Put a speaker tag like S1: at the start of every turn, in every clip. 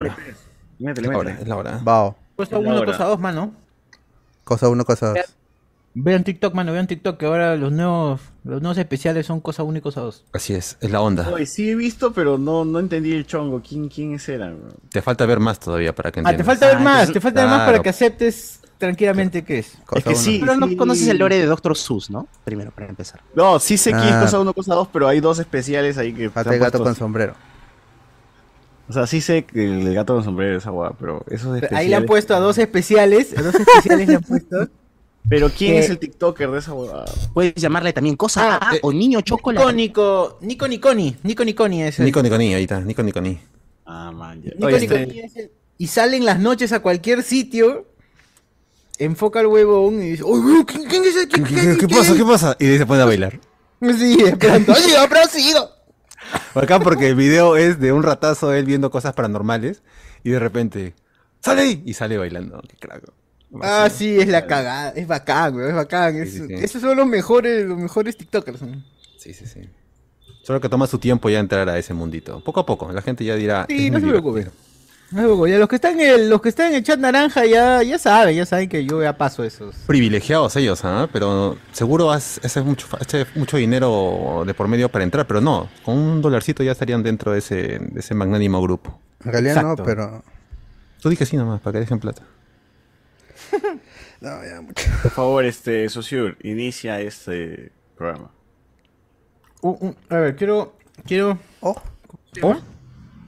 S1: hora.
S2: Métele,
S1: Es la hora,
S2: métele.
S1: es la hora.
S3: Bao.
S4: Cosa
S2: Una
S4: uno,
S2: hora.
S4: cosa dos, mano.
S3: Cosa uno, cosa dos.
S4: Vean TikTok, mano, vean TikTok, que ahora los nuevos, los nuevos especiales son cosa uno y cosa dos.
S1: Así es, es la onda.
S2: Oye, sí he visto, pero no, no entendí el chongo. ¿Quién, quiénes eran? bro?
S1: Te falta ver más todavía para que
S4: Ah, te
S1: entiendas.
S4: falta ver
S2: Ah,
S4: más,
S2: entonces-
S4: te falta ver más para
S1: claro.
S4: que aceptes tranquilamente qué es.
S3: Cosa
S2: Es que
S3: uno.
S2: sí.
S5: Pero no
S2: sí.
S5: conoces el lore de Doctor Seuss, ¿no? Primero, para empezar.
S2: No, sí sé que es
S3: Ah.
S2: cosa uno, cosa dos, pero hay dos especiales ahí que.
S3: Pata
S2: se
S3: de
S2: han
S3: gato con
S2: puesto-
S3: sombrero.
S2: O sea, sí sé que el, el gato con sombrero esa guada, pero esos especiales.
S4: Ahí le han puesto a dos especiales, a dos especiales le han puesto.
S2: Pero ¿quién
S4: Eh,
S2: es el TikToker de esa guada?
S5: Puedes llamarle también cosa
S4: Ah,
S5: A
S4: eh,
S5: o niño chocolate.
S4: Nico, Nico Niconi, Nico Niconi es el.
S1: Nico Niconí, ahí está, Nico Niconí.
S2: Ah, man. ya.
S4: Nico
S2: Oye,
S4: Niconi
S2: este-
S4: es el- Y salen las noches a cualquier sitio, enfoca al huevón y dice, ¡Uy, huevón, ¿quién, quién es el- quién-
S1: ¿Qué, qué-
S4: quién-
S1: qué
S4: quién-
S1: pasa? ¿Qué pasa? Y ahí se pone a bailar.
S4: Sí, esperando. ¡Ay, yo prosigo!
S1: Acá porque el video es de un ratazo él viendo cosas paranormales y de repente sale ahí! y sale bailando. Qué crack.
S4: Ah, sí, es la cagada. Es bacán, güey, es bacán. es-
S1: Sí, sí, sí.
S4: Esos son los mejores, los mejores TikTokers. ¿no?
S1: Sí, sí, sí. Solo que toma su tiempo ya entrar a ese mundito. Poco a poco, la gente ya dirá.
S4: Sí,
S1: "Es
S4: no
S1: muy
S4: se preocupen.
S1: divertido".
S4: No se preocupen. Ah, Ya Los que están en el, los que están en el chat naranja ya, ya saben, ya saben que yo ya paso esos.
S1: Privilegiados ellos, ¿ah? Pero seguro has- ese es mucho, fa- este es mucho dinero de por medio para entrar, pero no, con un dolarcito ya estarían dentro de ese, de ese magnánimo grupo.
S3: En realidad no,
S4: Exacto.
S3: pero.
S1: Tú dije sí nomás, para que dejen plata.
S3: No, ya, mucho.
S2: Por favor, este, Sosur, inicia este programa.
S4: Uh, uh, a ver, quiero. Quiero.
S3: Oh,
S4: Va, va, va,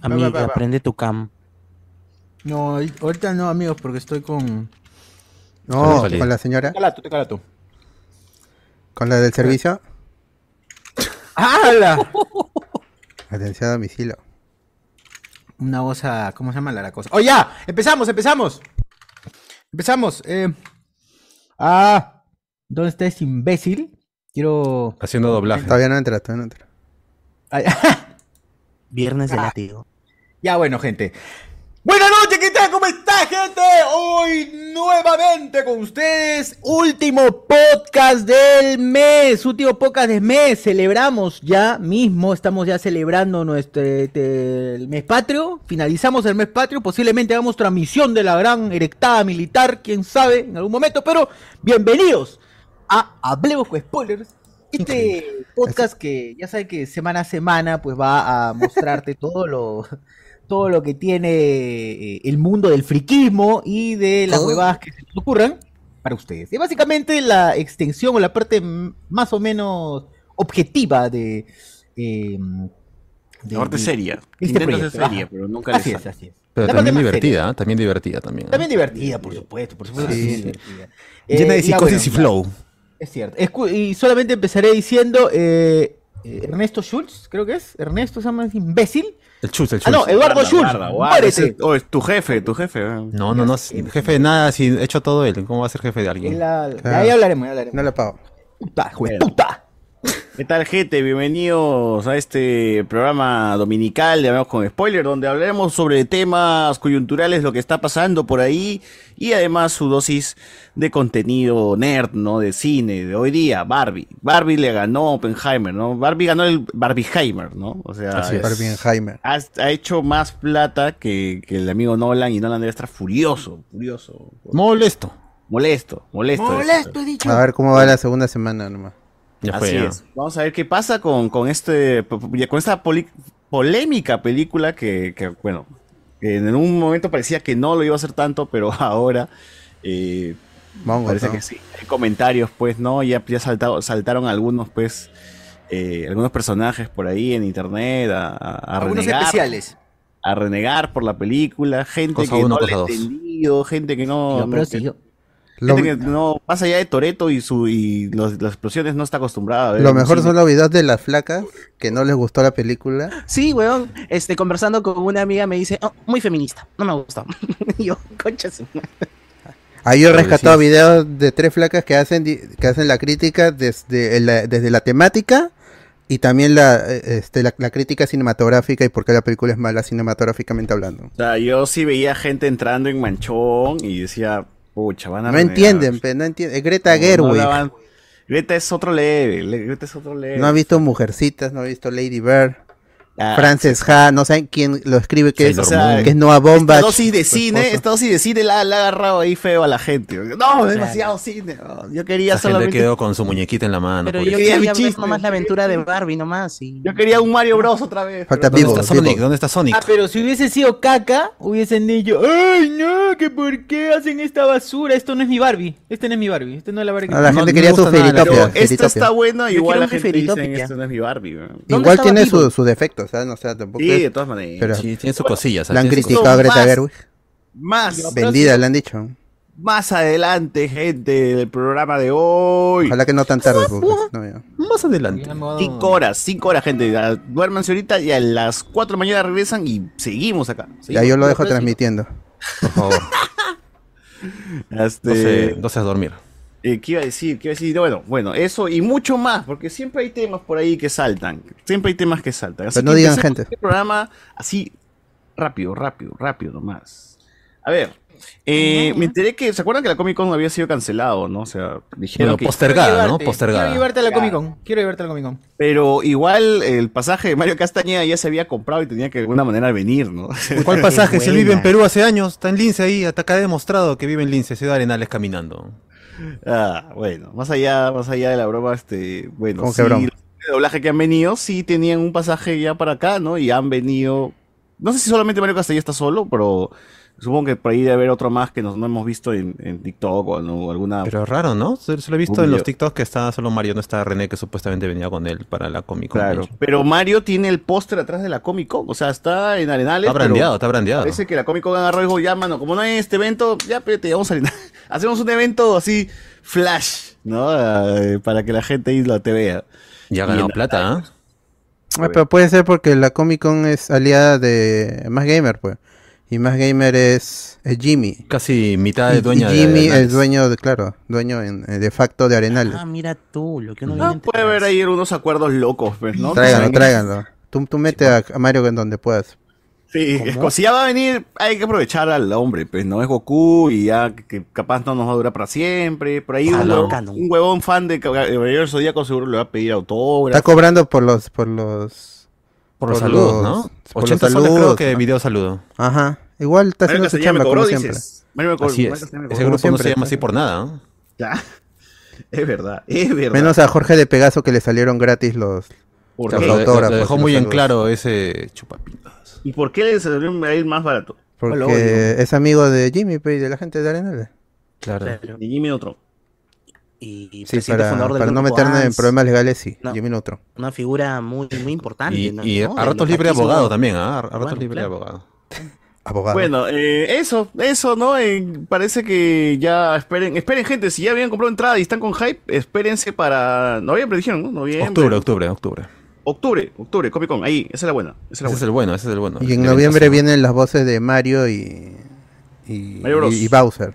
S5: Amiga,
S4: va.
S5: prende tu cam.
S4: No, ahí- ahorita no, amigos, porque estoy con.
S3: no,
S1: Híjole.
S3: con la señora,
S4: Calato, te calato.
S3: con la del servicio.
S4: ¡Hala!
S3: Atención a domicilio.
S4: Una cosa. ¿Cómo se llama la la cosa? ¡Oh, ya! ¡Empezamos, empezamos! Empezamos. Eh... Ah. ¿Dónde está ese imbécil? Quiero.
S1: Haciendo doblaje.
S3: Todavía no entra, todavía no entra.
S4: Ay, Ah.
S5: Viernes de látigo.
S4: Ya bueno, gente. Buenas noches, ¿qué tal? ¿Cómo está, gente? Hoy nuevamente con ustedes, último podcast del mes, último podcast del mes. Celebramos ya mismo, estamos ya celebrando nuestro este, el mes patrio. Finalizamos el mes patrio, posiblemente hagamos transmisión de la gran erectada militar, quién sabe, en algún momento, pero bienvenidos a Hablemos con Spoilers. Este podcast que ya sabe que semana a semana pues va a mostrarte todo lo todo lo que tiene eh, el mundo del friquismo y de
S1: Oh.
S4: las huevadas que se les ocurran para ustedes. Es básicamente la extensión o la parte m- más o menos objetiva de... eh, de-
S2: Norte
S4: de-
S2: seria.
S4: este
S2: Intenta ser
S4: proyecto,
S2: seria,
S4: ajá.
S2: pero nunca
S4: Así
S2: le
S4: es,
S2: sale.
S4: así es.
S1: Pero
S4: La parte
S1: también
S4: más seria.
S1: divertida, ¿eh? también divertida también. ¿eh?
S4: También divertida, por supuesto, por supuesto.
S3: Sí.
S4: que sí, divertida.
S1: Llena
S4: Eh,
S1: de
S4: ya,
S1: psicosis
S4: bueno,
S1: y flow.
S4: Es cierto. Escu- y solamente empezaré diciendo eh, eh, Ernesto Schultz, creo que es. Ernesto se llama ese imbécil.
S1: El chus, el chus.
S4: Ah, no, Eduardo
S2: Guarda,
S4: Schultz.
S2: guarda, guarda,
S4: muérete.
S2: ese- oh, es tu jefe, tu jefe. weón.
S1: No, no, no, si- jefe de nada, si he hecho todo él, ¿cómo va a ser jefe de
S2: Mm.
S4: En
S1: alguien?
S4: la-
S3: Claro.
S4: Ahí hablaremos, ahí hablaremos.
S3: No la pago.
S4: Puta, jue- puta.
S2: ¿Qué tal, gente? Bienvenidos a este programa dominical de Hablamos con Spoiler, donde hablaremos sobre temas coyunturales, lo que está pasando por ahí y además su dosis de contenido nerd, ¿no? De cine, de hoy día, Barbie. Barbie le ganó a Oppenheimer, ¿no? Barbie ganó el Barbieheimer, ¿no? O sea,
S1: Así es.
S3: Barbienheimer.
S2: ha, ha hecho más plata que, que el amigo Nolan y Nolan debe estar furioso, furioso.
S1: Molesto.
S2: Molesto, molesto. debe estar.
S4: Molesto, he dicho.
S3: A ver cómo va la segunda semana nomás.
S1: Ya
S2: Así
S1: fue. ya.
S2: es. Vamos a ver qué pasa con, con este con esta poli- polémica película que, que, bueno, en un momento parecía que no lo iba a hacer tanto, pero ahora eh,
S3: Mongo,
S2: parece
S3: ¿no?
S2: que sí. Hay comentarios, pues, ¿no? Ya, ya saltado- saltaron algunos, pues, eh, algunos personajes por ahí en internet a, a- a
S4: Algunos
S2: renegar
S4: especiales.
S2: a renegar por la película, gente
S1: Cosa
S2: que
S1: uno,
S2: no
S1: cosa
S2: le ha
S1: dos.
S2: entendido, gente que no, no- que-
S3: Lo,
S2: gente que no pasa ya de Toreto y su y los- las explosiones no está acostumbrada a ver.
S3: lo
S2: en un
S3: mejor
S2: cine.
S3: son los videos de las flacas que no les gustó la película.
S5: Sí, weón. Este, conversando con una amiga me dice, "Oh, muy feminista. No me gustó. Y yo, concha su madre".
S3: Ahí yo he
S1: Pero
S3: rescatado
S1: sí.
S3: videos de tres flacas que hacen di- que hacen la crítica desde la, desde la temática y también la, eh, este, la, la crítica cinematográfica y por qué la película es mala cinematográficamente hablando.
S2: O sea, yo sí veía gente entrando en manchón y decía, pucha, van a
S3: No
S2: renegar".
S3: entienden, pe, no entienden. Greta
S2: No, no
S3: Gerwig.
S2: la van- eh, Greta es otro leve, le- Greta es otro leve.
S3: No ha visto Mujercitas, no ha visto Lady Bird,
S2: Ah,
S3: Frances Ha, no saben quién lo escribe, que
S1: Sí,
S3: es,
S1: o sea,
S3: que es Noah Bomba.
S2: Esta dosis de cine, esta dosis de cine la, la ha agarrado ahí feo a la gente. No, demasiado cine. no. Yo quería
S1: La gente
S2: solamente.
S1: quedó con su muñequita en la mano.
S5: Pero
S1: pobrecito.
S5: yo
S2: quería
S5: quería
S2: mi
S5: ver
S2: chiste.
S5: nomás la aventura de Barbie nomás. Y...
S2: Yo quería un Mario Bros otra vez.
S3: Falta
S2: pero no.
S1: ¿Dónde
S3: Vivo,
S1: está Sonic?
S3: vivo.
S1: ¿Dónde está Sonic?
S6: Ah, pero si hubiese sido caca, hubiesen dicho, ¡ay no! ¿Que por qué hacen esta basura? Esto no es mi Barbie. Este no es mi Barbie. Este no es la Barbie que
S3: Ah, la
S1: No,
S3: gente
S1: no
S3: quería
S1: me
S3: su
S1: gusta nada,
S2: Pero
S3: Feritopia.
S2: esta
S3: Feritopia.
S2: está buena,
S5: Yo
S2: igual
S5: quiero
S2: la
S5: un
S2: gente dice,
S5: Feritopia.
S2: esto no es mi Barbie. weón".
S5: ¿Dónde
S3: Igual
S5: estaba
S3: tiene
S5: Vivo?
S3: su, su defecto, ¿sabes? O sea, tampoco
S2: Sí, de
S3: es,
S2: todas maneras.
S3: pero-
S1: Sí, tiene sus cosillas.
S3: la han
S1: tiene sus
S2: critico.
S3: criticado a Greta
S2: más-
S3: Gerwig.
S2: Más,
S3: Vendida, le han dicho.
S2: más adelante, gente, del programa de hoy.
S3: Ojalá que no tan tarde. porque no, ya.
S1: cosillas. Más adelante.
S2: Cinco horas, cinco horas, gente. Ya, Duérmanse ahorita y a las cuatro de la mañana regresan y seguimos acá.
S3: Ya yo lo dejo
S6: Pero sí.
S3: transmitiendo.
S1: Por favor.
S2: Este,
S1: No se, no se dormir.
S2: eh, ¿Qué iba a decir? ¿Qué iba a decir? Bueno, bueno, eso y mucho más, porque siempre hay temas por ahí que saltan. Siempre hay temas que saltan. Así
S3: Pero no
S2: que
S3: digan,
S2: empecemos
S3: gente.
S2: este programa así, rápido, rápido, rápido nomás. A ver, eh, me enteré que, ¿se acuerdan que la Comic Con había sido cancelado, no? O sea, dijeron
S1: Bueno,
S2: que...
S1: postergada, ¿no?
S6: Quiero
S1: Postergada.
S6: llevarte a la Comic Con. Quiero llevarte a la Comic Con.
S2: Pero igual el pasaje de Mario Castañeda ya se había comprado y tenía que de alguna manera venir, ¿no?
S1: ¿Cuál pasaje? Si él vive en
S5: buena.
S1: Perú hace años, está en Lince ahí, hasta acá ha demostrado que vive en Lince, Ciudad Arenales caminando.
S2: Ah, bueno, más allá, más allá de la broma, este, bueno,
S3: Como
S2: sí,
S3: que broma.
S2: los de doblaje que han venido, sí tenían un pasaje ya para acá, ¿no? Y han venido, no sé si solamente Mario Castelló está solo, pero supongo que por ahí debe haber otro más que nos, no hemos visto en, en TikTok o en o alguna...
S1: Pero raro, ¿no? Se, se lo he visto
S2: Un
S1: en
S2: video.
S1: los TikToks que está solo Mario, no está René, que supuestamente venía con él para la Comic Con.
S2: claro, pero Mario tiene el póster atrás de la Comic Con, o sea, está en Arenales,
S1: Está
S2: pero
S1: brandeado, está brandeado.
S2: parece que la Comic Con agarró y dijo, ya, mano, como no hay este evento, ya, pero te llevamos a Arenales. Hacemos un evento así, flash, ¿no? Eh, para que la gente ahí lo te vea.
S1: Ya
S2: Y en
S1: ha ganado
S2: la-
S1: plata, ¿ah?
S3: Ah, pero puede ser porque la Comic Con es aliada de Más Gamer, pues. Y Más Gamer es, es Jimmy.
S1: Casi mitad
S3: Y-
S1: de
S3: y
S1: dueña de
S3: Jimmy
S1: Arenales.
S3: es dueño, de, claro, dueño en- eh, de facto de Arenales.
S5: Ah, mira tú, lo que uno
S2: No, puede haber ahí unos acuerdos locos, pues, ¿no?
S3: tráiganlo,
S2: Que-
S3: tráiganlo. Tú, tú mete a a Mario en donde puedas.
S2: Sí, es como si ya va a venir, hay que aprovechar al hombre, pues, ¿no? Es Goku y ya que- que capaz no nos va a durar para siempre. Por ahí
S5: Ah,
S2: un,
S5: no.
S2: huevón, un huevón fan de Cab- Caballero del Zodíaco seguro le va a pedir
S3: Está
S2: autógrafo.
S3: cobrando por los, por los.
S1: Por los
S3: por
S1: saludos,
S3: los-
S1: ¿no?
S3: por
S1: 80
S3: los
S1: soles creo
S3: saludos,
S1: que
S3: ¿no?
S1: video saludo.
S3: Ajá. Igual está
S2: Mario
S3: haciendo su
S2: Castañeda me
S3: chamba,
S2: cobró,
S3: como siempre.
S2: dices. Mario me cobró,
S1: Así
S2: Mario
S1: es. Ese
S2: Castañeda me
S1: grupo
S2: cobró.
S1: no se
S3: siempre,
S1: llama así
S3: claro.
S1: por nada, ¿no?
S2: Ya. Es verdad, es verdad.
S3: Menos a Jorge de Pegaso que le salieron gratis los.
S2: ¿Por
S1: Lo-
S3: Los
S2: qué?
S1: lo- Lo
S3: autógrafos,
S1: dejó
S3: los
S1: muy en
S3: saludos.
S1: claro ese chupapinas.
S2: ¿Y por qué le salió a ir más barato? Lo odio.
S3: Porque es amigo de Jimmy pues, y de la gente de Arenales.
S1: Claro.
S2: Y Jimmy otro.
S5: Y y
S3: Sí,
S5: presidente
S3: para,
S5: fundador del
S3: para no
S5: grupo
S3: meterme en
S5: ANS,
S3: problemas legales, sí.
S5: No.
S3: Jimmy Neutron.
S5: Una figura muy, muy importante.
S1: Y,
S2: Ah,
S5: ¿no?
S1: y
S5: ¿no?
S1: a
S5: Del
S1: ratos libre de
S5: otaquismo.
S1: abogado también, ¿ah? A ratos
S5: Bueno,
S1: libre de
S5: claro.
S1: abogado.
S3: Abogado.
S2: Bueno, eh, eso, eso, ¿no? Eh, parece que ya esperen, esperen gente, si ya habían comprado entrada y están con hype, espérense para noviembre, dijeron, ¿no? Noviembre.
S1: Octubre, octubre, octubre.
S2: Octubre, octubre, Comic Con, ahí, esa es la buena, esa es
S1: Ese
S2: la
S1: es
S2: buena.
S1: el bueno, ese es el bueno.
S3: y en
S1: El
S3: noviembre
S1: eventazo.
S3: vienen las voces de Mario y. Y,
S2: Mario Bros.
S3: y- y Bowser.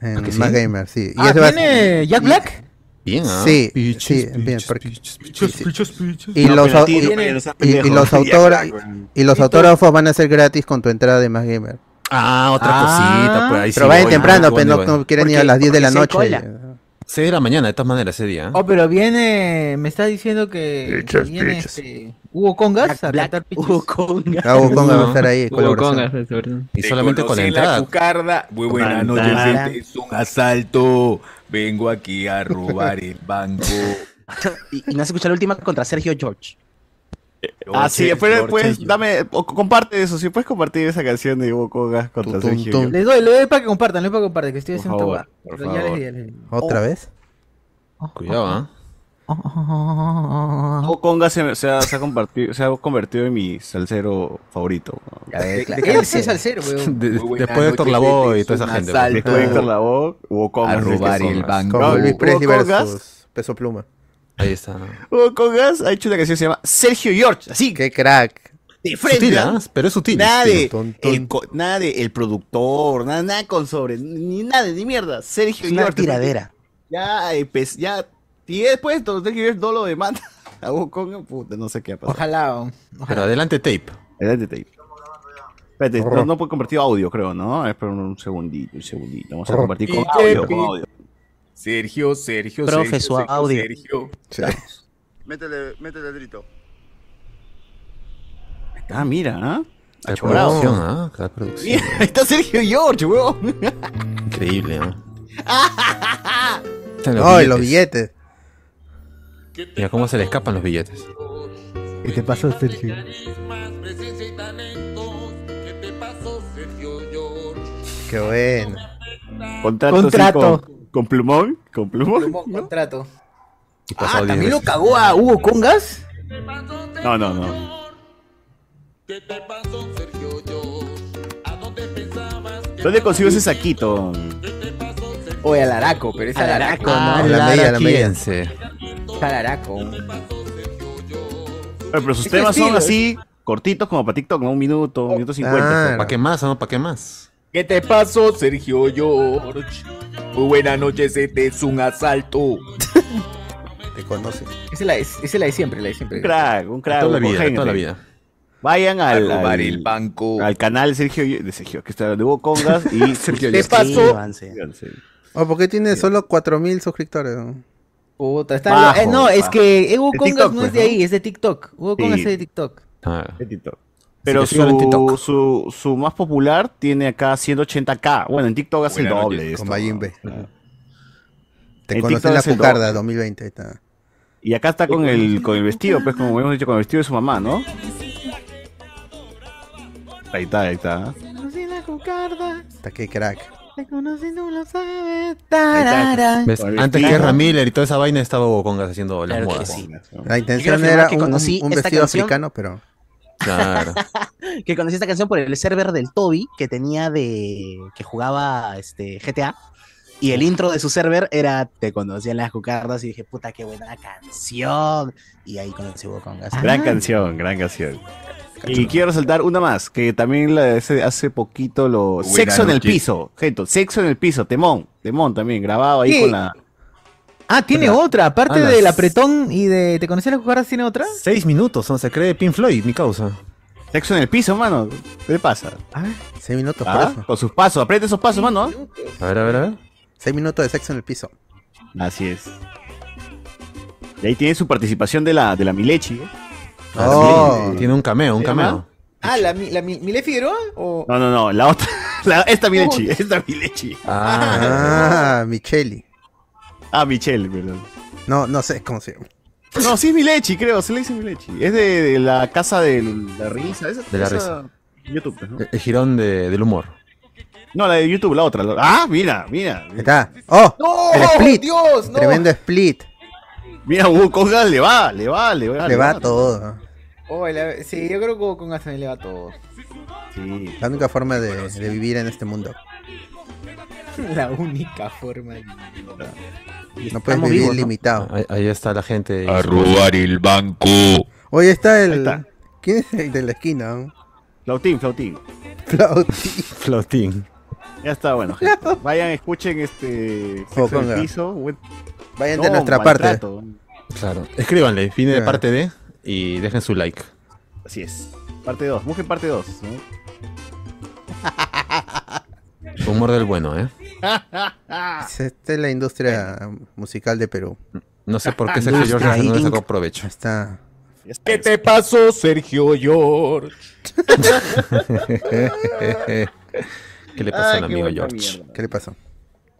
S3: En
S1: ¿Ah, que sí?
S3: Más Gamer, sí. Y
S6: Ah,
S3: ese va a-
S6: ¿Tiene Jack Black?
S1: Bien, ¿ah?
S3: Sí, sí, bien, porque- sí, sí. Y
S2: No,
S3: los,
S2: pero a
S3: au-
S2: ti,
S3: y-
S2: no, no seas
S3: y- y
S2: pendejo.
S3: los
S2: Ya,
S3: autora-
S2: weón.
S3: y los
S6: Y todo-
S3: autógrafos van a ser gratis con tu entrada de Más Gamer.
S1: Ah, otra
S6: Ah.
S1: cosita. Pues ahí
S3: Pero
S1: sí
S3: vayan
S1: voy,
S3: temprano,
S1: voy,
S3: pero no,
S1: voy.
S3: no quieren ir a
S5: Porque-
S3: las 10 de la
S5: porque
S3: noche.
S5: se
S1: ¿eh? Seis de la mañana, de todas maneras, ese día. ¿eh?
S6: Oh, pero viene. Me está diciendo que. que viene este, Hugo Congas a
S5: Jack Black,
S6: cantar pitches.
S5: Hugo Conga.
S3: Ah, Hugo Conga va a
S1: No.
S3: estar ahí.
S4: Hubo
S3: colaboración.
S4: congas, es verdad.
S1: y solamente con la
S7: Conocí
S1: entrada.
S7: cucarda. Muy buenas
S2: Tan,
S7: noches,
S5: tan.
S7: este es un asalto. Vengo aquí a robar el banco.
S5: Y, y no has escuchado la última contra Sergio George.
S2: Ah, sí,
S7: George,
S2: pero
S7: George,
S2: pues,
S7: George.
S2: dame, o- comparte eso, si puedes compartir esa canción de Hugo Kogas contra
S3: Tum, tum,
S2: Sergio.
S3: tum.
S6: Les doy, les doy para que compartan, les doy para que compartan, que estoy
S2: Por
S6: haciendo
S2: favor,
S6: esta
S2: por
S6: hueá. Pero ya les
S2: favor. Oh.
S6: di, ya les di.
S3: ¿Otra vez?
S1: Cuidado, ¿ah?
S2: Hugo Congas se, se ha, se ha compartido- se ha convertido en mi salsero favorito.
S7: De-
S6: ¿De
S7: de-
S6: qué es el cero, weón?
S1: De-
S7: Muy buenas
S1: después de Héctor
S7: noches,
S1: Lavoe y
S7: este
S1: toda
S7: es
S1: esa
S7: un
S1: gente.
S7: asalto.
S2: pues. Después de Héctor Lavoe, Hugo Congas.
S7: A robar el banco.
S3: Como
S2: No,
S3: Luis
S2: Hugo
S3: Presley
S2: Congas.
S3: versus Peso Pluma.
S1: Ahí está. ¿no?
S2: Hugo Congas ha hecho una canción que se llama Sergio George, así que
S3: ¡Qué crack!
S2: de frente.
S1: Sutil,
S2: ¿ah?
S1: ¿ah? Pero es sutil.
S2: Nada de,
S3: Tun, tun.
S2: el, co- nada de el productor, nada, nada con sobre, ni nada, ni mierda. Sergio
S5: Es una
S2: George.
S5: tiradera.
S2: Ya, empe- ya, y después don Sergio George no lo demanda a Hugo Congas, puta, no sé qué ha pasado.
S6: Ojalá. oh. weón.
S1: Pero adelante, tape.
S2: Adelante, Tape. Espérate, no, no puedo convertir audio, creo, ¿no? Espera un segundito, un segundito. Vamos a convertir con audio, con audio.
S7: Sergio, Sergio, Sergio,
S5: Profe, su
S7: Sergio,
S5: audio.
S7: Sergio.
S8: Métele, métele el grito.
S2: Ah, mira, ¿ah?
S1: Cada
S2: Achorado.
S1: producción, ¿ah? Cada producción.
S2: Mira, ahí está Sergio George, weón.
S1: Increíble, ¿eh? ¿no? Están
S3: No, y los billetes.
S1: Mira cómo se le escapan los billetes.
S6: ¿Qué te pasó, Sergio?
S3: Qué bueno.
S2: Contrato.
S6: Contrato.
S2: sí, Con, con plumón, con plumón.
S5: Contrato.
S1: Y
S5: Ah,
S1: pasó 10
S5: también lo
S1: veces.
S5: cagó a Hugo Congas.
S2: No, no, no. ¿Dónde consigo ese saquito?
S4: O al Araco, pero es al
S5: Alaraco,
S4: Araco, ¿no?
S1: En Ah, la
S3: Hablar
S1: media,
S3: a
S1: la media. Fíjense.
S4: Es al Araco.
S2: Oye, pero sus
S5: Es que
S2: temas
S5: sí,
S2: son
S5: güey.
S2: así, cortitos como para TikTok, ¿no? Un minuto, un
S1: Ah,
S2: minuto cincuenta.
S3: Claro.
S1: ¿Para qué más, no? ¿Para qué más?
S7: ¿Qué te pasó, Sergio George? Muy buenas noches, este es un asalto.
S3: Te conoce.
S4: Esa es la de- esa es la de siempre, la de siempre.
S2: Un crack, un crack.
S1: toda la
S2: un
S1: vida, toda la
S2: congénere.
S1: vida.
S2: Vayan
S7: A
S2: al,
S7: robar el
S2: al,
S7: banco.
S2: al canal Sergio, de Sergio, que está de Hugo Congas y
S1: Sergio
S2: ¿Qué
S1: George.
S2: pasó?
S5: Suscríbanse.
S3: Oh, ¿por qué tiene solo 4000 suscriptores? no?
S4: Puta, está
S2: Bajo,
S4: eh, no, es
S2: bajo.
S4: que Hugo
S2: De
S4: Congas
S2: TikTok,
S4: no
S2: pues,
S4: es de
S2: ¿no?
S4: ahí, es de TikTok. Hugo
S2: Sí.
S4: Congas es de TikTok.
S1: Ah,
S2: De TikTok. Pero
S1: que síganlo en
S2: su,
S1: TikTok.
S2: su, su más popular tiene acá 180k. Bueno, en TikTok hace el
S7: Buenas
S2: doble.
S7: noches,
S2: de
S3: Con
S2: esto.
S3: Mayimbe.
S2: Claro.
S3: Te
S2: En
S3: conoce
S2: TikTok
S3: en la
S2: es el
S3: Pucarda
S2: doble.
S3: 2020. ahí está.
S2: Y acá está con el, con el vestido, pues como hemos dicho, con el vestido de su mamá, ¿no? Ahí está, ahí está.
S3: Está que crack.
S1: ¿Ves?
S2: Con el
S1: Antes que
S2: vestido.
S1: Ezra Miller y toda esa vaina estaba Hugo Congas haciendo las
S5: Claro que
S1: modas.
S5: sí.
S3: La intención
S5: afirmar
S3: era
S5: que
S3: un, un-
S5: conocí
S3: un
S5: esta
S3: vestido
S5: canción.
S3: africano, pero.
S1: Claro.
S5: Que conocí esta canción por el server del Toby que tenía de. que jugaba este, GTA. Y el intro de su server era Te conocían las cucardas y dije, puta, qué buena canción. Y ahí conocí a Hugo Congas. Ah,
S3: Ah.
S2: Gran canción, gran canción. Y quiero resaltar una más, que también la de hace, hace poquito lo...
S7: Buenas
S2: sexo en el
S7: noches.
S2: piso, gente, sexo en el piso, temón, temón también, grabado ahí
S4: ¿Qué?
S2: con la...
S4: Ah, tiene otra, aparte
S1: Ah, las-
S4: del apretón y de ¿Te conocías las cucardas? ¿Tiene otra?
S1: Seis minutos, ¿no? Se cree Pink Floyd, mi causa.
S2: Sexo en el piso, mano, ¿qué le pasa?
S3: 6 minutos,
S2: Ah,
S3: por eso.
S2: Con sus pasos, apriete esos pasos, mano. ¿ah?
S1: A ver, a ver, a ver.
S3: 6 minutos de sexo en el piso.
S2: Así es. Y ahí tiene su participación de la, de la Milechi. ¿eh?
S3: Oh,
S1: Ah, Tiene un cameo, un
S2: ¿Se llama?
S1: cameo.
S4: Ah, ¿la, mi- la mi- Milé Figueroa? ¿O
S2: No, no, no, la otra. la- esta Milechi, esta Milechi.
S1: Ah,
S3: ah, Micheli.
S2: Ah, Michelle, perdón.
S3: No, no sé cómo se llama.
S2: No, sí es Milechi, creo, se le dice Milechi. Es de, de la casa de la risa. esa-
S1: De la
S2: esa-
S1: risa.
S2: YouTube, pues, ¿no?
S1: el girón de- del humor.
S2: No, la de YouTube, la otra. la- Ah, mira, mira.
S3: Ahí Está. Oh,
S4: ¡No!
S3: el split.
S4: ¡Dios! ¡No!
S3: Tremendo split.
S2: Mira, Hugo Congas le va, le va, le va.
S3: Le va todo.
S4: Oh, la- sí, yo creo que Hugo Congas también le va a todos.
S2: Sí.
S3: La única forma de, de vivir en este mundo.
S4: La única forma de...
S3: No puedes
S5: Estamos
S3: vivir
S5: vivos, ¿no?
S3: limitado.
S1: Ahí, ahí está la gente.
S7: A robar el banco.
S3: Hoy está
S2: Ahí
S3: el.
S2: está.
S3: ¿Quién es el de la esquina?
S2: Flautín, Flautín.
S3: Flauti.
S1: Flotín.
S2: Ya está, bueno. gente. Vayan, escuchen este.
S3: Hugo
S2: Sexo en el
S3: Congas.
S2: piso. buen-
S3: Vayan de
S2: No,
S3: nuestra parte.
S2: maltrato.
S1: Claro. Escríbanle, viene de
S3: Claro.
S1: parte de y dejen su like.
S2: Así es. Parte 2, busquen parte 2.
S1: Humor del bueno, ¿eh?
S3: Esta es la industria musical de Perú.
S1: No sé
S2: Ah,
S1: por qué Sergio George no le sacó provecho.
S3: Está.
S7: ¿Qué te pasó, Sergio George?
S1: ¿Qué le
S2: Ah,
S1: pasó al amigo George?
S3: ¿Qué le pasó?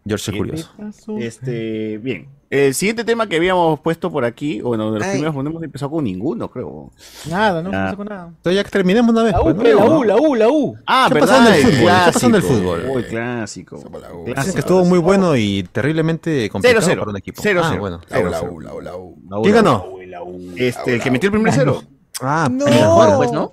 S1: George es curioso.
S2: Este, bien. El siguiente tema que habíamos puesto por aquí, bueno, de los
S4: Ay.
S2: primeros no hemos empezado con ninguno, creo.
S4: Nada, no,
S2: Ah.
S4: no saco nada.
S1: Entonces ya que terminemos una vez.
S4: La U,
S1: pues, ¿no?
S4: pe, la U, la U, la U.
S2: Ah,
S1: ¿Qué
S2: ¿verdad?
S1: pasó en el
S2: El
S1: fútbol? ¿Qué pasó en el
S2: clásico.
S1: fútbol?
S2: Uy, clásico.
S1: Dicen que
S2: Clásico.
S1: estuvo muy bueno y terriblemente complicado
S2: Cero, cero.
S1: para un equipo.
S2: Cero,
S1: ah,
S2: cero.
S1: bueno.
S2: Cero,
S4: la
S2: cero.
S4: la U, la U.
S2: La U,
S1: ¿Quién
S2: la
S1: ganó?
S2: U, la U. Este, el que metió el primer cero.
S1: Ah,
S4: No.
S1: mira,
S5: Juan, pues, ¿no?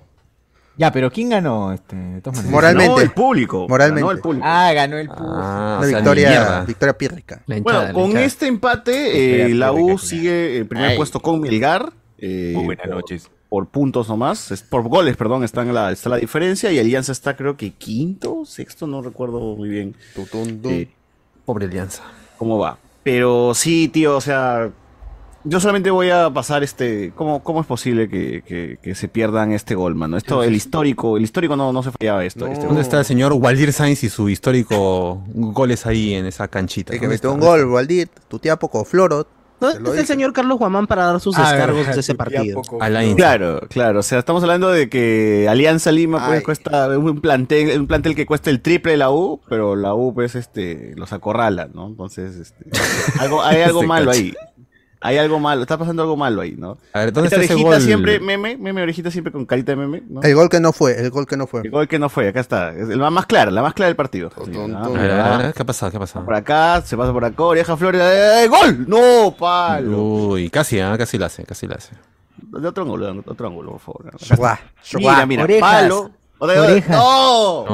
S4: Ya, pero ¿quién ganó? Este, de todas maneras?
S3: Moral- Moralmente.
S2: No, el público.
S3: Moralmente.
S2: Ganó el público.
S4: Ah, ganó el Pus.
S1: Ah,
S3: Una
S1: o sea, ni
S3: victoria,
S1: mierda.
S3: victoria pírrica.
S8: La hinchada,
S2: Bueno,
S8: la
S2: con
S8: hinchada.
S2: este empate, eh,
S8: Espera,
S2: la U
S8: espera,
S2: sigue en primer
S4: Ay.
S2: puesto con Melgar. eh,
S7: Muy buenas
S2: por-
S7: noches.
S2: por puntos nomás, es- por goles, perdón, están la, está la diferencia y Alianza está creo que quinto, sexto, no recuerdo muy bien eh,
S1: Pobre alianza.
S2: cómo va. Pero sí, tío, o sea, yo solamente voy a pasar este, cómo, cómo es posible que, que- que se pierdan este gol, mano. Esto, el histórico, el histórico no, no se fallaba esto. este
S1: ¿Dónde
S2: gol.
S1: está el señor Waldir Sainz y su histórico goles ahí en esa canchita?
S3: El que
S1: ¿Dónde
S3: metió
S1: está?
S3: un gol, Waldir, tu tía poco floro.
S5: ¿Dónde está el señor Carlos Guamán para dar sus
S2: Ah,
S5: descargos
S2: verdad,
S5: de ese
S2: ya
S5: partido?
S2: poco. Claro, claro. O sea, estamos hablando de que Alianza Lima pues, cuesta un plantel, un plantel que cuesta el triple de la U, pero la U pues este los acorrala, ¿no? Entonces, este, algo, hay algo
S8: Se
S2: malo
S8: cacha.
S2: ahí. Hay algo malo, está pasando algo malo ahí, ¿no?
S1: A ver,
S3: ¿dónde está ese
S2: orejita
S3: gol?
S2: siempre, meme, meme, orejita siempre con carita de meme, ¿no?
S3: El gol que no fue, el gol que no fue.
S2: El gol que no fue, acá está. Es la más clara, la más clara del partido.
S1: A ver, a ver, a ver, ¿qué ha pasado? ¿Qué ha pasado?
S2: Por acá, se pasa por acá, oreja Flores, ¡eh, ¡gol! ¡No, palo!
S1: Uy, casi, ah, casi la hace, casi la hace.
S2: De otro ángulo, de otro ángulo, por favor.
S1: Shua,
S2: Mira, mira,
S4: Orejas.
S2: palo. Otra vez,
S4: Orejas.
S2: ¡No!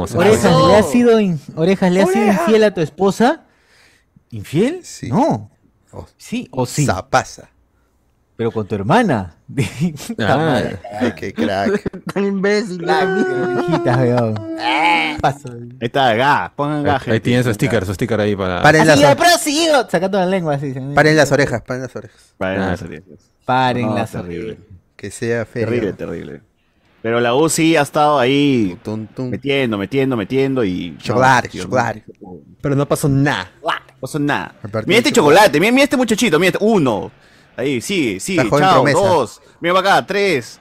S1: No, se
S4: Orejas,
S1: pasó.
S4: ¿le has sido, in- orejas, ¿le has sido infiel a tu esposa? ¿Infiel? No.
S3: Oh.
S4: sí o sí.
S3: Zapasa.
S4: Pero con tu hermana. Puta madre.
S3: Ay, qué crack.
S5: Tan imbécil.
S4: Orejitas, weón. Ah. Paso.
S2: Ahí está, ga, pongan ga,
S1: Ahí, ahí tiene su sticker, su sticker ahí para.
S3: Paren las,
S4: Así,
S3: ore-
S4: prosigo. Sacando la lengua así.
S3: paren las orejas, paren las orejas.
S2: Paren
S1: Claro.
S2: las orejas.
S4: Paren
S2: No,
S4: las
S2: terrible.
S3: Que sea feo.
S2: Terrible, terrible. Pero la U sí ha estado ahí
S3: Tum, tum.
S2: metiendo, metiendo, metiendo y.
S3: Chocolate,
S2: no, tío,
S3: chocolate.
S1: Pero no pasó nada.
S2: No pasó nada.
S3: El partido
S2: Mira este
S3: de
S2: chocolate, mira, mira este muchachito, mira este. Uno. Ahí, sigue, sigue.
S3: Está joven
S2: Chao,
S3: promesa.
S2: dos. Mira para acá, tres.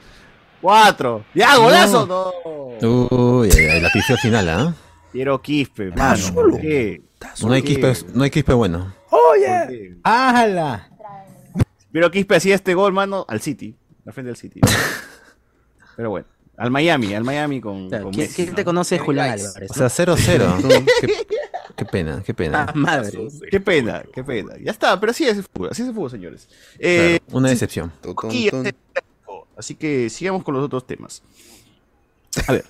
S2: Cuatro. ¡Ya, golazo! No.
S1: Uy, ay, ay, la pifió al final, ¿ah?
S2: Quiero quispe, mano. ¿por qué?
S1: No hay
S2: ¿Por qué?
S1: quispe, no hay quispe bueno.
S2: Oye.
S4: ¡Hala!
S2: Pero Quispe hacía este gol, mano, al City, al frente del City. Pero bueno, al Miami, al Miami con, con
S5: ¿Quién,
S2: Messi,
S5: quién
S2: ¿no?
S5: te conoce, Julián Álvarez?
S1: O sea, 0-0. qué, qué pena, qué
S5: Ah,
S1: pena.
S5: madre.
S2: Qué pena, qué pena. Ya está, pero así es el fútbol, así es el fútbol, señores.
S1: Claro,
S2: Eh,
S1: una decepción.
S3: Tum, tum,
S2: Coquilla,
S3: tum.
S2: este Así que sigamos con los otros temas. A ver,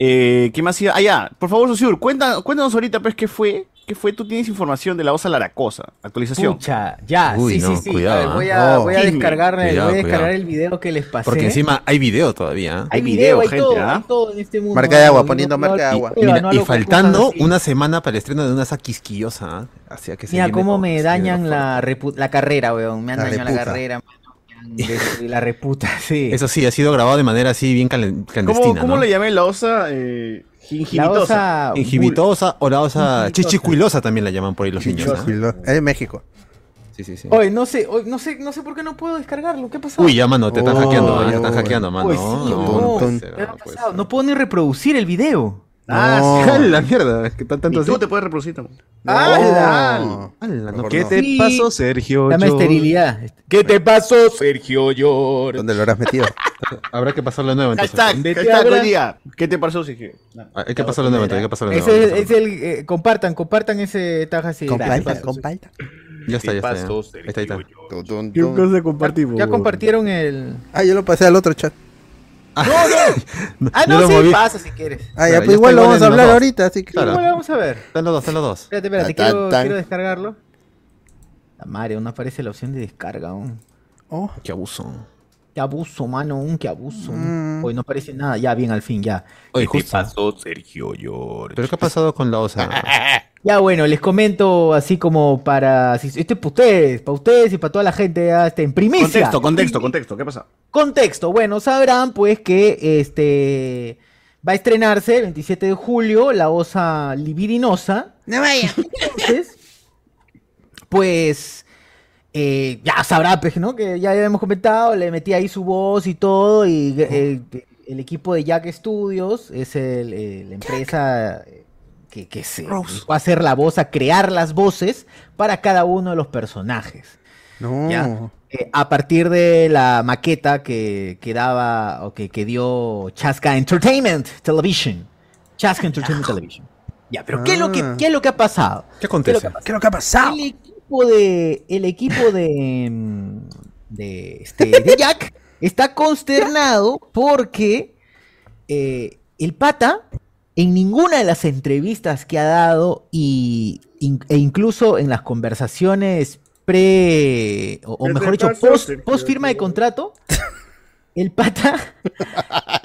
S2: eh, ¿qué más iba? Ah, ya, por favor, Susur, cuenta, cuéntanos ahorita, pues, ¿qué fue? ¿Qué fue? Tú tienes información de la Osa Laracosa, actualización.
S4: Pucha, ya,
S1: Uy,
S4: sí,
S1: no,
S4: sí, sí.
S1: cuidado,
S4: A ver, voy,
S1: ¿eh?
S4: a,
S3: No.
S4: voy a
S2: Chisme.
S4: descargar, el-
S1: Cuidado,
S4: voy a descargar
S1: cuidado.
S4: el video que les pasé.
S1: Porque encima hay video todavía. ¿ah?
S4: hay
S2: Hay
S4: video,
S2: video,
S4: hay
S2: gente,
S4: todo,
S2: ¿ah?
S4: hay todo en este mundo.
S3: Marca de agua,
S4: No,
S3: poniendo
S4: no,
S3: marca de
S4: no,
S3: agua.
S1: Y,
S4: no,
S1: mira,
S4: no
S1: y
S4: hago
S1: faltando
S4: cosas así.
S1: una semana para el estreno de una saquisquiosa. ¿ah? Hacia que se
S4: Mira
S1: viene
S4: cómo
S1: con-
S4: me
S1: se
S4: dañan
S1: viene
S4: la, repu- la carrera, weón. Me han
S3: La
S4: dañado la
S3: reputa.
S4: carrera, mano. Me han destruido La reputa, sí.
S1: Eso sí, ha sido grabado de manera así bien calen- clandestina.
S2: ¿Cómo, cómo
S1: ¿no?
S2: le llamé la Osa? Eh,
S4: la
S2: Gingivitosa.
S4: osa.
S1: Ingibitosa o la osa
S4: Ingibitosa.
S1: chichicuilosa también la llaman por ahí los niños. ¿ah?
S3: Es México.
S1: Sí, sí, sí.
S4: Oye, no sé, oye, no sé, no sé por qué no puedo descargarlo. ¿Qué ha pasado?
S1: Uy, ya, mano, te están
S3: Oh,
S1: hackeando, ya te
S3: ya,
S1: están
S3: bueno.
S1: hackeando, mano.
S4: Uy, pues sí,
S1: no,
S3: no,
S1: puede
S3: no,
S1: ser,
S4: ¿Qué ha
S1: no puede
S4: pasado?
S1: ser.
S4: No puedo ni reproducir el video.
S2: Ah,
S3: No.
S1: ¡Ah, la mierda! ¿Qué tan- tanto
S2: y
S1: así?
S2: tú te puedes reproducir también. Ah,
S3: ¡Hala!
S1: ¡Hala, no!
S3: Mejor
S1: ¿Qué
S3: no.
S1: te-
S4: Sí.
S7: Sergio.
S4: Dame
S7: George?
S4: esterilidad.
S7: ¿Qué te pasó, Sergio Llor?
S3: ¿Dónde lo habrás metido?
S1: Habrá que pasarlo de nuevo entonces.
S2: Hashtag,
S4: ¿De qué
S2: hashtag,
S4: hablas?
S2: hoy día. ¿Qué te pasó, Sergio?
S1: Ah, Hay que pasarlo de nuevo, entonces, hay que pasarlo de nuevo. hay que
S4: Ese es,
S1: pasarlo
S4: es el. eh, compartan, compartan ese taja así.
S3: Compalta, compalta.
S1: de nuevo. Ya está, ya está. ya. Ahí está, ahí está.
S3: Tum, tum,
S7: ¿Qué
S3: tum.
S7: cosa compartimos?
S4: Ya compartieron el.
S3: Ah, yo lo pasé al otro chat.
S4: Ah,
S1: Yo lo
S4: no, sí,
S1: moví.
S4: pasa si quieres.
S3: Ah,
S1: Ya,
S3: ya,
S1: ya
S3: pues igual lo
S1: está igual
S3: vamos a
S1: en los
S3: hablar
S1: dos.
S3: ahora así que.
S1: Claro.
S4: Bueno, vamos a ver.
S1: Están los dos, están los dos.
S4: Espérate, espérate,
S3: Tan,
S4: quiero,
S3: tan.
S4: quiero descargarlo. La madre, aún no aparece la opción de descarga. aún.
S3: Oh.
S1: Qué abuso.
S4: Qué abuso, mano, un qué abuso. Hoy no aparece nada, ya bien al fin, ya.
S1: Oye,
S7: ¿Qué te
S1: justo.
S7: pasó, Sergio Llor?
S1: ¿Pero qué ha pasado con la osa?
S4: Ya bueno, les comento así como para. si- Este es para ustedes, para ustedes y para toda la gente, ya, este, en primicia.
S2: Contexto, contexto, contexto. ¿Qué pasa?
S4: Contexto, bueno, sabrán pues que este va a estrenarse el 27 de julio la osa libidinosa. No vaya. Entonces, pues eh, ya sabrá pues, ¿no? Que ya habíamos comentado, le metí ahí su voz y todo y eh, el equipo de Jack Studios es el, eh, la empresa eh, que, que se va a hacer la voz, a crear las voces para cada uno de los personajes.
S3: No.
S4: Ya. Eh, a partir de la maqueta que, que daba o que, que dio Chaska Entertainment Television. Chaska Entertainment Television. Ya, pero ¿qué, es lo que,
S3: Ah.
S4: ¿qué es lo que ha pasado?
S1: ¿Qué acontece?
S3: ¿Qué es lo que ha pasado?
S4: El equipo de. El equipo de. mm, de, este, de Jack está consternado porque eh, el pata, en ninguna de las entrevistas que ha dado y, in- e incluso en las conversaciones pre. o, o mejor dicho, post, post firma de contrato, el pata.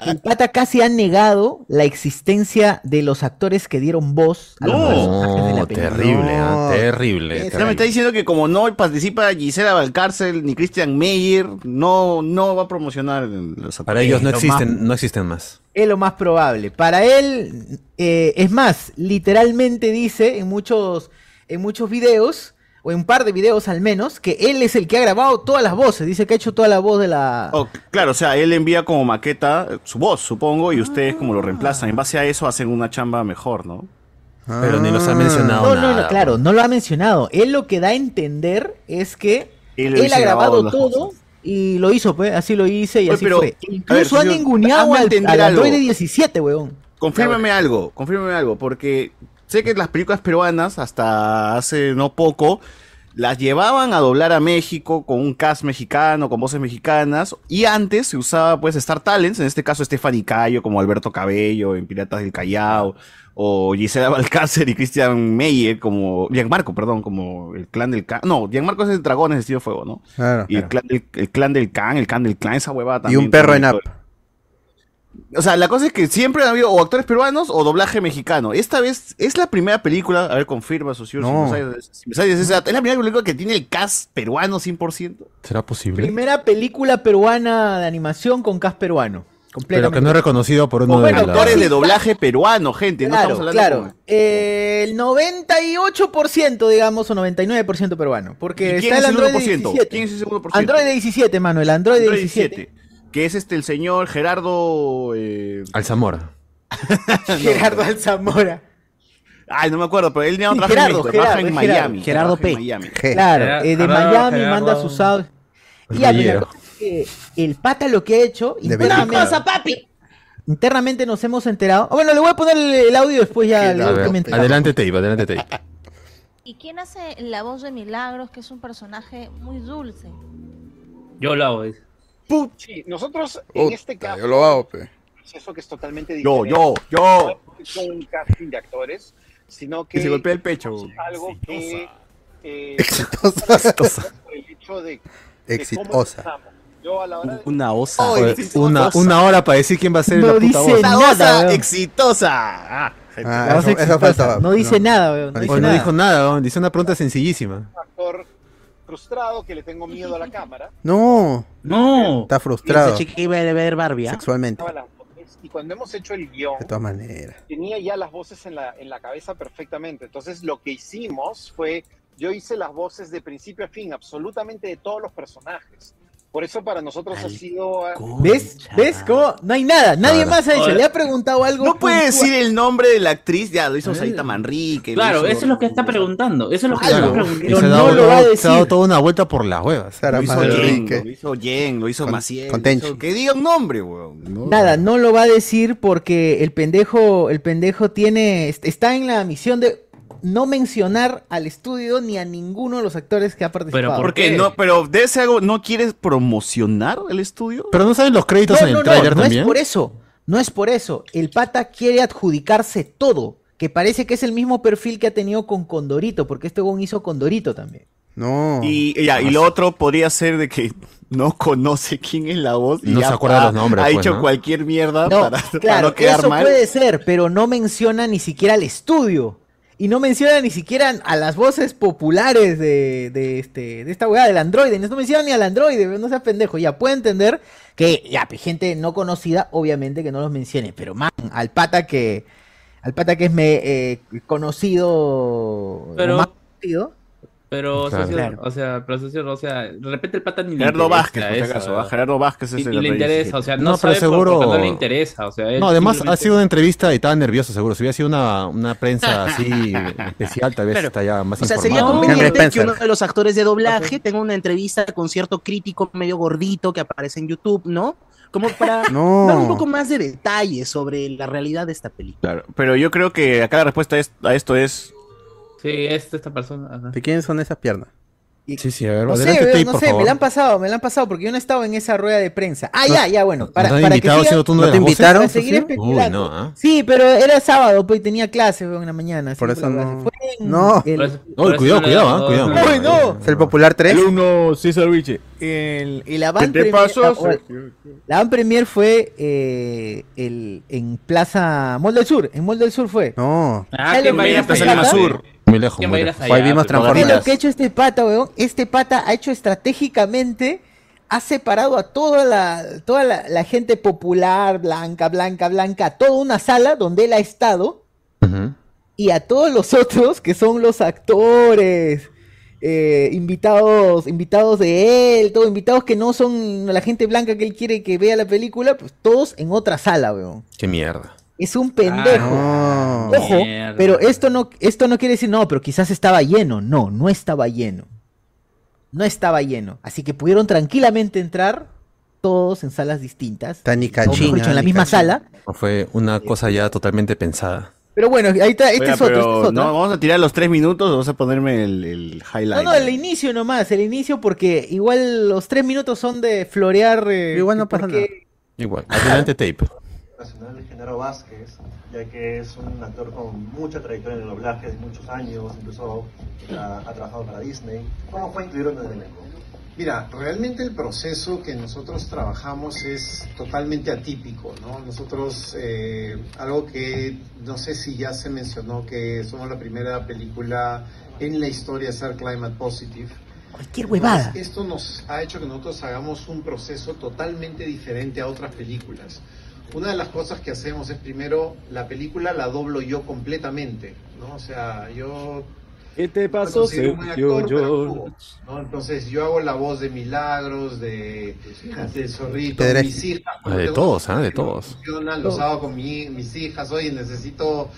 S4: El pata casi ha negado la existencia de los actores que dieron voz a los personajes de la
S1: No,
S4: película.
S1: terrible, ah,
S3: No.
S1: terrible.
S2: Ya me está
S1: terrible.
S2: diciendo que como no participa Gisela Valcárcel ni Christian Meyer, no, no va a promocionar los Eh,
S1: Para ellos no
S4: lo
S1: existen, no existen más.
S4: Es lo más probable. Para él, eh, es más, literalmente dice en muchos, en muchos videos, o en un par de videos al menos, que él es el que ha grabado todas las voces. Dice que ha hecho toda la voz de la.
S2: Oh, claro, o sea, él envía como maqueta eh, su voz, supongo, y ustedes como lo reemplazan. En base a eso hacen una chamba mejor, ¿no?
S1: Ah. Pero ni los ha mencionado
S4: No, no,
S1: nada.
S4: no, claro, no lo ha mencionado. Él lo que da a entender es que
S2: Él
S4: él,
S2: lo hizo
S4: ha
S2: grabado
S4: grabado
S2: las
S4: todo y lo hizo, pues, así lo hice y
S2: Oye,
S4: así
S2: pero,
S4: fue.
S2: a ver,
S4: Incluso ha
S2: señor,
S4: ninguneado
S2: hazme
S4: al,
S2: entender
S4: al
S2: algo.
S4: androide 17, weón.
S2: Confírmeme algo, confírmeme algo, porque sé que las películas peruanas, hasta hace no poco, las llevaban a doblar a México con un cast mexicano, con voces mexicanas, y antes se usaba pues Star Talents, en este caso Stephanie Cayo, como Alberto Cabello en Piratas del Callao, o Gisela Balcácer y Christian Meyer como, Gianmarco, perdón, como el clan del Can, no, Gianmarco es el dragón, es el estilo fuego, ¿no?
S3: Claro.
S2: Y el clan, del, el clan del Can, el clan del clan, esa huevada
S3: Y
S2: también.
S3: un perro en
S2: también
S3: app.
S2: o sea, la cosa es que siempre han habido o actores peruanos o doblaje mexicano. Esta vez es la primera película, a ver, confirma, socio, si
S3: No.
S2: me sabes- si me sabes esa- es la primera película que tiene el cast peruano 100%.
S1: ¿Será posible?
S4: Primera película peruana de animación con cast peruano.
S1: Pero que no es reconocido por uno
S2: O
S1: de
S2: Pues bueno,
S1: los
S2: actores de
S4: sí.
S2: doblaje peruano, gente, no
S4: Claro,
S2: estamos hablando
S4: claro. Eh, el 98%, digamos, o 99% peruano.
S2: ¿Y
S4: Porque
S2: quién es
S4: está el
S2: el
S4: Android
S2: 1%?
S4: 17.
S2: ¿Quién es ese 1%?
S4: Android 17, mano, el Android,
S2: Android
S4: 17.
S2: 17, Que es este el señor Gerardo eh,
S1: Alzamora.
S4: Gerardo Alzamora.
S2: Ay, no me acuerdo, pero él ya no
S4: Sí,
S2: trabaja en
S4: Gerardo,
S2: México, trabaja
S4: Gerardo,
S2: en
S4: es Gerardo.
S2: Miami.
S5: Gerardo
S2: trabaja en
S5: P.
S2: Miami.
S4: Claro,
S8: Gerardo-
S4: eh, de
S8: Gerardo-
S4: Miami
S8: Gerardo-
S4: manda sus audios.
S1: El
S4: Y ya, pues, la
S1: brillero.
S4: cosa es que el pata lo que ha hecho,
S3: De verdad.
S4: internamente, internamente nos hemos enterado. Ah, bueno, le voy a poner el, el audio después ya.
S3: Sí,
S4: le
S3: dale.
S1: A
S4: voy
S1: ver,
S4: comentando.
S1: adelante Teiba, adelante Teiba.
S9: ¿Y quién hace la voz de Milagros, que es un personaje muy dulce?
S8: Yo lo hago. dice.
S10: Sí, nosotros en
S11: Puta,
S10: este caso,
S11: yo lo hago, pe.
S10: eso que es totalmente
S2: Yo,
S10: diferente.
S2: yo, yo.
S10: No es un casting de actores, sino que
S2: Que se golpea el pecho.
S10: es algo que eh,
S3: Exitosa.
S10: por el hecho de, de cómo
S3: Exitosa.
S10: empezamos. Yo a la hora de
S5: Una osa.
S1: Joder, una, una hora para decir quién va a ser
S4: No
S1: la puta
S4: dice
S1: voz.
S4: nada. weón.
S2: exitosa. Ah, gente.
S3: Ah,
S4: La voz
S3: eso, eso
S4: exitosa.
S3: faltaba.
S4: No dice nada, weón. No
S1: Hoy
S4: dice
S1: no
S4: nada.
S1: dijo nada, ¿no? dice una pregunta sencillísima.
S10: un actor frustrado que le tengo miedo a la cámara,
S3: No,
S8: No.
S3: está frustrado
S5: Ese chiqui iba a ver Barbie, ¿ah?
S3: sexualmente.
S10: daba las voces, y cuando hemos hecho el guión,
S3: De todas maneras.
S10: tenía ya las voces en la, en la cabeza perfectamente. Entonces lo que hicimos fue, yo hice las voces de principio a fin, absolutamente de todos los personajes. Por eso para nosotros ha
S5: Al
S10: sido... ah,
S4: ¿Ves? ¿Ves cómo? No hay nada. Nadie
S1: Claro.
S4: más ha hecho.
S8: Ahora-
S4: Le ha preguntado algo.
S2: No puede
S4: puntual.
S2: decir el nombre de la actriz, ya lo hizo
S8: Ah.
S2: Sarita Manrique.
S8: Claro, eso es lo que está preguntando. Eso es lo que está
S1: Claro. Y se,
S8: preguntando.
S1: ha
S4: no
S1: dado,
S4: lo va a
S1: se ha dado
S4: decir.
S1: toda una vuelta por las huevas.
S3: Sara
S2: Lo hizo
S8: Manrique.
S2: Jen,
S3: Manrique.
S2: lo hizo Jen, lo hizo
S3: Con-
S2: Maciel.
S3: con
S2: lo hizo-
S3: Tenchi.
S2: Que diga un nombre, weón. No.
S4: Nada, no lo va a decir porque el pendejo, el pendejo tiene, est- está en la misión de no mencionar al estudio ni a ninguno de los actores que ha participado.
S8: ¿por
S2: ¿Por qué?
S8: qué?
S2: No, pero de ese algo, ¿no quieres promocionar el estudio?
S1: Pero no saben los
S4: No,
S1: créditos en
S4: no,
S1: el
S4: no,
S1: tráiler
S4: no
S1: también.
S4: es por eso, no es por eso. El pata quiere adjudicarse todo, que parece que es el mismo perfil que ha tenido con Condorito, porque este weón hizo Condorito también.
S3: No.
S2: Y, ya, y lo otro podría ser de que no conoce quién es la voz. y
S1: No
S2: ya
S1: se acuerda
S2: ha-
S1: los nombres,
S2: Ha
S1: pues,
S2: hecho
S1: ¿no?
S2: cualquier mierda
S4: No,
S2: para, para
S4: claro,
S2: no quedar
S4: eso
S2: mal.
S4: puede ser, pero no menciona ni siquiera al estudio. Y no menciona ni siquiera a las voces populares de, de este, de esta weá del androide. No menciona ni al androide, no seas pendejo. Ya puede entender que, ya, pues, gente no conocida, obviamente que no los mencione. Pero, man, al pata que, al pata que es me, eh, conocido, o
S8: Pero-
S4: más conocido.
S8: Pero,
S1: Claro.
S8: socio,
S4: Claro.
S8: o sea, pero, socio, o sea, de repente el pata ni le
S2: Gerardo
S8: interesa
S2: Vázquez, por si
S8: eso,
S2: acaso.
S8: ¿verdad?
S2: ¿ah? Gerardo Vázquez
S8: Ni-
S2: es el
S8: ni le
S2: Android
S8: interesa, o
S2: 17.
S8: sea,
S1: No,
S8: no,
S1: pero
S8: sabe por- porque
S1: seguro-
S8: no le interesa, o sea, él
S1: No, además ha
S8: simplemente-
S1: sido una entrevista y estaba nervioso seguro. Si hubiera sido una, una prensa así especial, tal vez
S8: Claro.
S1: está ya más
S5: O sea, sería
S1: informado.
S8: como-
S3: Henry
S5: conveniente que
S3: Spencer.
S5: uno de los actores de doblaje tenga una entrevista con cierto crítico medio gordito que aparece en YouTube, ¿no? Como para
S3: No.
S5: dar un poco más de detalle sobre la realidad de esta película.
S2: Claro, pero yo creo que acá la respuesta es- a esto es
S8: Sí, es esta persona. ajá.
S3: ¿De quién son esas piernas?
S1: Sí, sí, a ver,
S4: No sé,
S1: adelante,
S4: weón,
S1: Tate,
S4: no
S1: por
S4: sé, me
S1: favor.
S4: la han pasado, me la han pasado porque yo no estaba en esa rueda de prensa. Ah,
S1: No-
S4: ya, ya, bueno. Para,
S1: ¿No te han
S4: para que
S1: invitado,
S4: siga-
S1: siendo tú una
S3: ¿No
S1: de
S3: te
S1: las voces?
S3: invitaron?
S4: Para seguir
S3: socio?
S4: especulando.
S1: Uy, no, ¿ah?
S4: Sí, pero era sábado, pues y tenía clase weón, en la mañana.
S3: Por eso
S4: siempre la
S3: no-
S4: clase. Fue en
S3: Mm. no.
S4: el-
S8: Por eso-
S1: Uy,
S8: por eso
S1: cuidado,
S8: no le dan
S1: cuidado, ah,
S8: dos,
S1: cuidado.
S8: no le dan
S4: Uy, no.
S1: Cuidado.
S3: ¿Es el popular 3?
S7: Alumno César Viche. El,
S4: el avant premier- la- o- La avant premier fue eh, el, en Plaza Mall del Sur. En Mall del Sur fue.
S3: No.
S8: Ah, ¿quién va a
S4: Sale
S8: ir
S4: María
S8: hasta
S4: Plaza
S8: allá?
S2: Sur.
S1: Muy lejos,
S8: ¿Quién va
S1: muy
S8: a ir
S1: lejos.
S8: hasta
S3: Ahí
S8: allá?
S3: vimos
S8: Pues, por
S4: ¿Qué es
S3: Transformers.
S4: lo
S8: favor.
S4: que ha hecho este pata, weón? Este pata ha hecho estratégicamente, ha separado a toda la, toda la, la gente popular, blanca, blanca, blanca, a toda una sala donde él ha estado.
S1: Ujú.
S4: y a todos los otros que son los actores, eh, invitados, invitados de él, todo, invitados que no son la gente blanca que él quiere que vea la película, pues todos en otra sala, weón.
S1: Qué mierda.
S4: Es un pendejo.
S3: Ah,
S4: Ojo,
S8: mierda.
S4: pero esto no, esto no quiere decir, no, pero quizás estaba lleno. No, no estaba lleno. No estaba lleno. Así que pudieron tranquilamente entrar todos en salas distintas. O mejor dicho, en la misma sala.
S1: No, Fue una cosa ya totalmente pensada.
S4: Pero bueno, ahí está, este
S2: Oiga,
S4: es otro.
S2: pero
S4: este es otro.
S2: No, vamos a tirar los tres minutos o vas a ponerme el, el highlight.
S4: No, no, el inicio nomás, el inicio porque igual los tres minutos son de florear. eh,
S3: Igual no pasa
S4: porque-
S3: nada.
S1: Igual. Adelante tape.
S11: nacional de Genaro Vázquez, ya que es un actor con mucha trayectoria en el doblaje de muchos años, incluso ha, ha trabajado para Disney. ¿Cómo fue incluirlo en el elenco? Mira, realmente el proceso que nosotros trabajamos es totalmente atípico, ¿no? Nosotros, eh, algo que no sé si ya se mencionó, que somos la primera película en la historia a ser climate positive.
S4: Cualquier huevada.
S11: Entonces, esto nos ha hecho que nosotros hagamos un proceso totalmente diferente a otras películas. Una de las cosas que hacemos es primero, la película la doblo yo completamente, ¿no? O sea, yo
S7: ¿Qué te
S11: pasó,
S7: pasó,
S11: Sergio
S7: Sergio George?
S11: ¿no? Entonces yo hago la voz de Milagros, de, de Zorrito,
S1: Pedra-
S11: mis hijas.
S1: Ah, de todos, ¿ah? De todos.
S11: Funcionan, los hago con mi- mis hijas, oye, necesito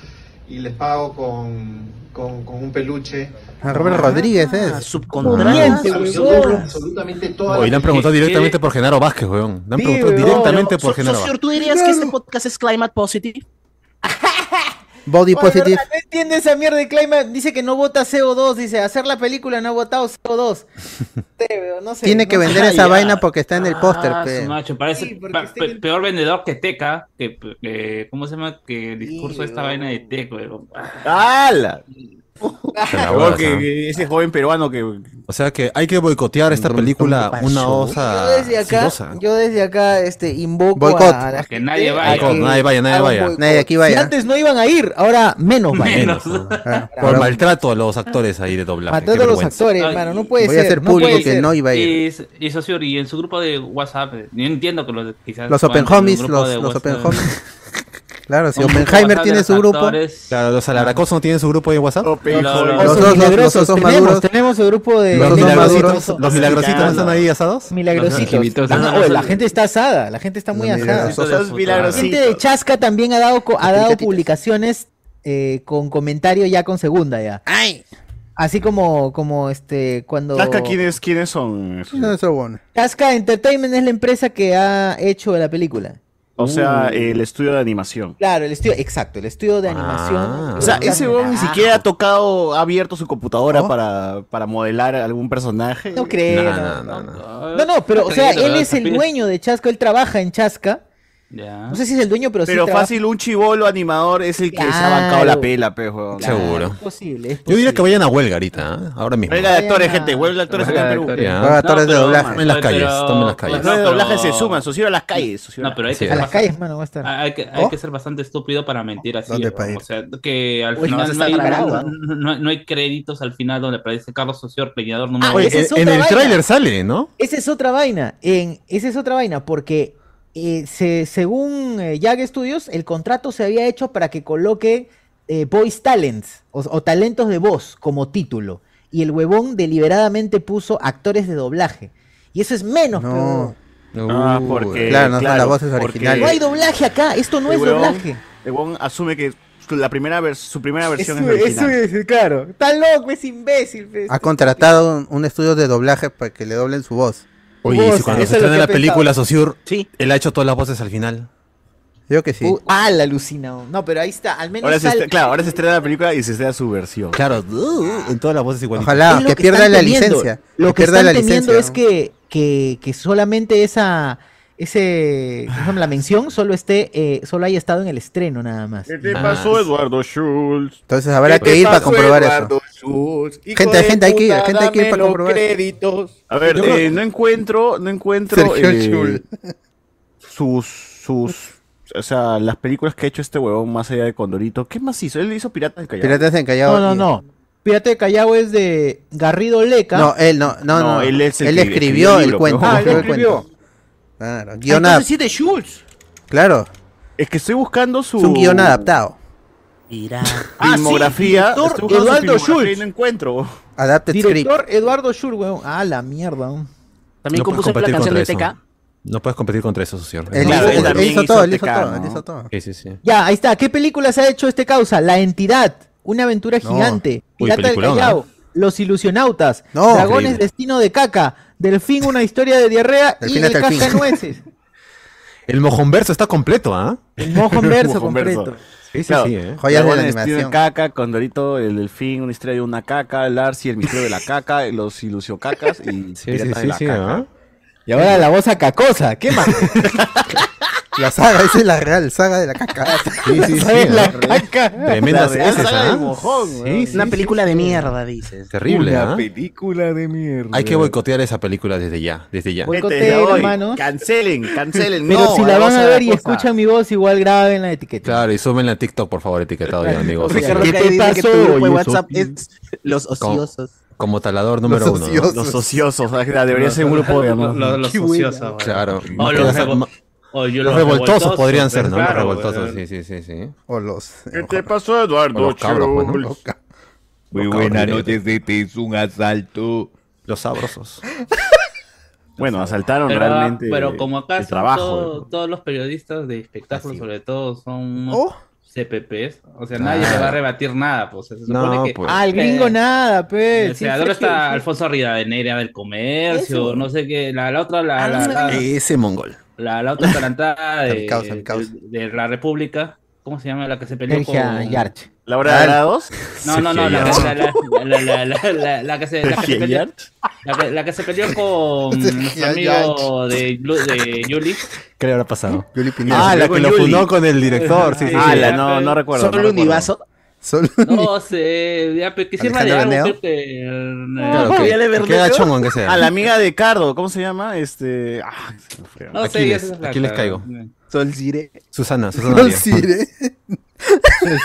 S11: y les pago con, con, con un peluche. Ah.
S3: A Robert Ah, Rodríguez ¿eh? es.
S5: Ah, Subcontrata.
S11: Yo
S4: huevón.
S11: absolutamente toda
S1: Hoy le
S11: la
S1: han preguntado
S11: película.
S1: directamente por Genaro Vázquez, weón. Le han
S4: Sí,
S1: preguntado
S4: weón.
S1: directamente por Genaro
S5: Socio,
S1: Vázquez.
S5: ¿tú dirías que este podcast es climate positive?
S3: Body
S4: Oye,
S3: positive.
S4: ¿verdad? No entiende esa mierda de Clayman. Dice que no vota CO2. Dice, hacer la película no ha votado CO2. Te veo, no sé,
S3: Tiene
S4: no
S3: que
S4: sé.
S3: vender
S8: Ah,
S3: esa
S8: ya.
S3: vaina porque está en el
S8: Ah,
S3: póster.
S8: su
S3: pe.
S8: macho, parece
S4: Sí, porque
S8: pa-
S4: este
S8: pe-
S4: que-
S8: peor vendedor que Teca. Que, que- ¿Cómo se llama? Que el discurso de esta
S4: weón.
S8: vaina de Teco. weón. Ah,
S2: ¡Hala!
S1: Se la
S2: Creo
S1: bodas,
S2: que-
S1: ¿ah?
S2: que ese joven peruano que
S1: O sea que hay que boicotear
S4: Mm,
S1: esta película una
S4: Yo
S1: osa
S4: desde acá,
S1: sidosa.
S4: yo desde acá este, invoco
S3: Boicot.
S4: a la
S8: Que nadie
S4: a
S8: vaya.
S4: que
S1: Boicot, nadie vaya, nadie
S4: haga un
S1: vaya.
S4: boicot.
S3: Nadie aquí
S4: Si
S3: vaya.
S4: antes no iban a ir, ahora menos van.
S8: menos.
S3: Ah,
S1: Por
S3: ahora
S1: maltrato a los actores ahí de doblaje.
S4: Matando
S1: qué
S4: a los
S1: vergüenza.
S4: actores,
S8: Ay,
S4: mano. No puede
S3: voy a
S4: ser.
S3: hacer
S4: no
S3: público
S4: puede
S3: que
S4: ser.
S3: no iba a ir.
S8: Y, y socio, y en su grupo de WhatsApp, eh, yo entiendo que los quizás
S3: Los Open
S8: puedan tener un
S3: Homies,
S8: grupo de
S3: los, los Open
S8: WhatsApp-
S3: Homies. Claro, si
S8: un grupo de
S3: Oppenheimer
S8: WhatsApp
S3: tiene
S8: de
S3: su
S8: los
S3: grupo.
S8: actores.
S1: Claro, los alaracosos no tienen su grupo de WhatsApp.
S8: Lo- lo-
S3: Los
S4: Osos
S3: dos, los- los
S4: milagrosos.
S3: osos
S4: tenemos,
S3: maduros.
S4: tenemos el grupo de
S1: Los
S3: Los
S1: milagrositos,
S3: maduros.
S1: los milagrositos no están ahí asados.
S4: milagrositos.
S7: Los
S4: Ah,
S7: milagrositos.
S4: oye, la gente está asada. La gente está muy
S3: Los
S4: asada.
S3: milagrosos.
S2: Esos
S4: La gente
S2: milagrositos.
S4: de Chasca también ha dado, co- ha dado
S3: Aplicatitas.
S4: publicaciones eh, con comentario ya con segunda ya. Así como, como este, cuando...
S2: Nazca, ¿quiénes, ¿quiénes son?
S3: No, eso bueno.
S4: Chasca Entertainment es la empresa que ha hecho la película.
S2: O sea, el estudio de animación.
S4: Claro, el estudio, exacto, el estudio de
S1: Ah.
S4: animación. Ah,
S1: O
S2: O sea, ese weón ni siquiera ha tocado, ha abierto su computadora
S3: ¿No?
S2: para, para modelar algún personaje.
S4: No creo.
S1: No,
S4: No,
S1: no, no, no.
S4: No, no, pero, o sea,
S8: Creído,
S4: él
S8: ¿verdad?
S4: es el
S8: También
S4: dueño de Chasca, él trabaja en Chasca.
S8: Ya.
S4: No sé si es el dueño, pero,
S2: Ah.
S4: sí
S2: Pero
S4: trabaja-
S2: fácil, un chivolo animador es el que se ha bancado la
S4: Claro.
S2: pela, pe, weón.
S1: Claro. seguro.
S4: Es posible, es
S1: Yo diría que
S4: posible.
S1: vayan a huelga ahorita, ¿ah? ahora mismo.
S2: Huelga de actores,
S4: Vayan a-
S2: gente, huelga de actores acá en Perú.
S1: actores.
S8: No,
S3: Ahora actores Ah, de
S8: pero-
S3: doblaje.
S1: En las calles,
S8: pero-
S1: tomen las calles.
S2: Los de
S8: pero-
S2: doblaje se suman, socio a las calles. socio a
S8: No,
S2: las
S8: pero hay
S1: Sí.
S8: que,
S4: A
S8: ser
S4: las
S8: bastante-
S4: calles, mano, va a estar.
S8: hay, que, hay
S3: ¿Oh?
S8: que ser bastante estúpido para mentir así.
S3: ¿Dónde
S8: ¿no?
S3: para ir?
S8: O sea, que al
S4: Oye,
S8: final
S4: no,
S8: no hay,
S4: está parado,
S8: no- no- no hay créditos al final donde aparece Carlos Socio, peleador número
S1: Oye,
S4: esa Ah, es
S1: en, en
S4: otra
S1: el
S4: vaina.
S1: tráiler sale, ¿no?
S4: Esa es otra vaina. En, esa es otra vaina, porque eh, se- según eh, Jag Studios, el contrato se había hecho para que coloque eh, Voice Talents o, o talentos de voz como título. Y el huevón deliberadamente puso actores de doblaje. Y eso es menos,
S3: No.
S4: pero-
S8: Uh,
S2: Ah,
S1: Uy,
S2: porque.
S3: claro, no son las voces
S2: porque
S3: originales.
S4: No hay doblaje acá, esto no
S2: el
S4: es
S2: huevón-
S4: doblaje.
S2: El weón asume que la primera vers- su primera versión es,
S4: Eso-
S2: la original.
S4: eso es, claro. Está loco, es imbécil. pues.
S3: Ha contratado un- un estudio de doblaje para que le doblen su voz.
S1: Oye, y si
S4: Voces,
S1: cuando
S4: eso
S1: se
S4: es lo
S1: estrena
S4: que
S1: la
S4: he pensado.
S1: película Sociur,
S5: Sí.
S1: él ha hecho todas las voces al final.
S3: Yo que sí.
S4: Uh, ah, la alucina. No, pero ahí está. Al menos
S2: Ahora este, se,
S4: sale-
S2: estre- claro, ahora se estrena la película y se estrena su versión.
S1: Claro, uh, en todas las voces igual.
S3: Ojalá
S4: Es lo
S3: que, pierda
S4: están
S3: la
S4: temiendo.
S3: licencia.
S4: Lo que,
S3: pierda
S4: están
S3: la
S4: temiendo
S3: licencia,
S4: es
S3: ¿no?
S4: que, que, que solamente esa ese ¿cómo se llama? la mención solo esté eh, solo haya estado en el estreno nada más.
S2: te
S1: pasó,
S12: Ah,
S2: Eduardo Schultz?
S3: Entonces habrá
S2: Pues
S3: que ir para comprobar eso. Gente, de gente, hay que ir, puta, gente, hay que ir para dame los comprobar.
S7: créditos.
S2: A ver,
S1: Yo creo-
S2: eh, no encuentro, no encuentro
S3: Sergio
S2: eh,
S3: Schul.
S2: sus, sus, o sea, las películas que ha hecho este huevón más allá de Condorito. ¿Qué más hizo? Él hizo Piratas del Callao.
S3: Piratas en Callao.
S4: No, no, no. Pirata de Callao es de Garrido Leca.
S3: No, él no, no, no.
S2: No, él
S3: Él,
S2: es el que escribió
S3: escribió
S2: el
S3: el
S2: libro,
S3: cuento.
S2: pero- Ah, él
S3: escribió el
S7: escribió.
S3: cuento. Claro, guion ad-
S5: Entonces sí es de Schultz.
S3: Claro,
S2: Es que estoy buscando su...
S3: es un guion adaptado.
S2: Filmografía.
S4: Ah, director
S2: Estoy buscando su
S4: Eduardo
S2: filmografía y
S4: Schultz.
S2: No encuentro.
S3: Adapted
S4: Director Eduardo Schur, weón. Ah, la mierda. weón.
S5: También
S1: No
S5: compuso
S1: puedes
S5: la canción
S1: competir
S5: de
S1: contra
S5: TK.
S1: eso. No puedes competir contra eso, socio.
S3: Él
S1: No
S3: hizo-
S1: puedes.
S3: él- él hizo todo, él hizo todo, él hizo todo.
S1: Sí, sí, sí.
S4: Ya, ahí está. ¿Qué películas ha hecho este causa? La entidad, una aventura
S1: No.
S4: gigante,
S1: Uy,
S4: Pirata del
S1: peliculón,
S4: Callao, Los ilusionautas,
S1: No.
S4: Dragones
S1: Increíble.
S4: destino de caca, Delfín una historia de diarrea y
S1: Delfín
S4: de
S1: hasta el fin.
S4: cascanueces.
S1: El mojonverso está completo, ¿ah?
S4: El mojonverso
S2: Mojonverso.
S4: completo.
S1: Sí, sí, sí, ¿eh?
S2: Joyas de
S1: animación.
S2: caca, Condorito, el delfín, una historia de una caca, el Arsi, el misterio de la caca, los ilusiocacas y
S1: Sí,
S2: Piratas
S1: sí,
S2: de
S1: sí,
S2: la
S1: sí,
S2: caca.
S1: ¿ah?
S4: Y ahora la voz acacosa, ¿qué más?
S3: La saga, esa es la real saga de la caca.
S1: Sí, sí, sí,
S3: saga de
S1: ¿ah?
S3: la caca.
S1: Tremendas
S3: La real
S1: heces,
S3: saga
S1: ¿ah?
S3: del mojón,
S1: Sí,
S3: weón.
S1: sí,
S5: Una
S1: sí,
S5: película
S1: sí.
S5: de mierda, dices.
S1: Terrible,
S7: Una
S1: ¿ah?
S7: película de mierda.
S1: Hay que boicotear esa película desde ya, desde
S2: Vete,
S1: ya.
S4: Boicoteen,
S2: ya voy.
S4: hermanos.
S2: Cancelen, cancelen.
S4: Pero
S2: no,
S4: si la van
S2: cosa-
S4: a ver y
S2: cosa.
S4: escuchan mi voz, igual graben la etiqueta.
S1: Claro, y suben la TikTok, por favor, etiquetado ya, amigos.
S5: Ricardo
S1: Como-
S5: Calle dice que tu
S4: pasó,
S5: grupo de
S4: oye,
S5: WhatsApp es los
S1: Como,
S5: ociosos.
S1: como talador número uno. ¿no?
S2: Los ociosos. ah, Debería ser un
S8: Los-
S2: grupo de
S8: los- los- los
S2: Qué
S8: ociosos,
S2: buena.
S8: güey.
S1: Claro.
S8: O
S1: más que
S8: los
S1: hacer-
S8: revol-
S1: ma-
S8: o yo
S1: los revoltosos podrían
S8: pues,
S1: ser, ¿no?
S8: claro,
S1: los revoltosos,
S8: güey.
S1: sí, sí, sí, sí.
S3: O los.
S7: ¿Qué te pasó, Eduardo?
S1: Los cabros, pues, ¿no? Los
S7: Muy
S1: Los
S7: buenas
S1: cabros.
S7: noches, este es un asalto.
S1: Los sabrosos.
S2: Bueno, asaltaron
S8: Pero,
S2: realmente.
S8: pero como acá
S2: el
S8: son
S2: trabajo,
S8: todo-
S2: ¿no?
S8: todos los periodistas de espectáculos, sobre todo, son unos
S4: Oh.
S8: CPPs, o sea, nadie le va a rebatir nada. Pues, se supone
S1: No,
S8: que,
S1: pues.
S4: Ah, el gringo
S8: Eh,
S4: nada, pe.
S8: O
S4: sí,
S8: sea, ahora
S4: sé que-
S8: está Alfonso Rivadeneira del Comercio, no sé qué, la, la otra,
S4: Ah,
S8: la, la, la,
S1: Ese mongol.
S8: la- la otra tarantada de,
S3: El caos, el caos.
S8: de- de la República, ¿cómo se llama? La que se peleó
S4: Sergio
S8: con...
S4: Yarch.
S2: ¿La hora de
S3: Ah,
S2: grados?
S8: No, no, no, la, la, la, la, la, la- la- la que se, la que se
S2: Sergio
S8: peleó,
S2: Yarch.
S8: la que, la que se peleó con nuestro amigo de, Lu- de Yuli.
S1: ¿Qué le habrá pasado?
S3: Yuli Pineda.
S1: Ah, la que lo
S2: Yuli.
S1: fundó con el director, sí, sí.
S2: Ah,
S1: sí.
S2: la no, no recuerdo. no
S5: Solo un
S2: recuerdo.
S5: divazo.
S3: Solo
S8: No sé, ya, pero que sirva de
S3: Alejandro Beneo.
S8: algo, creo que... el-
S1: Claro, que-
S2: Gabriel
S1: que
S2: Bernal.
S1: queda chongo, aunque sea.
S2: Ah, la amiga de Cardo, ¿cómo se llama? Este. Ah, se me fue.
S8: No sé,
S1: Aquiles,
S8: ya se saca.
S1: Aquiles caigo.
S5: Solciré.
S1: Susana, Susana.
S3: No,
S1: Díaz.
S3: sí, ¿eh?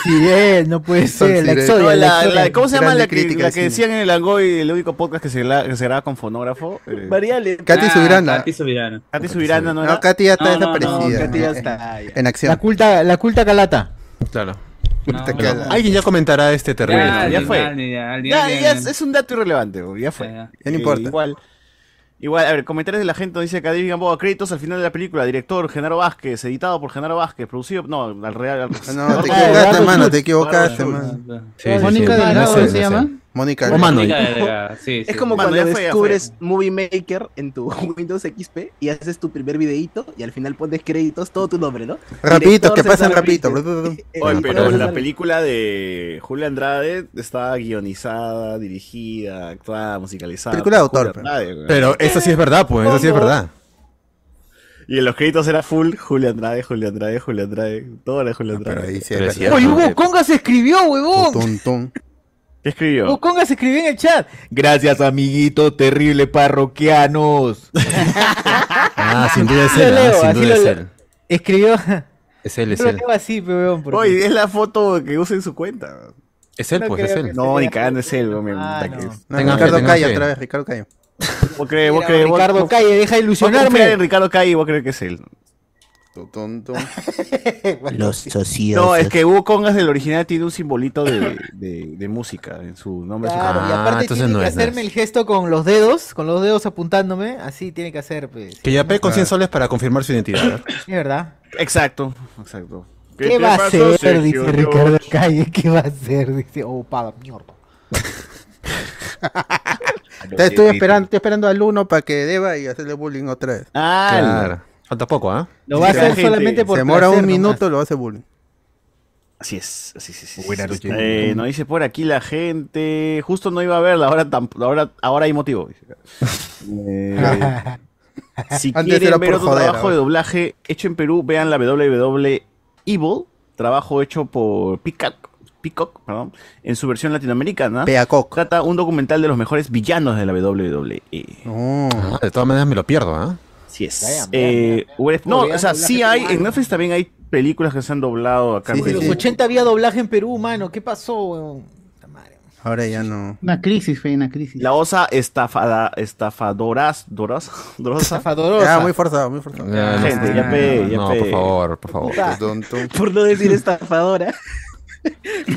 S4: Sí, eh, no puede ser. La
S3: Sirena.
S2: No,
S4: exodia, la
S2: Pues la-
S4: exodia.
S2: la- ¿Cómo se llama
S3: Grande
S2: la que,
S3: crítica
S2: la
S3: de
S2: que
S3: cine.
S2: decían en el Angoy, el único podcast que se, gra- que se graba con fonógrafo? Eh,
S5: Variale.
S3: Katy
S8: Ah,
S3: Subirana.
S8: Katy Subirana.
S2: Katy Subirana, ¿no?
S3: No,
S2: era?
S3: Katy ya está
S8: No, no, no,
S3: desaparecida.
S5: Katy ya
S3: eh,
S5: está, ya.
S3: En
S4: La
S3: acción.
S4: culta, la culta calata.
S1: Claro.
S8: No,
S3: Puta
S8: no,
S3: que-
S8: no.
S1: Alguien ya comentará este terrible.
S8: Ya,
S1: ¿no?
S2: ya fue.
S8: ni- ya, ni-
S2: Ya,
S8: ni-
S2: ya es, es un dato irrelevante, bro, ya fue.
S8: Ya,
S3: Ya no importa.
S2: igual, igual, a ver, comentarios de la gente dice acá David Gamboa, créditos al final de la película, director Genaro Vázquez, editado por Genaro Vázquez, producido, no, al real. al-
S3: No, te
S4: Ah, Eduardo
S3: equivocaste, mano,
S4: Schultz.
S3: te equivocaste,
S8: ya.
S3: mano.
S1: Sí, sí, sí.
S4: Mónica
S1: No
S4: Delgado,
S1: sé,
S4: ¿se
S1: no sé.
S4: llama?
S3: Mónica.
S1: O mano.
S8: Mónica Delgado, sí, sí.
S5: Es como
S2: Mano,
S5: cuando
S2: ya fue, ya
S5: descubres Movie Maker en tu Windows XP y haces tu primer videíto y al final pones créditos, todo tu nombre, ¿no?
S3: Rapidito,
S5: Director
S3: que pasen
S5: César
S3: rapidito.
S5: Enríquez.
S2: Oye,
S5: Editor
S2: pero
S5: César
S2: la película de Julio Andrade está guionizada, dirigida, actuada, musicalizada.
S3: Película
S2: por
S3: de autor,
S2: Julio Andrade, güey.
S1: Pero eso sí es verdad, pues, eso sí es verdad.
S2: Y en los créditos era full Julio Andrade, Julio Andrade, Julio Andrade, todo era Julio Andrade.
S3: Pero ahí sí
S1: Pero
S3: es
S1: es
S3: verdad.
S1: cierto.
S4: Oye, Hugo Conga se escribió, huevón.
S3: Tum, tum.
S2: ¿Qué
S4: Hugo
S2: escribió?
S4: Conga se escribió en el chat.
S7: Gracias, amiguitos terrible parroquianos.
S1: Ah, sin duda es
S4: Así lo
S1: él, ah,
S4: leo,
S1: sin
S4: así
S1: duda
S4: lo
S1: es
S4: leo.
S1: él.
S4: Escribió.
S1: Es él, es
S4: Yo lo
S1: él.
S4: leo así, pe, huevón. porque-
S2: Oye, es la foto que usa en su cuenta.
S1: Es él,
S4: No
S1: pues, es
S4: creo
S1: él.
S4: que-
S2: No, ni cagando es él, güey,
S4: Ah,
S2: puta que
S4: no.
S2: es.
S3: No,
S1: Tengan fe,
S3: Ricardo
S1: tengan
S3: Calla,
S1: fe.
S3: otra vez, Ricardo Calla.
S2: Vos crees, vos
S4: Mira,
S2: crees, vos-
S4: Ricardo
S2: vos-
S4: Calle, deja de
S2: vos confías en
S4: ilusionarme.
S2: Ricardo Calle y vos crees que es él.
S3: Tum, tum, tum.
S5: Los socios.
S2: No, es que Hugo Congas del original tiene un simbolito de, de- de música en su nombre.
S4: Claro, y
S1: Ah,
S4: aparte
S1: entonces
S4: tiene
S1: no
S4: que
S1: es, no
S4: hacerme
S1: es.
S4: el gesto con los dedos, con los dedos apuntándome. Así tiene que hacer, pues.
S1: Que ya pague con 100 soles para confirmar su identidad.
S4: Es verdad.
S2: Exacto, exacto.
S4: ¿Qué, va a hacer? Dice Ricardo Calle. ¿Qué va a hacer? Dice, oh, paga, mierda.
S3: Te estoy esperando, estoy esperando al uno para que deba y hacerle bullying otra vez.
S2: Ah,
S1: Claro. Falta poco, ¿ah?
S4: Lo va a
S2: Sí,
S4: hacer
S2: gente,
S4: solamente
S3: Se
S4: por
S3: demora
S4: placer
S3: un
S4: nomás.
S3: minuto, lo hace bullying.
S2: así es. Así, sí, sí, sí,
S7: Buena
S2: sí,
S7: noche.
S2: Eh, nos dice por aquí la gente. Justo no iba a verla, ahora, tamp- ahora, ahora hay motivo. Eh, Si
S3: Antes era
S2: quieren ver
S3: por
S2: otro
S3: joder,
S2: trabajo
S3: ahora.
S2: de doblaje hecho en Perú, vean la WW Evil, trabajo hecho por Peacock, Peacock, perdón, en su versión latinoamericana.
S3: Peacoc.
S2: Trata un documental de los mejores villanos de la E. WWE.
S3: No.
S1: Ah, de todas maneras me lo pierdo, ¿ah?
S2: Así es.
S4: Vean, vean,
S2: Eh, hubiera- no,
S4: Podrían
S2: o sea,
S4: doblar
S2: sí
S4: gente
S2: hay,
S4: peruana.
S2: en Netflix también hay películas que se han doblado acá. en
S3: Sí,
S4: En
S2: Perú.
S4: los 80 había doblaje en Perú, mano. ¿Qué pasó, weón? Puta madre.
S3: Ahora ya no.
S12: Una crisis, fue una crisis.
S2: La osa estafada, estafadoras, doras, dorosa.
S4: Zafadorosa.
S3: Ah, muy forzado, muy forzado.
S1: Ah,
S2: gente, ya
S1: no,
S2: pe- ya
S1: No,
S2: pe.
S1: por favor, por favor.
S3: Tum, tum.
S5: Por no decir estafadora.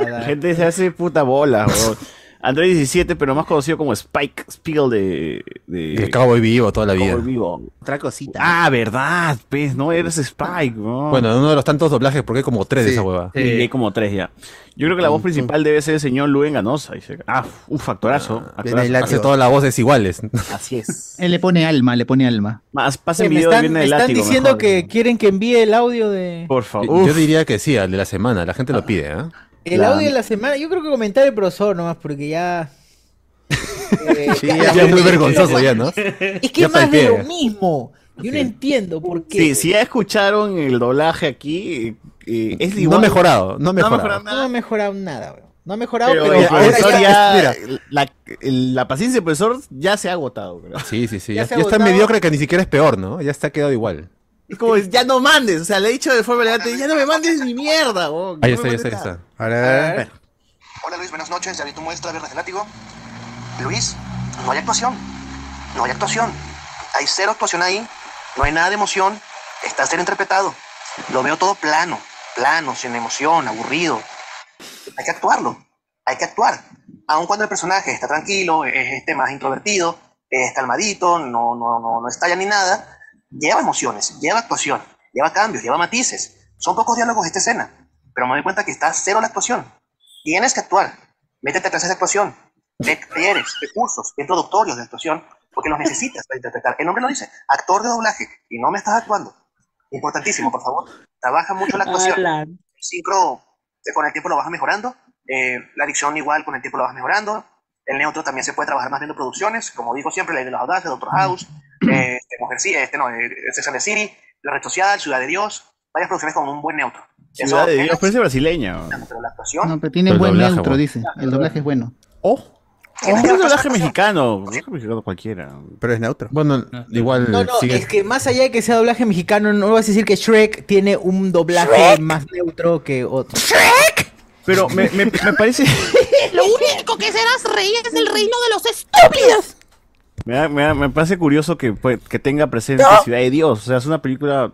S2: La gente se hace puta bola, bro. Android 17, pero más conocido como Spike Spiegel de. de
S1: El Cowboy Vivo toda la vida.
S2: Cowboy Vivo. Otra cosita. Ah, verdad, pues, no eres Spike, bro.
S1: Bueno, uno de los tantos doblajes, porque hay como tres de esa hueva.
S2: Sí, hay como tres ya. Yo creo que la
S1: mm,
S2: voz principal debe ser el señor Luen Ganosa. dice. Ah, un factorazo.
S4: Ah,
S2: actorazo.
S1: Hace todas las voces iguales.
S2: Así es.
S12: Él le pone alma, le pone alma.
S2: Más,
S4: Eh, Me
S2: pasen video
S4: están,
S2: de Viernes
S4: me
S2: del
S4: están
S2: Látigo,
S4: diciendo
S2: mejor.
S4: que quieren que envíe el audio de.
S2: Por favor.
S1: Yo, yo diría que sí, al de la semana. La gente lo pide, ¿ah?
S4: El audio de la semana. Yo creo que comentar el profesor nomás, porque ya.
S1: Sí, ya, ya es muy vergonzoso ya, ¿no?
S4: Es que
S1: Ya
S4: es más de
S1: palpié.
S4: lo mismo. Yo no entiendo por qué.
S2: Sí, si ya escucharon el doblaje aquí, eh, es
S1: No ha
S2: igual.
S1: mejorado, no ha mejorado.
S4: No ha mejorado nada, weón. No ha mejorado,
S2: Pero,
S4: pero,
S2: el
S4: ahora
S2: profesor
S4: está-
S2: ya, eh,
S4: mira,
S2: la, el- la paciencia del profesor ya se ha agotado. creo.
S1: Sí, sí, sí.
S2: Ya
S1: Ya,
S2: se ha
S1: ya está
S2: agotado.
S1: mediocre que ni siquiera es peor, ¿no? Ya está quedado igual.
S2: Es como, ya no mandes. O sea, le he dicho de forma elegante, ya no me mandes ni mierda. weón.
S1: Ahí
S2: No
S1: está,
S2: me
S1: ahí
S2: mandes
S1: está, ahí
S2: nada.
S1: está.
S13: Hola Luis, buenas noches. Ya vi tu muestra, Viernes del Látigo. Luis, no hay actuación. No hay actuación. Hay cero actuación ahí. No hay nada de emoción. Está ser interpretado. Lo veo todo plano, plano, sin emoción, aburrido. Hay que actuarlo. Hay que actuar. Aun cuando el personaje está tranquilo, es este más introvertido, es eh, calmadito, no, no, no, no estalla ni nada, lleva emociones, lleva actuación, lleva cambios, lleva matices. Son pocos diálogos esta escena, pero me doy cuenta que está cero la actuación. Tienes que actuar. Métete a clases de actuación. Ve talleres, recursos, introductorios de actuación, porque los necesitas para interpretar. El nombre lo dice, actor de doblaje, y no me estás actuando. Importantísimo, por favor. Trabaja mucho la actuación.
S14: Alan.
S13: El sincro, eh, con el tiempo lo vas mejorando. Eh, la dicción igual, con el tiempo lo vas mejorando. El neutro también se puede trabajar más viendo producciones, como digo siempre, la de los audaces, Doctor House, eh, este, Mujer, Ci- este, no, eh, Sesame City, La Red Social, Ciudad de Dios, varias producciones con un buen neutro.
S2: Ciudad
S13: Eso,
S2: de
S13: eh,
S2: Dios, parece brasileña. weón.
S13: pero la actuación...
S12: No, pero tiene
S2: Pero el
S12: buen
S2: doblaje,
S12: neutro,
S2: bueno.
S12: dice. El doblaje es bueno.
S4: Oh,
S2: Es un doblaje mexicano, doblaje mexicano cualquiera.
S1: Pero es neutro. Bueno, igual
S4: No, no,
S1: sigue.
S4: es que más allá de que sea doblaje mexicano, no vas a decir que Shrek tiene un doblaje más neutro que otro. ¡Shrek!
S2: Pero me, me, me parece.
S14: Lo único que serás rey es el reino de los estúpidos.
S2: Me, da- me da- me parece curioso que, pues, que tenga presencia Ciudad de Dios. O sea, es una película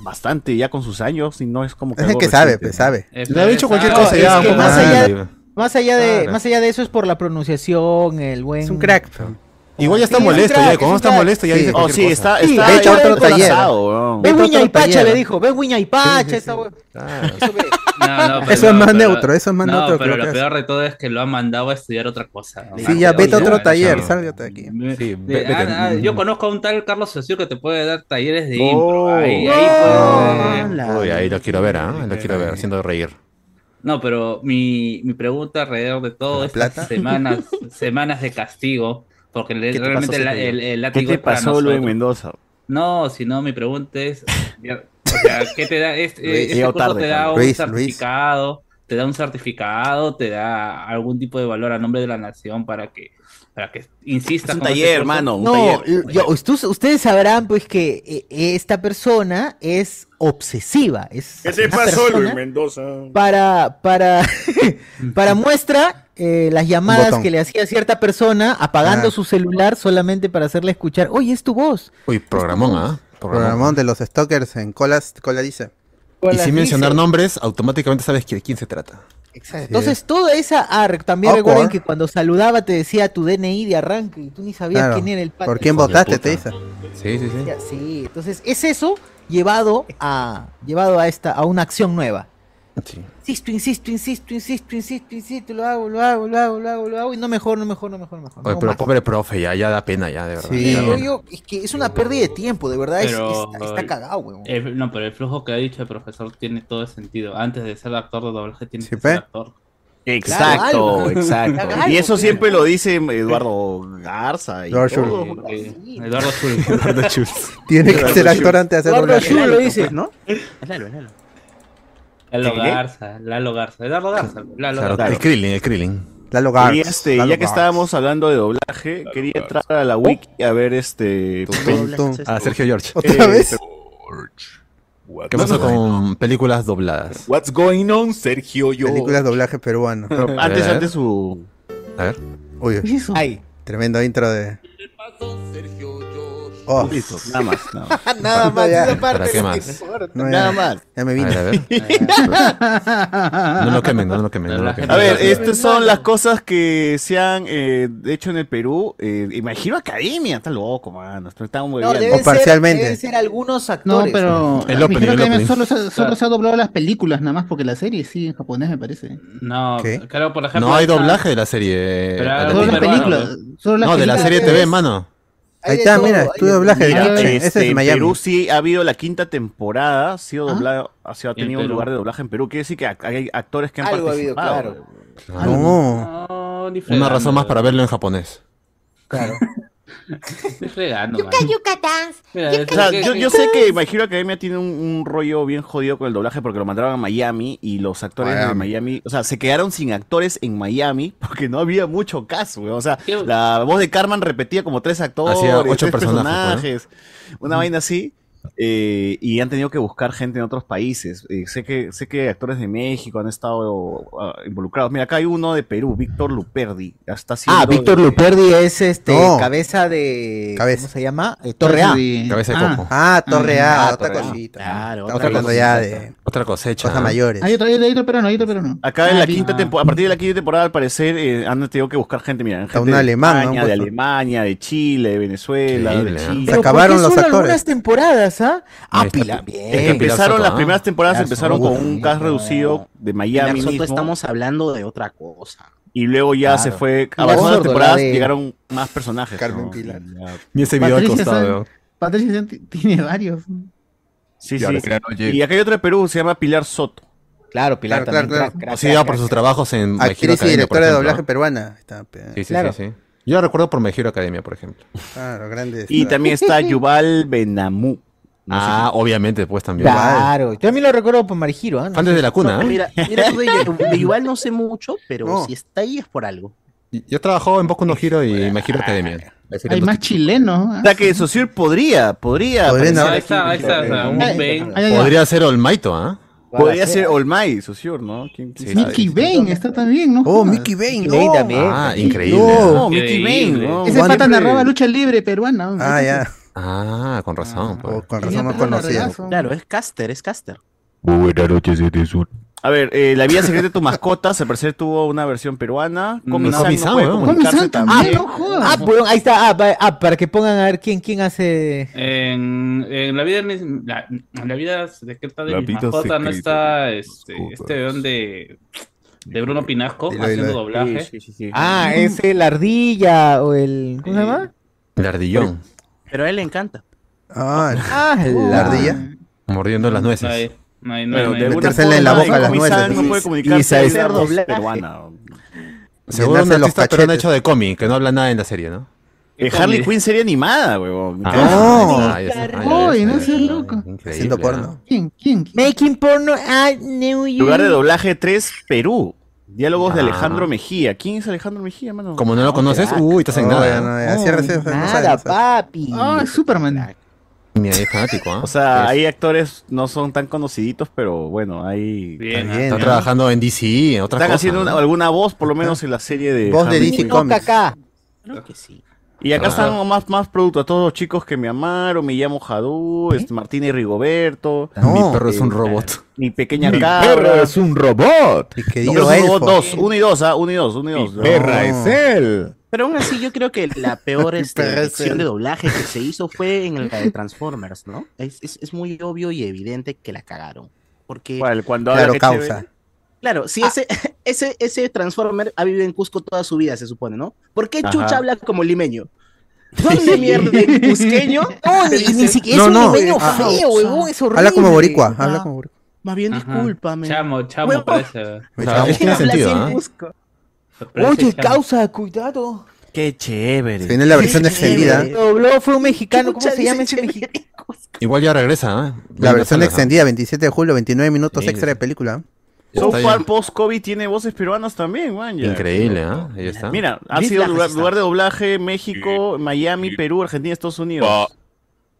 S2: bastante ya con sus años y no es como que.
S3: Es el
S2: algo
S3: que sabe,
S2: reciente,
S3: pues,
S2: ¿no?
S3: sabe.
S1: Le ha dicho cualquier
S4: No,
S1: cosa
S4: es
S1: ya.
S4: que
S1: como
S4: más
S1: nadie.
S4: allá, más allá de,
S1: Claro.
S4: más allá de eso es por la pronunciación, el buen. Es un crack.
S1: Igual ya está
S4: Sí,
S1: molesto,
S4: es un
S1: ya.
S4: crack,
S1: Como
S4: es
S1: está
S4: un crack.
S1: molesto, ya
S4: Sí.
S1: dice
S4: Oh,
S1: cualquier
S4: sí,
S1: cosa.
S4: está- Sí, está- ve está otro otro taller. colapsado,
S2: weón.
S4: Ve Wiña y Pacha, le dijo. Ve Wiña y Pacha, esta hue-
S8: No, no, pero
S3: Eso es
S8: no,
S3: más
S8: pero-
S3: neutro, eso es más
S8: no,
S3: neutro que lo
S8: Pero lo
S3: que
S8: peor de todo es que lo han mandado a estudiar otra cosa. ¿no?
S3: Sí, ya vete a otro taller, sálgate de aquí. Mm.
S1: Sí,
S8: De-
S1: ve- vete.
S8: ah, ah, yo conozco a un tal Carlos Socio que te puede dar talleres de
S1: Oh.
S8: impro. Ahí, ahí
S2: pues.
S8: puede-
S1: Uy, ahí lo quiero ver, ¿ah? Lo quiero ver, haciendo reír.
S8: No, pero mi, mi pregunta alrededor de todo estas
S1: plata?
S8: semanas, semanas de castigo, porque le-
S2: ¿Qué te
S8: realmente
S2: pasó,
S8: la-
S2: Sergio?
S8: el, el
S2: ¿Qué
S8: látigo
S2: te
S8: es para
S2: pasó, Luis
S8: nosotros.
S2: Mendoza?
S8: No, si no, mi pregunta es, o sea, ¿qué te da? Es,
S2: Luis,
S8: eh, este
S2: llegó
S8: curso
S2: tarde,
S8: te da
S2: Carlos.
S8: un
S2: Luis,
S8: certificado, te da un certificado, te da algún tipo de valor a nombre de la nación para que, para que insistas
S2: Es un
S8: con este
S2: taller,
S8: curso?
S2: hermano, un
S4: No, yo- ustedes- ustedes sabrán pues que eh, esta persona es obsesiva. Es
S7: ¿Qué te
S4: una
S7: pasó, Luis
S4: persona-
S7: Mendoza?
S4: para para para muestra eh, las llamadas
S3: botón.
S4: que le hacía cierta persona apagando
S3: Ah.
S4: su celular solamente para hacerle escuchar oye es tu voz
S1: Uy, programón, ¿ah?
S3: Programón de los stalkers en colas, cola dice.
S1: Y sin mencionar nombres, automáticamente sabes que- de quién se trata.
S4: entonces toda esa ARC también
S3: Awkward.
S4: recuerden que cuando saludaba te decía tu DNI de arranque y tú ni sabías
S3: Claro.
S4: quién era el
S3: ¿Por quién
S1: Hijo de
S3: votaste?
S1: puta.
S3: Te dice.
S1: Sí, sí, sí.
S4: Ya, sí entonces es eso llevado a llevado a esta a una acción nueva
S1: Sí.
S4: insisto insisto insisto insisto insisto insisto lo hago lo hago lo hago lo hago lo hago y no mejor no mejor no mejor no mejor
S1: Oye,
S4: no
S1: pero
S4: más.
S1: pobre profe, ya, ya da pena, ya, de verdad.
S4: Sí,
S1: Ya da
S4: yo-
S1: pena.
S4: yo- es que es una pérdida de tiempo, de verdad, es-
S8: Pero-
S4: es- está cagado, weón.
S8: El- no, pero el flujo que ha dicho el profesor tiene todo el sentido. Antes de ser actor de doblaje tienes que
S3: pe.
S8: ser actor.
S2: Exacto,
S8: Claro, algo.
S2: exacto.
S8: Algo,
S2: y eso
S8: claro.
S2: siempre lo dice Eduardo Garza. Y
S3: Eduardo
S2: todo.
S8: Eh, Eduardo Schulz.
S2: Eduardo Schulz.
S3: Tiene que
S2: Eduardo
S3: ser
S2: Schulz.
S3: actor antes de hacer
S4: Eduardo
S3: doblaje.
S4: Schulz lo dice.
S3: ¿no?
S8: Lalo
S2: ¿Qué?
S8: Garza, Lalo Garza, Eduardo Garza, Lalo
S1: Claro,
S8: Garza.
S1: El Krillin, el Krillin.
S3: Lalo
S2: Y
S3: Garz,
S2: este,
S3: Lalo
S2: ya que
S3: Garz.
S2: estábamos hablando de doblaje, quería entrar a la wiki a ver este.
S3: Oh. tum, tum.
S1: Ah, Sergio George.
S3: ¿Otra
S2: Eh,
S3: vez?
S1: ¿Qué pasó con películas dobladas?
S7: What's going on, Sergio? Yo.
S3: Películas doblaje peruano.
S2: pero Antes,
S3: Este
S2: antes su.
S1: A ver.
S3: Uy,
S4: Ay,
S3: tremendo intro de. Oh.
S2: Listo, nada más. Nada más.
S3: Nada más,
S2: Ya.
S3: esa parte
S1: ¿Para qué
S3: no
S1: más?
S3: importa.
S1: No,
S3: Nada
S1: ya.
S3: más. Ya me vine.
S1: A ver, a ver. No lo quemen, no lo quemen, no lo quemen.
S2: A ver, estas son las cosas que se han eh, hecho en el Perú. Eh, imagino Academia, está loco, mano. Está muy
S4: No, deben
S2: bien.
S4: ser- deben ser algunos actores.
S12: No, pero
S2: El opening,
S12: imagino
S2: el
S12: que
S2: opening.
S12: solo, se, solo
S2: Claro.
S12: se ha doblado las películas nada más porque la serie sí en japonés me parece.
S8: No,
S1: ¿Qué?
S8: claro, por ejemplo.
S1: no hay
S8: esta-
S1: doblaje de la serie.
S8: eh, Pero
S1: a la
S8: solo las
S1: latina.
S8: películas,
S12: solo las
S1: No, de la
S12: películas.
S1: serie TV, mano.
S12: Ahí está, mira,
S1: estudio doblaje de Kitchen, ese es
S2: este, en
S1: Miami.
S2: Perú sí ha habido la quinta temporada, ha
S4: Ah.
S2: sido doblado, ha, sido- ha
S8: En
S2: tenido un
S8: Perú.
S2: lugar de doblaje en Perú. Quiere decir que ac- hay actores que han
S4: Algo ha habido,
S2: participado.
S1: No.
S8: No, ni fregando.
S1: Una razón más para verlo en japonés.
S8: Ni fregando,
S14: Yuka
S8: mano.
S14: yuka dance.
S8: Mira,
S14: yuka,
S2: O sea,
S8: que-
S2: yo,
S8: que-
S2: yo sé que My Hero Academia tiene un, un rollo bien jodido con el doblaje porque lo mandaron a Miami y los actores de
S8: Miami.
S2: Miami, o sea, se quedaron sin actores en Miami porque no había mucho caso, weón. O sea, la voz de Carmen repetía como tres actores,
S1: Hacía ocho
S2: tres
S1: personajes,
S2: una vaina así. eh, y han tenido que buscar gente en otros países. Eh, sé que sé que actores de México han estado ah, involucrados. Mira, acá hay uno de Perú, Víctor Luperdi. ya Está haciendo
S4: Ah, Víctor
S2: de-
S4: Luperdi es este
S2: No.
S4: cabeza de ¿cómo se llama? Eh, Torre
S2: Cabeza
S4: A.
S2: de- Cabeza de
S4: Ah.
S2: coco.
S3: Ah, Torre A,
S4: Ah,
S3: otra
S4: Torre A.
S3: cosita.
S4: Claro,
S3: Estamos
S4: otra
S3: hablando
S4: cosita.
S3: ya de
S1: Otra cosecha.
S3: cosas mayores.
S12: Hay otro, hay otro, hay otro peruano, hay otro peruano.
S2: Acá en
S12: Ah,
S2: la
S12: vi-
S2: quinta temporada, a partir de la quinta temporada, al parecer, eh, han tenido que buscar gente, mira, gente
S3: un
S2: de
S3: alemán, ¿no?
S2: España, de
S3: Puesto.
S2: Alemania, de Chile, de Venezuela, de
S3: Increíble, ¿eh?
S2: Chile.
S3: Se acabaron los actores.
S4: Algunas temporadas, ¿ah?
S2: Ah,
S4: Pila,
S2: Es que empezaron las primeras temporadas, empezaron con un cast reducido de Miami
S5: Soto
S2: mismo,
S5: estamos hablando de otra cosa.
S2: y luego ya se
S5: Claro.
S2: fue,
S5: Pilar
S2: avanzando las
S5: Sordo, la
S2: temporadas,
S5: de-
S2: llegaron más personajes.
S3: Carmen
S2: ¿no?
S3: Pilar.
S2: Ya.
S1: Ni ese video al
S12: Patricia
S1: costado,
S12: San-
S1: weón.
S12: Patricia San t- tiene varios.
S2: Sí,
S1: Y
S2: sí.
S1: ahora sí.
S2: Y acá hay otra de Perú, se llama Pilar Soto.
S4: Claro,
S3: Pilar Claro, también, claro, crack, crack,
S1: Conocida por sus trabajos en My Hero
S3: Actriz y
S1: Academia, por
S3: directora de
S1: ejemplo,
S3: doblaje eh,
S1: ¿no?
S3: peruana. Está, pe-
S1: Sí, sí,
S3: claro.
S1: sí, sí. Yo la recuerdo por My Hero Academia, por ejemplo.
S3: Claro, grande.
S2: Y también está Yuval Benamú.
S1: ah, obviamente, pues también.
S4: Claro, yo también lo recuerdo por Marjiro, ¿ah?
S1: Fan desde la cuna,
S5: No,
S1: ¿eh?
S5: Mira, mira tú de, de Yuval no sé mucho, pero
S1: No.
S5: si está ahí es por algo.
S1: Y- Yo trabajado en Boku no Hero y My Hero Academia.
S12: Hay más chilenos.
S2: Ah,
S12: ¿ah?
S2: O sea que Socir podría, podría.
S1: Podría,
S2: aparecer
S1: ¿no?
S2: aquí.
S1: Ahí está, ahí está,
S8: o sea,
S2: Podría-
S8: un Ben.
S12: Ay, ay, ay.
S1: Podría ser Olmaito, ¿ah?
S2: Podría ser All Might, Socir, ¿no? ¿Quién- quién sabe?
S12: Mickey Bane está también, ¿no?
S3: Oh, Mickey Bane.
S4: Mickey Bane también.
S1: Ah, increíble.
S2: No,
S1: ¿ah?
S2: Mickey
S8: Increíble.
S2: Bane. no.
S12: Ese
S2: Juan
S12: pata
S2: Libre.
S12: narraba lucha libre peruana. ¿no?
S3: Ah, ya.
S1: Ah, con razón. pues.
S3: Con razón más
S12: Tenía
S3: conocido.
S12: largazo.
S5: Claro, es caster, es caster.
S7: Buenas noches, este es un-
S2: A ver, eh, La vida secreta de tu mascota, al parecer tuvo una versión peruana. Comisan
S1: Comisan,
S2: no puede
S1: Mm, weón.
S2: comunicarse también.
S4: Ah, pues, ahí está, ah, va- ah, para que pongan a ver quién, quién hace.
S8: En, en eh, la vida en la, en la vida secreta de
S7: La
S8: mis
S7: vida
S8: mascotas no
S7: secreta
S8: está este, este weón de, de Bruno Pinasco
S2: Ahí, ahí,
S8: haciendo
S2: ahí.
S8: doblaje.
S2: Sí, sí, sí, sí.
S4: Ah, es el ardilla o el. ¿Cómo se llama?
S1: El ardillón,
S5: Pero a él le encanta.
S3: Ah,
S4: Ah,
S3: la ardilla.
S1: mordiendo las
S8: No hay-
S1: nueces.
S8: no hay- no hay-
S2: Bueno,
S8: no hay-
S2: de alguna
S3: Metérsela en la
S2: forma,
S3: boca a las
S2: Comisan
S3: nueces.
S2: no puede
S3: Y-
S2: comunicarse
S4: y
S2: sin
S4: hacer
S2: una voz
S4: doblaje.
S2: peruana.
S1: Seguro un
S3: llenarse los
S1: artista peruano
S3: cachetes.
S1: hecho de cómic, que no habla nada en la serie, ¿no? Ah,
S2: Eh,
S8: Con
S2: Harley
S8: mi-
S2: Quinn sería animada, huevón.
S3: No.
S1: Ay, eso-
S12: Uy,
S1: ay, eso-
S12: no
S1: ay,
S12: seas
S1: eso-
S12: loco.
S1: increíble,
S3: Haciendo
S1: ¿ah?
S3: porno.
S12: ¿Quién? ¿Quién? quién?
S4: Making porno at New York.
S2: Lugar de doblaje 3, Perú. Diálogos de
S1: Ah.
S2: Alejandro Mejía. ¿Quién es Alejandro Mejía, Ah, mano?
S1: Como no lo conoces, uy, estás en
S3: No, ya,
S1: nada.
S3: no,
S2: Ah,
S3: ya,
S8: Oh,
S3: cierra, cierra, no sabe,
S4: Nada,
S3: no sabe.
S4: papi.
S12: Ah, es Superman.
S1: Ni ahí es fanático, ¿ah?
S2: O sea,
S1: Es-
S2: hay actores no son tan conociditos, pero bueno, hay
S8: Bien,
S3: Está bien,
S1: Están
S3: ¿no?
S1: trabajando en DC, en otras
S2: están
S1: cosas,
S2: haciendo
S1: ¿no?
S2: una- alguna voz, por lo menos en la serie de
S3: Voz de
S2: Harley
S3: DC
S2: Quinn.
S4: No, caca.
S5: Creo que sí.
S2: Y acá
S1: Ah.
S2: están más, más productos. A todos los chicos que me amaron, me llamo Jadú, este, Martín y Rigoberto, Este,
S3: No.
S1: Mi perro es un robot.
S2: mi pequeña
S7: Mi
S2: cabra.
S7: perro es un robot.
S3: Mi
S2: No,
S3: querido
S2: pero es un robot
S3: elfo.
S2: dos, uno y dos, ah, uno y dos, uno y
S7: Mi
S2: dos. No.
S7: perra es él.
S5: Pero aún así, yo creo que la peor este,
S3: Pero es
S5: lección
S3: el-
S5: de doblaje que se hizo fue en la de Transformers, ¿no? Es, es- es muy obvio y evidente que la cagaron. Porque,
S2: ¿Cuál? Cuando habla
S3: Claro,
S2: que
S3: causa.
S2: chévere.
S5: claro,
S4: Ah,
S5: si ese, ese, ese Transformer ha vivido en Cusco toda su vida, se supone, ¿no? ¿Por qué
S2: Ajá.
S5: Chucha habla como limeño? ¿Dónde mierda en cusqueño?
S4: No, ni, ni siquiera
S3: No,
S4: es
S3: no.
S4: un niño
S3: Ah,
S4: feo,
S5: Oh,
S4: huevón, es horrible.
S3: Habla como boricua, habla como boricua.
S5: Más bien,
S8: Ajá.
S5: discúlpame.
S8: Chamo, chamo,
S5: Huevo.
S8: parece.
S1: O sea, es- tiene
S5: Habla
S1: sentido,
S5: así en
S1: ¿ah?
S5: Cusco.
S8: parece
S4: Oye,
S8: chamo.
S4: causa, cuidado.
S2: Qué chévere.
S3: Se viene la versión
S5: Sí,
S3: extendida.
S12: Eh,
S5: chévere.
S4: Lo dobló fue un mexicano, ¿cómo
S5: Chucha,
S4: se llama
S5: dice
S4: ese
S5: chévere.
S4: mexicano?
S1: Igual ya regresa, ¿eh?
S3: La versión
S1: Venga,
S3: extendida, 27 de julio, 29 minutos
S1: Sí,
S3: extra de
S1: sí.
S3: película.
S1: ya
S2: So
S1: está
S2: Far
S1: ya.
S2: Post-COVID tiene voces peruanas también, man. ya.
S1: Increíble, ¿ah? Ahí está.
S2: Mira, ha
S5: Mis
S2: sido
S5: lajas
S2: lugar,
S5: están.
S2: lugar de doblaje México, Miami, Perú, Argentina, Estados Unidos.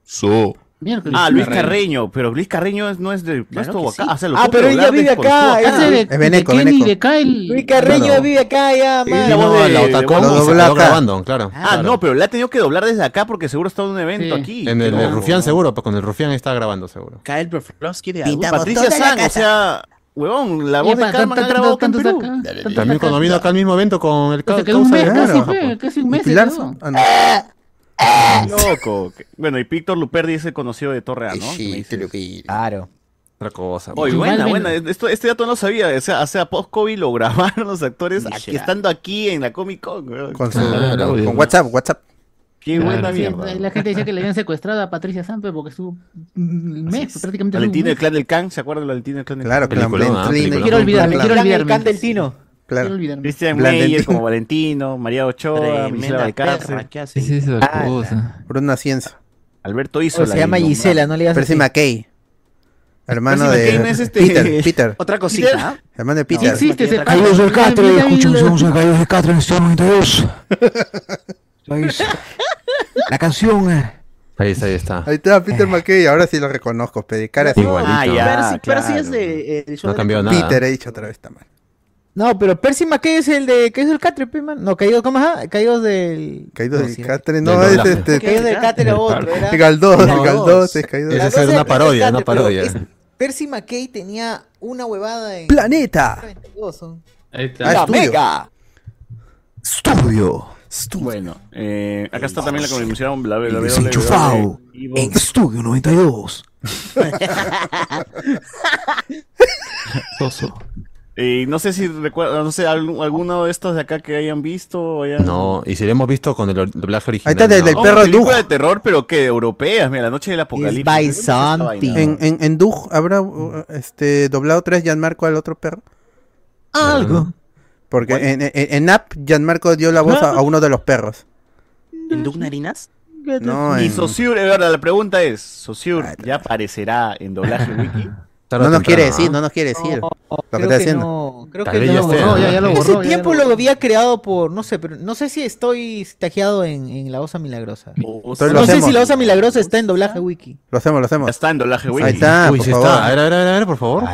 S7: So
S12: Miércoles.
S2: Ah, Luis Carreño, pero Luis Carreño es- no es de no es
S12: que
S2: Tobacá,
S12: sí.
S2: o sea, lo
S6: Ah,
S2: puedo
S6: pero
S2: hablar
S6: ella vive
S2: de- por Ah,
S6: acá.
S2: Tobacá.
S6: ese
S12: Es Beneco,
S6: de Kenny,
S12: Beneco.
S6: de Kyle. Luis Carreño
S2: Claro.
S6: vive acá, ya, man.
S2: la voz de-
S1: la
S2: de
S1: otacó
S2: Bono.
S1: y se
S2: Dobla
S1: quedó
S2: acá.
S1: grabando, claro.
S2: Ah, no, pero la ha tenido que doblar desde acá porque seguro está en un evento aquí.
S1: En el,
S2: Qué
S1: de
S2: loco.
S1: Rufián seguro, pues con el Rufián está grabando seguro.
S5: Kyle Broflovski de
S2: Pintamos Patricia
S5: toda la
S2: San, o
S5: casa.
S2: sea, huevón, la voz de Carmen ha grabado acá en Perú.
S1: También cuando vino acá al mismo evento con el
S12: Pues Se
S1: ca-
S12: quedó un
S1: causa
S12: mes,
S1: de
S12: casi,
S1: Claro.
S12: fue, casi un mes. se quedó.
S3: Ah,
S2: Loco. que- Bueno, y Víctor Luperdi es el conocido de Torre A, ¿no? Sí,
S6: Claro.
S1: Otra cosa.
S2: Oye, buena, buena. Esto, este dato no sabía. O sea, o sea, post-COVID lo grabaron los actores aquí, estando aquí en la Comic Con. weón.
S3: Con, su-
S2: Claro,
S3: con
S2: weón.
S3: WhatsApp, WhatsApp.
S2: Qué buena
S12: Sí,
S2: mierda.
S12: la gente decía que le habían secuestrado a Patricia Sampe porque estuvo un mes, prácticamente estuvo un
S2: Valentino
S12: mes.
S2: del Clan del Can, ¿se acuerdan de Valentino del Clan del
S3: Claro,
S2: Can?
S3: Clan Peliculón, ah, Valentino. peliculón.
S12: Quiero olvidarme, quiero
S6: Plan el
S12: olvidarme.
S6: can del Tino.
S3: Claro.
S12: Quiero olvidarme.
S2: Cristian
S3: Blandentino.
S2: Meyer como Valentino, María Ochoa, Michela Valcárcel,
S5: ¿qué hace?
S15: Es esa
S3: Ah,
S15: cosa.
S3: Bruna Ciencia.
S2: Alberto Isola.
S4: se llama
S2: y-
S4: Gisela, no le digas
S3: Percy
S4: así.
S3: McKay. Hermano
S2: Percy
S3: de
S2: McKay no es este-
S3: Peter, Peter.
S5: Otra cosita.
S3: Hermano de
S5: No,
S3: Peter.
S5: existe ese
S15: Caídos del Catre, escuchemos una música de Caídos del Catre en este el 92. La canción. eh,
S1: Ahí está, ahí está.
S3: Ahí está Peter McKay, ahora sí lo reconozco, pero cara así.
S1: Igualito. Ah,
S5: Percy,
S1: ya,
S5: Percy es de. eh, el show
S1: No
S5: de-
S1: cambió nada.
S3: Peter, he dicho otra vez, está mal.
S4: No, pero Percy McKay es el de caídos del Catre, pe, man. No, caídos, ¿cómo es? Ah, Caídos del.
S3: Caído
S4: No,
S3: del
S4: sí,
S3: Catre,
S1: Del
S3: no, es
S1: doblaje.
S3: este.
S4: Caídos del Catre era otro, era.
S3: Galdós,
S4: Galdós.
S3: Galdós, es caído del
S1: Esa es una parodia, una parodia.
S4: Percy McKay tenía una huevada en.
S3: Planeta.
S4: 92, ¿no?
S8: Ahí está.
S3: Ah, estudio.
S15: Estudio.
S2: Bueno, eh, acá está también la que me mencionaron, la, la, la- la-
S15: Desenchufado.
S2: la- la-
S15: En Estudio 92. Soso.
S2: Y no sé si recuerdan, no sé, algún- alguno de estos de acá que hayan visto. o hayan-
S1: No, y si lo hemos visto con el or- doblaje
S3: Ahí
S1: original.
S3: está del, del
S2: Oh,
S3: perro
S2: película
S3: Doug.
S2: de terror, pero que europeas, mira, la noche del apocalipsis.
S4: by
S2: ¿Qué es esta vaina?
S4: something.
S3: En, en, en Doug habrá uh, este, doblado tres Gianmarco al otro perro. Ah.
S4: Algo.
S3: Porque en, en, en App, Gianmarco dio la voz a, a uno de los perros.
S5: ¿El Duke Narinas?
S3: No,
S2: Y
S3: en-
S2: Saussure, eh, ahora la pregunta es, Saussure, ¿ya aparecerá en doblaje wiki?
S1: Tarde
S3: no
S1: o
S3: nos
S1: temprano,
S3: quiere decir, no nos quiere decir lo que
S4: Creo
S3: está
S4: que
S3: haciendo.
S4: no. Creo
S1: Tal
S4: que
S1: vez ya
S4: no.
S1: esté,
S4: No,
S1: ¿no?
S4: ya- ya lo
S12: Ese
S4: borró, ya
S12: tiempo
S4: lo había creado por, no sé, pero no sé si estoy tajeado en, en la osa milagrosa.
S3: Entonces lo
S4: no sé
S3: hacemos.
S4: si la osa milagrosa está en doblaje wiki.
S3: Lo hacemos, lo
S2: Ya
S3: hacemos.
S2: está en doblaje wiki.
S3: Ahí está,
S1: Uy,
S3: por
S1: sí
S3: favor.
S1: está. A ver, a ver, a ver, a ver, por favor.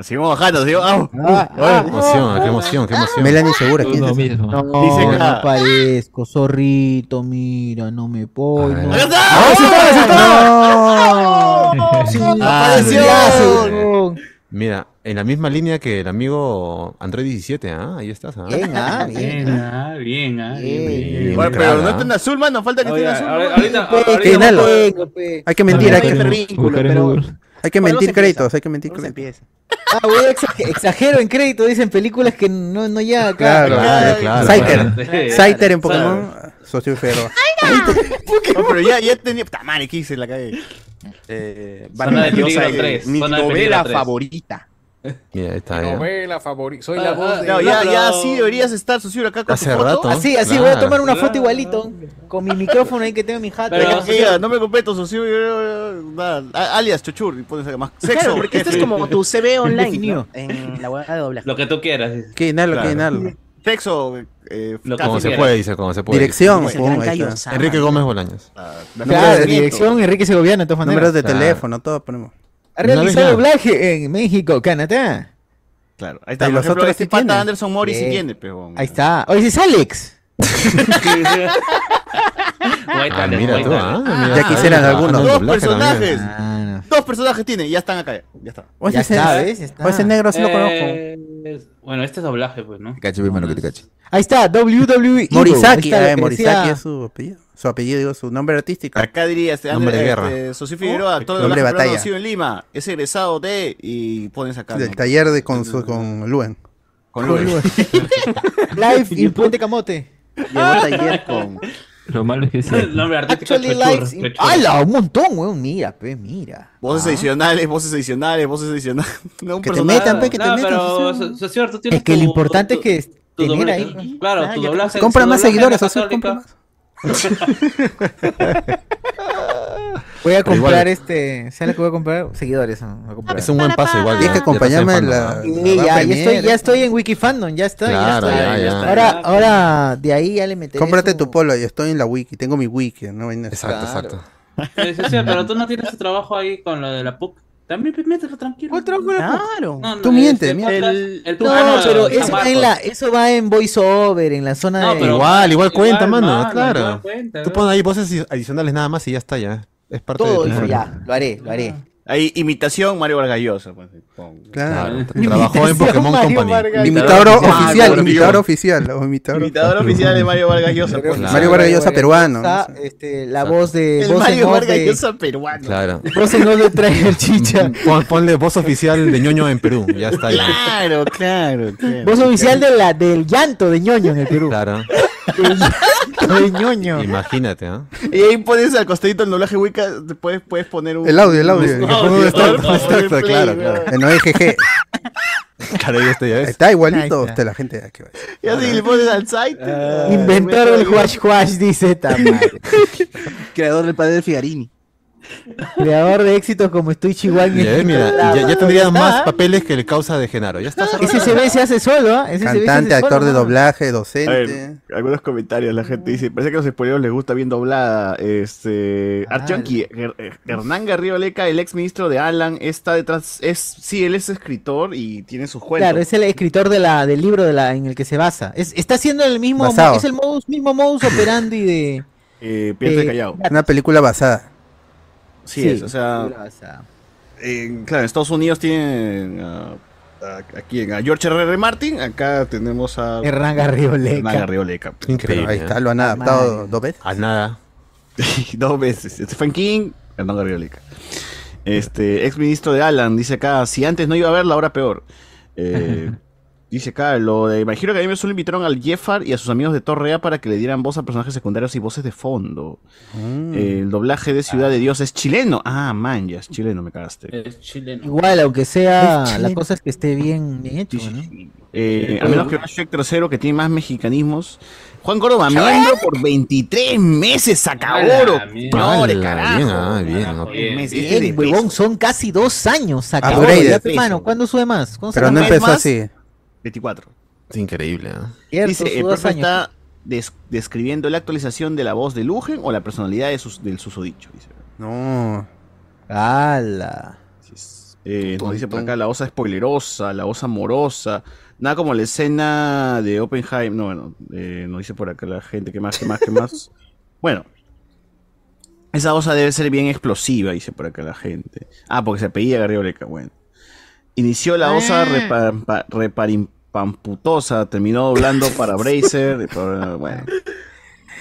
S2: Seguimos bajando, digo, ¡au!
S4: Ah,
S1: Qué emoción, qué emoción, qué emoción.
S3: Melanie Segura, ¿quién es?
S15: Uno mismo.
S4: No,
S2: Dice
S4: no
S2: acá.
S4: aparezco, zorrito, mira, no me voy.
S3: Ah,
S4: No.
S2: ¡Acá está!
S1: apareció.
S4: ¡Apareció!
S1: Mira, en la misma línea que el amigo Android 17, ¿ah? Ahí estás, ¿ah?
S4: Bien, ah, bien.
S8: Bien, ah, bien, ah, bien, bien.
S1: Bien,
S2: Bueno, pero
S1: cara.
S2: no está en azul, mano, falta que esté en
S8: Oye,
S2: azul.
S8: ahora-
S2: ¿no? pues.
S8: ahorita,
S12: Pues,
S4: Pe,
S8: ahorita
S4: que
S8: vamos a
S3: Inalo.
S8: poder-
S4: tengo, pe.
S3: Hay que mentir, hay
S4: Hay
S3: que,
S4: hipervínculo,
S15: Buscar en
S4: pero-
S15: Google.
S3: hay que
S5: Ahora no
S3: mentir
S5: se empieza.
S3: créditos, hay que mentir
S5: ¿Cómo se
S3: créditos.
S5: empieza?
S4: Ah, voy a exag- exagero en crédito, dicen películas que no, no llegan acá.
S3: Claro,
S1: Claro, claro.
S3: Scyther.
S8: Sí.
S3: Scyther en Pokémon, socio Figueroa.
S2: No, pero ya, ya tenía... ¡Puta madre, qué hice en la calle!
S6: Eh,
S8: Zona de
S6: Barrio
S8: peligro
S6: Mendoza,
S8: tres,
S2: eh,
S6: Mi
S8: zona de
S6: novela
S8: peligro tres.
S6: favorita.
S1: Mira, ahí está. ya.
S15: Novela favorita. Soy la voz
S2: Claro, ya, ya sí deberías estar, Saussure, acá con
S1: Hace
S2: tu foto.
S1: rato.
S4: Así, así voy a
S1: Claro.
S4: tomar una foto igualito. Con mi micrófono ahí que tengo en mi jato.
S8: Pero-
S2: Acá que diga, no me competo, Saussure, eh, nada, a- alias Chochur, y pones acá más sexo.
S5: Claro, porque esto es
S2: jefe.
S5: como tu CV online ¿no? en la huevada de doblaje.
S8: Lo que tú quieras.
S3: Que inhalo, que inhalo.
S2: Sexo, eh,
S8: Lo que
S2: casi
S1: Como se
S8: quieras.
S1: puede, dice, como se puede.
S3: Dirección.
S5: Es el gran
S3: oh, ahí
S5: Cayo
S3: está.
S5: Sama.
S1: Enrique Gómez Bolaños.
S2: Ah,
S4: Claro,
S3: de-
S4: dirección Enrique Segoviano, de todas
S3: Números
S4: maneras.
S3: de
S1: Claro.
S3: teléfono, todo ponemos.
S4: Ha
S1: Una vez
S4: realizado
S1: ya.
S4: doblaje en México, Canadá.
S2: Claro, ahí está.
S3: Y
S2: Por
S3: los
S2: ejemplo,
S3: otros
S2: este
S3: sí
S2: pata
S3: tienen.
S2: Anderson Morris sí
S4: Bien.
S2: tiene, pero.
S4: Ahí está. Oye, ese es Alex.
S8: Guay,
S1: Ah,
S8: tal,
S1: mira
S8: guay,
S1: tú,
S8: tal.
S1: ¿ah? Mira,
S3: Ya quisieran
S1: ah,
S3: algunos.
S1: ah,
S2: Dos
S1: doblaje también.
S2: personajes.
S4: Ah, no.
S2: Dos personajes tiene, ya están acá. Ya está.
S3: O
S4: Ya
S3: ese,
S4: está,
S3: es-
S4: ¿ves? Ya está.
S3: o ese negro sí lo conozco.
S8: Eh, es- Bueno, este es doblaje, pues, ¿no?
S15: Cache, hermano, que te cache.
S4: Ahí está, WWE. Evo.
S3: Morisaki,
S4: Ahí está,
S3: ah,
S4: lo que decía-
S3: Morisaki es su apellido. Su apellido, digo, su nombre artístico.
S2: Acá diría este
S1: Nombre de
S2: Andrés
S1: guerra. Oh,
S2: este, Sosí Figueroa, actor de
S3: Oh, Nombre
S2: doblaje
S3: de
S2: peruano,
S3: batalla.
S2: nacido en Lima. Es egresado de. Y pones acá.
S3: Del
S2: ¿no?
S3: taller de con, su, con Luen.
S2: Con Luis.
S4: Live y Puente Camote.
S2: Llegó a taller con.
S15: Lo malo es que sí.
S8: El nombre artístico
S4: Actually
S8: Chochur,
S4: Lives. in-
S8: Chochur.
S4: ¡Hala! Un montón, weón. Mira, pe, mira.
S2: Ah. Voces adicionales, voces adicionales, voces adicionales. No, un
S3: Ah. Que te
S2: personaje.
S3: metan, pe, que te
S8: No,
S3: metan,
S8: pero,
S3: sí, sí.
S8: so- Saussure, tú tienes
S4: Es que lo
S8: tu-
S4: importante es
S8: tu-
S4: que es
S8: tu
S4: tener
S8: doblaje.
S4: ahí. pues.
S8: Claro, tu doblaje.
S3: Compra
S8: tu
S3: más
S8: doblaje
S3: seguidores,
S8: en la
S3: Saussure, compra
S8: católica.
S4: Voy a
S1: Pero igual-
S4: comprar este. ¿Sabes lo que voy a comprar? Seguidores. ¿no? Voy a comprar.
S1: Es un buen paso igual.
S3: Tienes
S1: ya,
S3: que
S1: ya te
S3: acompañarme
S1: sepan,
S3: en la-
S1: ¿no?
S4: Sí,
S3: Va a
S4: ya, ya
S3: premiere.
S4: estoy, ya estoy en Wikifandom, ya está.
S1: Claro,
S4: ya
S1: ya,
S4: está.
S1: ya.
S4: Ahora, ahora de ahí ya le meteré.
S3: Cómprate
S4: su-
S3: tu polo, yo estoy en la wiki, tengo mi wiki, no hay nada.
S1: Exacto, exacto.
S8: Sí, sí, sí, pero tú no tienes tu trabajo ahí con lo de la PUC. También pues, mételo tranquilo. ¿Cuál trabajo
S4: la PUC?
S8: Claro.
S4: Tú mientes, mientes.
S8: El, el
S4: No,
S8: podcast
S4: pero
S8: de San
S4: eso va, en
S8: Marcos.
S4: la, eso va en voiceover, en la zona de.
S1: igual, igual cuenta,
S4: igual,
S1: mano.
S4: mano,
S1: claro.
S4: igual cuenta,
S1: Tú
S4: ¿no?
S1: pones ahí voces adicionales nada más y ya está, ya. Es parte
S4: Todo
S1: de
S4: eso, ya. Lo haré, lo haré.
S2: Ahí, imitación Mario Vargallosa. Pues, con-
S1: Claro. Trabajó en Pokémon
S2: Mario
S1: Company.
S2: Vargas.
S3: Imitador
S2: Imitador
S3: oficial,
S2: oficial.
S3: imitador oficial. o Imitador
S2: Imitador oficial de Mario Vargas Llosa. pues.
S3: Mario Vargas Llosa peruano.
S4: Está, este, la voz de.
S2: El
S4: voz en
S2: Mario
S4: off
S2: Vargas
S4: de-
S2: Llosa peruano.
S1: Claro.
S4: Voz en off de Trailer Chicha.
S1: Pon- ponle voz oficial de ñoño en Perú. Ya está. Ya.
S2: Claro, claro. claro.
S4: Voz oficial de la, del llanto de ñoño en el Perú.
S1: Claro.
S4: De ñoño.
S1: Imagínate, ¿ah? ¿no?
S2: Y ahí pones al costadito el doblaje Wicca, te puedes, puedes poner un.
S1: El audio, el audio, que
S2: Un
S1: ponga un
S2: audio,
S1: extracto,
S2: por favor,
S1: extracto,
S2: el play,
S1: claro,
S2: weón.
S1: claro.
S3: No es GG.
S1: Claro, ya está, ya ves.
S3: Está igualito
S4: Ahí
S3: está la gente. ah, qué bueno.
S2: Y así le pones al site.
S4: Ah. Inventor del Huash Huash, dice Tamar.
S5: Creador del padre de Figarini.
S4: Creador de éxitos como Estoy Chihuahua.
S1: Ya ves, mira, ya, ya tendría más papeles que el causa de Genaro. Ya está.
S4: SSB se hace solo, ¿ah? SSB se hace
S3: Cantante,
S4: solo,
S3: actor de
S4: mano.
S3: doblaje,
S2: A
S3: docente.
S2: ver, algunos comentarios la gente dice, parece que a los spoileros les gusta bien doblada. Este,
S4: Ah,
S2: Art Junkie, Her- Her- eh, Hernán Garrido Leca, el ex ministro de Alan, está detrás, es, sí, él es escritor y tiene sus cuentos.
S4: Claro, es el escritor de la, del libro de la, en el que se basa. Es- está haciendo el mismo,
S3: Basado.
S4: es el modus, mismo modus operandi de...
S2: Eh, Pienso
S4: Eh,
S2: callado.
S3: Una película basada.
S2: Sí,
S4: sí,
S2: es, o sea,
S4: película basada.
S2: en- claro, en Estados Unidos tienen a, a- a quién, a George R.R. Martin, acá tenemos a
S4: Hernán Garrido Leca. Ah,
S2: Hernán Garrido Leca.
S1: Increíble. ¿eh?
S3: Ahí está, lo han adaptado dos veces.
S1: A nada.
S2: Dos veces. Stephen King, Hernán Garriolica. Este, ex ministro de Alan, dice acá, si antes no iba a verla, ahora peor. Eh, dice acá, lo de Imagino que a mí me solo invitaron al Jeffar y a sus amigos de Torrea para que le dieran voz a personajes secundarios y voces de fondo.
S4: Mm.
S2: Eh, el doblaje de Ciudad de Dios es chileno. Ah, man, ya es chileno, me cagaste.
S8: Es chileno.
S4: Igual, aunque sea,
S8: Es chileno.
S4: la cosa es que esté bien, bien hecho, ¿no?
S2: Eh, a menos que un Shrek tercero que tiene más mexicanismos. Juan Córdoba, miembro por 23 meses, Sacaboro.
S4: A la
S2: Señores,
S1: Ala,
S2: carajo.
S1: Bien, ah, bien. ah,
S2: Tres meses
S4: Bien,
S2: de
S4: huevón, son casi dos años. Acabó,
S1: Upgraded.
S4: ya, hermano, ¿cuándo sube más? ¿Cuándo
S1: Pero
S4: sube
S1: no
S4: más?
S1: empezó así.
S2: 24.
S1: Increíble, ¿no?
S4: Cierto,
S2: Dice,
S4: sube
S2: el
S4: dos
S2: profe
S4: años.
S2: está des- describiendo la actualización de la voz de Lugen o la personalidad de sus, del susodicho. Dice.
S3: No.
S4: ¡Hala!
S2: Eh, nos dice por acá la osa spoilerosa, la osa amorosa. Nada como la escena de Oppenheim. No, bueno, eh, nos dice por acá la gente que más, que más, que más. bueno. Esa osa debe ser bien explosiva, dice por acá la gente. Ah, porque se apellía Garrioleca, bueno. Inició la osa repa- reparimpamputosa, terminó doblando para Bracer. y para- bueno.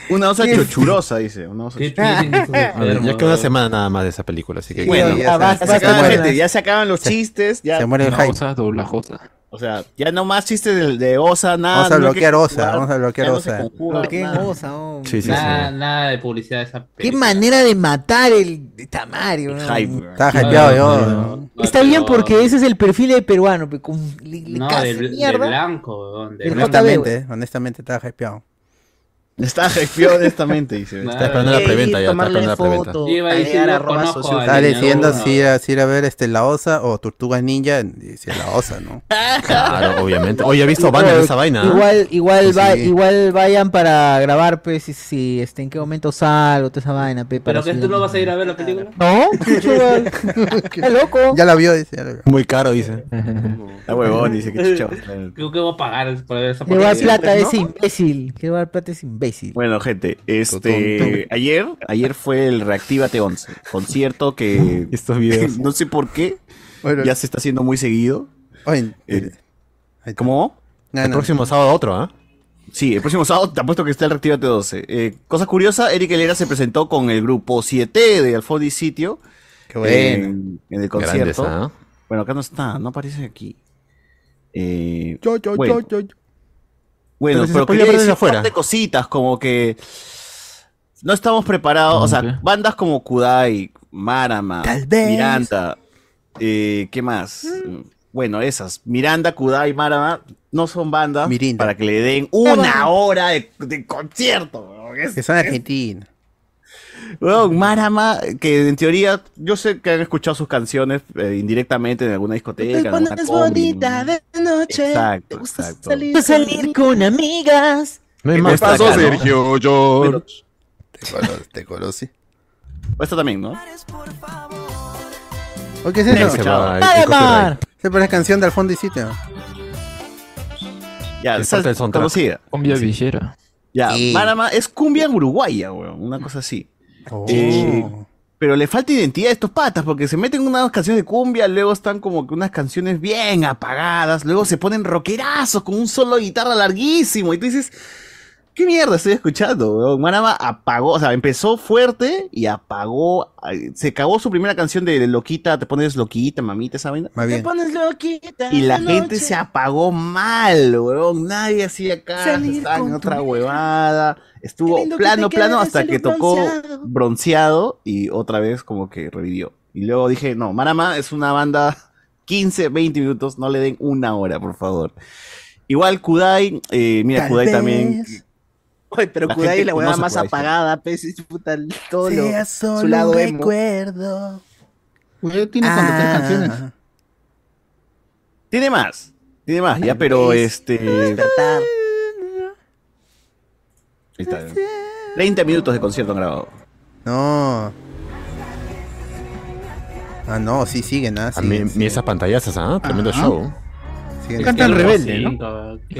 S2: Una osa chochurosa, dice. Una osa
S12: Ah,
S2: chochurosa.
S1: A ver, ya queda una semana nada más de esa película, así que.
S2: Sí, bueno, ya,
S1: va
S2: basta, se acaban, gente, ya se acaban los chistes. Ya,
S1: se muere el
S2: No,
S1: hype.
S2: osa, doblajosa. O sea, ya no más chistes de, de osa, nada.
S3: Vamos a
S2: no hay que
S3: bloquear osa,
S2: jugar,
S3: vamos a bloquear
S2: ya no
S3: osa.
S2: se conjuga
S4: Qué
S2: nada.
S4: cosa, oh.
S8: nada, nada de publicidad de esa
S4: Qué
S8: película.
S4: manera de matar el de Tamario. ¿no?
S8: hype.
S3: Está
S8: Claro,
S3: hypeado
S8: no,
S3: yo.
S8: no, no,
S4: Está
S8: pero-
S4: bien porque ese es el perfil de peruano. pe, con- le- le
S8: No,
S4: caza
S8: de, bl- de
S4: mierda.
S8: blanco, weón, de
S4: El
S8: blanco.
S3: Honestamente, eh, honestamente estaba hypeado.
S2: Está hypeado honestamente, dice.
S1: Está esperando la preventa, ya está esperando la preventa.
S8: Yo iba a decir,
S5: Agregar
S8: no
S5: arroba
S8: conozco
S5: socio-
S8: a
S3: Estaba
S8: Leonardo
S3: diciendo
S8: Bono.
S3: si era, si era ver este, la osa o Tortuga Ninja. y Si es la osa, ¿no?
S1: Claro, obviamente. Oye, he visto banner de esa vaina. ¿eh?
S4: Igual, igual,
S3: Pues
S1: Sí,
S4: va-
S1: sí.
S4: igual vayan para grabar, pues, si, si este, en qué momento salgo, toda esa vaina, pe, para
S8: Pero que
S4: subir
S8: tú no
S4: la-
S8: vas a ir a ver la película.
S4: No, chaval. Está loco.
S3: Ya la vio, dice. ya la vio.
S1: Muy caro, dice.
S2: Está huevón, dice que chucha.
S8: Creo que voy a pagar por ver esa
S4: Que va plata
S8: ¿no?
S4: es imbécil. Que va plata es imbécil.
S2: Bueno, gente, este, ayer, ayer fue el Reactívate 11, concierto que
S1: estos videos.
S2: no sé por qué
S3: Bueno.
S2: ya se está haciendo muy seguido.
S3: Oye,
S2: Eh, ¿Cómo?
S3: No,
S1: El
S3: no.
S1: próximo sábado otro, ¿ah?
S2: Sí, el próximo sábado te apuesto que está el Reactivate 12. Eh, cosa curiosa, Eric Helera se presentó con el grupo 7 de Alfodi Sitio.
S3: Qué bueno.
S2: En, en el
S1: Grandes,
S2: concierto.
S1: ¿ah?
S2: Bueno, acá no está, no aparece aquí. Eh,
S3: Yo, yo,
S2: bueno,
S3: yo, yo, yo.
S2: bueno,
S1: Pero si se
S2: pero,
S1: podía
S2: quería
S1: ver desde
S2: decir un
S1: afuera.
S2: par de cositas, como que no estamos preparados. O sea, bandas como Kudai, Marama,
S4: vez.
S2: Miranda, eh, ¿qué más? Bueno, esas, Miranda, Kudai, Marama, no son bandas
S3: Mirinda.
S2: para que le den una hora de, de concierto. weón. Es-
S3: Que son argentinos.
S2: Weón, Marama, que en teoría, yo sé que han escuchado sus canciones eh, indirectamente en alguna discoteca. en alguna combi,
S4: de
S12: eh,
S4: noche.
S2: Exacto, exacto.
S4: Voy a salir con amigas.
S1: No hay
S2: ¿Qué
S1: más.
S2: te pasó,
S1: acá, ¿no?
S2: Sergio? Yo.
S3: Te conocí.
S2: O esta también, ¿no?
S3: ¿O qué es eso?
S2: Se va, hay- hay copyright.
S3: Se parece canción de al fondo y sitio.
S2: Ya,
S3: Es parte del soundtrack.
S2: conocida.
S3: Cumbia
S2: Sí.
S3: villera.
S2: Ya,
S3: Y-
S2: Manama es cumbia uruguaya, weón, una cosa así.
S3: Oh.
S2: Eh, pero le falta identidad a estos patas, porque se meten unas canciones de cumbia, luego están como que unas canciones bien apagadas, luego se ponen rockerazos con un solo de guitarra larguísimo, y tú dices, ¿qué mierda estoy escuchando? weón? Manama apagó, o sea, empezó fuerte y apagó, ay, se cagó su primera canción de Loquita, te pones Loquita, mamita, esa vaina.
S3: Más
S2: Te pones-
S5: loquita.
S2: Y la gente se apagó mal, weón. Nadie hacía caso.
S5: Salir
S2: Estaba
S5: con
S2: en
S5: tu
S2: otra huevada. Estuvo
S5: lindo que
S2: plano,
S5: te
S2: plano
S5: quedes
S2: hasta
S5: en
S2: que
S5: un
S2: tocó
S5: bronceado.
S2: bronceado. y otra vez como que revivió. Y luego dije, no, Manama es una banda 15, 20 minutos. No le den una hora, por favor. Igual Kudai, eh, mira,
S5: Tal
S2: Kudai
S5: vez.
S2: también.
S5: Oye, pero
S2: La
S5: Kudai
S2: gente
S5: es la huevada
S2: conoce a
S5: más
S2: Kudai.
S5: apagada, pues, es puta, el- todo lo-
S3: Sea
S5: su
S3: solo
S5: lado
S3: un
S5: emo.
S3: recuerdo.
S12: Pues
S6: tiene como
S2: Ah.
S6: tres canciones.
S2: Tiene más, tiene más, ya, pero este. Ahí está. 30 minutos de concierto han grabado.
S3: No. Ah, no, sí, siguen, ah,
S1: mi-
S3: siguen,
S1: mi esas pantallazas, ¿ah? Tremendo
S3: Ajá.
S1: show.
S3: siguen.
S1: Cantan
S3: siguen.
S1: rebelde,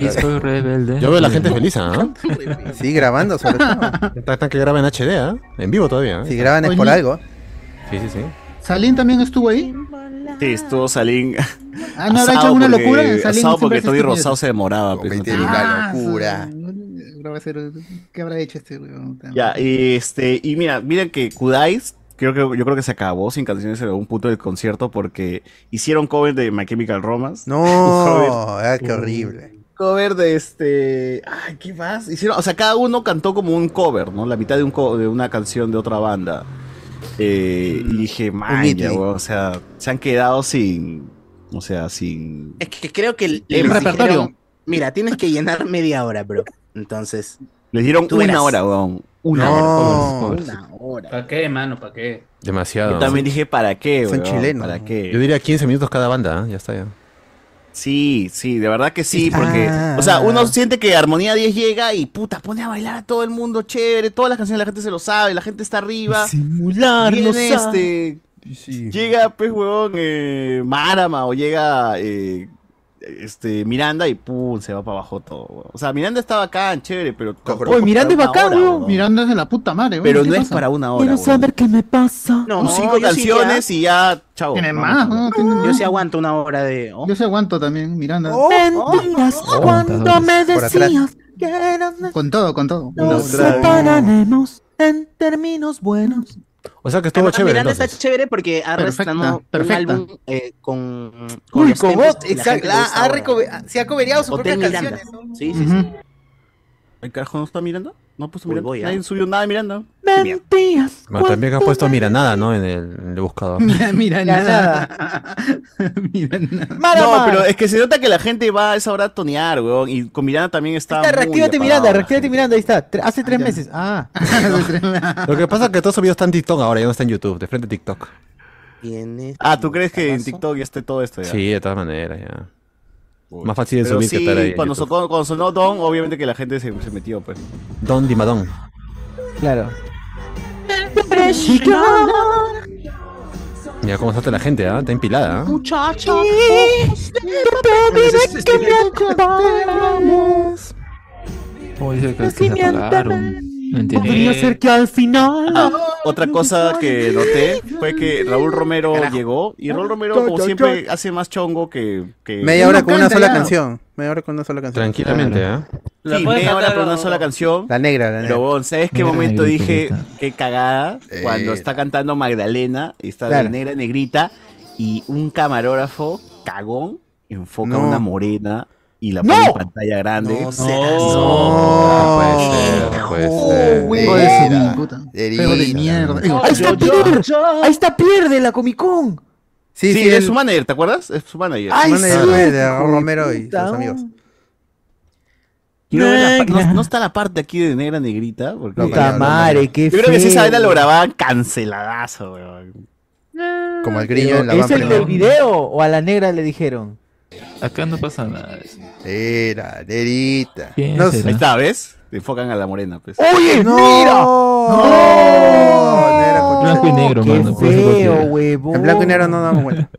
S1: ¿no?
S15: Soy rebelde.
S1: Yo veo a la gente feliz, ¿ah?
S3: Sí, grabando sobre todo.
S1: Tratan que graben en HD, ¿ah? En vivo todavía.
S3: Si graban es
S12: Oye.
S3: por algo.
S1: Sí, sí, sí.
S12: ¿Salín también estuvo ahí?
S2: Sí, estuvo Salín.
S12: Ah, ¿no habrá hecho alguna locura? Salín
S2: asado porque
S12: siempre hace
S2: Toby
S12: estupidez.
S2: Rosado se demoraba. pues, no tiene-
S12: Ah,
S3: locura.
S12: su- habrá ser- ¿Qué habrá hecho este weón?
S2: Ya, y este, y mira, miren que Kudais, creo que yo creo que se acabó sin canciones en algún punto del concierto porque hicieron cover de My Chemical Romance. Mm.
S3: No, ah, qué horrible.
S2: cover de este. Ay, ¿qué más? Hicieron, o sea, cada uno cantó como un cover, ¿no? La mitad de, un co- de una canción de otra banda. Eh, y
S3: Mm.
S2: dije, man,
S5: medley.
S2: o sea, se han quedado sin. O sea, sin.
S5: Es que creo que el,
S2: El
S5: les
S2: repertorio.
S5: dijeron, Mira, tienes que llenar media hora, bro. Entonces.
S2: Les dieron
S5: Tú
S2: una
S5: verás.
S2: hora, weón. Una
S5: No.
S2: hora.
S5: Una hora.
S8: ¿Para qué, mano? ¿Para qué?
S1: Demasiado.
S2: Yo también dije, ¿para qué,
S1: Son
S2: weón?
S1: chilenos.
S2: ¿Para qué?
S1: Yo diría 15 minutos cada banda, ¿ah? Ya está, ya.
S2: Sí, sí, de verdad que sí, porque, o sea, uno siente que Armonía 10 llega y puta, pone a bailar a todo el mundo, chévere, todas las canciones la gente se lo sabe, la gente está arriba.
S6: Simular,
S2: Viene
S6: lo sabe.
S2: este, llega pues huevón eh, Marama o llega eh, este Miranda y pum, se va para abajo todo. huevón. O sea, Miranda está bacán, chévere, pero
S12: Oye, Miranda es
S2: para una
S12: bacán,
S2: hora,
S12: weón.
S2: huevón.
S12: Miranda es de la puta madre, weón.
S2: Pero
S12: ¿Qué
S2: no es
S12: pasa?
S2: para una hora. huevón.
S12: saber
S15: qué me pasa.
S5: No,
S2: Son cinco
S5: yo sí iría.
S2: canciones y ya, chao.
S12: Tiene
S2: no,
S12: más,
S2: no,
S12: ¿no?
S5: Yo sí aguanto una hora de. oh.
S12: Yo se aguanto también,
S2: Oh,
S12: Miranda.
S15: Mentiras cuando me
S12: Oh, Por atrás.
S15: decías que eras
S12: Con todo, con todo.
S15: Nos separaremos en términos buenos.
S1: O sea que
S5: Además,
S1: estuvo chévere.
S5: Miranda
S1: Entonces.
S5: está chévere porque ha
S12: Perfecta,
S5: restando un
S12: perfecta.
S5: álbum eh, con, con
S6: Uy,
S5: los
S6: como
S2: pues,
S4: Oh,
S5: tempos que la
S6: exacto.
S5: gente le
S6: ah,
S5: gusta
S6: ha
S5: ahora.
S6: reco- ah, se ha cobereado sus
S5: Hotel
S6: propias
S5: Miranda.
S6: canciones.
S5: Sí, sí, sí.
S12: Ujú.
S2: ¿El carajo no está Miranda? No puso
S5: Uy,
S2: Miranda.
S5: voy, ah.
S2: Nadie subió nada de Miranda.
S15: Mentiras.
S1: Bueno, también has puesto Mira Nada, ¿no? En el, en el buscador.
S12: Mira, mira,
S6: Ya
S12: nada.
S2: No, pero es que se nota que la gente va a esa hora a tonear, weón. Y con Miranda también
S6: Ya,
S2: está. muy
S6: reactívate
S2: apagado.
S6: Miranda, reactívate Miranda, ahí está. Tre- Hace tres meses. Ah.
S1: Lo que pasa es que todos esos videos están en TikTok ahora, ya no está en YouTube, de frente a TikTok.
S5: Tiene-
S2: Ah, ¿tú crees que en TikTok ya esté todo esto ya?
S1: Sí, de todas maneras, ya. Más fácil de
S2: Pero
S1: subir que estar ahí.
S2: sí,
S1: en
S2: cuando,
S1: YouTube.
S2: sonó, cuando sonó Don, obviamente que la gente se, se metió, pues.
S1: Don Dimadón.
S6: Claro.
S1: Mira cómo salta la gente, ¿ah? Está empilada, ¿ah?
S14: Muchacha,
S12: este
S15: Oye, que se separaron. No entiendo.
S2: Podría
S15: ser que al final.
S2: Eh,
S12: Ah,
S2: Otra cosa que noté fue que Raúl Romero llegó y Raúl Romero, como
S3: Chon, chon,
S2: siempre, hace más chongo que. que-
S3: Media hora con una
S12: canta
S3: sola
S12: ya.
S3: canción. Media hora con una sola canción.
S1: Tranquilamente, ¿ah?
S2: Sí, media hora por una sola canción.
S3: La negra, la
S2: Pero
S3: negra.
S2: bueno, ¿sabes qué
S3: Negra,
S2: momento
S3: negrita,
S2: dije qué cagada?
S3: Eh.
S2: Cuando está cantando Magdalena, y está de
S3: Claro.
S2: negra negrita, y un camarógrafo cagón enfoca
S3: No.
S2: una morena y la
S6: ¡No!
S2: pone en pantalla grande.
S6: No
S2: serás.
S12: pues,
S1: No, puede ser, puede ser.
S12: Hijo de su puta. Feo de mierda. Digo,
S15: Ahí está Pierre. Ahí está Pierre de la Comic Con.
S2: Sí,
S3: sí,
S2: es
S3: él-
S2: su manager, ¿te acuerdas? Es su manager.
S15: Ay,
S2: Su manager.
S15: sí.
S3: De,
S15: hijo de
S3: Romero y
S15: puta,
S3: sus amigos.
S2: Quiero ver la pa-
S15: Negra.
S2: no, no está la parte aquí de negra negrita. Porque
S6: Puta madre, qué
S2: Yo creo que si esa
S6: feo.
S2: vaina lo grababan canceladazo, weón.
S3: Ah, Como el grillo en la
S6: ¿Es el
S3: vampira.
S6: del video o a la negra le dijeron?
S15: Acá no pasa nada de eso.
S3: Era, negrita.
S15: ¿Quién
S3: No,
S15: será?
S2: Ahí está, ¿ves? Te enfocan a la morena, pues.
S15: ¡Oye,
S3: No.
S15: mira!
S3: No, negra con
S15: blanco y negro,
S3: qué
S15: mano, puede ser
S3: feo,
S15: cualquiera.
S3: huevón. En blanco y negro no damos vuelta.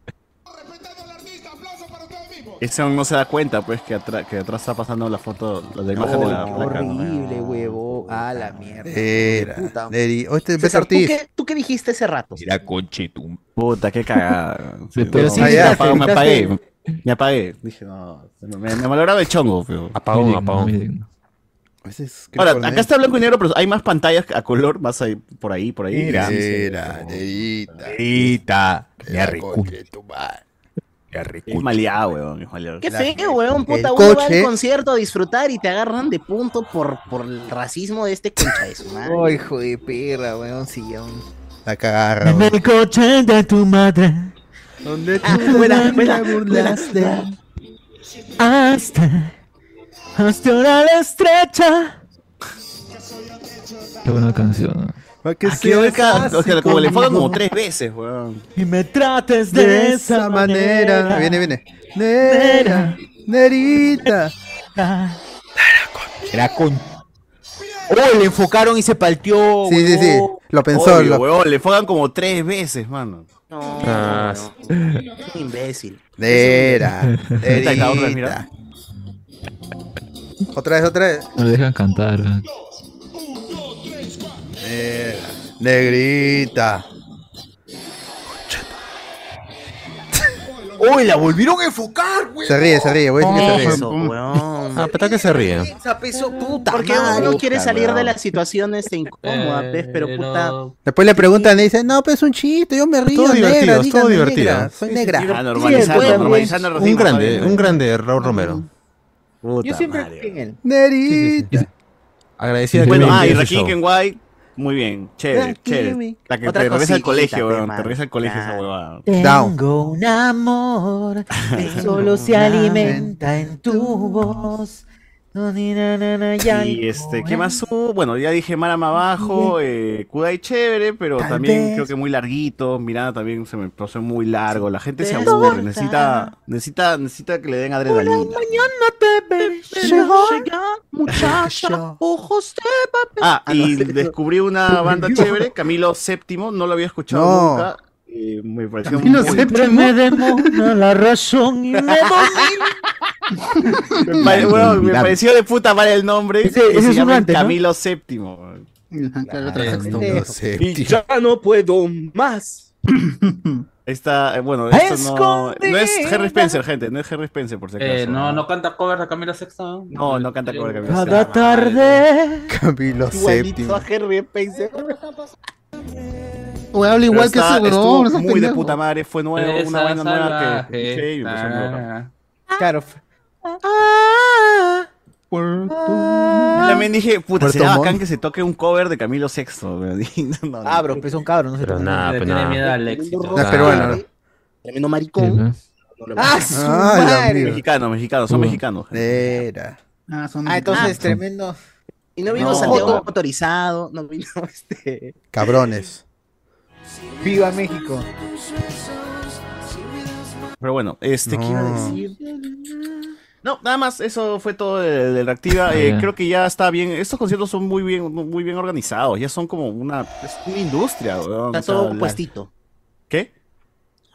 S2: Ese aún no se da cuenta, pues, que, atra- que atrás está pasando la foto, la de imagen de la
S3: qué
S2: placa, ¿no?
S4: Horrible, huevo. A la mierda.
S3: Era.
S4: Puta.
S3: Eri- Oye, este es Beto
S5: César, ¿tú,
S3: Ortiz.
S5: qué, tú qué dijiste ese rato?
S2: Mira, conchetum. Puta, qué cagada. Sí,
S3: Pero
S2: no,
S3: sí
S2: me,
S3: gritaste,
S2: apagué, me
S3: gritaste.
S2: apagué. Me apagué. Dije, no. Me, me malograba el chongo, pero.
S1: Apagón, Muy digno, apagón. muy
S3: Ese es
S2: Ahora,
S3: California.
S2: acá está blanco y negro, pero hay más pantallas a color, más ahí, por ahí, por ahí.
S7: Mira,
S2: mira,
S7: Nerita. Me arrecuncho. Me
S2: Es maleado, weón. Es maleado.
S5: Qué
S2: La-
S5: feo, weón,
S2: el
S5: puta, uno va al
S2: coche-
S5: concierto a disfrutar y te agarran de punto por, por el racismo de este concha de su madre.
S4: Ay, hijo de perra, weón, sillón.
S3: La cagarra. weón.
S4: el coche de tu madre. ¿Dónde
S5: Ah, buena, buena, buena.
S4: Hasta. Hasta una la estrecha.
S15: Qué buena canción. ¿no?
S2: Aquí, oiga, o sea, como le enfocan como tres veces, weón.
S4: Y me trates
S3: De esa manera. Ah, Viene, viene. Nera. Nerita.
S4: Era con. Oh, le enfocaron y se palteó.
S3: Sí, sí, sí. Lo pensó.
S2: Obvio,
S3: lo-
S2: weón, le enfocan como tres veces, mano.
S1: Ah,
S5: Qué imbécil.
S3: Nera.
S2: Ahorita acá otra vez, mira.
S3: Nerita. Otra vez, otra vez.
S15: No le dejan cantar. eh, ¿no?
S3: Nera. Negrita.
S4: ¡Uy, la volvieron a enfocar, weón!
S3: Se ríe, se ríe. Voy a decir que se
S5: Eso,
S3: ríe.
S5: weón.
S1: Ah, pero que se ríe.
S4: Esa peso puta.
S5: Porque
S4: madre.
S5: uno quiere
S3: puta,
S5: salir de
S3: weón. Eh,
S5: las situaciones este, incómodas, ¿ves? pero puta.
S3: Después le preguntan y dicen, no, pues es un chiste, yo me río.
S1: Todo
S3: negra,
S1: divertido, todo
S3: díganme
S1: divertido.
S3: negra, soy
S1: Sí, sí,
S3: negra.
S1: sí, Ah,
S2: normalizando,
S3: Sí, el
S2: normalizando el
S1: Un
S2: racismo,
S1: grande,
S2: está bien.
S1: un grande Raúl Romero.
S2: ¿eh? Puta
S4: Yo siempre
S2: madre.
S4: creí en él.
S3: Nerita.
S1: Agradecida
S2: Bueno,
S1: que me
S2: ah, y
S1: envíes
S2: Rakim
S1: show.
S2: Kenwai, muy bien, chévere,
S4: Rakim
S2: chévere.
S4: y-
S2: La que
S4: Otra
S2: te regresa al
S4: cosita,
S2: colegio,
S4: pe,
S2: weón, te
S4: mano.
S2: regresa al colegio esa huevada.
S4: Tengo un amor que solo se alimenta en tu voz. No, ni, na, na, na, ya.
S2: Y este, ¿qué más hubo? Bueno, ya dije Marama abajo, eh, Kudai chévere, pero también
S4: vez.
S2: creo que muy larguito. Miranda también se me pasó muy largo. La gente se aburre, necesita, necesita, necesita que le den adrenalina.
S14: Llegó, muchacha, ojos de papel.
S2: Ah, y descubrí una banda chévere, Camilo VII, no lo había escuchado
S3: No.
S2: nunca. eh, me pareció
S12: Camilo
S2: muy-
S12: Siempre me demora la razón y me domina.
S2: Me pare- bueno, me pareció de puta madre el nombre.
S12: Ese-
S2: que
S12: ese
S2: se
S12: es
S2: llama
S12: un antes, ¿no?
S2: Camilo VII. weón.
S1: No sé,
S2: Y
S1: tío.
S2: no puedo más. Esta, eh, bueno, esto no, no es Harry Spencer, gente, no es Harry Spencer por si acaso.
S8: Eh, no, no canta cover de Camila Sexta.
S2: No, no canta cover Camilo
S8: Sexta.
S2: Sexta.
S4: tarde.
S3: Camilo
S5: Igualito
S3: séptimo.
S5: a Henry Spencer.
S12: Güey, habla
S2: Pero
S12: igual que
S2: está-
S12: ese
S2: estuvo
S12: huevón. no seas
S2: muy de
S12: pendejo.
S2: puta madre, fue nuevo, una vaina nueva que escuché y me pareció muy bacán.
S4: Claro.
S2: Yo también dije, puta,
S3: Puerto
S2: será
S3: Montt.
S2: bacán que se toque un cover de Camilo VI. weón. Y no, no, no.
S4: Cabros, pues son cabros, no se
S1: Pero
S4: tocan.
S1: nada,
S8: Le
S1: pero
S8: tiene miedo
S1: nada.
S8: al éxito.
S3: No, es peruano. ¿no?
S5: Tremendo maricón. No lo
S4: ¡Ah, su
S3: Ah, la
S4: madre!
S3: mierda.
S2: Mexicanos, mexicanos, son
S15: Uy.
S2: mexicanos. gente.
S3: Nera.
S12: Ah, son
S4: Ah, entonces,
S15: Ah,
S4: tremendo.
S5: Y no vino
S2: No.
S5: Santiago
S2: Joto.
S5: motorizado, no vino este.
S3: Cabrones.
S4: Viva México.
S2: Pero bueno, este, ¿qué iba a
S3: No.
S2: decir? No, nada más, eso fue todo del, del Reactiva.
S15: Ah,
S2: Eh,
S15: ya.
S2: creo que ya está bien. Estos conciertos son muy bien, muy bien organizados. Ya son como una, es una industria, weón.
S5: Está
S2: O sea,
S5: todo
S2: la-
S5: puestito.
S2: ¿Qué?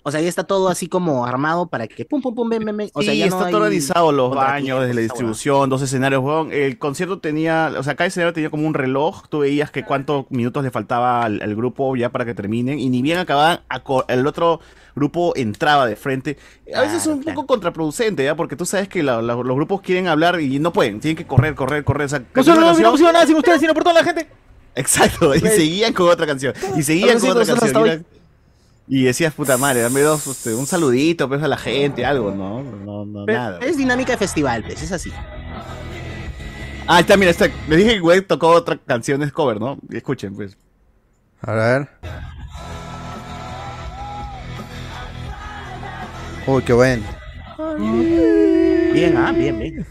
S5: O sea, ya está todo así como armado para que pum, pum, pum, ven, ven, ven. O sea,
S2: sí,
S5: ya no
S2: está todo
S5: hay
S2: organizado, los
S5: contratiempos,
S2: baños, desde la
S5: esa huevada.
S2: distribución, dos escenarios, weón. El concierto tenía, o sea, cada escenario tenía como un reloj, tú veías que cuántos minutos le faltaba al, al grupo ya para que terminen, y ni bien acababan, aco- el otro grupo entraba de frente. A veces es
S5: Claro,
S2: un
S5: Ah, claro.
S2: poco contraproducente, ¿ya? Porque tú sabes que la- la- los grupos quieren hablar y no pueden, tienen que correr, correr, correr. O sea,
S4: Nosotros
S2: una
S4: no hubiéramos
S2: canción-
S4: sido
S12: Ah,
S4: nada sin ustedes, sino por toda la gente.
S2: Exacto, y
S5: Pues,
S4: Güey.
S2: seguían con otra canción, y seguían
S4: Ahora sí,
S2: con otra
S4: nosotros hasta
S2: canción. y
S4: hoy.
S2: era- Y decías, puta madre, dame dos, este, un saludito, pues, a la gente, algo, ¿no? No, no,
S5: Pero
S2: nada.
S5: Es dinámica de festival, pues, es así.
S2: Ah, está, mira, está. Le dije que güey tocó otra canción es cover, ¿no? Escuchen, pues.
S3: A ver. Uy, qué bueno.
S5: Bien, ah, bien, bien.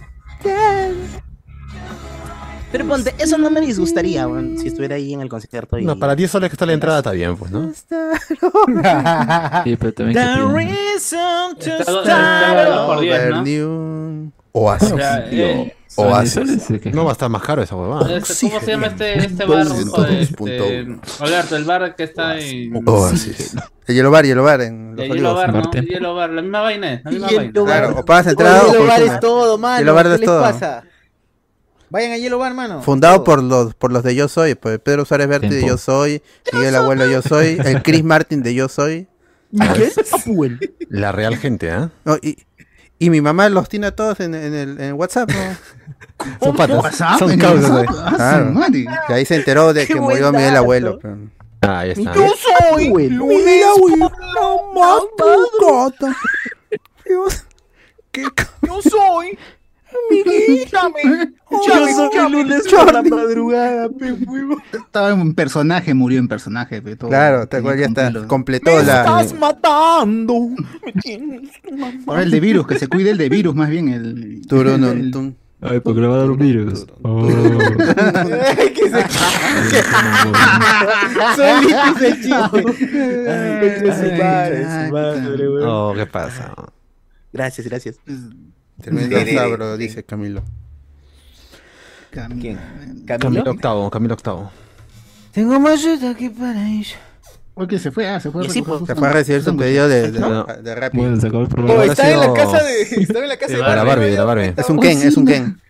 S5: Pero ponte, eso no me disgustaría, weón, si estuviera ahí en el concierto. Y...
S1: No, para 10 soles que está la entrada está bien, pues, ¿no?
S2: Ah.
S15: Sí, pero también que piden.
S4: reason
S8: Está- está- está- está- está- por diez, ¿no?
S3: New...
S1: O así.
S8: O sea, eh,
S1: o así.
S8: Sony
S1: No va a estar más caro esa huevada.
S8: Este, ¿Cómo se llama este, este bar? joder, este, Alberto, el bar que está en.
S3: Oh, Oasis. El Yellow Bar, Yellow Bar en
S8: Ya,
S3: los
S8: Hielo
S3: Olivos.
S8: Bar, ¿no? Hielo Bar, la misma vaina es. La misma vaina.
S3: Claro, o pagas entrada o
S4: Yellow Bar
S3: consumes.
S4: es todo, mano.
S3: Yellow Bar
S4: ¿Qué
S3: es
S4: les
S3: todo.
S4: pasa? Vayan a Yellow Bar, mano.
S3: Fundado por los, por los de Yo Soy, por Pedro Suárez Berti de Yo Soy, Miguel Abuelo Yo Soy, el Chris Martin de Yo Soy.
S1: La real gente, ¿ah?
S3: No, y, y mi mamá los tiene a todos en, en el en WhatsApp, ¿no?
S1: Son patas, WhatsApp, son en causas, WhatsApp, güey. ah,
S3: Claro.
S1: su madre.
S3: Que ahí se enteró de
S1: Qué
S3: que
S1: buen
S3: murió Miguel
S1: dato.
S3: Abuelo. pero-
S1: Ah, ahí está.
S3: soy
S14: lunes
S6: Yo soy. Escúchame.
S16: lunes
S6: por la
S16: madrugada, Estaba en personaje, murió en personaje, pe, todo.
S3: Claro, tal cual ya está. Completó la.
S6: matando.
S16: Ahora el de virus, que se cuide el de virus, más bien el.
S3: Turununtum.
S15: Ay, porque le va a dar un virus. Oh.
S6: Solito se
S1: Oh, ¿qué pasa?
S5: Gracias, gracias.
S4: Pues,
S3: Tremendo sabro, dice Camilo.
S16: ¿Quién?
S1: Camilo Octavo, Camilo Octavo.
S4: Tengo más aquí para ella.
S16: Porque se fue, ah, se fue.
S4: Y sí,
S16: recoger
S4: pues,
S3: Se
S16: sus
S3: fue a recibir su
S16: sándwiches.
S3: pedido de, de,
S16: ¿No?
S3: de, Rappi.
S15: Bueno, se acabó el
S16: programa.
S3: Ahora ha
S16: está en la
S3: sido-
S16: casa
S6: de- está en la casa de
S3: de la Barbie. de la Barbie. Es un Ken, es un Ken.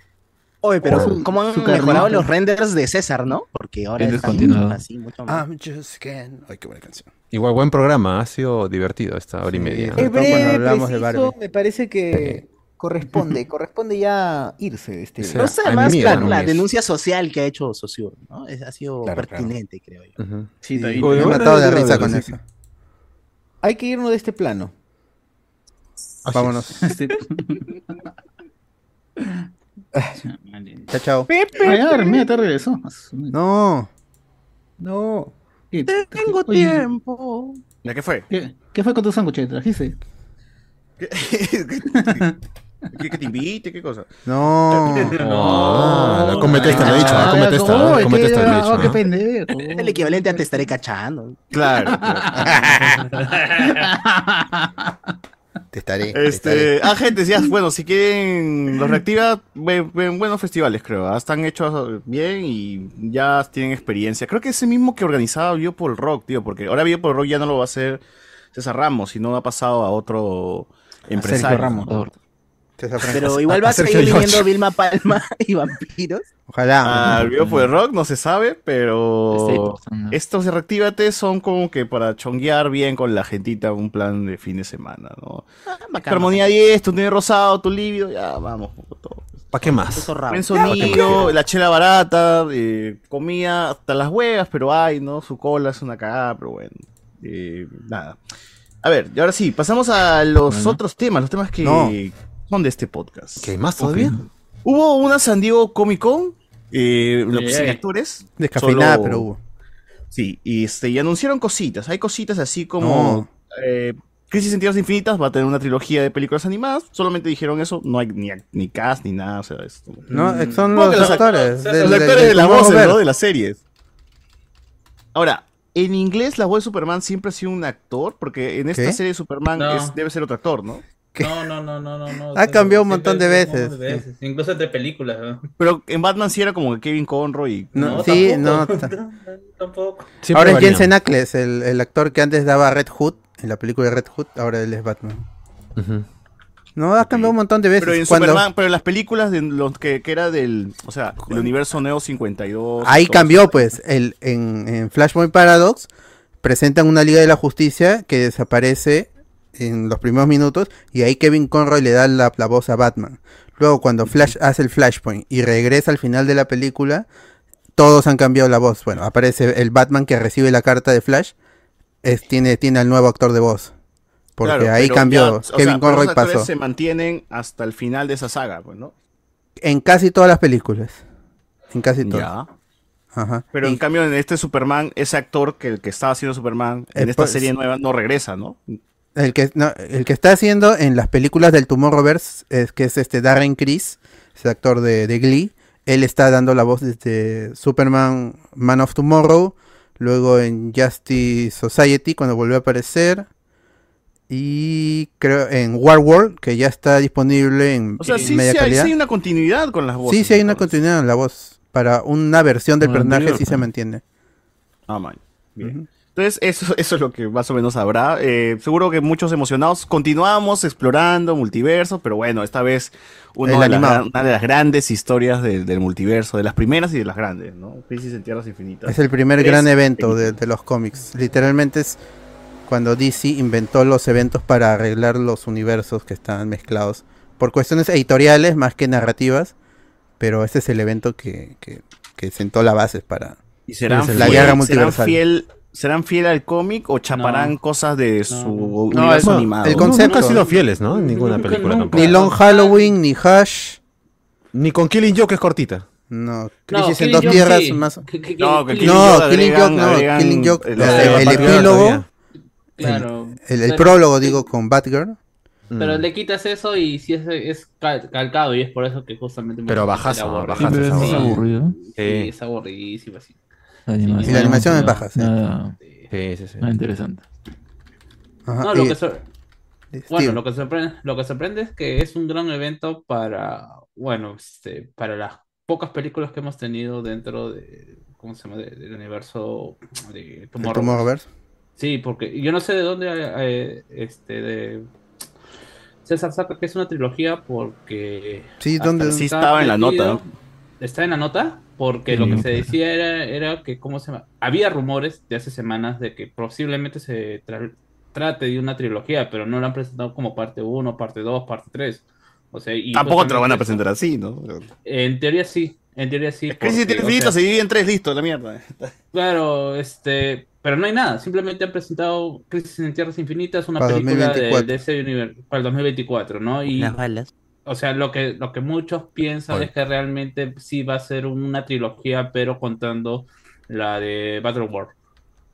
S5: Oye, pues pero
S3: Por-
S5: ¿cómo han
S3: su
S5: mejorado
S3: carnita.
S5: los renders de César, no? Porque ahora
S15: Bien
S5: es
S15: descontinuado.
S5: así
S4: Ah.
S5: mucho más.
S3: I'm just Ken. Ay, qué buena canción.
S1: Igual, buen programa, ha sido divertido esta hora y media.
S4: Es breve,
S1: hablamos de
S4: Eh, preciso,
S1: Barbie.
S4: me parece que corresponde, corresponde ya irse de este.
S1: Sí.
S5: No sé,
S1: Ay,
S5: más
S1: mierda,
S5: la, la
S1: Núñez.
S5: denuncia social que ha hecho Socio, ¿no? Es- ha sido
S1: Claro,
S5: pertinente, creo yo.
S16: Sí,
S3: está bien. Me he matado de risa con eso.
S4: Hay que irnos de este plano.
S3: Vámonos. Chao, chao.
S16: Ah, ya, mira, te regresó.
S3: No.
S16: No.
S14: Tengo tiempo.
S2: ¿Ya qué fue?
S16: ¿Qué, qué fue con tu sándwich? ¿Trajiste?
S2: ¿Qué, que te invite? ¿Qué cosa?
S3: No.
S1: No, cómete esta, lo he dicho, ah, cómete esta, ah, cómete esta, lo he dicho. ah.
S5: Es el equivalente a te estaré cachando.
S2: Claro.
S3: Te estaré. te
S2: Este, ah, gente, sí, ah, bueno, si quieren los reactiva, ven, ven buenos festivales, creo. ah, Están hechos bien y ya tienen experiencia. Creo que es el mismo que organizaba Vivo por el Rock, tío, porque ahora Vivo por el Rock ya no lo va a hacer César Ramos, sino ha pasado a otro empresario.
S16: Ramos.
S3: estaré.
S5: Pero igual va a seguir viniendo Vilma Palma y vampiros.
S3: Ojalá.
S2: Ah, Vivo por el Rock no se sabe, pero estos de Reactívate son como que para chonguear bien con la gentita, un plan de fin de semana, ¿no?
S5: bacán,
S2: Armonía 10, tu rosado, tu libio, ya vamos.
S1: ¿Para qué más?
S2: Buen
S1: ¿Para qué más?
S2: sonido, la chela barata, eh, comida hasta las huevas, pero ay, ¿no? Su cola es una cagada, pero bueno. eh, nada. A ver, y ahora sí, pasamos a los otros temas, los temas que
S1: No.
S2: son de este podcast. ¿Qué
S1: más todavía?
S2: Hubo una San Diego Comic Con, eh, los
S1: Yeah.
S2: actores.
S3: Descafeinada,
S2: solo-
S3: pero hubo.
S2: Sí, y, este, y anunciaron cositas. Hay cositas así como. eh, Crisis en Tierras Infinitas va a tener una trilogía de películas animadas. Solamente dijeron eso. No hay ni, ni cast ni nada. O sea, es como-
S3: No, eh, son
S2: Supongo
S3: los
S2: que
S3: actores,
S2: Los
S3: del-
S2: actores
S3: del-
S2: de
S3: del
S2: las voces,
S3: Vamos
S2: ¿no?
S3: Ver.
S2: De las series. Ahora, en inglés, la voz de Superman siempre ha sido un actor. Porque en esta
S3: ¿Qué?
S2: serie, Superman
S8: No.
S2: es- debe ser otro actor, ¿no?
S8: No, no, no, no, no, no.
S3: Ha cambiado un montón de
S8: Siempre es un montón
S3: veces,
S8: de veces, Incluso entre películas. ¿no?
S2: Pero en Batman sí era como Kevin Conroy.
S3: No, sí, no, ta-
S8: Tampoco.
S3: ahora es
S2: varía.
S3: Jensen Ackles, el, el actor que antes daba Red Hood en la película de Red Hood, ahora él es Batman. No, ha cambiado un montón de veces.
S2: Pero en
S3: Cuando-
S2: Superman, pero en las películas de los que, que era del, o sea, el universo Neo 52.
S3: Ahí
S2: todo
S3: cambió, pues. El, en, en Flashpoint Paradox presentan una Liga de la Justicia que desaparece en los primeros minutos y ahí Kevin Conroy le da la, la voz a Batman. Luego, cuando Flash hace el Flashpoint y regresa al final de la película, todos han cambiado la voz. Bueno, aparece el Batman que recibe la carta de Flash, es, tiene, tiene al nuevo actor de voz. Porque
S2: Claro,
S3: ahí
S2: pero ya,
S3: cambió.
S2: o sea,
S3: Kevin
S2: pero
S3: Conroy
S2: los actores
S3: pasó.
S2: se mantienen hasta el final de esa saga, pues, ¿no?
S3: En casi todas las películas. En casi todas. Ajá.
S2: Pero en cambio en este Superman, ese actor que el que estaba haciendo Superman en
S3: Eh,
S2: esta
S3: pues-
S2: serie nueva no regresa, ¿no?
S3: El que, no, el que está haciendo en las películas del Tomorrowverse es que es este Darren Criss, ese actor de, de Glee. Él está dando la voz desde Superman, Man of Tomorrow, luego en Justice Society cuando volvió a aparecer, Y creo en War World, que ya está disponible en,
S2: O sea,
S3: en
S2: sí,
S3: eh, media
S2: sí hay,
S3: calidad.
S2: sí hay una continuidad con las voces.
S3: Sí, sí hay una continuidad en la voz. Para una versión del
S2: Con la
S3: personaje
S2: anterior,
S3: sí se
S2: ¿no?
S3: mantiene.
S2: Ah, man. Bien. Entonces, eso, eso es lo que más o menos habrá. Eh, seguro que muchos emocionados. Continuamos explorando multiverso, pero bueno, esta vez una,
S3: El
S2: de las,
S3: animado.
S2: gran- una de las grandes historias del, del multiverso, de las primeras y de las grandes, ¿no? Crisis en Tierras Infinitas. Pues, eh,
S3: Es el primer
S2: Es-
S3: gran evento de, de los cómics. Literalmente es cuando DC inventó los eventos para arreglar los universos que estaban mezclados por cuestiones editoriales más que narrativas. Pero este es el evento que, que- que sentó las bases para
S2: ¿Y serán,
S3: la
S2: fiel,
S3: guerra
S2: serán
S3: multiversal.
S2: fiel, serán fiel al cómic o chaparán cosas de su universo
S1: Bueno,
S2: animado?
S1: El concepto. Nunca han sido fieles, ¿no? En ninguna
S2: Nunca,
S1: película
S2: nunca.
S1: tampoco.
S3: Ni Long Halloween, ni Hash.
S1: Ni con Killing Joke que es cortita.
S3: No, Crisis en dos tierras más.
S1: No, que Killing
S3: no,
S1: Joke
S3: Killing
S1: agregan-
S3: Joke, no,
S1: agregan
S3: Killing Joke,
S1: el-
S3: el, el
S1: Batgirl
S3: epílogo,
S1: todavía.
S8: Claro.
S3: el, el
S8: Pero-
S3: prólogo digo con Batgirl. Mm.
S1: Mm.
S8: Pero le quitas eso y si es, es cal- calcado y es por eso que justamente... me
S1: Pero
S8: parece
S1: bajazo,
S8: aburrido.
S1: bajazo esa
S8: Sí,
S1: huevada.
S15: aburrido.
S8: Sí,
S1: Sí.
S8: es aburridísimo así.
S15: animación.
S3: Y la animación es
S15: nada-
S3: baja, sí.
S15: Nada,
S1: Sí, sí, sí.
S15: nada interesante.
S3: Ajá,
S8: No, lo
S3: y-
S8: que sor- Bueno, lo que, sorprende, lo que sorprende es que es un gran evento para, bueno, este, para las pocas películas que hemos tenido dentro de, ¿cómo se llama? de- del universo de Tomorrow.
S3: Tomorrowverse.
S8: Sí, porque yo no sé de dónde eh, este de César saca que es una trilogía porque
S3: Sí,
S8: hasta
S3: ¿dónde-
S8: ahora
S3: Sí estaba en la
S8: perdido.
S3: nota.
S8: Está en la nota porque
S15: Sí,
S8: lo que se
S15: claro.
S8: decía era, era que cómo se llama? había rumores de hace semanas de que posiblemente se tra- trate de una trilogía, pero no la han presentado como parte 1, parte 2, parte 3. O sea, y
S2: Tampoco te lo van a
S8: justamente
S2: presentar así, ¿no?
S8: en teoría sí, en teoría sí.
S2: Crisis en
S8: porque, o
S2: Tierras
S8: sea,
S2: Infinitas se divide en tres, listo, la mierda.
S8: Claro, este, pero no hay nada. Simplemente han presentado Crisis en Tierras Infinitas, una
S3: Para
S8: película de-
S3: 2024.
S8: de ese universo para el 2024, ¿no? Y,
S5: Las balas.
S8: o sea, lo que, lo que muchos piensan
S5: Oye.
S8: es que realmente sí va a ser una trilogía, pero contando la de Battle War,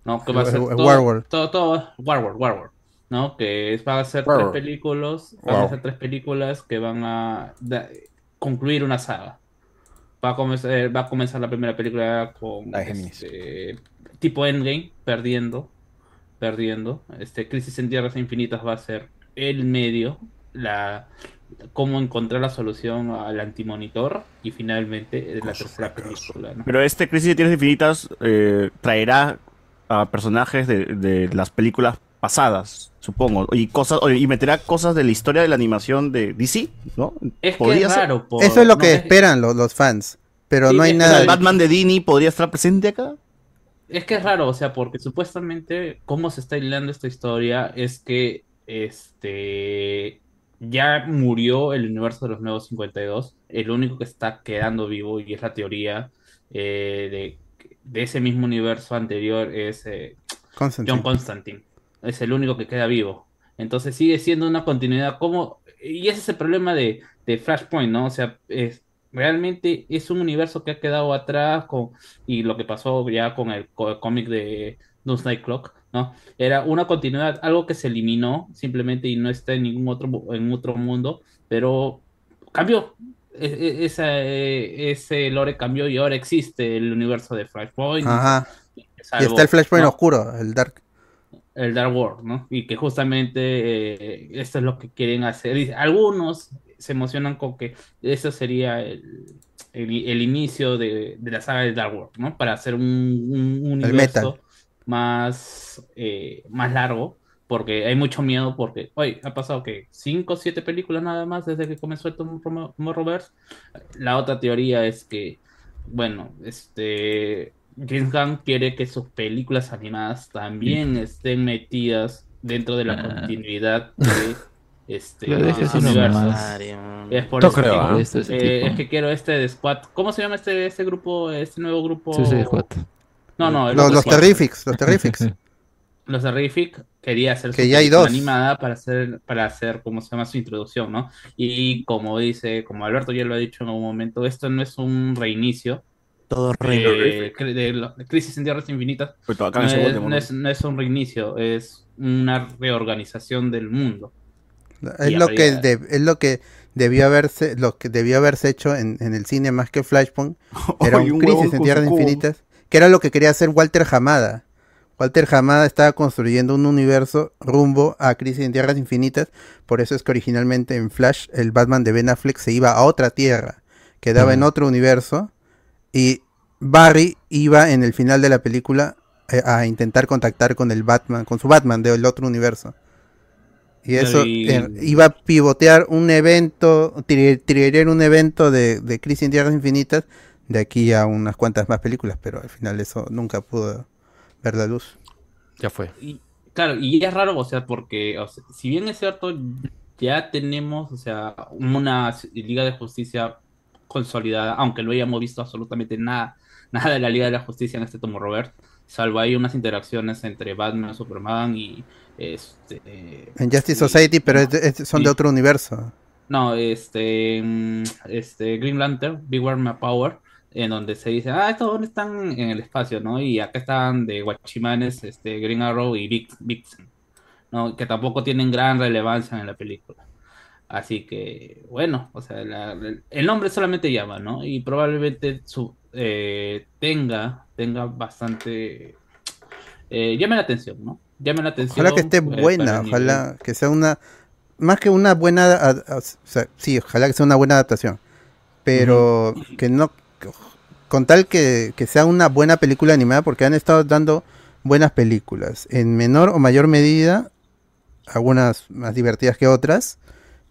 S8: ¿no? Que va a
S3: Eh,
S8: ser
S3: eh,
S8: todo,
S3: War War.
S8: todo, todo- War War, War War, ¿no? Que es- van a ser
S5: War
S8: tres
S5: War.
S8: películas, van a
S5: Wow.
S8: ser tres películas que van a da- concluir una saga. Va a comenzar, eh, va a comenzar la primera película con este, tipo Endgame, perdiendo, perdiendo. Este Crisis en Tierras Infinitas va a ser el medio, la cómo encontrar la solución al antimonitor y finalmente eh, la tercera película, ¿no?
S2: Pero este Crisis de Tierras Infinitas eh, traerá a personajes de, de las películas pasadas, supongo, y cosas y meterá cosas de la historia de la animación de DC, ¿no?
S8: Es que
S2: Podría
S8: es
S2: ser.
S8: raro, por-
S3: Eso es lo
S8: no
S3: que
S8: es-
S3: esperan los, los fans, pero
S8: Sí,
S3: no hay
S8: es- o
S3: nada.
S8: sea,
S2: Batman de Dini podría estar presente acá.
S8: Es que es raro, o sea, porque supuestamente cómo se está hilando esta historia es que este ya murió el universo de los nuevos 52, el único que está quedando vivo y es la teoría eh, de, de ese mismo universo anterior es eh,
S3: Constantine.
S8: John Constantine, es el único que queda vivo. Entonces sigue siendo una continuidad como... Y ese es el problema de, de Flashpoint, ¿no? O sea, es, realmente es un universo que ha quedado atrás con, y lo que pasó ya con el co- cómic de Doomsday Clock, ¿no? Era una continuidad, algo que se eliminó simplemente y no está en ningún otro, mu- en otro mundo, pero cambió. E- e- esa, eh, ese lore cambió y ahora existe el universo de Flashpoint.
S3: Ajá. Y
S8: Salvo,
S3: está el Flashpoint
S8: ¿no?
S3: oscuro, el Dark.
S8: el Dark World, ¿no? Y que justamente eh, esto es lo que quieren hacer. Y algunos se emocionan con que eso sería el, el- el inicio de, de la saga del Dark World, ¿no? Para hacer un, un universo
S3: metal.
S8: más, eh, más largo, porque hay mucho miedo, porque, oye, ha pasado que 5 o 7 películas nada más desde que comenzó el Tom- Tom- Tomorrowverse. La otra teoría es que, bueno, este James Gunn quiere que sus películas animadas también estén metidas dentro de la
S15: Ah.
S8: continuidad de este
S15: Lo deja
S8: los
S15: así
S8: universos.
S15: nomás.
S8: Es por
S15: No
S8: eso
S15: creo,
S8: que,
S15: ¿eh? Este es el
S8: eh,
S15: tipo.
S8: es que quiero este de Squad. ¿Cómo se llama este, este grupo, este nuevo grupo?
S15: Suicide Squad.
S8: No, no, el
S3: Los,
S8: otro
S3: los
S8: Squad.
S3: Terrifics, los Terrifics.
S8: Los Terrific quería hacer
S3: Que
S8: su
S3: ya hay
S8: película
S3: dos.
S8: animada para hacer, para hacer, como se llama, su introducción, ¿no? Y como dice, como Alberto ya lo ha dicho en algún momento, esto no es un reinicio.
S5: Todo
S8: de,
S5: reinicio.
S8: de la- de Crisis en Tierras Infinitas.
S2: Pues acá
S8: no,
S2: en ese
S8: es,
S2: Voldemort,
S8: no es- no es un reinicio, es una reorganización del mundo.
S3: Es
S8: Y
S3: lo, que
S8: habría-
S3: de- es lo que debió haberse, lo que debió haberse hecho en, en el cine más que Flashpoint. Era
S2: Oye,
S3: un
S2: un huevón
S3: crisis en
S2: con
S3: tierras
S2: su cubo.
S3: infinitas. Que era lo que quería hacer Walter Hamada. Walter Hamada estaba construyendo un universo rumbo a Crisis en Tierras Infinitas, por eso es que originalmente en Flash el Batman de Ben Affleck se iba a otra tierra, quedaba
S2: Mm.
S3: en otro universo, y Barry iba en el final de la película eh, a intentar contactar con el Batman, con su Batman del otro universo. Y eso
S17: Y-
S3: eh, iba a pivotear un evento, tri- triggerear un evento de, de Crisis en Tierras Infinitas de aquí a unas cuantas más películas, pero al final eso nunca pudo ver la luz.
S1: Ya fue.
S8: Y, claro, y es raro, o sea, porque o sea, si bien es cierto, ya tenemos, o sea, una Liga de Justicia consolidada, aunque no hayamos visto absolutamente nada, nada de la Liga de la Justicia en este tomo Robert, salvo ahí unas interacciones entre Batman, Superman y este
S3: En Justice Society, pero es de- es- son de
S8: sí.
S3: otro universo.
S8: no, este, mm, este Green Lantern, Big War My Power, en donde se dice, ah, estos dónde están en el espacio, ¿no? Y acá están de Guachimanes, este, Green Arrow y Vix- Vixen, ¿no? Que tampoco tienen gran relevancia en la película. Así que, bueno, o sea, la- el- el nombre solamente llama, ¿no? Y probablemente su, eh, tenga, tenga bastante, eh, llame la atención, ¿no? Llame la atención.
S3: Ojalá que esté
S8: eh, para
S3: buena,
S8: el nivel.
S3: ojalá que sea una, más que una buena, ad- ad- o sea, sí, ojalá que sea una buena adaptación, pero que no, con tal que, que sea una buena película animada, porque han estado dando buenas películas, en menor o mayor medida, algunas más divertidas que otras,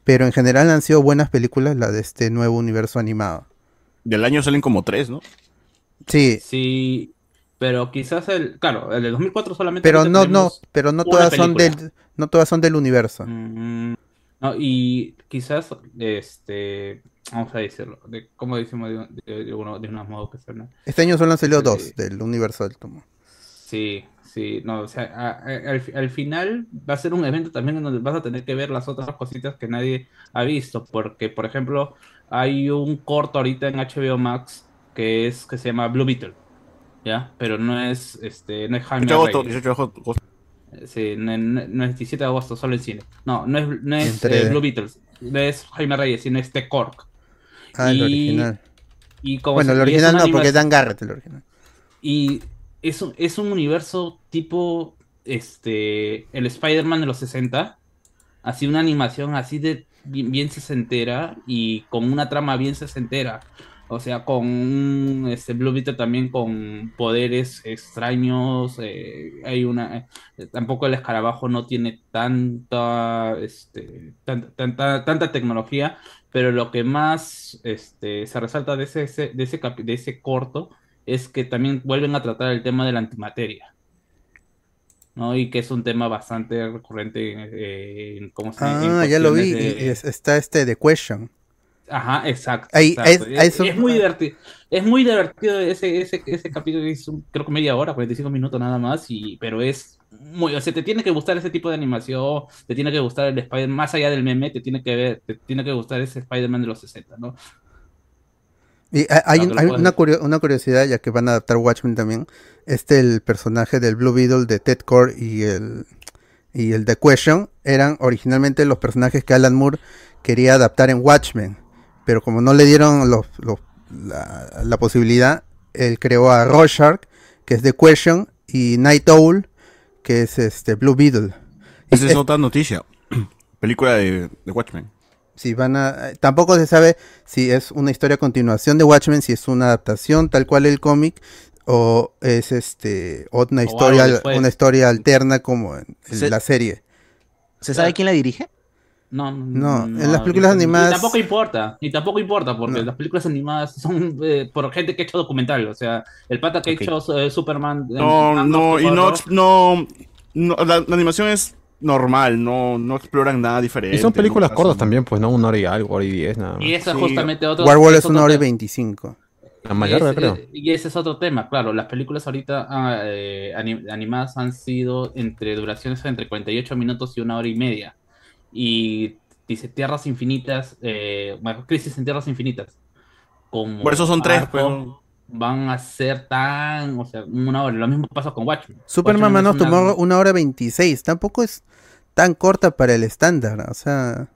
S3: pero en general han sido buenas películas las de este nuevo universo animado.
S2: Del año salen como tres, ¿no?
S3: Sí,
S8: Sí, pero quizás el, claro, el de 2004 solamente
S3: pero
S8: ahorita
S3: no, no,
S8: tenemos
S3: pero no
S8: una
S3: todas son
S8: película, Mm.
S3: del, no todas son del universo.
S8: ¿no? Y quizás, este, vamos a decirlo, de, ¿cómo decimos de, de, de uno, de unos modos que son, ¿no?
S3: Este año solo han salido dos del universo del tomo.
S8: Sí, sí, no, o sea, a- a- al, fi- al final va a ser un evento también en donde vas a tener que ver las otras cositas que nadie ha visto, porque, por ejemplo, hay un corto ahorita en HBO Max que es, que se llama Blue Beetle, ¿ya? Pero no es, este, no es Jaime
S2: 18 de agosto,
S8: Reyes.
S2: 18 de agosto.
S8: Sí, no, no- no es 17 de agosto, solo en cine. No, no es, no es
S3: En 3D.
S8: eh, Blue Beatles, no es Jaime Reyes, sino es The Cork.
S3: Ah, el
S8: Y-
S3: original.
S8: Y como
S3: bueno,
S8: se-
S3: el
S8: y es
S3: original no,
S8: una
S3: porque
S8: animación-
S3: es Dan Garrett el original.
S8: Y es un, es un universo tipo este el Spider-Man de los 60. Así una animación así de bien, bien sesentera y con una trama bien sesentera. O sea, con un, este Blue Beetle también con poderes extraños. eh, hay una. eh, tampoco el escarabajo no tiene tanta, este, tan- tanta, tanta tecnología. Pero lo que más este, se resalta de ese, ese- de ese, capi- de ese corto es que también vuelven a tratar el tema de la antimateria, ¿no? Y que es un tema bastante recurrente en, eh, en cómo se en
S3: Ah, ya lo vi.
S8: cuestiones
S3: y-
S8: de-
S3: y es- está este The Question.
S8: Ajá, exacto.
S3: Ahí,
S8: exacto.
S3: es-
S8: Es,
S3: ahí son-
S8: es muy divertido. Es muy divertido ese, ese, ese capítulo, es un- creo que media hora, 45 minutos nada más, y, pero es muy, o sea, te tiene que gustar ese tipo de animación, te tiene que gustar el Spider-Man, más allá del meme, te tiene que ver, te tiene que gustar ese Spider-Man de los 60, ¿no?
S3: Y ha- hay,
S8: Ah,
S3: un-
S8: te lo
S3: hay
S8: puedo
S3: una,
S8: decir.
S3: curio- una curiosidad, ya que van a adaptar Watchmen también. Este, el personaje del Blue Beetle de Ted Core y el, y el The Question eran originalmente los personajes que Alan Moore quería adaptar en Watchmen. Pero como no le dieron los- los- la, la posibilidad, él creó a Rorschach, que es The Question, y Night Owl, que es este Blue Beetle.
S2: Esa es
S3: Es-
S2: otra noticia. Película de, de Watchmen.
S3: si van a, eh, tampoco se sabe si es una historia a continuación de Watchmen, si es una adaptación tal cual el cómic o es este una
S5: algo
S3: historia
S5: después.
S3: una historia alterna como en en
S5: Se-
S3: la serie.
S5: ¿Se sabe quién la dirige?
S8: No,
S3: No, en las películas
S8: ahorita-
S3: animadas-
S8: Y tampoco importa, y tampoco importa, porque las películas animadas son eh, por gente que ha hecho documental, o sea, el pata que ha hecho eh, Superman.
S2: No,
S8: Man
S2: no,
S8: of
S2: y no,
S8: Horror,
S2: ex- no, no, la, la animación es normal, no, no exploran nada diferente.
S1: Y son películas
S2: no hacen-
S1: cortas también, pues, ¿no? Una hora y algo, hora y diez, nada más.
S8: Y esa es justamente otro.
S3: War Wall es
S8: otro
S3: una hora y
S8: tema.
S3: 25.
S1: La más
S8: Y
S1: larga,
S8: ese-
S1: creo.
S8: Y ese es eh, otro tema, claro. Las películas ahorita ah, eh, ani- animadas han sido entre duraciones entre 48 minutos y una hora y media. Y dice Tierras Infinitas, eh, bueno, Crisis en Tierras Infinitas. Como
S2: Por eso son tres, pues.
S8: arco,
S2: pero-
S8: Van a ser tan, o sea, una hora. Lo mismo pasa con Watchmen.
S3: Superman Man
S8: Watchmen es
S3: of
S8: una-
S3: Tomorrow una hora 26, tampoco es tan corta para el estándar, o sea,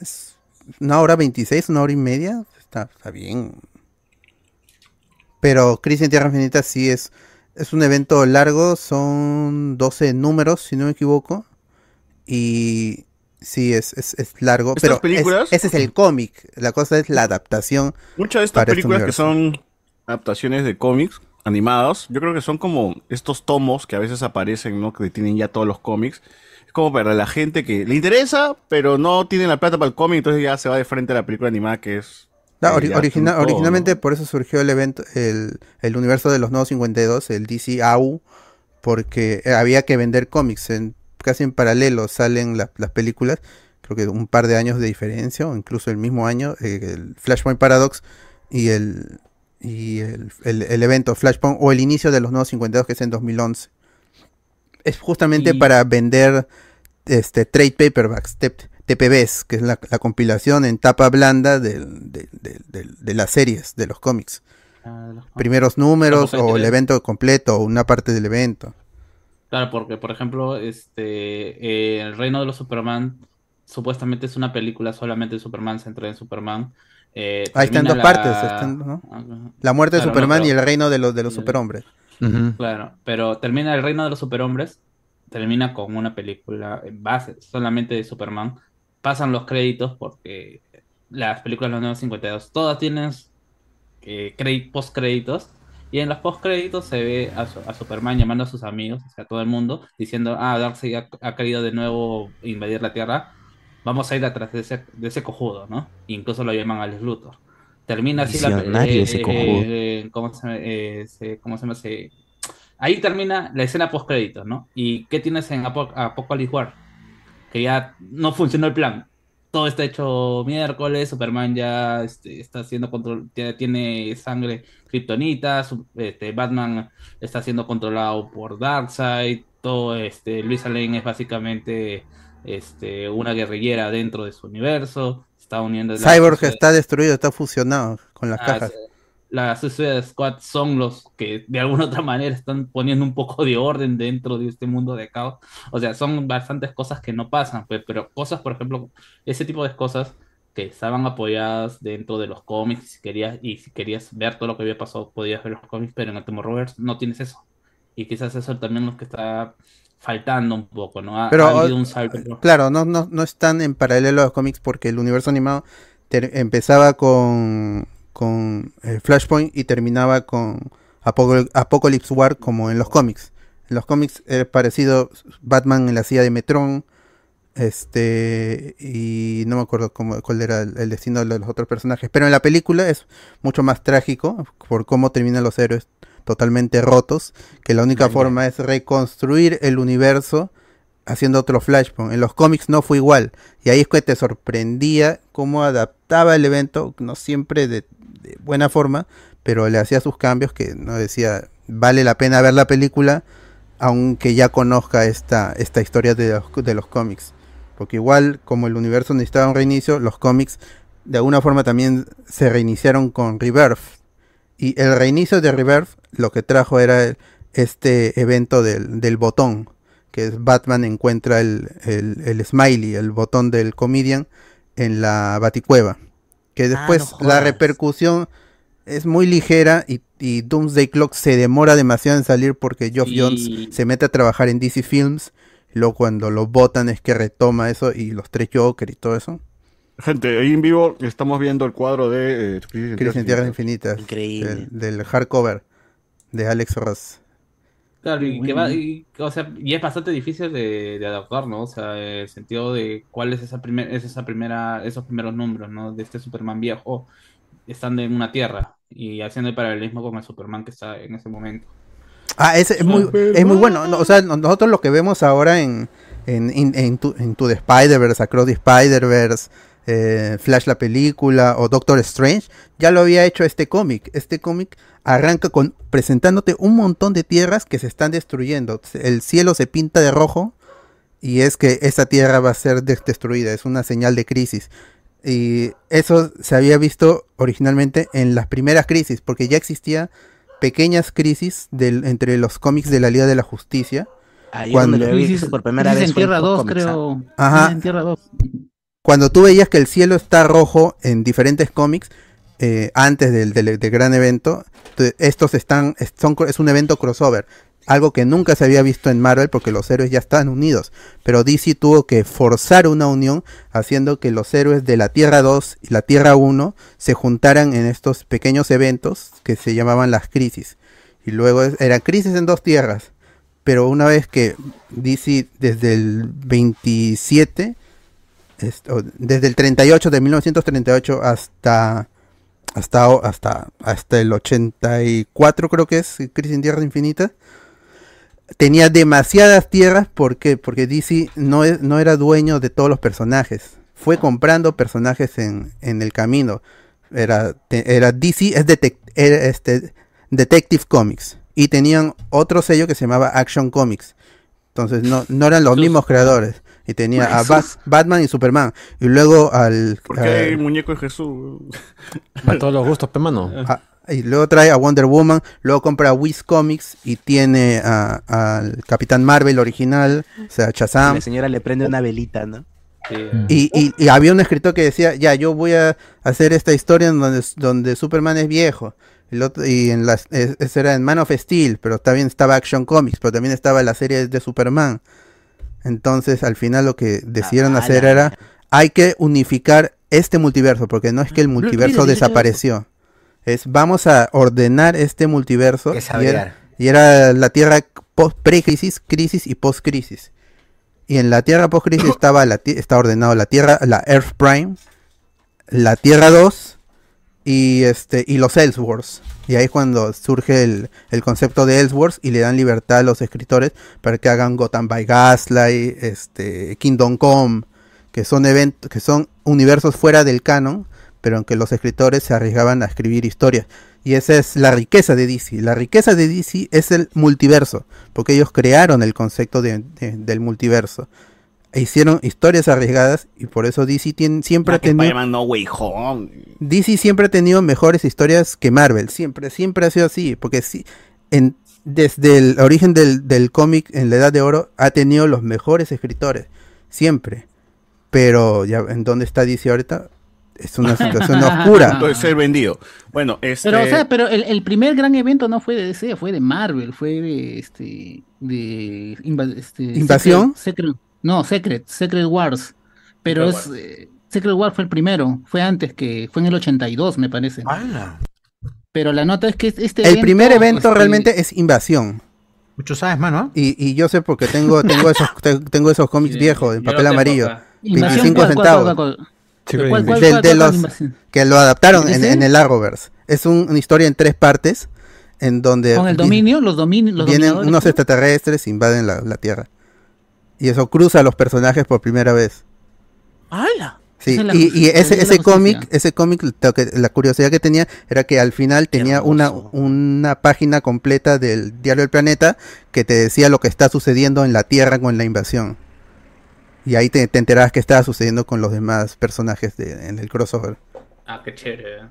S3: es una hora 26, una hora y media, está, está bien. Pero Crisis en Tierra Infinita sí es Es un evento largo, son 12 números, si no me equivoco. Y sí, es, es, es largo.
S2: ¿Estas
S3: Pero es-
S2: películas?
S3: ese es el cómic. La cosa es la adaptación.
S2: Muchas de estas
S3: para este
S2: películas
S3: universo.
S2: que son adaptaciones de cómics animados, yo creo que son como estos tomos que a veces aparecen, ¿no? Que tienen ya todos los cómics. Es como para la gente que le interesa, pero no tiene la plata para el cómic, entonces ya se va de frente a la película animada que es... eh,
S3: No,
S2: que
S3: ori-
S2: ya
S3: origina-
S2: tiene todo,
S3: originalmente por eso surgió el evento, el, el universo de los nuevos 52, el DC AU, porque eh, había que vender cómics. En, casi en paralelo salen la- las películas, creo que un par de años de diferencia, o incluso el mismo año, eh, el Flashpoint Paradox y el y el, el- el evento Flashpoint o el inicio de los nuevos 52 que es en 2011. Es justamente para vender este trade paperbacks, T- TPBs, que es la, la compilación en tapa blanda del- del- del- del- de las series, de los cómics. Primeros números
S8: Ah, ok,
S3: o el
S8: ya.
S3: evento completo o una parte del evento.
S8: Claro, porque por ejemplo, este eh, El Reino de los Superman supuestamente es una película solamente de Superman, centrada en Superman. Eh,
S3: Ahí están
S8: termina
S3: dos
S8: la-
S3: partes, están, ¿no?
S8: Ajá.
S3: La muerte de
S8: Claro, no,
S3: Superman y
S8: pero-
S3: el reino de los de los superhombres.
S8: Claro, pero termina el reino de los superhombres, termina con una película en base solamente de Superman. Pasan los créditos porque las películas de los nuevos 52 todas tienen eh, crédit- postcréditos. Y en los postcréditos se ve a, su- a Superman llamando a sus amigos, o sea, a todo el mundo, diciendo, ah, Darcy ha, ha querido de nuevo invadir la Tierra, vamos a ir atrás de ese, de ese cojudo, ¿no? Incluso lo llaman al Luthor. Termina así la
S17: Visionario ese cojudo.
S8: eh, ¿cómo se, llama? Eh, se- ¿cómo se llama? Se- Ahí termina la escena post créditos, ¿no? ¿Y qué tienes en Apo- Apocalypse War? Que ya no funcionó el plan. Todo está hecho miércoles, Superman ya este, está haciendo control, ya tiene sangre kriptonita, su- este, Batman está siendo controlado por Darkseid, todo este, Luis Lane es básicamente este, una guerrillera dentro de su universo, está uniendo la
S3: Cyborg
S8: sociedad-
S3: está destruido, está fusionado con las
S8: Ah,
S3: cajas.
S8: sí. la Suicide Squad son los que de alguna u otra manera están poniendo un poco de orden dentro de este mundo de caos. O sea, son bastantes cosas que no pasan, pues, pero cosas, por ejemplo, ese tipo de cosas que estaban apoyadas dentro de los cómics, si querías, y si querías ver todo lo que había pasado, podías ver los cómics, pero en el Tomorrowverse no tienes eso. Y quizás eso es también lo que está faltando un poco, ¿no? Ha,
S3: Pero, ah,
S8: ha habido
S3: o-
S8: un salto.
S3: Claro, no, no, no están en paralelo a los cómics porque el universo animado ter- empezaba con, con eh, Flashpoint y terminaba con Apocal- Apocalypse War como en los cómics. En los cómics es parecido Batman en la silla de Metron, este y no me acuerdo cómo, cuál era el, el destino de los otros personajes, pero en la película es mucho más trágico por cómo terminan los héroes totalmente rotos, que la única forma es reconstruir el universo haciendo otro Flashpoint. En los cómics no fue igual. Y ahí es que te sorprendía cómo adaptaba el evento, no siempre de, de buena forma, pero le hacía sus cambios que no decía, vale la pena ver la película, aunque ya conozca esta, esta historia de los, de los cómics. Porque igual como el universo necesitaba un reinicio, los cómics de alguna forma también se reiniciaron con Rebirth. Y el reinicio de Rebirth lo que trajo era el- este evento del, del botón, que es Batman encuentra el, el- el smiley, el botón del comedian, en la baticueva. Que después la repercusión es muy ligera y, y Doomsday Clock se demora demasiado en salir porque Geoff Jones se mete a trabajar en DC Films. Luego cuando lo botan es que retoma eso y los tres Joker y todo eso.
S2: Gente, ahí en vivo estamos viendo el cuadro de... eh, Crisis
S3: Crisis en
S2: en Tierras
S3: Tierras Infinitas. Increíble. Del, hardcover de Alex Ross.
S8: Claro, y que
S3: Bueno.
S8: va, y, o sea, y es bastante difícil de, de adaptar, ¿no? O sea, en el sentido de cuál es esa primer, es esa primera, esos primeros números, ¿no? De este Superman viejo, estando en una tierra y haciendo el paralelismo con el Superman que está en ese momento.
S3: Ah, ese es muy, es muy bueno. No, O sea, no- nosotros lo que vemos ahora en, en, en, en tu, en tu The Spider-Verse, Across the Spider-Verse, eh, Flash la película o Doctor Strange, ya lo había hecho este cómic. Este cómic arranca con presentándote un montón de tierras que se están destruyendo. El cielo se pinta de rojo y es que esta tierra va a ser des- destruida. Es una señal de crisis. Y eso se había visto originalmente en las primeras crisis, porque ya existía pequeñas crisis del- entre los cómics de la Liga de la Justicia.
S5: Ahí es donde lo vi Crisis- por primera Crisis vez en fue en Tierra dos, cómics, creo.
S3: Ajá.
S12: En Tierra 2.
S3: Cuando tú veías que el cielo está rojo en diferentes cómics, eh, antes del, del- del gran evento. Entonces, Estos están, es- son cro- es un evento crossover, algo que nunca se había visto en Marvel porque los héroes ya están unidos. Pero DC tuvo que forzar una unión haciendo que los héroes de la Tierra 2 y la Tierra 1 se juntaran en estos pequeños eventos que se llamaban las crisis. Y luego es- era crisis en dos tierras. Pero una vez que DC desde el 27 esto, desde el 38 de 1938 hasta hasta o- hasta hasta el 84 creo que es Crisis en Tierra Infinita tenía demasiadas tierras porque porque DC no es- no era dueño de todos los personajes fue comprando personajes en, en el camino era te- era DC es detec- era, este Detective Comics y tenían otro sello que se llamaba Action Comics entonces no, no eran los mismos creadores y tenía a
S2: Jesús.
S3: Bat- Batman y Superman y luego al
S2: ¿Por qué
S3: al-
S2: hay muñeco de Jesús?
S1: Para todos los gustos, pe mano.
S3: Ah, y luego trae a Wonder Woman, luego compra Wiz Comics y tiene a- al Capitán Marvel original, o sea, Shazam.
S5: La señora le prende una velita, ¿no?
S1: Mm.
S3: Y, y- y había un escritor que decía, ya, yo voy a hacer esta historia en donde, donde Superman es viejo. El otro- y en las, es- ese era en Man of Steel, pero también estaba Action Comics, pero también estaba la serie de Superman. Entonces, al final lo que decidieron
S5: Ah,
S3: hacer
S5: la
S3: era, hay que unificar este multiverso, porque no es que el
S5: mira,
S3: multiverso
S5: mira,
S3: desapareció. Es, vamos a ordenar este multiverso. Y
S5: sabear.
S3: era, y era la Tierra post- pre-crisis, crisis y post-crisis. Y en la Tierra post-crisis estaba la, ti- está ordenado la Tierra, la Earth Prime, la Tierra 2 y este y los Ellsworths. Y ahí es cuando surge el, el concepto de Ellsworths y le dan libertad a los escritores para que hagan Gotham by Gaslight, este Kingdom Come, que son eventos que son universos fuera del canon, pero en que los escritores se arriesgaban a escribir historias. Y esa es la riqueza de DC. La riqueza de DC es el multiverso, porque ellos crearon el concepto de- de- del multiverso. E hicieron historias arriesgadas y por eso DC tiene, siempre ha
S2: Que
S3: tenido
S2: Spider-Man No Way Home.
S3: DC siempre ha tenido mejores historias que Marvel, siempre, siempre ha sido así, porque sí, en, desde el origen del, del cómic en la Edad de Oro ha tenido los mejores escritores, siempre. Pero ya, ¿en dónde está DC ahorita? Es una situación oscura.
S2: Entonces, ser vendido. Bueno, este...
S12: Pero, o sea, pero el, el primer gran evento no fue de DC, fue de Marvel, fue de este. de. inva- este,
S3: ¿Invasión?
S12: Secret, Secret- no, Secret, Secret Wars. Pero
S3: Secret
S12: es. eh, Secret Wars fue el primero, fue antes que. fue en el 82, me parece. Pero la nota es que este.
S3: el primer evento
S12: este,
S3: realmente es Invasión.
S17: Mucho sabes, mano.
S3: Y, y yo sé porque tengo, tengo esos, te- tengo esos cómics viejos en
S17: yo
S3: papel
S17: lo tengo
S3: amarillo.
S17: acá.
S3: 25
S12: Invasión, ¿cuál, cuál,
S3: centavos.
S12: cuál, cuál, cuál?
S3: Sí,
S12: ¿Cuál, cuál,
S3: de,
S12: cuál,
S3: de
S12: cuál,
S3: los
S12: invasión?
S3: que lo adaptaron en,
S12: ¿Ese?
S3: en el Arrowverse. Es un- una historia en tres partes en donde
S12: Con el
S3: vi-
S12: dominio, los dominios. Los
S3: vienen
S12: dominadores,
S3: unos
S12: ¿no?
S3: extraterrestres invaden la, la Tierra y eso cruza a los personajes por primera vez.
S12: ¡Hala!
S3: Sí,
S12: Esa es la
S3: y,
S12: justicia,
S3: y ese
S12: esa es la
S3: ese cómic, ese cómic, lo que- la curiosidad que tenía era que al final tenía una, una página completa del Diario del Planeta que te decía lo que está sucediendo en la Tierra con la invasión. Y ahí te, te enterabas que estaba sucediendo con los demás personajes de- en el crossover.
S8: Ah, qué chévere. ¿eh?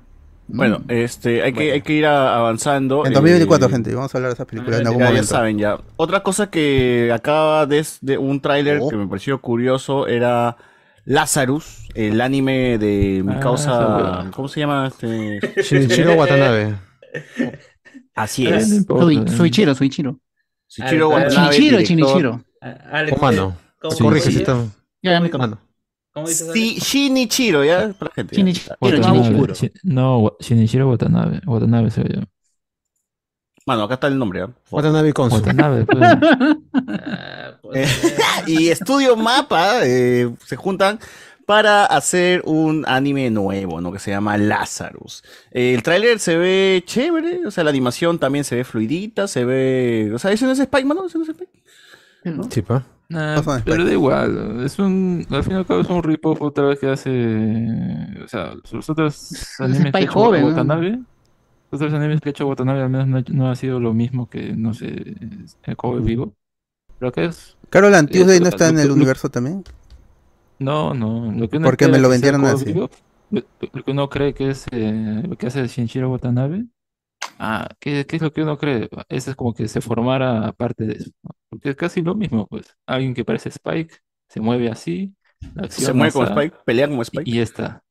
S2: Bueno, este, hay, Que, hay que ir a- avanzando.
S3: Mm. En
S2: eh,
S3: 2024, gente, vamos a hablar de esas películas en algún
S2: ya, ya
S3: momento.
S2: saben, ya. Otra cosa que acaba de, de un tráiler
S3: Oh.
S2: que me pareció curioso era Lazarus, el anime de mi
S1: Ah,
S2: causa.
S1: seguro.
S2: ¿Cómo se llama? Este?
S1: Shinichiro Watanabe.
S2: Así
S12: Ah,
S2: es.
S12: no importa. Sui- Suichiro, Suichiro.
S2: Suichiro
S12: Ah,
S2: Watanabe,
S12: Shinichiro,
S2: director-
S12: Shinichiro.
S8: Alex,
S1: Humano.
S8: ¿cómo
S1: Sí, corrige,
S8: dices?
S1: sí, está-
S12: Ya, ya me acordé.
S1: Humano.
S8: ¿Cómo dices, Alex?
S2: Sí, Shinichiro, ya. Para la gente, ya.
S15: Watanabe. Shi- No, Wa- Shinichiro Watanabe. Watanabe se oye.
S2: Mano, acá está el nombre. ¿ah?
S1: Watanabe Konsu.
S15: Watanabe, pues.
S2: Eh, y Estudio Mapa eh, se juntan para hacer un anime nuevo, ¿no? Que se llama Lazarus. Eh, el tráiler se ve chévere, o sea, la animación también se ve fluidita, se ve... O sea, eso no es Spike-Man, ¿no? Ese no es Spike.
S1: Sí, pues. pa.
S15: Nah, pero da igual, es un, al fin y al cabo es un ripoff otra vez que hace, o sea, los otros animes que ha
S12: Spy
S15: hecho
S12: joven, ¿no?
S15: Watanabe, los otros animes que ha hecho Watanabe al menos no, ha- no ha sido lo mismo que, no sé, el Kobe Vivo, pero que es...
S3: Carol and
S15: eh,
S3: Tuesday
S15: o
S3: no
S15: sea,
S3: está
S15: lo-
S3: en el
S15: lo-
S3: universo también.
S15: No, no, lo que uno
S3: Porque
S15: espera
S3: me lo
S15: que sea
S3: vendieron
S15: Kobe
S3: así.
S15: Vivo, lo, lo que uno cree que es, eh, lo que hace Shinichiro Watanabe, ah, ¿qué, qué es lo que uno cree? Eso es como que se formara aparte de eso, ¿no? Porque es casi lo mismo, pues, alguien que parece Spike, se mueve así, la
S2: Se
S15: acción
S2: mueve como
S15: asá,
S2: Spike, pelea como Spike.
S15: y está.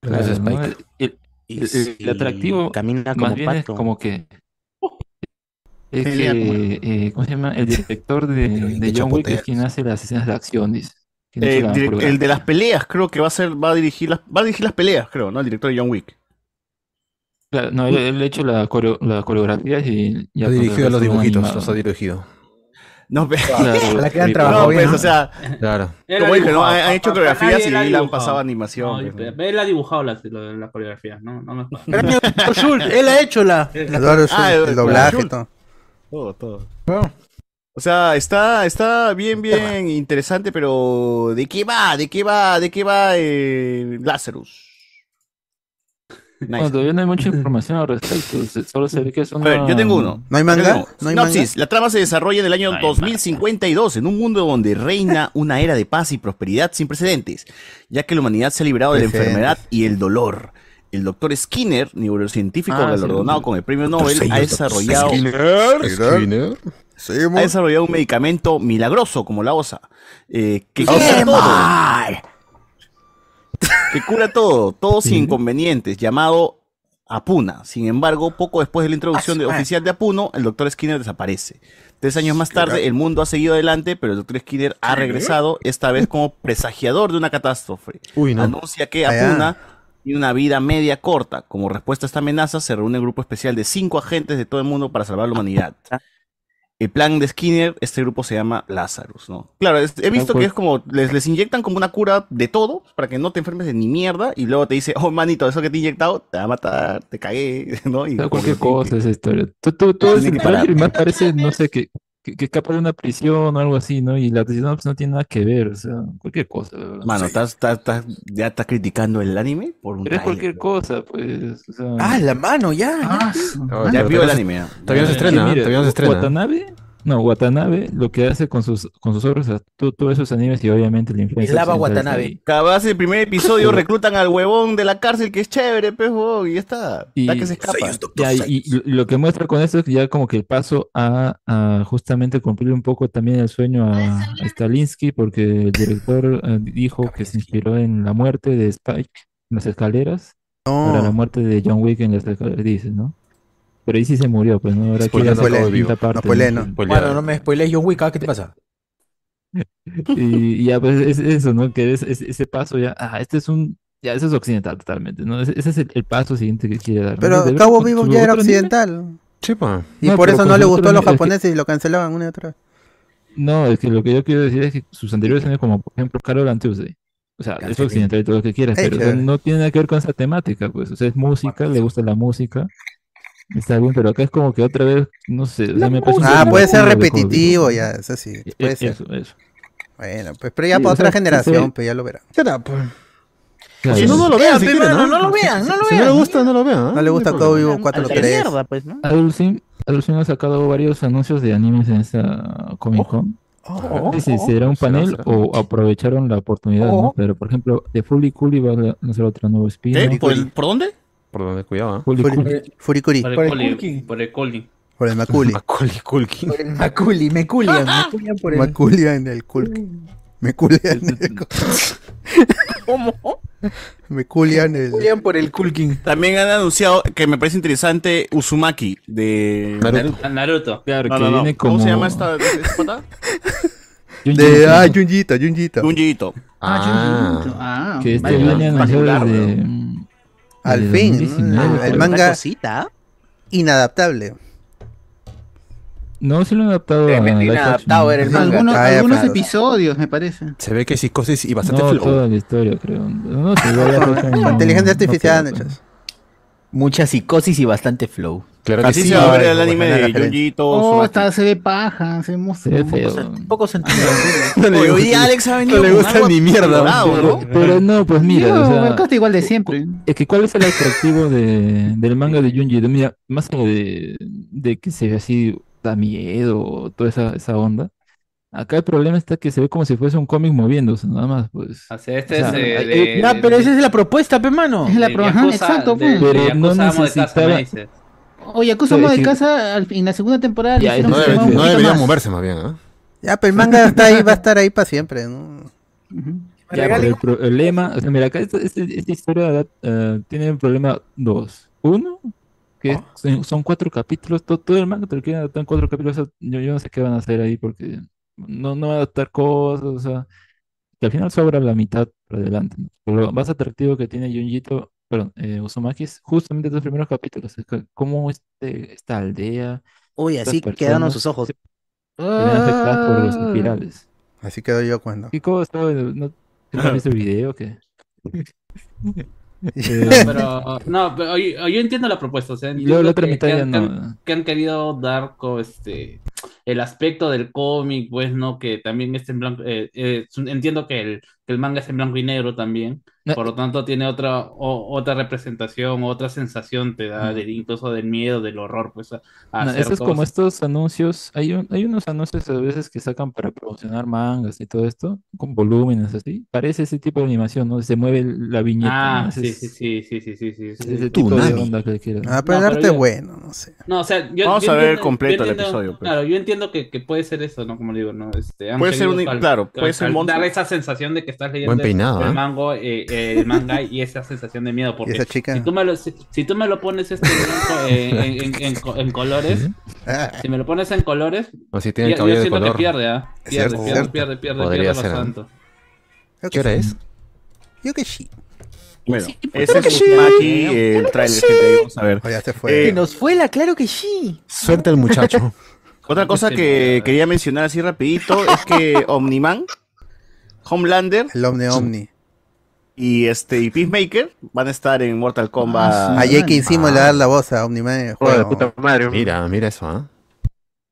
S2: Pero es
S15: Claro, ¿no?
S2: Spike.
S15: El- El, el- el atractivo
S5: camina
S15: más
S5: como
S15: bien es
S5: pato.
S15: como que es
S5: Pelea
S15: que,
S5: como-
S15: eh, ¿cómo se llama? El director de, de John Wick es quien hace las escenas de acción, dice. Quien hace
S2: Eh,
S15: la
S2: direc- el de
S15: coreografía.
S2: las peleas, creo que va a ser, va a dirigir las, va a dirigir las peleas, creo, ¿no? El director de John Wick.
S15: Claro, no, él, él ha hecho la, coreo- la coreografía y ya
S1: Ha dirigido los dibujitos, los
S15: los
S1: ha dirigido.
S2: No, pero...
S1: Ojalá que hayan
S2: no,
S1: trabajado bien,
S2: pues,
S1: ¿no?
S2: o sea,
S1: Claro.
S8: Él
S2: como
S8: ha
S2: dije, ¿no?
S8: dibujado,
S2: Han, han hecho
S8: papá, nadie
S2: coreografías y
S8: la ha
S2: le han
S8: dibujado.
S2: pasado animación.
S8: No,
S2: pues, ¿no?
S8: pero él ha dibujado las, lo- las coreografías, no, no me jodas.
S6: él ha hecho la.
S3: Eduardo Schultz, el doblaje, todo.
S2: Ah, Todo, todo. O sea, está, está bien, bien interesante, pero ¿de qué va? ¿De qué va? ¿De qué va eh, Lazarus?
S15: Bueno, todavía no hay mucha información al respecto, se- solo se ve que es
S2: A
S15: una...
S2: ver, yo tengo uno. Yo tengo uno.
S15: No hay manga.
S2: Sinopsis. La trama se desarrolla en el año 2052, en un mundo donde reina una era de paz y prosperidad sin precedentes, ya que la humanidad se ha liberado de la
S6: Precedentes.
S2: enfermedad y el dolor. El doctor Skinner, neurocientífico
S6: Ah, sí,
S2: galardonado
S6: doctor.
S2: con el premio
S6: Doctor
S2: Nobel, ha
S6: Skinner, doctor
S2: desarrollado.
S6: Skinner. Skinner.
S2: Ha desarrollado un medicamento milagroso como la osa, eh,
S6: ¡Qué
S2: que cura
S6: mal!
S2: todo, que cura todo, todo sin inconvenientes, llamado Apuna. Sin embargo, poco después de la introducción de- oficial de Apuno, el doctor Skinner desaparece. Tres años más tarde, el mundo ha seguido adelante, pero el doctor Skinner ha
S6: ¿Qué?
S2: regresado, esta vez como presagiador de una catástrofe.
S1: Uy, no.
S2: Anuncia que
S1: Allá.
S2: Apuna tiene una vida media corta. Como respuesta a esta amenaza, se reúne un grupo especial de cinco agentes de todo el mundo para salvar la humanidad. El plan de Skinner, este grupo se llama Lazarus, ¿no? Claro, es- he visto que es como, les, les inyectan como una cura de todo, para que no te enfermes de ni mierda, y luego te dice, oh, manito, eso que te he inyectado te va a matar, te cagué, ¿no? Y
S15: O sea,
S2: como
S15: cualquier
S2: que-
S15: cosa esa historia. Tú- tú- todo
S2: Sin
S15: ese
S2: parar.
S15: tráiler más parece, no sé, que, que, que escapa de una prisión o algo así, ¿no? Y la prisión pues, no tiene nada que ver, o sea, cualquier cosa, de verdad.
S2: Mano, ¿estás, estás- estás- ya estás criticando el anime por un
S15: Pero es
S2: tráiler.
S15: cualquier cosa, pues. o sea-
S6: Ah, la mano, ya.
S12: Ah,
S2: Ya
S15: pero
S2: vio el
S15: todavía se-
S2: anime, ¿no?
S15: todavía no se
S2: Eh,
S15: estrena,
S2: mire,
S15: ¿eh? todavía no se estrena.
S2: Watanabe,
S15: No, Watanabe lo que hace con sus, con sus obras, o sea, tú- todos esos animes y obviamente la influencia. occidental está ahí.
S2: Acabas el primer episodio, reclutan al huevón de la cárcel, que es chévere, pejo, y ya está.
S15: Y,
S2: Está que se escapa.
S15: ya, y- y lo que muestra con eso es ya como que el paso a, a justamente cumplir un poco también el sueño a, a Stalinsky, porque el director eh, dijo que se inspiró en la muerte de Spike en las escaleras, para la muerte de John Wick en las escaleras, dice, ¿no? Pero ahí sí se murió, pues no, ahora quiere
S1: Spoiler,
S15: hacer
S1: spoiler,
S15: la quinta
S1: no,
S15: parte,
S1: spoiler, no.
S15: Bueno,
S6: Bueno, no me spoilees John Wick, ah, ¿qué te pasa?
S15: y y ya, pues es eso, ¿no? Que es, es- ese paso ya. Ah, este es un. Ya, eso es occidental totalmente, ¿no? Ese, ese es el, el paso siguiente que quiere dar. ¿no?
S3: Pero
S15: De ver
S3: Cabo
S15: con
S3: Vivo
S15: su
S3: ya era
S15: otro anime.
S3: occidental.
S1: Sí, pues.
S3: Y
S15: No,
S3: por
S15: pero
S3: eso
S15: con
S3: no le
S15: su
S3: gustó
S15: otro
S3: a
S15: anime,
S3: los
S15: es que-
S3: japoneses y lo cancelaban una y otra vez.
S15: no, es que lo que yo quiero decir es que sus anteriores años, como por ejemplo Carol and Tuesday. O sea, es
S16: Cancelín.
S15: occidental y todo lo que quieras,
S16: Ey,
S15: pero o sea,
S16: chévere.
S15: no tiene nada que ver con esa temática, pues. O sea, es música, le gusta la música. Está bien, pero acá es como que otra vez, no sé. o sea, me parece Pues un
S3: Ah,
S15: poco
S3: puede ser
S15: locura de Cabo Vivo.
S3: repetitivo, ya, eso sí.
S15: E-
S3: Puede ser.
S15: Eso, eso.
S3: Bueno, pues pero ya
S15: Sí,
S3: para
S15: o
S3: otra
S15: sea,
S3: generación,
S15: sí.
S3: pues ya lo verán.
S1: Será, pues.
S15: Claro.
S1: Si no, no lo vean, si quieren, ¿no? Si no le gusta, no lo ¿eh? vean.
S3: No le gusta Cabo Vivo 4 3.
S15: Adult Swim- Adult Swim ha sacado varios anuncios de animes en esta Comic Con.
S1: Oh.
S15: No sé si será un
S1: Será,
S15: panel
S1: será.
S15: o aprovecharon la oportunidad, ¿no?
S1: Oh.
S15: Pero, por ejemplo, de Fully Cooley va a lanzar otro nuevo spin.
S2: ¿Eh? ¿Por, el- por dónde?
S1: Por donde cuidaba.
S15: Fully Cooley.
S3: Furikuri.
S8: Por
S4: Por
S8: el
S4: el
S8: Colin.
S4: Culkin.
S8: Por el Colin.
S3: Por el Maculi.
S1: Maculi, Culkin.
S4: Por el Maculi, me
S8: Ah,
S4: culian, me culian por el.
S3: Maculia Ah, en el culki. Me culian en el
S4: ¿Cómo?
S3: Me culian el.
S4: Culian por el Culkin.
S2: También han anunciado que me parece interesante Uzumaki de Naruto.
S8: A Ah, Naruto.
S15: Claro,
S2: No,
S15: que
S2: no, no.
S15: viene
S2: ¿Cómo
S15: como...
S2: se llama este? esta? esta pata?
S3: De, ah, Junjito, Junjito.
S2: Junjiito.
S1: Ah,
S15: Junjiito.
S16: Ah,
S15: Que este
S3: vale,
S15: viene anunciado
S3: particular,
S15: desde...
S3: Al
S15: desde
S3: fin,
S15: 2019,
S3: ¿no? el, el
S15: creo.
S3: manga inadaptable.
S15: No, sí lo han adaptado
S1: Eh,
S15: a live action.
S16: Algunos,
S1: Ah, ya,
S16: algunos
S1: claro.
S16: episodios, me parece.
S1: Se ve que psicosis y bastante
S15: no,
S1: flow.
S15: toda la historia, creo. No, sí, igual ya lo hacen, no,
S3: Inteligencia
S15: no
S3: artificial,
S15: creo,
S3: hechas.
S6: Mucha psicosis y bastante flow.
S1: Claro
S2: Así se va a ver el anime de Junjiito.
S16: Oh,
S2: Uzumaki.
S16: está, se ve paja, se ve mos-
S15: Se ve feo.
S4: Poco sentido.
S2: Oye, hoy día Alex ha venido
S1: No le
S2: con
S1: gusta
S2: algo
S1: ni mierda,
S2: colorado, ¿no?
S15: Pero no, pues mira,
S16: Yo,
S15: o sea,
S16: el coste igual de siempre.
S15: es que ¿cuál es el atractivo de, del manga de Junji? De- Mira, más allá de, de que se ve así, da miedo, o toda esa, esa onda. Acá el problema está que se ve como si fuese un cómic moviéndose, nada más, pues.
S8: O sea, este
S15: O sea,
S8: es eh,
S15: hay-
S8: de.
S4: Ya,
S8: de-
S4: pero esa es la propuesta, pe mano.
S16: Es la
S8: del
S16: pro- ajá,
S8: Yakuza-
S16: exacto,
S8: del-
S16: pues.
S8: del
S15: Pero no
S8: Yakuza amo de casa, me
S15: necesitaba-
S8: dices.
S16: Oye, acusa
S15: Sí,
S16: de
S15: sí.
S16: casa al- en la segunda temporada. le
S15: Ya,
S16: hicieron
S1: No,
S16: que
S1: debe-
S16: se mueva un
S1: no
S16: poquito
S1: debería
S16: más.
S1: moverse más bien, ¿ah?
S3: Ya, Ah, pero el manga está ahí, va a estar ahí para siempre, ¿no?
S15: Ya, pero el problema, o sea, mira, acá esta, esta- esta historia da- eh, tiene un problema dos. Uno, que es- son, son cuatro capítulos, to- todo el manga te lo quieren adaptar en cuatro capítulos, o sea, yo, yo no sé qué van a hacer ahí porque no, no van a adaptar cosas, o sea, que al final sobra la mitad para adelante, ¿no? Pero Lo más atractivo que tiene Junjito, perdón, eh, Uzumaki es justamente los primeros capítulos, es que cómo este, esta aldea,
S5: Uy,
S15: estas
S5: así quedaron
S15: personas
S5: sus ojos.
S15: se ven afectadas por
S8: Ah.
S15: los espirales.
S3: Así quedo yo cuando.
S15: ¿Qué cosa? ¿No, ¿Qué no has visto el video o qué?
S8: No,
S15: Eh,
S8: pero, no, pero yo, yo entiendo la propuesta. O sea,
S15: Y luego la
S8: entiendo
S15: otra
S8: que,
S15: mitad
S8: que
S15: ya
S8: han,
S15: no.
S8: que han- que han querido dar co- este, el aspecto del cómic, pues, ¿no? Que también es en blanco. eh, eh, es un- entiendo que el, que el manga es en blanco y negro también.
S15: No.
S8: Por lo tanto, tiene otra, o- otra representación, otra sensación, te da del, incluso del miedo, del horror, pues. A, a
S15: no,
S8: hacer
S15: eso es como este
S8: cosas.
S15: estos anuncios. Hay, un- hay unos anuncios a veces que sacan para promocionar mangas y todo esto, con volúmenes así. Parece ese tipo de animación, ¿no? Se mueve la viñeta.
S8: Ah,
S15: ¿no? Ese
S8: sí,
S15: es-
S8: sí, sí, sí, sí, sí, sí, sí.
S15: ese tipo de onda que quieras.
S3: Ah, pero
S8: No,
S3: el
S8: pero
S3: arte
S8: yo-
S3: es bueno, no sé.
S8: No, o sea, yo,
S2: Vamos
S8: yo
S2: a ver
S8: entiendo- yo
S2: completo el
S8: entiendo-
S2: episodio, pues.
S8: Claro, yo entiendo que, que puede ser eso, ¿no? Como le digo, ¿no? Este, han
S2: Puede ser
S8: querido
S2: un- claro, puede ser un monstruo.
S8: Dar esa sensación de que estás leyendo
S1: Buen peinado,
S8: el,
S1: ¿eh?
S8: mango, eh, eh, el manga y esa sensación de miedo. Porque
S1: esa chica?
S8: Si, tú me lo, si, si tú me lo pones este blanco, eh, en, en- en co- en colores, si me lo pones en colores,
S1: O si Pues tiene el
S8: yo-
S1: cabello
S8: yo
S1: de
S8: siento
S1: color.
S8: que pierde, ¿ah?
S1: Es
S8: Pierde,
S1: cierto,
S8: pierde,
S1: cierto.
S8: pierde, pierde,
S1: Podría
S8: pierde
S1: ser, ¿eh?
S8: bastante.
S1: ¿Qué hora es?
S3: Yo que sí.
S2: Bueno,
S4: Sí, pues,
S2: ese
S4: claro
S2: es
S4: que sí.
S2: Maki, eh, el trailer que te vamos a ver.
S3: Oh,
S4: Que
S2: Eh,
S4: nos fue la, claro que sí.
S1: Suelta el muchacho.
S2: Otra cosa
S4: Este
S2: que quería mencionar así rapidito es que Omniman, Homelander,
S3: el Omni Omni
S2: y este y Peacemaker van a estar en Mortal Kombat.
S3: A Jake encima le da la voz a Omniman en el juego.
S1: Mira, mira eso, ¿ah?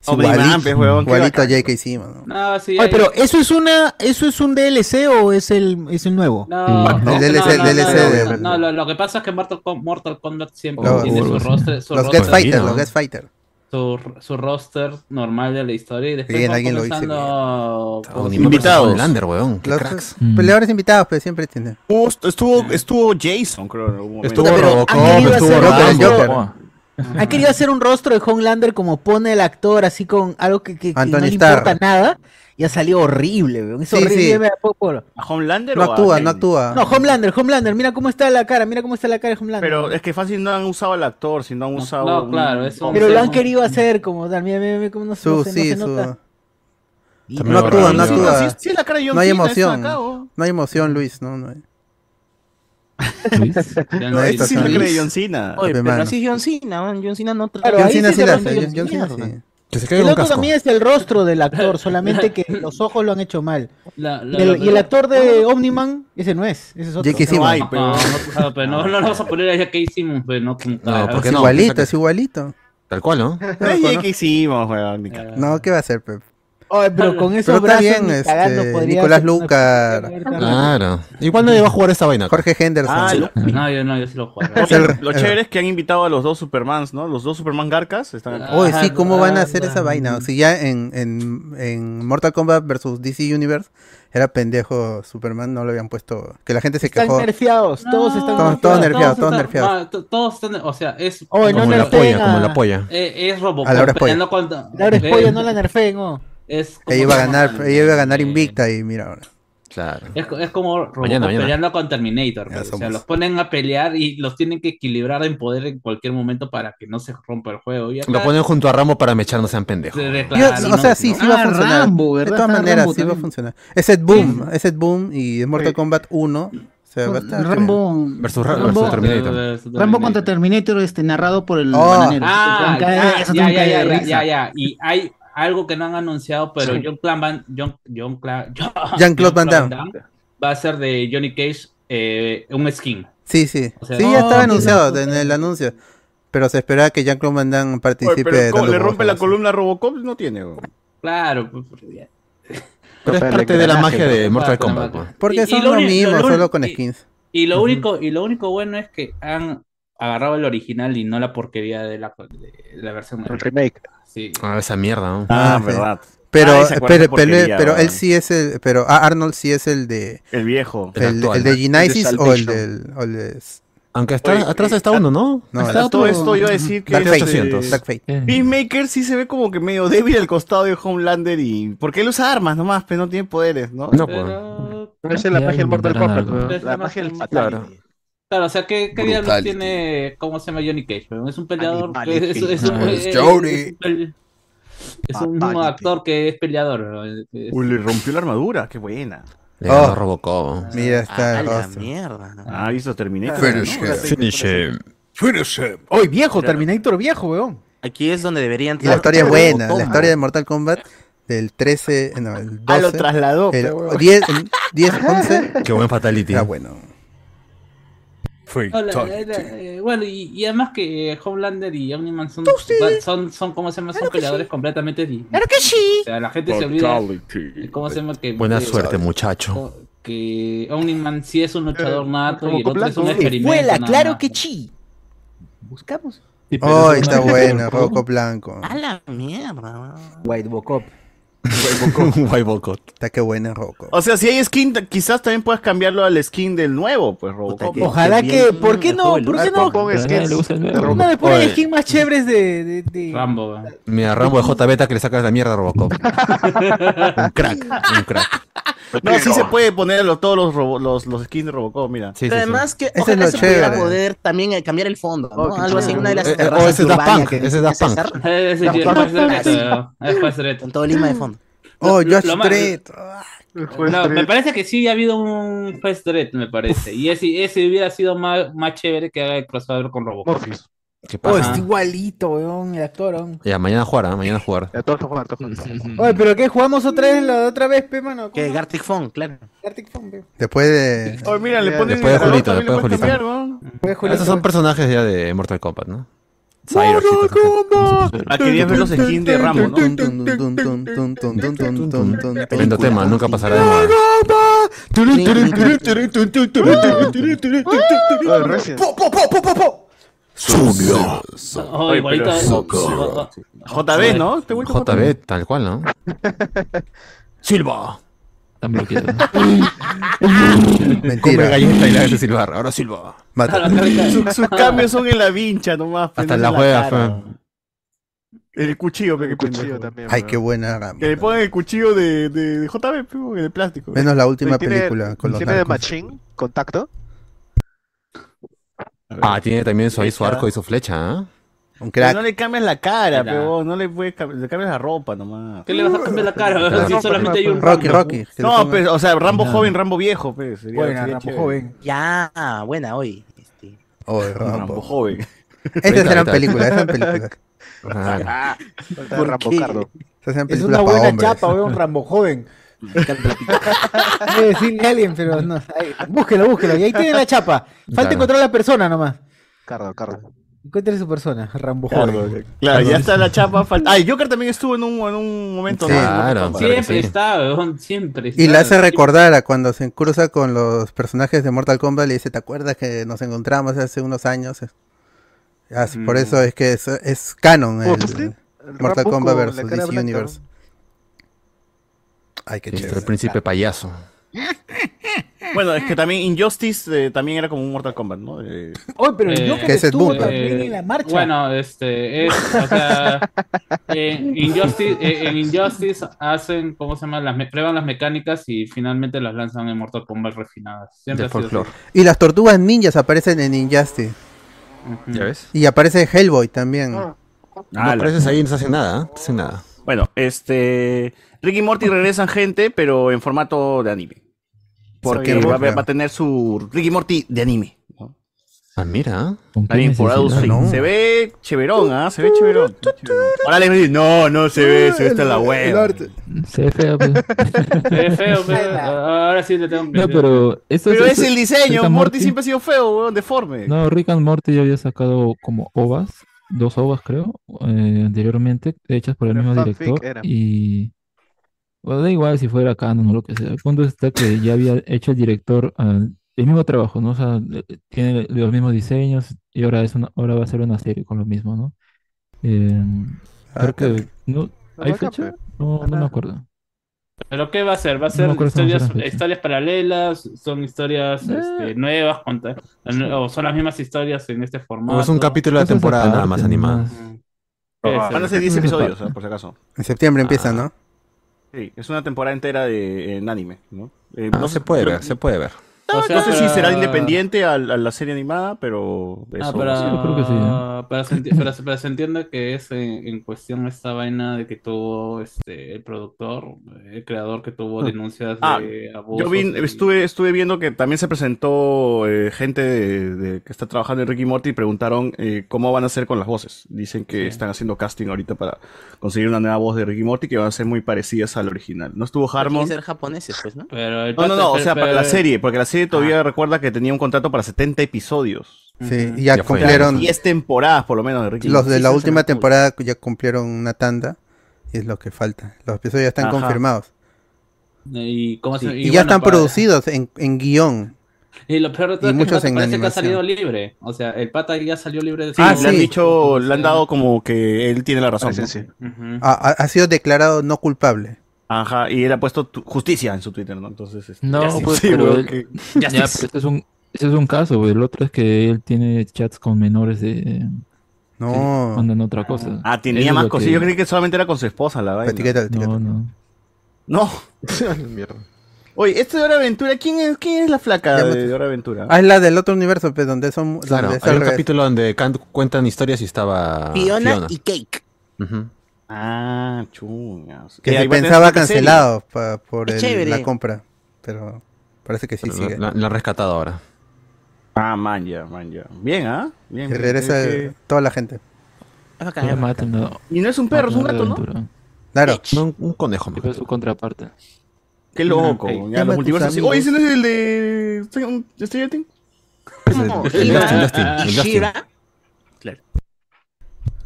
S3: Es igualito,
S2: pues,
S3: igualito a Jake encima. ¿no?
S8: No, sí,
S4: Oye,
S8: hay-
S4: pero eso es una, eso es un DLC o es el, es el nuevo.
S8: No,
S3: El DLC,
S8: no, no,
S3: DLC
S8: no,
S3: de-
S8: no, no, lo, lo que pasa es que Mortal, Com- Mortal Kombat siempre
S3: Los-
S8: tiene su
S3: los-
S8: roster. Su
S3: los
S8: roster
S3: Get Fighter, los Get Fighter.
S8: Su, su roster normal de la historia y después
S3: Bien,
S8: van
S3: alguien lo hizo
S8: comenzando con-
S1: Omniman Invitados. versus Homelander, weón, qué
S3: Los
S1: cracks.
S3: Peleadores invitados, pero siempre tienen.
S2: Estuvo, estuvo, estuvo Jason, creo. en algún momento.
S1: Estuvo Pero Robocop, han querido estuvo hacer- Rambo.
S4: Ha querido hacer un rostro de Homelander como pone el actor, así con algo que, que- que no
S3: Anthony
S4: le
S3: Starr.
S4: importa nada. Y ha salido horrible, weón. Es
S3: Sí,
S4: horrible.
S3: sí.
S4: me da poco- poco.
S2: ¿A Homelander
S3: No
S2: o a
S3: actúa,
S2: Jane?
S3: no actúa.
S4: No, Homelander, Homelander, mira cómo está la cara, mira cómo está la cara de Homelander.
S2: Pero es que fácil no han usado al actor, sino han usado.
S8: no, claro, es un-
S4: Pero lo han querido hacer como tal, mira, mira, mira cómo no, se- no
S3: Su,
S4: se, no
S3: sí,
S4: se
S3: su.
S4: nota.
S3: No actúa, no
S2: Sí, sí,
S3: actúa.
S2: sí, es la cara de John
S3: No hay
S2: Cena, es
S3: emoción.
S2: acá, ¿o?
S3: No hay emoción, Luis. No, no hay.
S2: No,
S3: ahí
S2: ese
S3: está
S2: sí la
S3: Luis.
S2: cara de John Cena.
S5: Oye, pero
S3: Hermano.
S5: así es John Cena, man. John Cena no trae.
S4: Claro,
S3: John
S4: ahí
S3: Cena
S4: sí
S3: sí
S4: te
S3: la
S4: rompe
S3: hace,
S4: los
S3: John Cena
S4: mierda.
S3: sí.
S1: Que se
S4: El
S1: caiga un
S4: otro
S1: casco.
S4: también es el rostro del actor, solamente que los ojos lo han hecho mal.
S8: La- la-
S4: y, el,
S8: la-
S4: y el actor de Omniman, ese no es, ese es otro.
S3: Jake Simmons.
S8: No, no, no, pero no, no lo vas a poner allá que hicimos, pues, no, como
S1: No,
S8: cara.
S1: ¿por qué
S3: Es
S1: no?
S3: igualito, es igualito.
S1: Tal cual, ¿no?
S2: No es Jake que hicimos, weón.
S3: No, ¿qué va a hacer, Pep?
S4: Oye, pero con
S3: Pero
S4: esos
S3: está
S4: brazos
S3: bien,
S4: ni cagando
S3: este,
S4: podría
S3: Nicolás
S4: hacer una-
S3: Lucar.
S1: Claro. Igual nadie va a jugar esta vaina.
S3: Jorge Henderson.
S2: Ah, lo-
S8: No, yo no, yo sí lo juego.
S2: Oye, lo chévere es que han invitado a los dos Supermans, ¿no? Los dos Superman Garcas están acá.
S3: Oye, sí, ¿cómo van a hacer esa vaina? Si ya en, en, en Mortal Kombat vs. DC Universe era pendejo Superman, no lo habían puesto. Que la gente se
S4: Están
S3: quejó.
S4: nerfeados, todos están
S3: Todos- todos nerfeados, todos
S8: están-
S3: nerfeados.
S8: ah, to- Todos están, o sea, es
S4: Oye, no Como la nerfeen polla, a- como
S1: la polla.
S8: Eh, es Robocop
S3: A Laura Espolla.
S8: peleando contra
S4: Laura Espolla,
S8: eh,
S4: no la nerfeen, oh.
S8: es como-
S3: Ella iba a ganar, ella iba a ganar invicta y mira ahora.
S1: Claro.
S8: Es, co- es como Robocop
S1: Mañana, mañana.
S8: peleando con Terminator. pues. O sea,
S1: somos.
S8: los ponen a pelear y los tienen que equilibrar en poder en cualquier momento para que no se rompa el juego. Y acá-
S1: Lo ponen junto a Rambo para mechar, no sean pendejos.
S8: De- de-
S3: Yo-
S8: claro,
S3: o sea,
S8: no,
S3: sí,
S8: no.
S3: sí va
S8: Ah,
S3: a funcionar.
S8: Rambo,
S3: de
S8: ¿verdad?
S3: todas
S8: Está
S3: maneras,
S8: Rambo
S3: sí va a
S8: también.
S3: funcionar. Ese Boom, ese Boom y Mortal Kombat 1. se va a estar
S16: Rambo.
S3: creyendo.
S1: Versus Ra-
S16: Rambo,
S1: versus
S8: eh,
S1: Terminator.
S16: Rambo contra Terminator, este, narrado por el
S3: Oh. eh,
S16: bananero. Eso
S8: Ah,
S16: te van a
S8: ya,
S16: caer- eso te
S8: ya,
S16: van a
S8: ya,
S16: caer de
S8: ya,
S16: risa.
S8: ya, ya. Y hay algo que no han anunciado, pero
S16: Sí.
S8: John Clan Van, John, John Cla- John-
S3: Jean-Claude Van
S8: Jean-Claude
S3: Damme.
S8: va a ser de Johnny Cage eh, un skin.
S3: Sí, sí.
S8: O sea,
S3: sí, ya
S8: no,
S3: estaba
S8: no,
S3: anunciado en el anuncio. Pero se esperaba que Jean-Claude Van Damme participe.
S2: Oye, pero ¿cómo
S3: dando
S2: le
S3: voz
S2: rompe
S3: a
S2: la
S3: eso.
S2: columna a Robocop, no tiene, weón.
S8: Claro. pues, porque-
S1: Pero es parte de la magia de Mortal Kombat. pues. weón.
S3: Porque
S8: Y- y
S3: son
S8: lo
S3: lo
S8: uni-
S3: mismo,
S8: lo uni-
S3: solo con
S8: y-
S3: skins.
S8: Y lo único, y lo único bueno es que han agarrado el original y no la porquería de la, de la versión. El remake. Sí.
S1: Ah, esa mierda, ¿no?
S2: Ah,
S3: sí.
S2: verdad.
S3: Pero,
S2: Ah, esa
S3: pero,
S2: cuarta
S3: pero-
S2: porquería,
S3: pero él
S2: weón.
S3: sí es el. Pero ah, Arnold sí es el de.
S2: El viejo.
S1: El
S3: El,
S1: actual.
S3: el de Genesis
S2: El de
S3: o el
S2: Salvation.
S3: del. o el de-
S1: Aunque está-
S2: Oye,
S1: atrás
S2: eh,
S1: está uno, ¿no?
S3: No,
S2: Hasta
S3: el-
S2: todo esto iba a decir que
S1: Dark
S2: este-
S1: Fate 800.
S3: Dark Fate.
S2: Peacemaker sí se ve como que medio débil al costado de Homelander y porque él usa armas nomás, pero no tiene poderes, ¿no?
S8: Eh,
S1: No, pues.
S8: Pero,
S17: Esa es la
S8: Ya
S17: magia del Mortal
S8: inventarán
S17: Kombat.
S8: algo.
S17: ¿no?
S8: Es la magia del
S17: Claro.
S8: Claro, o sea, ¿qué, qué diablos
S17: Brutality.
S8: tiene, cómo se llama Johnny Cage? weón? Es un peleador que es,
S17: Animality.
S8: es, es un,
S17: Ah, es
S8: es-
S17: Johnny.
S8: es un pel- es un
S2: Fatality.
S8: actor que es peleador. weón. Es-
S2: Uy, le rompió la armadura, qué buena. Oh.
S1: Le ganó Robocop.
S3: Mira, está
S2: Eh, Ah,
S3: el
S2: la
S3: rostro.
S2: Ah, hizo Terminator.
S3: Finish
S2: ¿no?
S3: him.
S1: Finish him.
S2: Finish him.
S6: Hoy viejo, Terminator viejo, weón.
S5: Aquí es donde deberían
S3: Y la historia es buena, la historia de Mortal Kombat del 13, no, el 12.
S6: Ah, lo trasladó,
S3: el
S6: pe, huevón.
S3: 10, el 10, 11.
S1: Qué buen fatality.
S3: Era bueno.
S8: Hola, era- eh, bueno, y, y además que eh, Homelander y Omniman son, son, son, ¿cómo se llama? Son peleadores completamente distintos.
S14: Claro que sí.
S8: O sea, la gente se olvida. ¿Cómo se llama? Que,
S1: Buena
S8: que-
S1: suerte, muchacho.
S8: Que Omniman sí
S3: Eh,
S8: es un luchador nato y el otro es un
S4: Blanco.
S8: experimento.
S4: Escuela,
S8: nada
S4: claro
S8: más.
S4: que chi. Buscamos.
S3: Oh, está bueno, Robocop blanco.
S5: A la mierda.
S4: White Bocop.
S1: White Bocop.
S3: Está que buena Robocop.
S2: O sea, si hay skin, quizás también puedas cambiarlo al skin del nuevo, pues Robocop.
S4: Ojalá que, ¿por qué no? ¿Por qué no?
S2: Pon skins.
S4: No me ponen
S1: Oye.
S4: skins más chéveres de, de, de-
S8: Rambo.
S1: Mira, Rambo de J Beta que le sacas la mierda a Robocop. un crack, un crack.
S2: No, sí se puede poner los- todos los, robo- los, los skins de Robocop, mira.
S5: Pero además que
S3: es
S5: ojalá
S3: lo
S5: se pudiera
S3: chévere.
S5: poder también eh, cambiar el fondo, ¿no?
S3: Oh, qué
S5: Algo así,
S3: chévere.
S5: una de las
S3: Eh, eh,
S5: terrazas
S3: oh, ese es Daft
S5: urbanas
S3: Punk,
S5: que
S3: ese es
S5: tenía
S1: Daft Punk.
S5: César.
S8: Eh, sí, sí,
S5: Daft Punk.
S8: es Fast Retro, es Fast Retro.
S5: Con todo Lima de fondo.
S3: Oh, Josh
S8: lo más-
S3: Dredd.
S8: Eh, No, me parece que sí ha habido un Fast Dread, me parece. Y ese, ese hubiera sido más, más chévere que haga el crossover con Robocop.
S1: ¿Qué
S4: Oh,
S1: pasa?
S4: está igualito, weón, el actor, weón.
S1: Ya, mañana jugar, ¿ah? mañana jugar.
S3: Mm.
S4: Oye, pero ¿qué? ¿Jugamos otra vez la otra vez, pe, mano?
S5: Que Gartic Phone, claro.
S4: Gartic Phone, pe.
S3: Después de.
S2: Oye, Oh, mira, le ponen
S1: Después de
S2: el
S1: Julito,
S2: también
S1: después de
S2: le pueden
S1: Julito.
S2: cambiar, ¿no?
S1: Esos son personajes ya de Mortal Kombat, ¿no? Cyrus.
S2: Ah, querías ver los skins de Rambo, ¿no?
S1: Tremendo tema, nunca pasará de moda.
S8: Oh, igualito.
S1: eh. Sub-Zero.
S2: JB, ¿no? Este güey como-
S1: JB, tal cual, ¿no? Silva. Come galleta y la hace silbar. Ahora Silva.
S3: Mata.
S2: Sus, sus cambios son en la vincha nomás. pues,
S1: Hasta
S2: no
S1: la
S2: en
S1: juega,
S2: cara.
S1: fe.
S2: El cuchillo, pe, que cuchillo también.
S3: Ay, qué buena Rambo.
S2: Que le pongan el cuchillo de, de, de JB, pe, de plástico.
S3: Menos la última
S17: ¿Tiene-
S3: película con los
S17: ¿Tiene de
S3: narcos.
S17: Machín? ¿Contacto?
S1: Ah, tiene también su, ahí su arco y su flecha, ¿ah?
S3: Un
S2: Pero No le cambias la cara,
S1: Mira.
S2: pero no le puedes cambiar, le cambias la ropa nomás.
S8: ¿Qué le vas a cambiar la cara?
S2: Claro.
S8: Si solamente hay un
S3: Rocky,
S8: Rambo.
S3: Rocky. que le
S2: No,
S3: pongan-
S2: pero, o sea, Rambo joven, Rambo viejo, pe, sería- sería chévere.
S5: Ya, buena hoy. este.
S3: Oh,
S2: Rambo.
S3: Rambo. Este
S2: joven.
S3: Estas eran películas, estas eran películas.
S17: Ah,
S3: ¿Por
S17: Rambo
S3: qué?
S17: Cardo.
S3: Estas eran
S4: Es
S3: películas
S4: una
S3: para
S4: buena
S3: hombres.
S4: chapa, weón, Rambo joven. Voy a decirle a alguien, pero no. ahí, Búsquelo, búsquelo. Y ahí tiene la chapa. Falta
S17: Claro.
S4: encontrar la persona nomás.
S17: Cardo, Cardo.
S4: Encuentre su persona, Rambo
S2: Claro,
S4: joven.
S2: Claro, ya está la chapa. falta- Ay, Joker también estuvo en un, en un momento.
S3: Sí,
S2: ¿no?
S3: claro,
S2: Sí,
S8: Siempre
S1: sí.
S8: está, weón, siempre está.
S3: Y la hace recordar a cuando se cruza con los personajes de Mortal Kombat, le dice, ¿te acuerdas que nos encontramos hace unos años? Ah, sí, Por eso es que es, es canon
S17: Oh,
S3: el-
S17: sí. El
S3: Mortal
S17: Rambo
S3: Kombat
S17: con la
S3: versus
S17: cara
S3: DC
S17: blanca.
S3: Universe. Ay, qué
S1: Listo,
S3: chévere.
S1: el príncipe payaso.
S2: Bueno, es que también Injustice eh, también era como un Mortal Kombat, ¿no? Eh,
S4: Oye, pero el
S2: Eh,
S4: Joker
S2: que es Ed
S4: estuvo
S2: Boon, pero-
S4: también en la marcha.
S8: Bueno, este, es, o sea, en Injustice, eh, en Injustice hacen, ¿cómo se llama? Las, me- prueban las mecánicas y finalmente las lanzan en Mortal Kombat refinadas. Siempre
S1: De
S8: ha sido
S1: folclore.
S8: así.
S3: Y las tortugas ninjas aparecen en Injustice.
S1: ¿Ya ves?
S3: Y aparece Hellboy también.
S1: No
S2: Ah, la-
S1: apareces ahí y no se hace nada, ¿ah? No se hace nada.
S2: Bueno, este. Ricky y Morty regresan gente, pero en formato de anime. Porque ah.
S1: Sabía.
S2: va, va- va a tener su Ricky y Morty de anime.
S1: Ah, mira.
S2: También por Adult Swim. Se ve cheverón, ¿ah? Se ve cheverón. Ahora les voy a decir, no, no se ve, se ve hasta la web.
S15: Se ve feo, pues. pe.
S8: Se ve feo, pero ahora sí le tengo que
S15: No, pero eso
S2: Pero es
S15: eso-
S2: el
S15: Rick
S2: diseño,
S15: and
S2: Morty siempre ha sido feo, weón, deforme.
S15: No, Rick and Morty ya había sacado como ovas, dos ovas creo, eh, anteriormente, hechas por el mismo
S17: fanfic
S15: director.
S17: era.
S15: Y bueno, da igual si fuera canon o lo que sea. El punto está que ya había hecho el director ah, el mismo trabajo, ¿no? O sea, eh, tiene los mismos diseños y ahora es una, ahora va a ser una serie con lo mismo, ¿no? Eh, creo que no,
S17: Ah,
S15: ¿hay
S17: acá,
S15: fecha? No, no me acuerdo.
S8: ¿Pero qué va a ser? ¿Va a
S15: No
S8: ser
S15: me acuerdo cómo se
S8: historias,
S15: llama.
S8: historias paralelas? ¿Son historias este, nuevas? conta- ¿O son las mismas historias en este formato?
S1: O es un capítulo de la temporada nada más
S15: aparte,
S1: animada.
S15: nomás.
S8: ¿Qué es?
S2: Van a ser 10
S15: Eso es
S2: episodios,
S15: aparte.
S2: ¿ah? por si acaso.
S3: En septiembre empieza, ¿no?
S2: Sí, es una temporada entera de, en anime, ¿no? Eh,
S1: Ah, se puede
S2: creo-
S1: ver, se puede ver.
S2: No,
S8: O sea,
S2: no sé si
S8: para-
S2: será independiente a, la a la serie animada, pero
S8: Ah,
S2: eso-
S8: para,
S3: ¿eh?
S8: para, se enti- para se- para se entienda que es en, en cuestión esta vaina de que tuvo este el productor, eh, el creador que tuvo denuncias
S2: Ah,
S8: de abuso.
S2: Yo vi- estuve, estuve viendo que también se presentó eh, gente de- de- que está trabajando en Ricky Morty y preguntaron eh, cómo van a hacer con las voces. Dicen que están haciendo casting ahorita para conseguir una nueva voz de Ricky Morty que van a ser muy parecidas al original. No estuvo Harmon.
S5: ser japoneses, pues, ¿no?
S8: Pero el
S2: No, no,
S8: pata-
S2: no, o
S8: pero-
S2: sea, para
S8: pero-
S2: la serie, porque la serie todavía recuerda que tenía un contrato para 70 episodios.
S3: Sí, y ya
S2: fue.
S3: cumplieron-
S2: 10 temporadas por lo menos de Ricky
S3: Los
S2: Morty.
S3: de
S2: Sí,
S3: la
S2: sí,
S3: última
S2: sí, sí.
S3: temporada ya cumplieron una tanda y es lo que falta. Los episodios ya están
S8: Ajá.
S3: confirmados.
S8: Y, cómo se-
S3: Sí,
S8: y
S3: y ya
S8: bueno,
S3: están
S8: para-
S3: producidos en, en guión.
S8: Y lo peor de todo
S3: y
S8: es que el
S3: muchos
S8: pata
S3: en
S8: parece que ha
S3: animación.
S8: salido libre. O sea, el pata ya salió libre de
S2: Sí,
S8: su-
S2: le han dicho, le han dado como que él tiene la
S3: Ah,
S2: razón. ¿no?
S8: Ujú.
S3: Ha, ha- ha sido declarado no culpable.
S2: Ajá, y él ha pusto tu- justicia en su Twitter, ¿no? Entonces, este,
S15: No,
S2: ya sí,
S15: pues,
S2: sí,
S15: pero
S2: weón,
S15: él-
S2: que-
S15: ya, pero este es un, ese es un caso, güey. El otro es que él tiene chats con menores de...
S3: No.
S15: que mandan otra cosa.
S2: Ah,
S15: Eso
S2: tenía
S15: es
S2: más
S15: lo
S2: cosas.
S15: que-
S2: Yo creí que solamente era con su esposa, la vaina.
S15: No, no.
S2: No. Oye, esto de Hora Aventura, ¿quién es, quién es la flaca
S3: Ya
S2: de,
S3: me-
S2: de Hora Aventura?
S3: Ah, es la del otro universo, pues, donde son donde
S1: Claro,
S3: es
S1: hay
S3: al
S1: un
S3: revés.
S1: capítulo donde can- cuentan historias y estaba
S5: Fiona,
S1: Fiona.
S5: y Cake.
S1: Ujú.
S2: Ah, chungas.
S3: Que
S2: Eh,
S3: se
S2: ahí va a tener
S3: pensaba
S2: su propia serie.
S3: cancelado pa- por
S2: Qué
S3: el-
S2: chévere.
S3: la compra. Pero parece que sí
S1: Pero
S3: sigue.
S1: La, la han rescatado ahora.
S2: Ah, man, ya, man, ya. Bien, ¿ah? Bien,
S3: Que
S2: bien,
S3: regresa
S2: eh, eh.
S3: toda la gente.
S15: Ya mátenlo.
S2: Y no es un perro, es un gato, ¿no?
S3: Claro.
S1: un, conejo.
S15: Es su contraparte.
S2: Qué
S15: Ok.
S2: loco. Ya,
S15: Llama a
S2: los
S15: tus
S2: multiversos. sí.
S15: amigos.
S2: Oye, ¿ese no es el de ¿de Stranger Things?
S5: No, el Shira Dustin, Dustin, y el Dustin. Shira.
S2: Claro.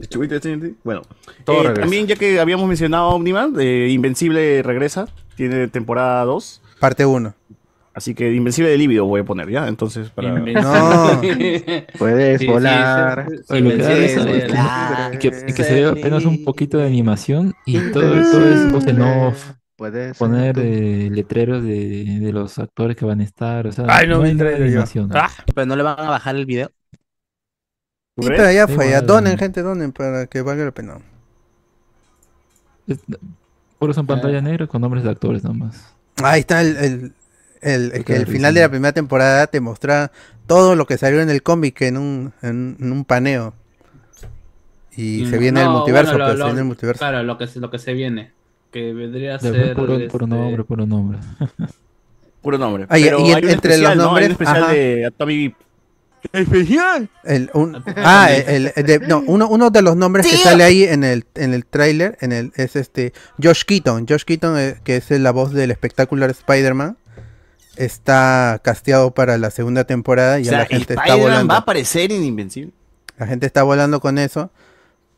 S2: ¿El chubito de Stranger Things? Bueno.
S1: Todo
S2: Eh,
S1: regresa.
S2: también, ya que habíamos mencionado a Omniman, eh, Invencible regresa. Tiene temporada 2.
S3: Parte 1.
S2: Así que Invencible de Líbido voy a poner ya. Entonces, para.
S3: No.
S17: Puedes volar.
S15: Oye, lo que da risa es que-
S3: Ah,
S17: volar.
S15: que, que se ve apenas un poquito de animación y todo, todo es voz en off. Poner eh, letreros de, de los actores que van a estar. O sea,
S5: Ay, no vi
S15: hay
S5: el
S15: nada de
S5: trailer yo. Ah,
S15: animación.
S5: Pero no le van a bajar el video.
S3: Sí, pero ya
S15: Da
S3: fue, ya.
S15: igual.
S3: Donen, gente, donen para que valga la pena.
S15: Puro son pantalla negra con nombres de actores nomás.
S3: Ahí está el, el, el- el que
S15: da
S3: el
S15: risa.
S3: final de la primera temporada te mostraba todo lo que salió en el cómic en un, en, en un paneo. Y se viene el
S8: Mm, No,
S3: multiverso,
S8: bueno, lo-
S3: pero se
S8: lo-
S3: viene el multiverso.
S8: Claro, lo que, se- lo que se viene. Que vendría a
S15: De
S8: ser.
S15: verdad, puro, puro
S8: este,
S15: nombre, puro nombre.
S2: Puro nombre.
S3: Ah, y-
S2: Pero
S3: y
S2: hay
S3: en-
S2: un
S3: entre los
S2: especial, ¿no? Hay un
S3: nombres,
S2: especial
S3: ajá.
S2: de Atomic. ¡Especial!
S3: El, un- ah, el, el de- no, uno, uno de los nombres que sale ahí en el, en el tráiler en el, es este Josh Keaton. Josh Keaton, eh, que es la voz del espectacular Spider-Man, está casteado para la segunda temporada y
S2: O
S3: ya
S2: sea,
S3: la gente está
S2: Spider-Man
S3: volando.
S2: va a aparecer en Invencible.
S3: La gente está volando con eso.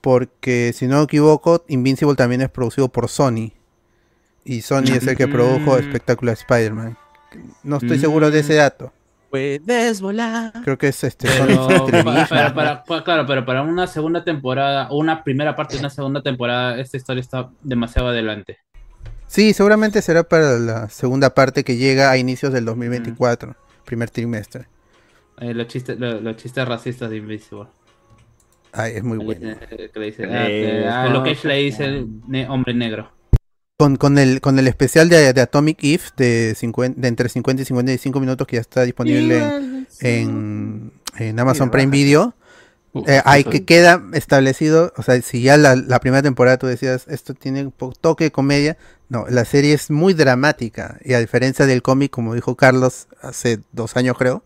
S3: Porque si no me equivoco, Invincible también es producido por Sony. Y Sony es el que produjo
S5: Mm.
S3: Espectacular Spider-Man. No estoy seguro de ese dato.
S5: Puedes volar.
S3: Creo que es este Sony
S8: Pero,
S3: es
S8: pa-
S3: Treviño.
S8: para- para- pa- claro, pero para una segunda temporada, o una primera parte de una segunda temporada, esta historia está demasiado adelante.
S3: Sí, seguramente será para la segunda parte que llega a inicios del 2024,
S15: Mm.
S3: primer trimestre.
S8: Eh, los, chistes, lo- los chistes racistas de Invisible. Eh,
S3: Ay, es muy bueno.
S8: Que le dice, ah, que- ah, lo que le dice el ne- hombre negro.
S3: Con, con el, con el especial de, de Atomic Eve de, 50 de entre 50 y 55 minutos que ya está disponible en, en- en Amazon Prime Video,
S15: Uf,
S3: eh, ahí
S15: eso
S3: que
S15: es.
S3: queda establecido, o sea, si ya la, la primera temporada tú decías, esto tiene un po- toque de comedia, no, la serie es muy dramática y a diferencia del cómic, como dijo Carlos hace dos años creo,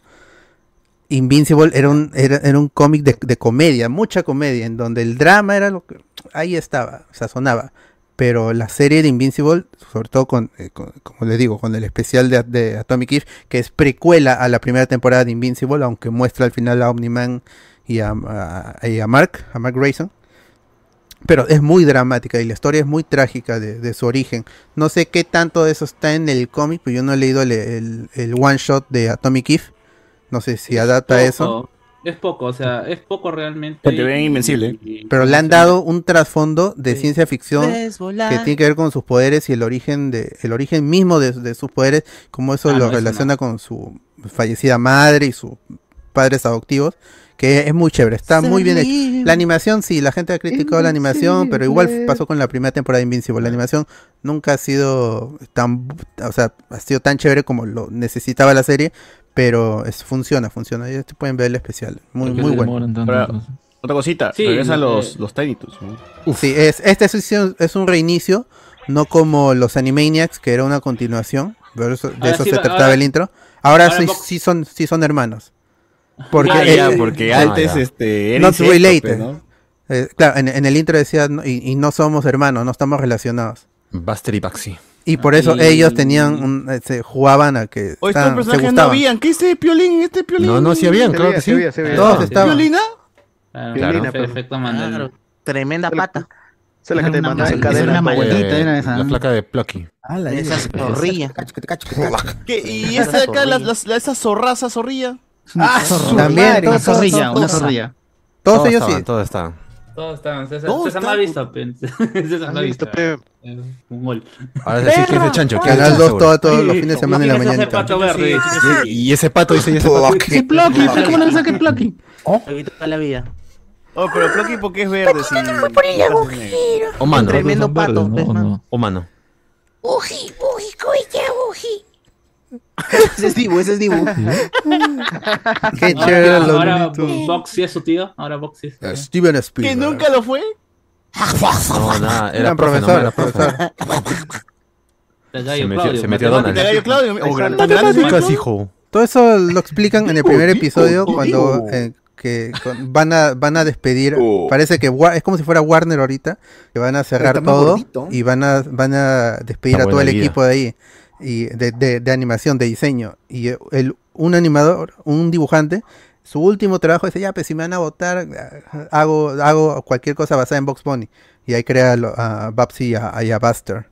S3: Invincible era un, era, era un cómic de, de comedia, mucha comedia, en donde el drama era lo que ahí estaba, o sea, sonaba. Pero la serie de Invincible, sobre todo con, eh, con- como les digo, con el especial de, de Atomic Eve, que es precuela a la primera temporada de Invincible, aunque muestra al final a Omniman y a, a- y a Mark, a Mark Grayson. Pero es muy dramática y la historia es muy trágica de, de su origen. No sé qué tanto de eso está en el cómic, pues yo no he leído el, el- el one shot de Atomic Eve. No sé si adapta a eso.
S8: Poco, es poco, o sea, es poco realmente.
S2: Que te vean
S8: y-
S2: invencible.
S8: y-
S3: Pero le han dado un trasfondo de ciencia ficción
S5: Puedes volar.
S3: que tiene que ver con sus poderes y el origen de el origen mismo de, de sus poderes, como eso
S5: Ah,
S3: lo
S5: no, eso
S3: relaciona con su fallecida madre y sus padres adoptivos, que es muy chévere, está muy bien
S16: Salim.
S3: hecho. La animación, sí, la gente ha criticado la animación, pero igual pasó con la primera temporada de Invincible. La animación nunca ha sido tan, o sea, ha sido tan chévere como lo necesitaba la serie, pero es, funciona, funciona. Ya te pueden ver el especial, muy,
S15: ¿Por qué
S3: muy
S15: se
S3: bueno.
S15: demoran tanto,
S2: Ahora,
S15: entonces?
S2: otra cosita,
S15: Sí,
S5: eh,
S2: regresan
S15: lo que-
S2: los, los Tiny Toons. ¿no?
S3: Sí, es, este es un, es un reinicio, no como los Animaniacs, que era una continuación, pero eso- de
S2: Ahora
S3: eso
S2: sí
S3: se
S2: va-
S3: trataba
S2: ahora-
S3: el intro. Ahora,
S2: ahora
S3: sí,
S2: poco-
S3: sí son, sí son hermanos. Porque,
S2: Ah, ya,
S3: eh,
S2: porque antes, este, era
S3: Not
S2: incesto, pues,
S3: related.
S2: ¿no?
S3: Eh, claro, en, en el intro decía, "No- y, y no somos hermanos, no estamos relacionados.
S1: Buster y Baxi.
S3: Y
S2: Ah,
S3: por eso
S1: Y-
S3: ellos tenían, un- eh, se jugaban a que
S2: O estos
S3: estaban- se
S2: personajes no
S3: Ah, gustaban.
S2: habían. ¿Qué este Piolín? ¿Este Piolín?
S3: No, no, sí habían, Sí claro había, que sí sí. había, sí había. Todos estaban.
S2: ¿Piolina?
S8: Claro,
S2: Violina,
S8: claro,
S2: pero-
S8: perfecto, Mandela.
S5: Tremenda pata.
S16: Esa es la que te mandaba en
S1: Esa
S16: cadena.
S1: era
S16: pues.
S1: eh, La flaca de Plucky.
S3: Ah,
S5: Esa zorrilla.
S2: ¿Qué? ¿Y esta de acá, la, las- la- esa zorraza, zorrilla?
S16: Ah,
S2: su
S3: También,
S2: madre,
S3: todos-
S2: esa
S3: todos-
S2: zorrilla,
S3: todos-
S2: una zorrilla.
S3: Todos,
S1: Todos
S3: ellos
S1: estaban,
S3: sí.
S1: Todos estaban.
S8: Todos estaban. César,
S1: Todos
S8: César no ha visto, pe.
S3: Ah,
S8: César no ha visto. Eh, Un gol.
S1: Ahora sí, ¿quién es de chancho? ¿Quién es de
S3: Canal
S1: chancho,
S3: 2 todo-
S1: seguro?
S3: todos los fines de semana en la
S8: ¿Quién es
S3: mañana.
S8: ese pato verde?
S1: Y, y ese pato dice, y ese pato. Ah,
S3: Plucky.
S12: Sí, Plucky, ¿pero ¿cómo le saqué Plucky?
S5: Toda la vida.
S2: Oh, pero Plucky, ¿por qué es verde? Sí.
S1: O mano.
S5: Tremendo
S1: Los dos son
S5: pato,
S1: verdes, ¿no? O mano.
S14: Uji, uji, coya, uji.
S5: Ese es Dibu, ese es Dibu.
S3: Qué
S8: Ahora-
S3: chévere los
S8: Ahora
S3: Looney Tunes.
S8: Boxy es su tío. Ahora Boxy es su tío.
S3: Steven Spielberg.
S2: nunca lo fue?
S1: No, nada, era
S3: Gran
S1: profe,
S3: profesor,
S1: nomás, era profe.
S8: El
S1: Se
S8: gallo
S1: metió,
S8: Claudio.
S1: se metió
S8: matemática.
S1: Donald. matemáticas, hijo.
S3: Todo eso lo explican en el primer
S16: Oh,
S3: episodio
S1: digo,
S3: cuando
S1: digo.
S3: eh, que con- van a van a despedir, parece que Wa- es como si fuera Warner ahorita, que van a cerrar
S16: Oh. Está más
S3: todo
S16: gordito.
S3: y van a van a despedir
S1: Está
S3: a todo el
S1: buena vida.
S3: equipo de ahí y de, de- de animación, de diseño y eh, el un animador, un dibujante su último trabajo dice, ya, pues si me van a votar, ah, hago, hago cualquier cosa basada en Box Bunny. Y ahí crea lo- a Babsy y a, y a Buster.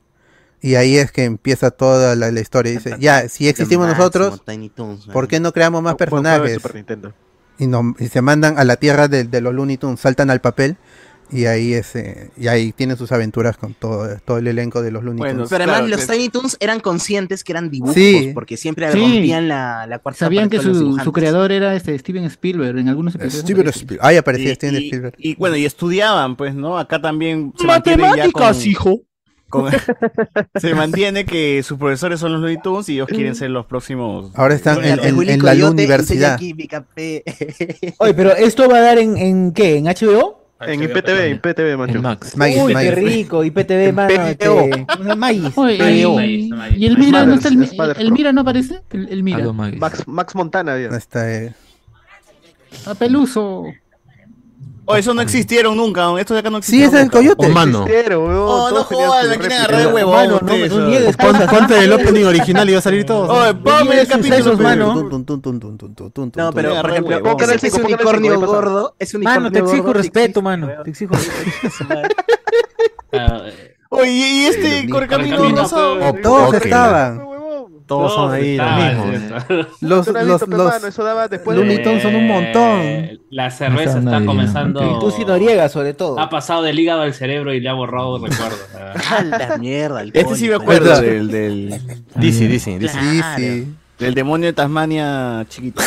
S3: Y ahí es que empieza toda la, la historia. Dice, ya, si existimos
S5: máximo,
S3: nosotros,
S5: Tiny Toons, man.
S3: ¿por qué no creamos más
S16: Buen juego de
S3: personajes?
S16: Super Nintendo.
S3: Y, no- y se mandan a la tierra de, de los Looney Tunes, saltan al papel. Y ahí, es, eh, y ahí tienen sus aventuras con todo, todo el elenco de los Looney
S5: Bueno,
S3: Tunes.
S5: pero además los Tiny Toons eran conscientes que eran dibujos,
S3: Sí.
S5: porque siempre
S3: Sí.
S5: rompían la, la cuarta
S12: Sabían
S5: pared
S12: que
S5: con los
S12: su,
S5: dibujantes.
S12: su creador era este Steven Spielberg en algunos episodios. aparece.
S3: Ahí aparecía
S2: Y-
S3: Steven
S2: y-
S3: Spielberg.
S2: Y bueno, y estudiaban, pues, ¿no? Acá también. se mantienen ya con-
S12: hijo.
S2: con- se mantiene que sus profesores son los Looney Tunes y ellos quieren ser los próximos.
S3: Ahora están en, en-
S5: Willy
S3: en la
S5: Coyote,
S3: universidad.
S5: enseña aquí mi café.
S4: Oye, pero esto va a dar en, en qué? ¿En HBO?
S16: En IPTV, IPTV, macho.
S15: Max.
S3: Magis,
S4: Uy, qué
S3: Magis.
S4: rico, IPTV, mano. este, una Magis.
S12: Oye, y, y el Mira no está el,
S16: es Mother
S12: el
S16: Pro.
S12: Mira no aparece, el, el Mira.
S16: Max, Max Montana, ya.
S3: No está, eh,
S12: A Peluso.
S2: Oh, eso no existieron nunca. ¿no? Estos de acá no
S3: Sí,
S2: existieron.
S3: es el
S2: nunca.
S3: coyote.
S16: Pero, weón,
S2: Oh, no
S16: todos tenían
S2: jodas,
S16: su
S2: me quieren
S16: réplica.
S2: agarrar de huevo.
S16: Mano, no,
S2: ustedes,
S16: no
S2: ah.
S16: niegues.
S1: Pon- ponte el opening original y va a salir todo.
S2: Oye, ponme el capítulo. pe.
S5: No, pero por
S2: Agarra
S5: ejemplo,
S2: huevón.
S5: ¿qué tal si es un
S16: Póngale el
S5: unicornio
S16: cinco, ahí pasa.
S5: gordo? Es un
S4: Mano,
S5: unicornio
S4: te exijo
S5: gordo que
S4: respeto, mano. Te exijo
S8: Ah, eh,
S2: Oye, ¿y este correcamino
S8: Correcamino,
S2: rosado?
S8: pe.
S3: Todos
S1: Ok.
S3: estaban.
S1: Todos son ahí los
S8: estaban,
S1: mismos.
S8: ¿cierto?
S3: Los,
S16: Tú no has
S3: los,
S16: visto, pe,
S3: los
S16: mano, eso daba después de-
S3: Looney Tunes son un montón.
S8: Eh, La cerveza
S15: No
S8: está
S15: está nadie,
S8: comenzando.
S4: Tú sí noriega, sobre todo.
S8: Ha pasado del hígado al cerebro y le ha borrado recuerdos. ah.
S5: A la mierda,
S2: Este sí me
S5: alcohólico.
S2: acuerdo
S3: Ahí
S2: del, del,
S1: Dice, dice, dice.
S3: Sí,
S5: Claro.
S3: sí.
S2: del demonio de Tasmania chiquito.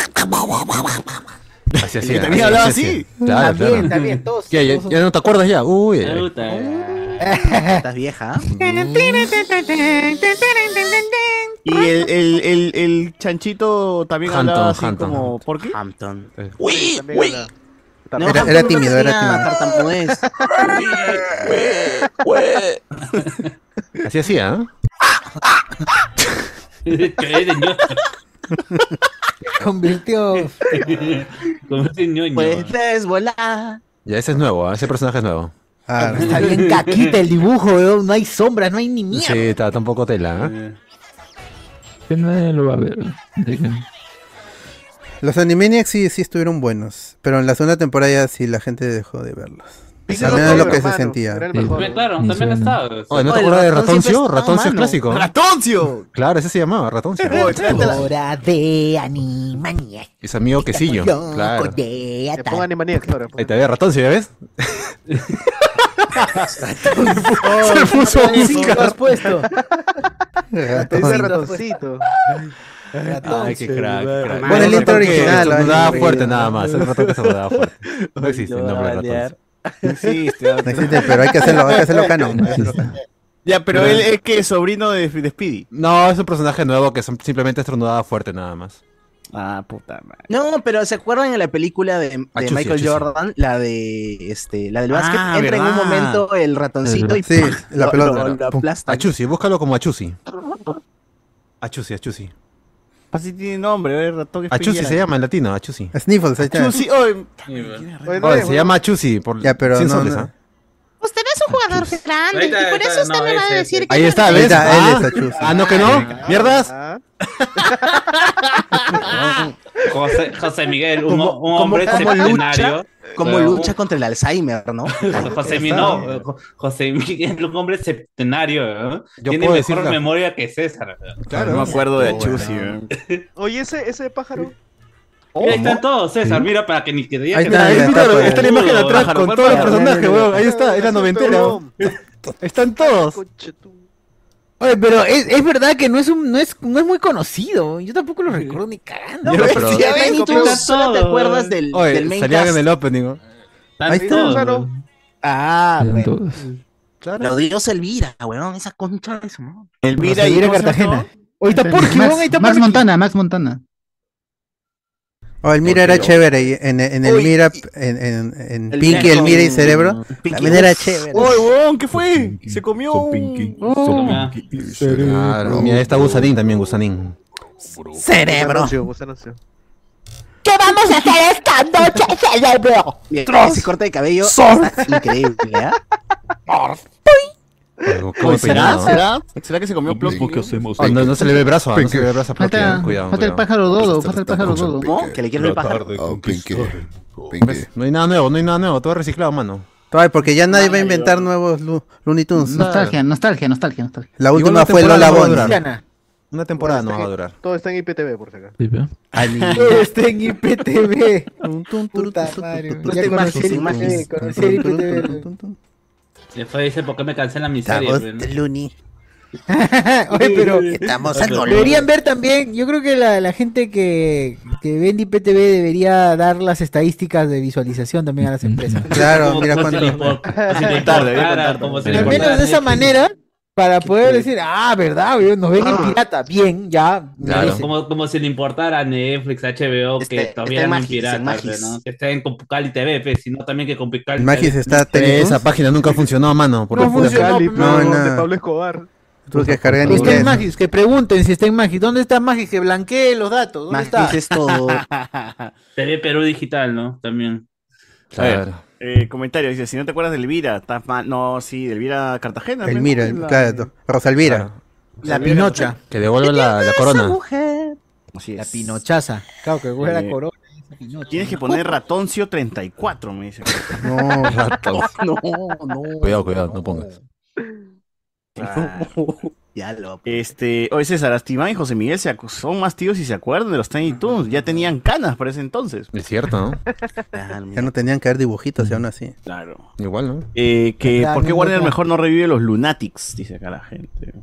S1: Así,
S2: Y
S1: así.
S2: también hablaba así.
S1: Claro,
S4: También,
S1: claro.
S4: también, todos.
S1: ¿Qué? ¿Ya,
S4: todos-
S1: ya no te acuerdas ya? Uy, Mm. ay, ay.
S8: Puta, eh.
S5: Estás vieja.
S2: Y el, el, el, el chanchito también hablaba
S1: Hampton,
S2: así
S1: Hampton,
S2: como, ¿por qué?
S5: Hampton.
S1: Eh.
S5: Uy,
S16: También
S5: uy.
S16: era-
S5: No,
S3: Era-
S5: Hampton
S3: era
S5: no
S3: tímido, era
S5: tenía
S3: tímido.
S5: tartamudez.
S1: Así hacía, ¿eh?
S12: ¿eh?
S8: Quedé de ñoño.
S4: Convirtió.
S8: Convertí en ñoño.
S12: Pues
S5: Puedes volar.
S1: Ya, ese es nuevo, ¿eh? ese personaje es nuevo.
S3: Ah,
S4: Está bien caquita el dibujo, weón. No hay sombras, no hay ni mierda.
S1: Sí, está tampoco tela, ¿eh?
S15: Que nadie lo va a ver.
S3: Los Animaniacs sí, sí estuvieron buenos, pero en la segunda temporada ya sí la gente dejó de verlos.
S16: Ese
S3: También
S16: era
S3: es lo
S16: todo,
S3: que se
S16: hermano,
S3: sentía.
S16: era el
S15: Sí.
S16: mejor,
S8: Pero
S16: weón.
S8: Claro,
S15: Ni suena.
S8: también estaba.
S1: Oye, Oh,
S5: Oye, el
S1: ¿no te acuerdas de
S5: ratón siempre
S1: Ratoncio?
S5: estaba,
S1: Ratoncio es
S5: mano.
S1: clásico. ¿eh?
S2: ¡Ratoncio!
S1: Claro, ese se llamaba Ratoncio.
S4: Hora de Animaniacs.
S1: Y su amigo Quesillo.
S4: Loco
S1: Claro.
S4: de
S16: Que pongan
S4: atar.
S16: Animaniacs ahora.
S1: Ahí te ve Ratoncio, ¿ya ves?
S4: Sí, lo has puesto.
S16: Ese
S3: Ratón.
S16: ratoncito.
S1: Ay, qué crack. qué crack.
S6: Pon el
S1: Ratón
S6: intro
S1: que
S6: original,
S1: Estornudaba
S6: oye.
S1: fuerte nada más. El ratón que se fuerte. No
S6: Oye,
S1: existe
S6: lo
S1: el nombre
S6: van a
S1: de ratón.
S6: banear. No
S12: este,
S6: existe,
S3: No existe, pero hay que hacerlo, hay que hacerlo canon.
S2: Ya, pero él
S1: eh,
S2: es que es sobrino de, de Speedy.
S1: No, es un personaje nuevo que son- simplemente estornudaba fuerte nada más.
S2: Ah, puta madre.
S5: No, pero ¿se acuerdan de la película de, de
S1: Achusi,
S5: Michael
S1: achusi.
S5: Jordan? La de este, la del
S1: Ah,
S5: básquet. Entra en un
S1: ¿verdad?
S5: momento el ratoncito y
S1: Sí,
S5: ¡pum!
S1: la
S5: lo-
S1: pelota.
S5: lo- lo aplasta.
S1: Achusi, búscalo como Achusi. Achusi, Achusi.
S2: Así tiene nombre, ¿eh? ratón Speedy.
S1: Achusi se llama en latino, Achusi.
S3: Sniffles, ahí está.
S2: Chusi, oye,
S1: Oye, se llama Achusi por
S3: Ya, pero
S1: cien
S3: no,
S1: soles,
S3: no.
S1: ¿ah?
S14: Usted no es un jugador grande.
S18: Ahí está,
S14: y por
S18: ahí
S14: eso
S18: está,
S14: usted
S18: no,
S14: me va a
S18: ese,
S14: decir que.
S1: Ahí está, ¿ves?
S3: está, él
S1: ah,
S3: es Achusi.
S1: ah, no que no, mierdas.
S19: Ah.
S3: ah.
S8: José, José Miguel, un, un
S5: Como-
S8: hombre
S5: como lucha,
S8: septenario.
S5: como
S8: Pero-
S5: lucha contra el Alzheimer, ¿no?
S8: José, Mi- no, Jo- José Miguel, un hombre septenario. ¿no? Tiene
S5: puedo
S8: mejor
S5: decir la-
S8: memoria que César. ¿eh? ¿no?
S2: No me acuerdo de
S8: Oh,
S2: Chusi.
S8: bueno.
S2: ¿eh?
S19: Oye, ese, ese pájaro.
S8: Mira, Ahí están todos, César. Mira, para que ni que diga
S1: Ahí
S8: que
S1: está,
S8: no-
S1: ahí está,
S8: Udo,
S1: está la imagen
S8: Udo,
S1: atrás
S8: Pájaro
S1: con todos los
S8: Pájaro.
S1: personajes, weón. Ahí está, es la noventera. weón. Están todos.
S4: Oye, pero es, es verdad que no es, un, no, es, no es muy conocido. Yo tampoco lo recuerdo ni cagando.
S1: Ya,
S4: pero
S1: pero-
S4: si ya ven, tú solo te acuerdas del,
S1: Oye,
S4: del main
S1: salían
S4: cast.
S1: en el opening. weón.
S4: Ahí está.
S1: Claro.
S4: Ah, bueno.
S5: Lo dio Elvira, weón, esa concha de su madre.
S2: Elvira y ¿cómo se llama?
S4: Ahí está Porky,
S12: Max,
S4: weón, ahí está
S12: Max
S4: Porky.
S12: Montana, Max Montana.
S3: Oh, el Mira era
S12: Porque-
S3: chévere. y en, en el
S12: Uy,
S3: Mira, en, en, en
S12: el
S3: Pinky, el
S12: con-
S3: Mira y Cerebro,
S12: Pinky,
S3: también era
S12: uf.
S3: chévere.
S2: Oye, weón, ¿qué fue? Se comió un. Oh.
S1: Claro, mira, ahí está Gusanín también, Gusanín.
S4: Cerebro.
S14: ¿Qué vamos a hacer esta noche,
S1: Ah,
S14: cerebro?
S5: Bien, Ese corte de cabello
S14: Sol.
S5: está increíble, ¿ah?
S1: ¿Cómo
S2: ¿Será?
S1: peinado?
S2: ¿Será? ¿Será que se comió Plop? ¿Qué hacemos?
S1: Oh, no, no se le ve el brazo, ah, no se le ve el brazo.
S12: Falta-
S1: Cuidado, cuidado.
S12: falta el pájaro dodo, falta el pájaro dodo.
S5: ¿Cómo? Que le quiero el pájaro.
S1: ¿Ves? No hay nada nuevo, no hay nada nuevo, todo reciclado, mano.
S3: Ay, porque ya nadie va a inventar nuevos Lu- Looney Tunes.
S1: Nostalgia,
S3: nostalgia, nostalgia, nostalgia. La
S1: Igual
S3: última
S1: una
S3: fue
S1: temporada
S3: Lola
S1: no va a
S3: Bonnie.
S1: durar. Una temporada no va a durar.
S19: Todo está en IPTV, por si acaso.
S12: Ah,
S1: Este
S4: Está Este, en IPTV. Puta madre.
S8: tum,
S4: Ya
S8: tum,
S4: conocí
S8: tum,
S4: el
S8: tum,
S4: IPTV.
S8: tum,
S4: Conocí
S8: tum,
S4: el
S8: tum,
S4: IPTV.
S8: Después dice, ¿por qué me cansé la miseria?
S3: Estamos
S8: pues, no?
S3: Looney.
S4: Oye, pero
S3: Estamos
S8: al dolor.
S4: deberían ver también, yo creo que la, la gente que, que vende IPTV debería dar las estadísticas de visualización también a las empresas.
S3: Claro, mira
S8: Como si
S3: cuánto.
S8: le importara, como si le
S4: Al menos
S8: importara
S4: de esa
S8: Netflix.
S4: manera, para poder decir, ah, verdad, weón, nos ven en
S3: Ah.
S4: pirata, bien, ya.
S8: Claro.
S4: merece.
S8: Como, como si le importara a Netflix, HBO, que todavía
S4: está en
S8: eran
S4: Magis, en
S8: piratas,
S4: Magis.
S8: ¿no? Que está en Compucali TV, pe, sino también que Compucali
S1: El Magis
S8: TV.
S1: está Esa página nunca funcionó, mano. por
S8: No
S1: la puta.
S8: funcionó,
S3: no, no.
S19: De Pablo Escobar.
S3: Tuve que descargar en
S4: Está en
S3: inglés.
S4: Magis, Pues que pregunten si está en Magis. ¿Dónde está Magis? Que blanquee los datos. ¿Dónde
S5: Magis
S4: está?
S5: es todo.
S8: TV Perú Digital, ¿no? También.
S1: Claro.
S2: Eh, comentario dice: Si no te acuerdas de Elvira, estás mal. No, sí, de Elvira Cartagena.
S3: El
S2: ¿no?
S3: Mira,
S2: La-
S3: claro. Rosalvira.
S4: La Pinocha.
S1: Que devuelve la, la
S4: Esa
S1: corona.
S4: mujer.
S2: Así
S4: La
S2: es.
S4: Pinochaza. Claro, que huele
S2: Eh,
S4: la corona.
S2: Tienes que poner Ratoncio 34, me dice.
S3: No,
S1: rato.
S5: No, no.
S1: Cuidado, cuidado, no pongas.
S5: Ya lo.
S2: Este, oye César, Astimán y José Miguel se acu- son más tíos y se acuerdan de los Tiny Toons. Ya tenían canas para ese entonces.
S1: Es cierto, ¿no?
S2: Ah,
S3: Ya no tenían que haber dibujitos, y aún así.
S2: Claro.
S1: Igual, ¿no?
S2: Eh, que,
S3: Claro,
S2: ¿Por qué
S3: no
S2: Warner
S3: puedo.
S2: mejor no revive los Lunatics? Dice acá la gente.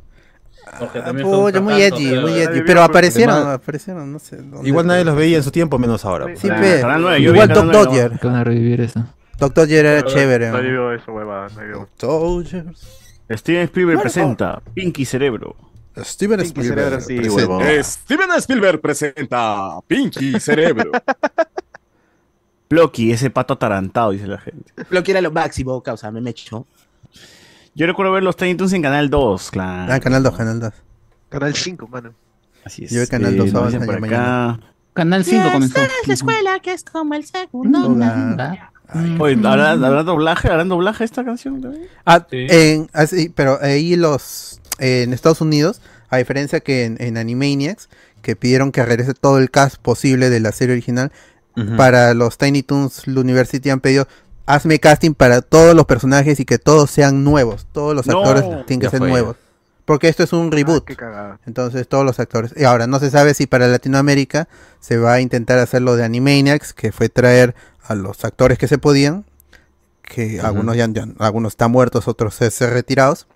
S8: Porque también son
S3: Pucha, Ah, muy
S8: fracasos,
S3: edgy,
S8: pero-
S3: muy edgy. Pero aparecieron,
S1: Además-
S3: aparecieron, no sé. dónde.
S1: Igual nadie los veía en su tiempo, menos ahora.
S3: Sí,
S1: pues.
S3: pe.
S1: Canal nueve, yo vi
S3: Igual
S1: Canal
S3: Doc
S1: nueve,
S3: Dodger.
S15: Que van a revivir eso.
S3: Doc Dodger era
S19: No,
S3: chévere.
S19: No
S3: man.
S19: vio eso, huevada. No vio.
S2: Steven Spielberg
S19: Bueno,
S2: presenta Pinky Cerebro.
S20: Steven
S19: Cerebro,
S20: Spielberg
S19: sí,
S20: presenta-
S19: huevón.
S20: Eh, Steven Spielberg presenta Pinky Cerebro.
S2: Plucky, ese pato atarantado, dice la gente.
S5: Lo que era lo máximo, causa, me me echó.
S2: Yo recuerdo ver los Tiny Toons en Canal 2, claro.
S3: Ah, Canal 2, Canal 2.
S19: Canal 5, mano.
S2: Así
S3: Yo vi Canal 2
S2: nos
S3: ahora,
S2: Este, dicen por
S3: ya
S2: acá.
S12: Canal 5 comenzó.
S14: Esta es la escuela que es como el segundo.
S2: Oye, ¿habrá, habrá doblaje? ¿Habrán doblaje esta canción también?
S3: Ah,
S1: eh,
S3: en- así, pero ahí los eh, en Estados Unidos, a diferencia que en, en Animaniacs, que pidieron que regrese todo el cast posible de la serie original,
S1: Ujú.
S3: para los Tiny Toons University han pedido hazme casting para todos los personajes y que todos sean nuevos, todos los
S1: No.
S3: actores tienen que
S1: Ya
S3: ser
S1: fue.
S3: nuevos. Porque esto es un reboot. Entonces todos los actores. Y ahora no se sabe si para Latinoamérica se va a intentar hacer lo de Animaniacs, que fue traer a los actores que se podían, que
S1: Ujú.
S3: algunos ya, ya- algunos están muertos, otros se, se retirados.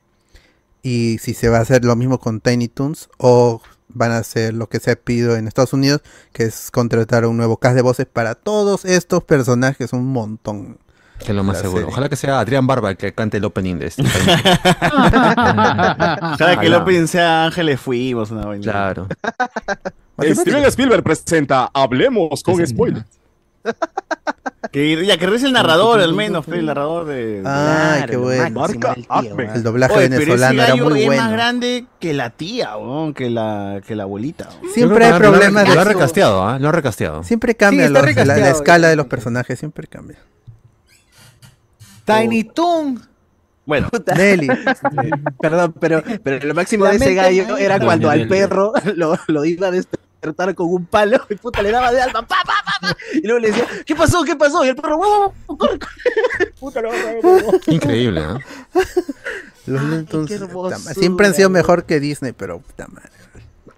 S3: Y si se va a hacer lo mismo con Tiny Toons o van a hacer lo que se ha pedido en Estados Unidos, que es contratar un nuevo cast de voces para todos estos personajes, un montón.
S1: Que es lo más
S3: La
S1: seguro.
S3: serie.
S1: Ojalá que sea Adrián Barba el que cante el opening de este.
S2: Ojalá que el opening sea Ángeles Fuimos, una vaina.
S1: Claro.
S20: Steven Spielberg presenta Hablemos con spoilers.
S2: Que, ya que reza el narrador, al menos, pe, el narrador de.
S12: Ah,
S3: Ay, qué bueno.
S2: Marca Acme.
S3: El doblaje
S2: Oye, pero
S3: venezolano
S2: ese
S3: era
S2: gallo
S3: muy
S2: es
S3: bueno.
S2: más grande que la tía, weón, que la, que la abuelita. weón.
S3: Siempre hay problemas
S1: Lo ha
S3: de-
S1: recasteado, ¿ah? Lo ha recasteado.
S3: Siempre cambia
S2: Sí, está
S3: los- la- la,
S2: recasteado. eh.
S3: escala de los personajes, siempre cambia.
S4: Tiny
S3: Oh.
S4: Toon.
S2: Bueno,
S3: Nelly.
S5: Perdón, pero, pero lo máximo de ese
S4: Lamento-
S5: gallo era
S4: Ay,
S5: cuando al
S4: Daniel.
S5: perro lo, lo iba a despertar con un palo y puta le daba de alma, pa, pa, pa, pa, y luego le decía, ¿qué pasó? ¿Qué pasó? Y el perro, ¡guau, guau, corre, corre! puta lo
S1: Increíble, ¿ah?
S3: Los Looney Tunes,
S5: qué
S3: puta madre, siempre han sido mejor que Disney, pero puta madre.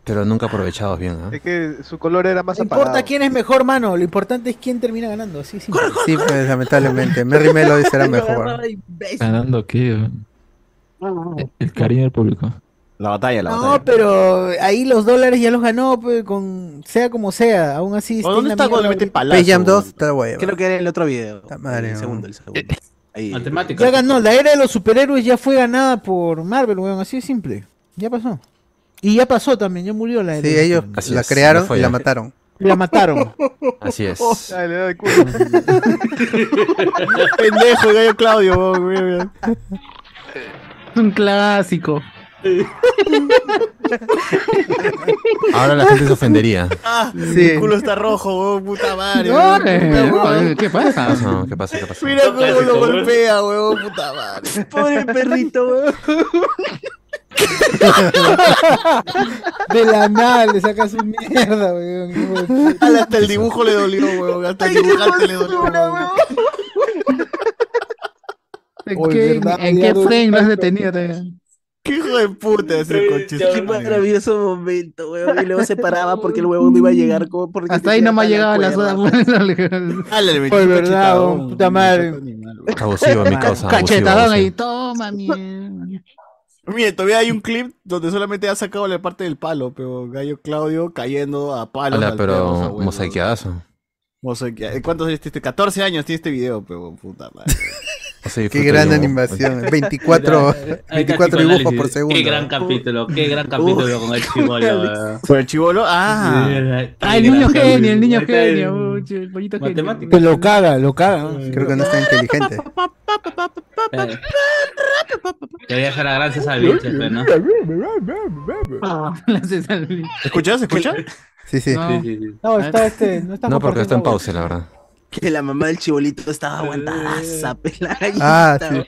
S1: Pero nunca aprovechados bien, ¿ah?
S19: Es que su color era más
S4: No importa quién es mejor, mano. Lo importante es quién termina ganando. Sí, sí.
S3: Sí, pues lamentablemente. Merry Melody será mejor.
S15: Ganando qué, güey? el cariño del público.
S2: La batalla, la
S4: No, pero ahí los dólares ya los ganó, pues, con sea como sea. Aún así.
S2: ¿O dónde
S4: en
S2: está
S4: la
S2: cuando le
S4: mierda,
S2: mete
S4: güey.
S2: palazo?
S3: Jam
S2: weón?
S3: 2 está hueva.
S5: Creo que era el otro video.
S3: madre,
S5: el
S3: no.
S5: segundo, el segundo. Ahí.
S4: Ya ganó. La era de los superhéroes ya fue ganada por Marvel, weón. Así de simple. Ya pasó. Y ya pasó también. Ya murió la
S3: Sí,
S4: era.
S3: ellos
S1: Así
S3: la
S1: es,
S3: crearon
S1: no fue
S3: y la
S1: ya.
S3: mataron.
S4: La mataron.
S1: Así es.
S5: Oh,
S2: Oh,
S19: Dale, dale, culo.
S2: Pendejo, el gallo Claudio, weón, weón, weón.
S12: Es un clásico.
S1: Ahora la gente se ofendería.
S2: Ah,
S1: Sí.
S2: el culo está rojo, weón, Oh, puta madre.
S12: No,
S2: weón,
S12: eh,
S2: puta madre.
S12: no, ¿Qué pasa?
S1: No, ¿qué pasa? ¿Qué pasa?
S2: Mira cómo lo
S1: Clásico, weón.
S2: golpea, weón, puta madre.
S5: Pobre perrito, weón.
S4: De la nada le sacas su mierda, weón.
S2: Ala, Hasta el dibujo le dolió, weón. Hasta el dibujante le dolió, weón.
S12: ¿En
S2: Oye,
S12: qué,
S2: ¿verdad?
S12: en qué
S2: Ya no-
S12: frame lo has detenido? te-
S2: Qué hijo de puta ese coche.
S5: Qué maravilloso momento, weón. Y luego se paraba porque el huevón no iba a llegar. como- porque
S12: Hasta
S5: se
S12: ahí
S5: iba
S12: no me ha
S5: hasta
S12: llegado la pues,
S5: cuerda.
S12: soda.
S2: Dale,
S4: Fue verdad,
S12: oh,
S4: weón, puta madre.
S1: Abusivo, mi causa. Abusivo,
S12: Cachetadón ahí,
S1: abusivo.
S12: toma mierda.
S2: Mire, todavía hay un clip donde solamente ha sacado la parte del palo, pero Gallo Claudio cayendo a palos.
S1: Ala,
S2: al perro, o sea,
S1: pero
S2: weón.
S1: mosaiqueadazo.
S2: Mosaiquea- ¿Cuántos años tiene este? 14 años tiene este video, pero puta madre.
S1: No se
S3: Qué
S1: disfruta
S3: gran
S1: yo.
S3: animación. 24,
S8: Ahí está
S3: 24
S8: el
S3: dibujos
S8: psicoanálisis.
S3: por segundo.
S8: Qué gran capítulo, qué gran capítulo con el chivolo. weón.
S2: ¿Por el chivolo? Ah.
S8: Sí, era-
S12: Ah, el niño
S8: era-
S12: genio, el niño
S8: Ahí está el-
S12: genio. uy, el pollito genio.
S4: Pues lo caga, lo caga. ¿no?
S3: Creo que no está inteligente.
S8: Eh. Debería ser la gran César Vilches, pero no.
S12: Gracias al-
S2: ¿Escuchas? ¿Escuchas?
S3: Sí, sí.
S12: No.
S4: No, está este. No, está
S1: No, porque está en
S4: compartiendo,
S1: pausa, la verdad.
S5: Que la mamá del chibolito estaba aguantadaza, pelada.
S3: Ah, sí.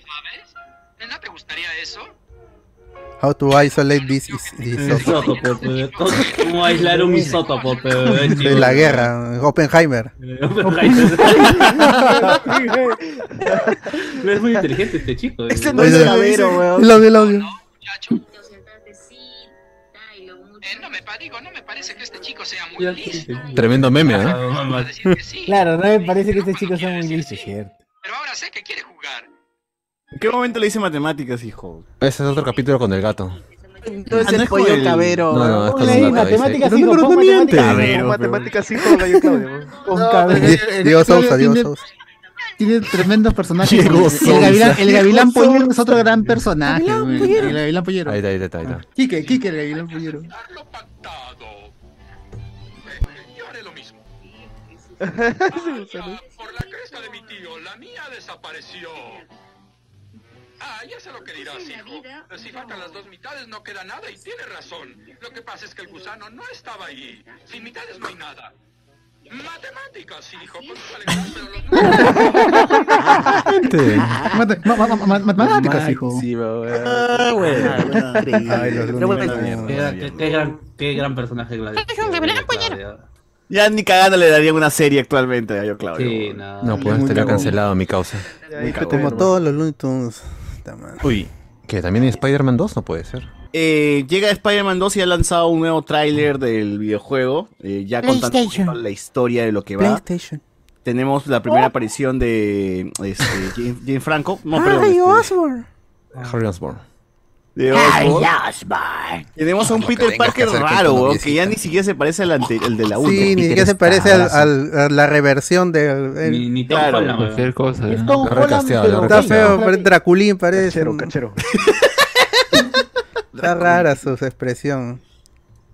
S3: How to isolate this is this of-
S8: Isótopo,
S1: pues,
S8: pe. Pues, ¿Cómo- ¿Cómo aislar un isótopo, pe? El
S3: de la
S8: chivolo.
S3: guerra, Oppenheimer.
S8: No es muy inteligente este chico.
S5: Este no es
S3: Oye,
S5: Clavero, weón.
S3: El audio, el audio.
S1: Tremendo meme, ¿ah?
S8: ¿eh?
S4: weón. Claro, no me parece que este chico sea muy listo, ¿cierto?
S2: ¿En qué momento le hice matemáticas, hijo?
S1: Ese es otro capítulo con el gato.
S5: No es
S2: Ah, no
S5: el
S2: es con
S5: pollo
S2: el-
S5: cabero,
S1: No, no,
S5: weón.
S1: es con
S4: Ponle ahí,
S1: el gato. dice.
S4: matemáticas,
S19: Los
S4: hijo,
S19: números
S4: pon
S19: no mienten.
S4: matemáticas.
S2: Cabero,
S19: Matemáticas, hijo, gallo Claudio.
S4: Con
S19: No,
S4: cabello.
S19: pero-
S3: Diego Sousa,
S12: Claudio
S3: Diego
S12: tiene-
S3: Sousa.
S12: Tiene tremendos personajes.
S1: Diego
S12: El
S1: Sousa.
S12: gavilán, el gavilán
S19: Diego
S12: pollero es otro gran personaje. güey. El gavilán pollero.
S1: Ahí está, ahí está, ahí está.
S12: Quique, Quique, el gavilán pollero.
S8: Ah,
S12: Mate- ma- ma- ma- Matemáticas, hijo.
S2: Ah, güey.
S3: Ay, los
S5: Pero bueno,
S3: Looney
S8: Qué,
S3: Tunes.
S8: gran- qué- qué gran, qué gran personaje Gladys.
S2: Ya ni cagando le darían una serie actualmente a Gallo Claudio.
S8: Sí,
S2: weón.
S5: Ah.
S8: no.
S1: No, pues estaría cancelado mi causa.
S19: Ahí fue
S3: Como
S19: tener-
S3: todos los Looney Tunes. Puta madre.
S1: Uy, que también en Spider-Man 2 no puede ser.
S2: Eh, llega Spider-Man 2 y ha lanzado un nuevo tráiler del videojuego. eh, ya contando un
S3: PlayStation.
S2: poquito la historia de lo que va.
S3: PlayStation. Oh.
S2: Tenemos la primera aparición
S12: Ah,
S2: de este, Jane, Jane Franco. No, perdón.
S3: Ay,
S2: este,
S3: Osborne.
S1: Harry Osborn.
S2: De
S4: Ay,
S2: Osborn.
S4: Osborn.
S2: Tenemos a un
S4: Lo que
S2: Peter
S4: tengas
S2: Parker
S4: que hacer con
S2: raro,
S4: tu
S2: weón,
S4: noviecita.
S2: que ya ni siquiera se parece al, ante- al de la 1.
S3: Sí, ni siquiera se parece al- al- a la reversión del. el-
S15: Cualquier cosa. ¿no?
S3: Está feo, parece Draculín parece. Está rara su expresión.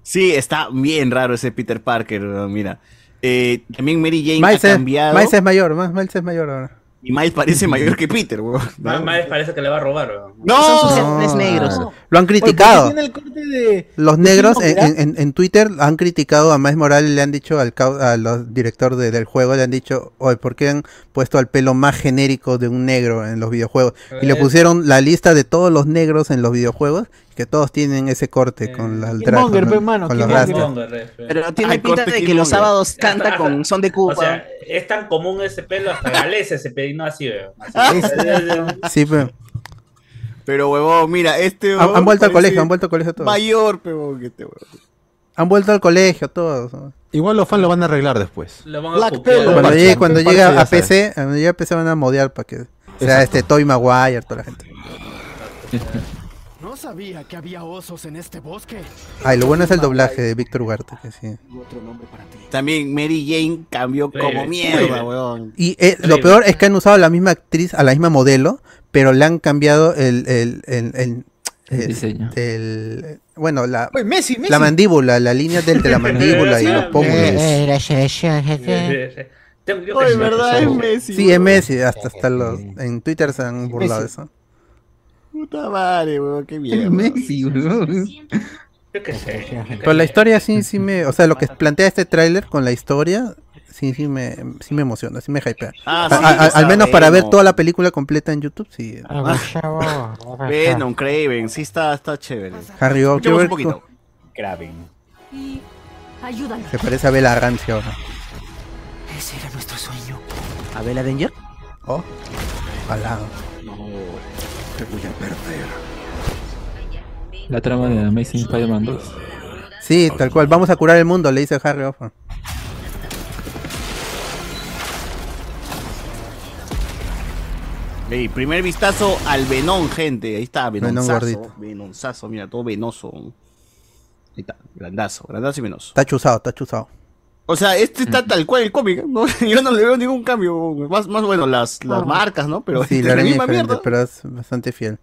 S2: Sí, está bien raro ese Peter Parker, weón, mira. Eh, también Mary Jane
S3: Miles
S2: ha
S3: es,
S2: cambiado.
S3: Miles es mayor, más Miles es mayor ahora.
S2: Y Miles parece mayor que Peter, weón.
S8: Más más parece que le va a robar. weón.
S3: Lo han criticado.
S8: tiene el corte de-
S3: Los
S8: de
S3: negros
S8: Timo
S3: en,
S8: Gerard?
S3: en- en Twitter han criticado a Miles Morales, le han dicho al cau- a los director de- del juego, le han dicho, oye, ¿por qué han puesto al pelo más genérico de un negro en los videojuegos? Y le
S16: Eh.
S3: pusieron la lista de todos los negros en los videojuegos, que todos tienen ese corte con la el traje,
S16: Killmonger,
S3: con-
S16: Eh, pe, mano,
S3: con los
S16: Killmonger.
S3: rastas.
S5: Pero tiene
S3: Ay,
S5: pinta
S3: corte
S5: de que
S3: Killmonger.
S5: los sábados canta con son de Cuba.
S8: eh. O sea, es tan común ese pelo hasta Galese se peinó así, weón.
S5: Ah.
S3: Sí, pero
S2: Pero, huevón, mira, este.
S3: Han-
S2: weón
S3: han vuelto al
S2: parece
S3: colegio, han vuelto al colegio todos.
S2: Mayor, pe, weón, que este, weón.
S3: han vuelto al colegio todos. ¿no?
S1: Igual los fans lo van a arreglar después.
S3: Cuando llegue, cuando llegue
S1: Parche,
S3: a
S1: ya sabes.
S3: PC, cuando llegue a PC van a modear para que o sea
S1: Exacto.
S3: este Toy Maguire, toda la gente.
S18: No sabía que había osos en este bosque.
S3: Ay, lo bueno es el doblaje de Víctor Ugarte, que sí.
S2: También Mary Jane cambió como
S3: Increíble.
S2: mierda, weón.
S3: Y eh, lo peor es que han usado a la misma actriz, a la misma modelo, pero le han cambiado el, el, el, el- el-
S15: diseño.
S3: el- bueno, la,
S6: Oye, Messi, Messi.
S3: la mandíbula, la línea del- de la mandíbula y los pómulos.
S6: Oye, verdad, es Messi.
S3: Sí, es Messi, hasta, hasta los, en Twitter se han burlado de
S2: Messi.
S3: eso.
S2: Puta madre, weón, qué mierda.
S3: Messi,
S8: Yo qué sé.
S3: Pero la historia sí, sí me, o sea, lo que plantea este tráiler con la historia, sí, sí me, sí me emociona, sí me hypea.
S2: Ah,
S3: A-
S2: sí,
S3: a- a- al menos para ver
S2: sabemos.
S3: toda la película completa en YouTube, sí.
S2: Ah, Venom, Craven, sí está, está chévere.
S3: Harry Osborn.
S2: Escuchemos un poquito. Craven.
S14: Ayúdanos.
S3: Se parece a Bella Ramsey ahora.
S14: Ese era nuestro sueño.
S5: ¿A Bella Danger?
S3: Oh. Ojalá.
S15: Te voy a perder. La trama de Amazing Spider-Man 2.
S3: Sí, tal cual. Vamos a curar el mundo, le dice Harry Osborn.
S2: Ey, primer vistazo al Venom, gente. Ahí está, Venom
S3: gordito.
S2: Venonzazo, mira, todo venoso. Ahí está, grandazo, grandazo y venoso.
S3: Está chuzado, está chuzado.
S2: O sea, este está tal cual el cómic. ¿no? Yo no le veo ningún cambio. Más, más bueno, las, las
S3: Ah.
S2: marcas, ¿no? Pero este
S3: sí,
S2: es
S3: la
S2: la
S3: araña
S2: misma
S3: diferente,
S2: mierda.
S3: pero es bastante fiel.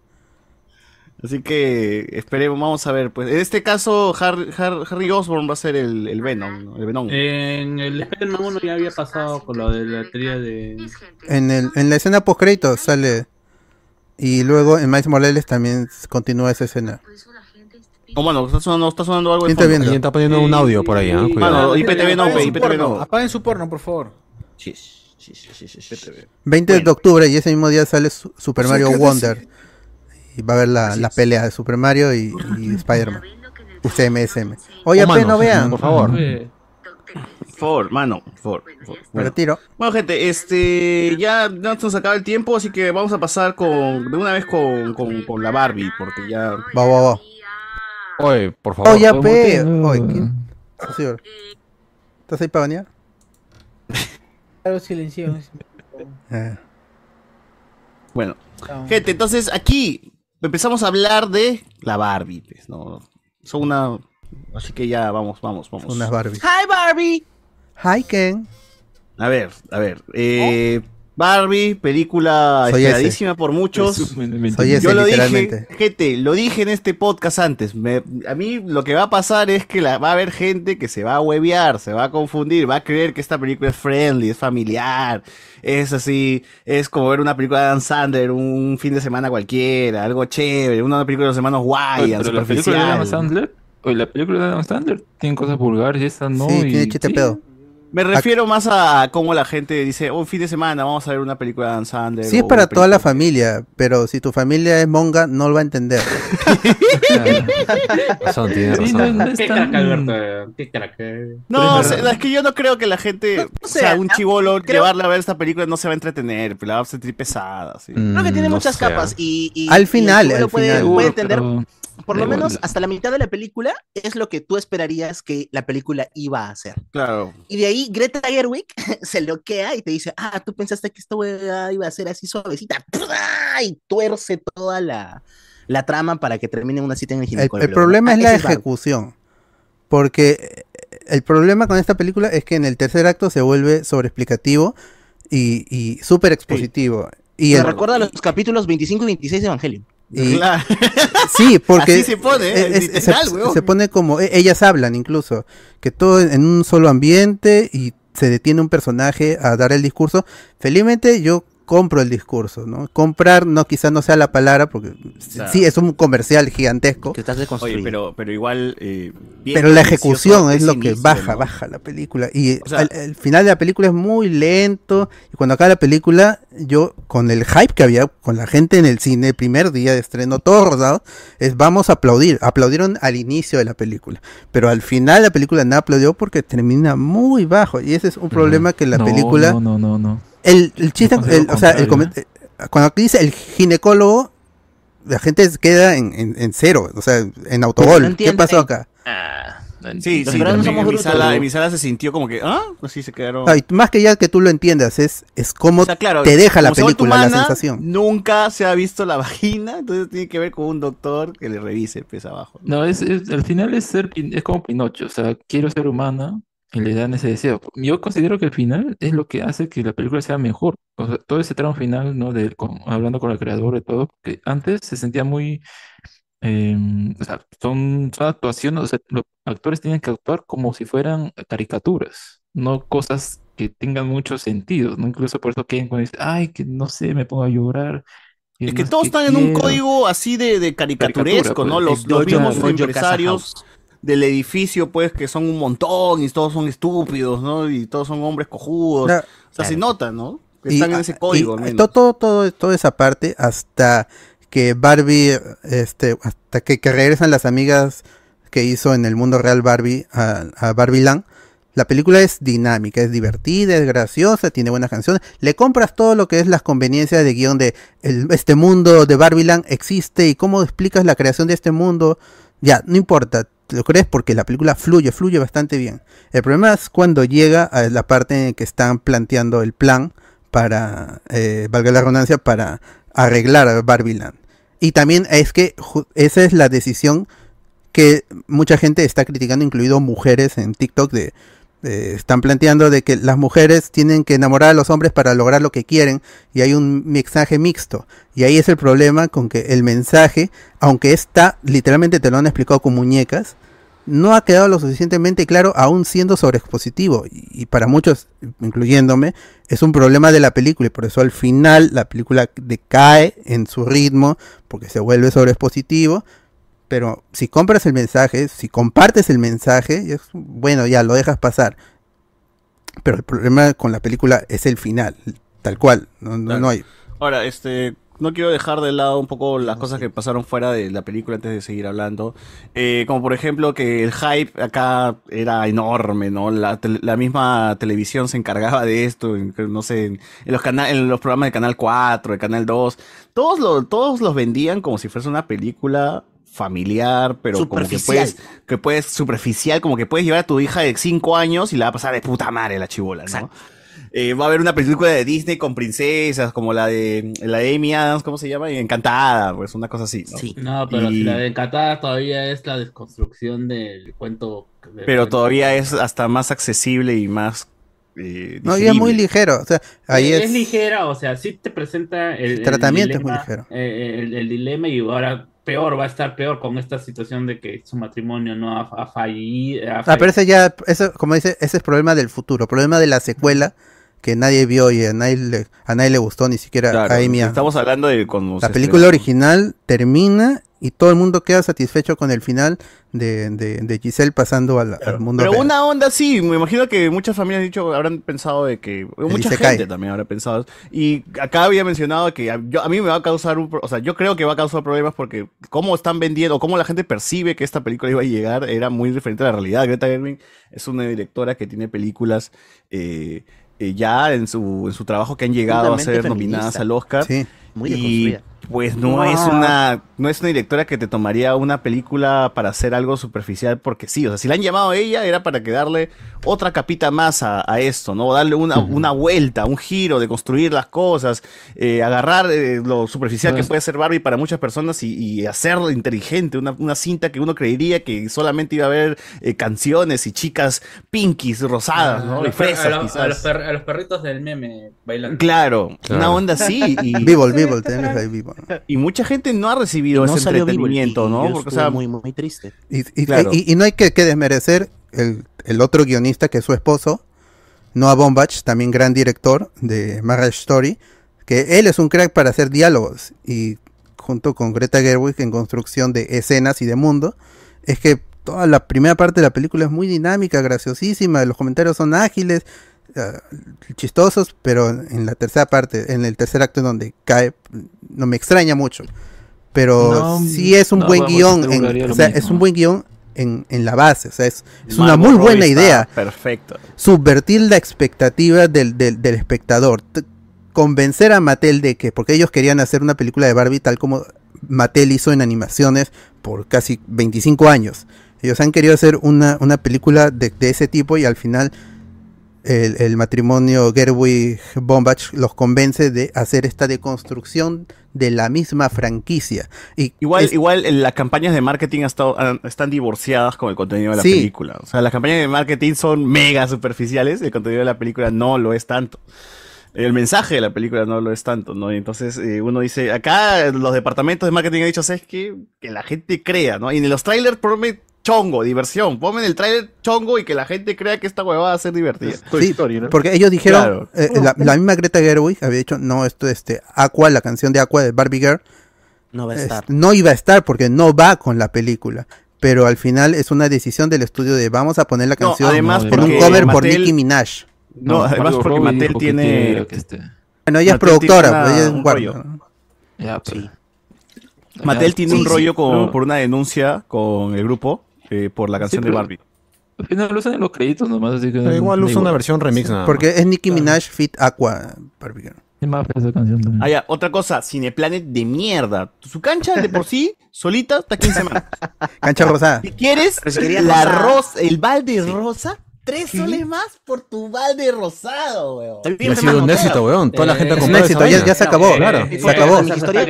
S2: Así que esperemos, vamos a ver. Pues en este caso, Harry, Har- Harry Osborn va a ser el, el Venom. ¿no? El Venom.
S8: En el Spider-Man 1 ya había pasado con lo de la tría de.
S3: En, el, en la escena post crédito sale. Y luego en Miles Morales también s- continúa esa escena.
S2: Oh, bueno, está sonando, está sonando algo. de
S3: ¿Quién está
S2: fondo.
S3: viendo? Alguien
S1: Está poniendo un audio por ahí, ¿ah? Cuidado.
S2: Mano, IPTV no,
S6: Apaguen
S2: pe,
S6: su
S2: IPTV
S6: porno,
S2: no.
S6: Apaguen su porno, por favor.
S2: Sí, sí, sí, sí, sí, sí.
S3: 20 de octubre y ese mismo día sale su- Super
S6: O sea,
S3: Mario
S6: que es
S3: Wonder. Y va a haber la, la pelea de Super Mario y, y Spider-Man. CMSM. Oye,
S2: Oh, mano,
S3: apenas no vean.
S2: por favor. Por favor, mano, por favor. por favor.
S3: Me retiro.
S2: Bueno, gente, este ya no se nos acaba el tiempo, así que vamos a pasar con de una vez con, con, con la Barbie, porque ya.
S3: Va, va, va.
S1: Oye, por favor.
S3: Oye, ya, pe. Oye, ¿quién? Ah, señor. ¿Estás ahí para banear?
S4: Claro, silencio.
S3: Eh.
S2: Bueno,
S3: Ah,
S2: gente, entonces aquí empezamos a hablar de la Barbie, pues, ¿no? Son una. Así que ya vamos, vamos, vamos.
S3: Unas Barbie.
S5: Hi Barbie.
S3: Hi Ken.
S2: A ver, a ver. eh, Barbie, película
S3: Soy ese.
S2: esperadísima por muchos.
S15: Resumen de
S3: Soy ese,
S2: Yo lo dije,
S3: literalmente.
S2: gente, lo dije en este podcast antes. me- a mí lo que va a pasar es que la, va a haber gente que se va a huevear, se va a confundir, va a creer que esta película es friendly, es familiar, es así, es como ver una película de Dan Sander un fin de semana cualquiera, algo chévere, una película de los hermanos
S15: Oye,
S2: Wyan,
S15: pero la película de Adam
S2: superficial.
S15: Sandler, oye, la película de Adam Sandler tiene cosas vulgares y esta no.
S3: Sí,
S15: y-
S3: tiene chiste
S15: sí.
S3: pedo.
S2: Me refiero más a cómo la gente dice, "Oh, un fin de semana vamos a ver una película de Dan Sander.
S3: Sí, es
S2: o
S3: para
S2: una
S3: toda la familia, pero si tu familia es monga, no lo va a entender.
S15: Ah,
S1: Razón, tiene
S8: Sí,
S1: razón.
S8: no, no Qué crack, Alberto, weón, qué crack. eh.
S2: No,
S8: Pero-
S2: se- es que yo no creo que la gente, o sea, ah, un chivolo llevarla a ver esta película no se va a entretener, pues, la va a sentir pesada. sí.
S3: Mm.
S5: Creo que tiene muchas capas y, y-
S3: Al
S5: y el
S3: final,
S5: pueblo
S3: al
S5: puede,
S3: final.
S5: puede
S3: Seguro,
S5: entender,
S3: pero
S5: por lo
S3: da igual.
S5: menos hasta la mitad de la película es lo que tú esperarías que la película iba a hacer.
S2: Claro.
S5: Y de ahí Greta Gerwig se loquea y te dice, ah, tú pensaste que esta hueá iba a ser así suavecita. ¡Pra! Y tuerce toda la, la trama para que termine en una cita en el
S3: El,
S5: ginecólogo.
S3: el problema
S5: Ah,
S3: es la
S5: ese Barb.
S3: ejecución. Porque eh, el problema con esta película es que en el tercer acto se vuelve sobreexplicativo y, y súper expositivo. Y
S5: Me
S3: el-
S5: recuerda los capítulos 25 y 26 de Evangelio.
S3: y- Sí, porque
S5: Así se pone, ¿eh?
S3: es- es-
S5: Literal,
S3: se,
S5: weón.
S3: se pone como e- ellas hablan incluso, que todo en- en un solo ambiente y se detiene un personaje a dar el discurso. Felizmente yo compro el discurso, ¿no? Comprar no quizás no sea la palabra porque
S2: sea,
S3: sí es un comercial gigantesco.
S2: Oye, pero, pero igual. eh, bien
S3: Pero la
S2: ambicioso
S3: ejecución es
S2: ese
S3: lo que
S2: inicio,
S3: baja,
S2: ¿no?
S3: baja la película. Y
S2: O sea-
S3: el, el final de la película es muy lento. Y cuando acaba la película, yo, con el hype que había con la gente en el cine, el primer día de estreno, todos rodados, es vamos a aplaudir. Aplaudieron al inicio de la película. Pero al final la película nada aplaudió porque termina muy bajo. Y ese es un problema que la
S15: No,
S3: película.
S15: No, no, no, no.
S3: El, el chiste,
S15: considero
S3: el- o sea, el
S15: contrario,
S3: comen- eh, cuando aquí dice el ginecólogo, la gente queda en, en- en cero, o sea, en
S2: No
S3: autogol. ¿Qué
S2: entiende.
S3: pasó acá?
S2: Sí,
S3: Los
S2: sí,
S3: peruanos
S2: también
S3: somos
S2: en mi,
S3: brutos,
S2: sala,
S3: ¿no?
S2: en mi sala se sintió como que, ah, así se quedaron.
S3: No, y más que ya que tú lo entiendas, es, es cómo
S2: O sea, claro,
S3: te deja la
S2: como se ha vuelto
S3: película, la
S2: humana,
S3: sensación.
S2: Nunca se ha visto la vagina, entonces tiene que ver con un doctor que le revise, pues abajo.
S15: No, es, es- al final es ser, pin- es como Pinocho, o sea, quiero ser humana y le dan ese deseo. Yo considero que el final es lo que hace que la película sea mejor. O sea, todo ese tramo final, ¿no? De, con- hablando con el creador y todo, que antes se sentía muy, eh, o sea, son, son actuaciones, o sea, los actores tienen que actuar como si fueran caricaturas, no cosas que tengan mucho sentido, ¿no? Incluso por eso Ken cuando dice, ay, que no sé, me pongo a llorar.
S2: Es que todos están en un código así de, de caricaturesco,
S15: Caricatura,
S2: ¿no?
S15: pues.
S2: Los, los
S15: Dojo-
S2: mismos
S15: Dojo
S2: empresarios del edificio, pues, que son un montón y todos son estúpidos, ¿no? Y todos son hombres cojudos.
S3: No.
S2: o sea, se nota, ¿no? Que
S3: Y-
S2: están en ese código,
S3: y
S2: al menos.
S3: todo, todo, todo, toda esa parte hasta que Barbie, este, hasta que, que regresan las amigas que hizo en el mundo real Barbie a, a Barbie Land. La película es dinámica, es divertida, es graciosa, tiene buenas canciones. Le compras todo lo que es las conveniencias de guión de el- este mundo de Barbie Land existe y cómo explicas la creación de este mundo. Ya, no importa, te lo crees porque la película fluye, fluye bastante bien. El problema es cuando llega a la parte en que están planteando el plan para, eh, valga la redundancia, para arreglar Barbie Land. Y también es que ju- esa es la decisión que mucha gente está criticando, incluido mujeres en TikTok, de eh, están planteando de que las mujeres tienen que enamorar a los hombres para lograr lo que quieren y hay un mensaje mixto. Y ahí es el problema con que el mensaje, aunque está, literalmente te lo han explicado con muñecas, no ha quedado lo suficientemente claro aún siendo sobreexpositivo. Y, y para muchos, incluyéndome, es un problema de la película y por eso al final la película decae en su ritmo porque se vuelve sobreexpositivo. Pero si compras el mensaje, si compartes el mensaje, es, bueno, ya lo dejas pasar. Pero el problema con la película es el final, tal cual. No, no, no hay.
S2: Ahora, este, no quiero dejar de lado un poco las cosas que pasaron fuera de la película antes de seguir hablando. Eh, como por ejemplo que el hype acá era enorme, ¿no? La, tel- la misma televisión se encargaba de esto, en- no sé, en, en los cana- en los programas de Canal 4, de Canal 2. Todos, lo- todos los vendían como si fuese una película familiar, pero como que
S5: Superficial.
S2: puedes, que puedes, superficial, como que puedes llevar a tu hija de 5 años y la va a pasar de puta madre la chibola, ¿no? Eh, va a haber una película de Disney con princesas, como la de la de Amy Adams, ¿cómo se llama? Encantada, pues una cosa así. ¿no?
S8: No, pero
S2: Y-
S8: si la de Qatar todavía es la desconstrucción del cuento. del
S2: pero
S8: cuento.
S2: todavía es hasta más accesible y más. eh,
S3: No, y es muy
S2: digerible. Eh,
S3: ligero. O sea, ahí
S8: es,
S3: es.
S8: ligera, o sea, sí te presenta el,
S3: El tratamiento es muy ligero.
S8: eh, el, el dilema y ahora peor, va a estar peor con esta situación de que su matrimonio no ha, ha fallido. ha
S3: Ah, pero ese ya, eso, como dice, ese es problema del futuro, problema de la secuela que nadie vio y a nadie le, a nadie le gustó, ni siquiera
S2: Claro,
S3: a Amy Adams.
S2: estamos hablando de cuando
S3: La
S2: se
S3: película
S2: estrenó.
S3: original termina y todo el mundo queda satisfecho con el final de, de, de Giselle pasando al, al mundo
S2: Pero
S3: real.
S2: una onda sí, me imagino que muchas familias han dicho, habrán pensado de que. o Mucha
S3: Isekai.
S2: gente también habrá pensado. Y acá había mencionado que a, yo- a mí me va a causar un. pro- O sea, yo creo que va a causar problemas porque cómo están vendiendo, cómo la gente percibe que esta película iba a llegar, era muy diferente a la realidad. Greta Gerwig es una directora que tiene películas. eh, eh, ya en su, en su trabajo que han llegado a
S5: Profundamente
S2: ser nominadas
S5: feminista.
S2: al Oscar.
S3: Sí,
S5: muy
S2: y
S5: deconstruida.
S2: Pues no es una no es una directora que te tomaría una película para hacer algo superficial porque sí, o sea, si la han llamado a ella era para que darle otra capita más a, a esto, ¿no? Darle una, una vuelta, un giro de construir las cosas, eh, agarrar eh, lo superficial
S8: Pues.
S2: que puede ser Barbie para muchas personas y, y hacerlo inteligente, una, una cinta que uno creería que solamente iba a haber eh, canciones y chicas pinkies, rosadas,
S8: Ah, A
S2: ¿no? Y
S8: los, per- a
S2: fresas
S8: los- a los
S2: quizás.
S8: per- a los perritos del meme bailando.
S2: Claro, una onda así. Y,
S3: Vivo, vivo, tenemos ahí vivo.
S2: Y mucha gente no ha recibido
S3: No
S2: ese
S3: salió vivo el
S2: entretenimiento,
S3: tío,
S2: ¿no?
S3: yo
S2: Porque, o
S3: estuve
S2: sea,
S3: muy,
S5: muy triste.
S3: Y, y-
S2: Claro.
S3: y- y no hay que, que desmerecer el, el otro guionista que es su esposo, Noah Bombach, también gran director de Marriage Story, que él es un crack para hacer diálogos y junto con Greta Gerwig en construcción de escenas y de mundo, es que toda la primera parte de la película es muy dinámica, graciosísima, los comentarios son ágiles, eh, chistosos, pero en la tercera parte, en el tercer acto donde cae, no me extraña mucho. Pero
S16: No,
S3: sí es un
S16: no,
S3: buen
S16: vamos,
S3: guión,
S16: te
S3: en-
S16: duraría
S3: o
S16: lo
S3: sea,
S16: mismo.
S3: es un buen guión en, en la base, o sea, es, es una
S2: Margot
S3: muy
S2: Robbie
S3: buena
S2: está
S3: idea.
S2: Perfecto.
S3: Subvertir la expectativa del, del- del espectador, T- convencer a Mattel de que, porque ellos querían hacer una película de Barbie tal como Mattel hizo en animaciones por casi 25 años. Ellos han querido hacer una, una película de, de ese tipo y al final el, el matrimonio Gerwig-Bombach los convence de hacer esta deconstrucción de la misma franquicia. Y
S2: Igual, igual eh, las campañas de marketing han estado- han- están divorciadas con el contenido de la
S3: Sí.
S2: película. O sea, las campañas de marketing son mega superficiales, el contenido de la película no lo es tanto. El mensaje de la película no lo es tanto, ¿no? Y entonces eh, uno dice, acá los departamentos de marketing han dicho, ¿sabes qué? Que la gente crea, ¿no? Y en los trailers ponme chongo, diversión. Ponme en el trailer chongo y que la gente crea que esta huevada va a ser divertida.
S3: Sí, Porque ellos dijeron,
S2: Claro.
S3: eh, la, la misma Greta Gerwig había dicho, no, esto este Aqua, la canción de Aqua de Barbie Girl,
S5: No va a
S3: es-
S5: estar.
S3: no iba a estar porque no va con la película. Pero al final es una decisión del estudio de vamos a poner la
S2: No,
S3: canción
S2: además
S3: con un
S2: porque
S3: cover por
S2: Mattel-
S3: Nicki Minaj.
S2: No, además porque Mattel tiene...
S3: Bueno, ella es
S2: Mattel tiene
S3: productora,
S2: una-
S3: pues, ella es
S2: un
S3: Warner.
S2: rollo.
S15: Ya, pues. Ya,
S2: Mattel tiene
S15: sí,
S2: un
S15: sí,
S2: rollo con-
S15: pero-
S2: por una denuncia con el grupo eh, por la canción de
S15: pero-
S2: Barbie.
S15: Al final lo usan en los créditos nomás, así que.
S3: Pero igual
S15: da
S3: usa una versión remix, nada más. Porque es Nicki Minaj fit Aqua Barbie Girl.
S15: Es más fea esa canción también.
S2: Ah, ya, otra cosa, Cineplanet de mierda. Su cancha de por sí, solita, está 15 semanas.
S3: Cancha rosada.
S2: Si quieres,
S3: Pero si quería
S2: la
S3: rosada.
S2: rosa, el balde rosa,
S6: Tres soles más por tu balde rosado, weón.
S1: Y ha sido un éxito, weón. Toda
S8: Eh,
S1: la gente ha
S3: Es un
S1: comprado
S3: éxito,
S1: esa
S3: ya, ya se
S1: vaina.
S3: acabó,
S1: Claro.
S3: se acabó.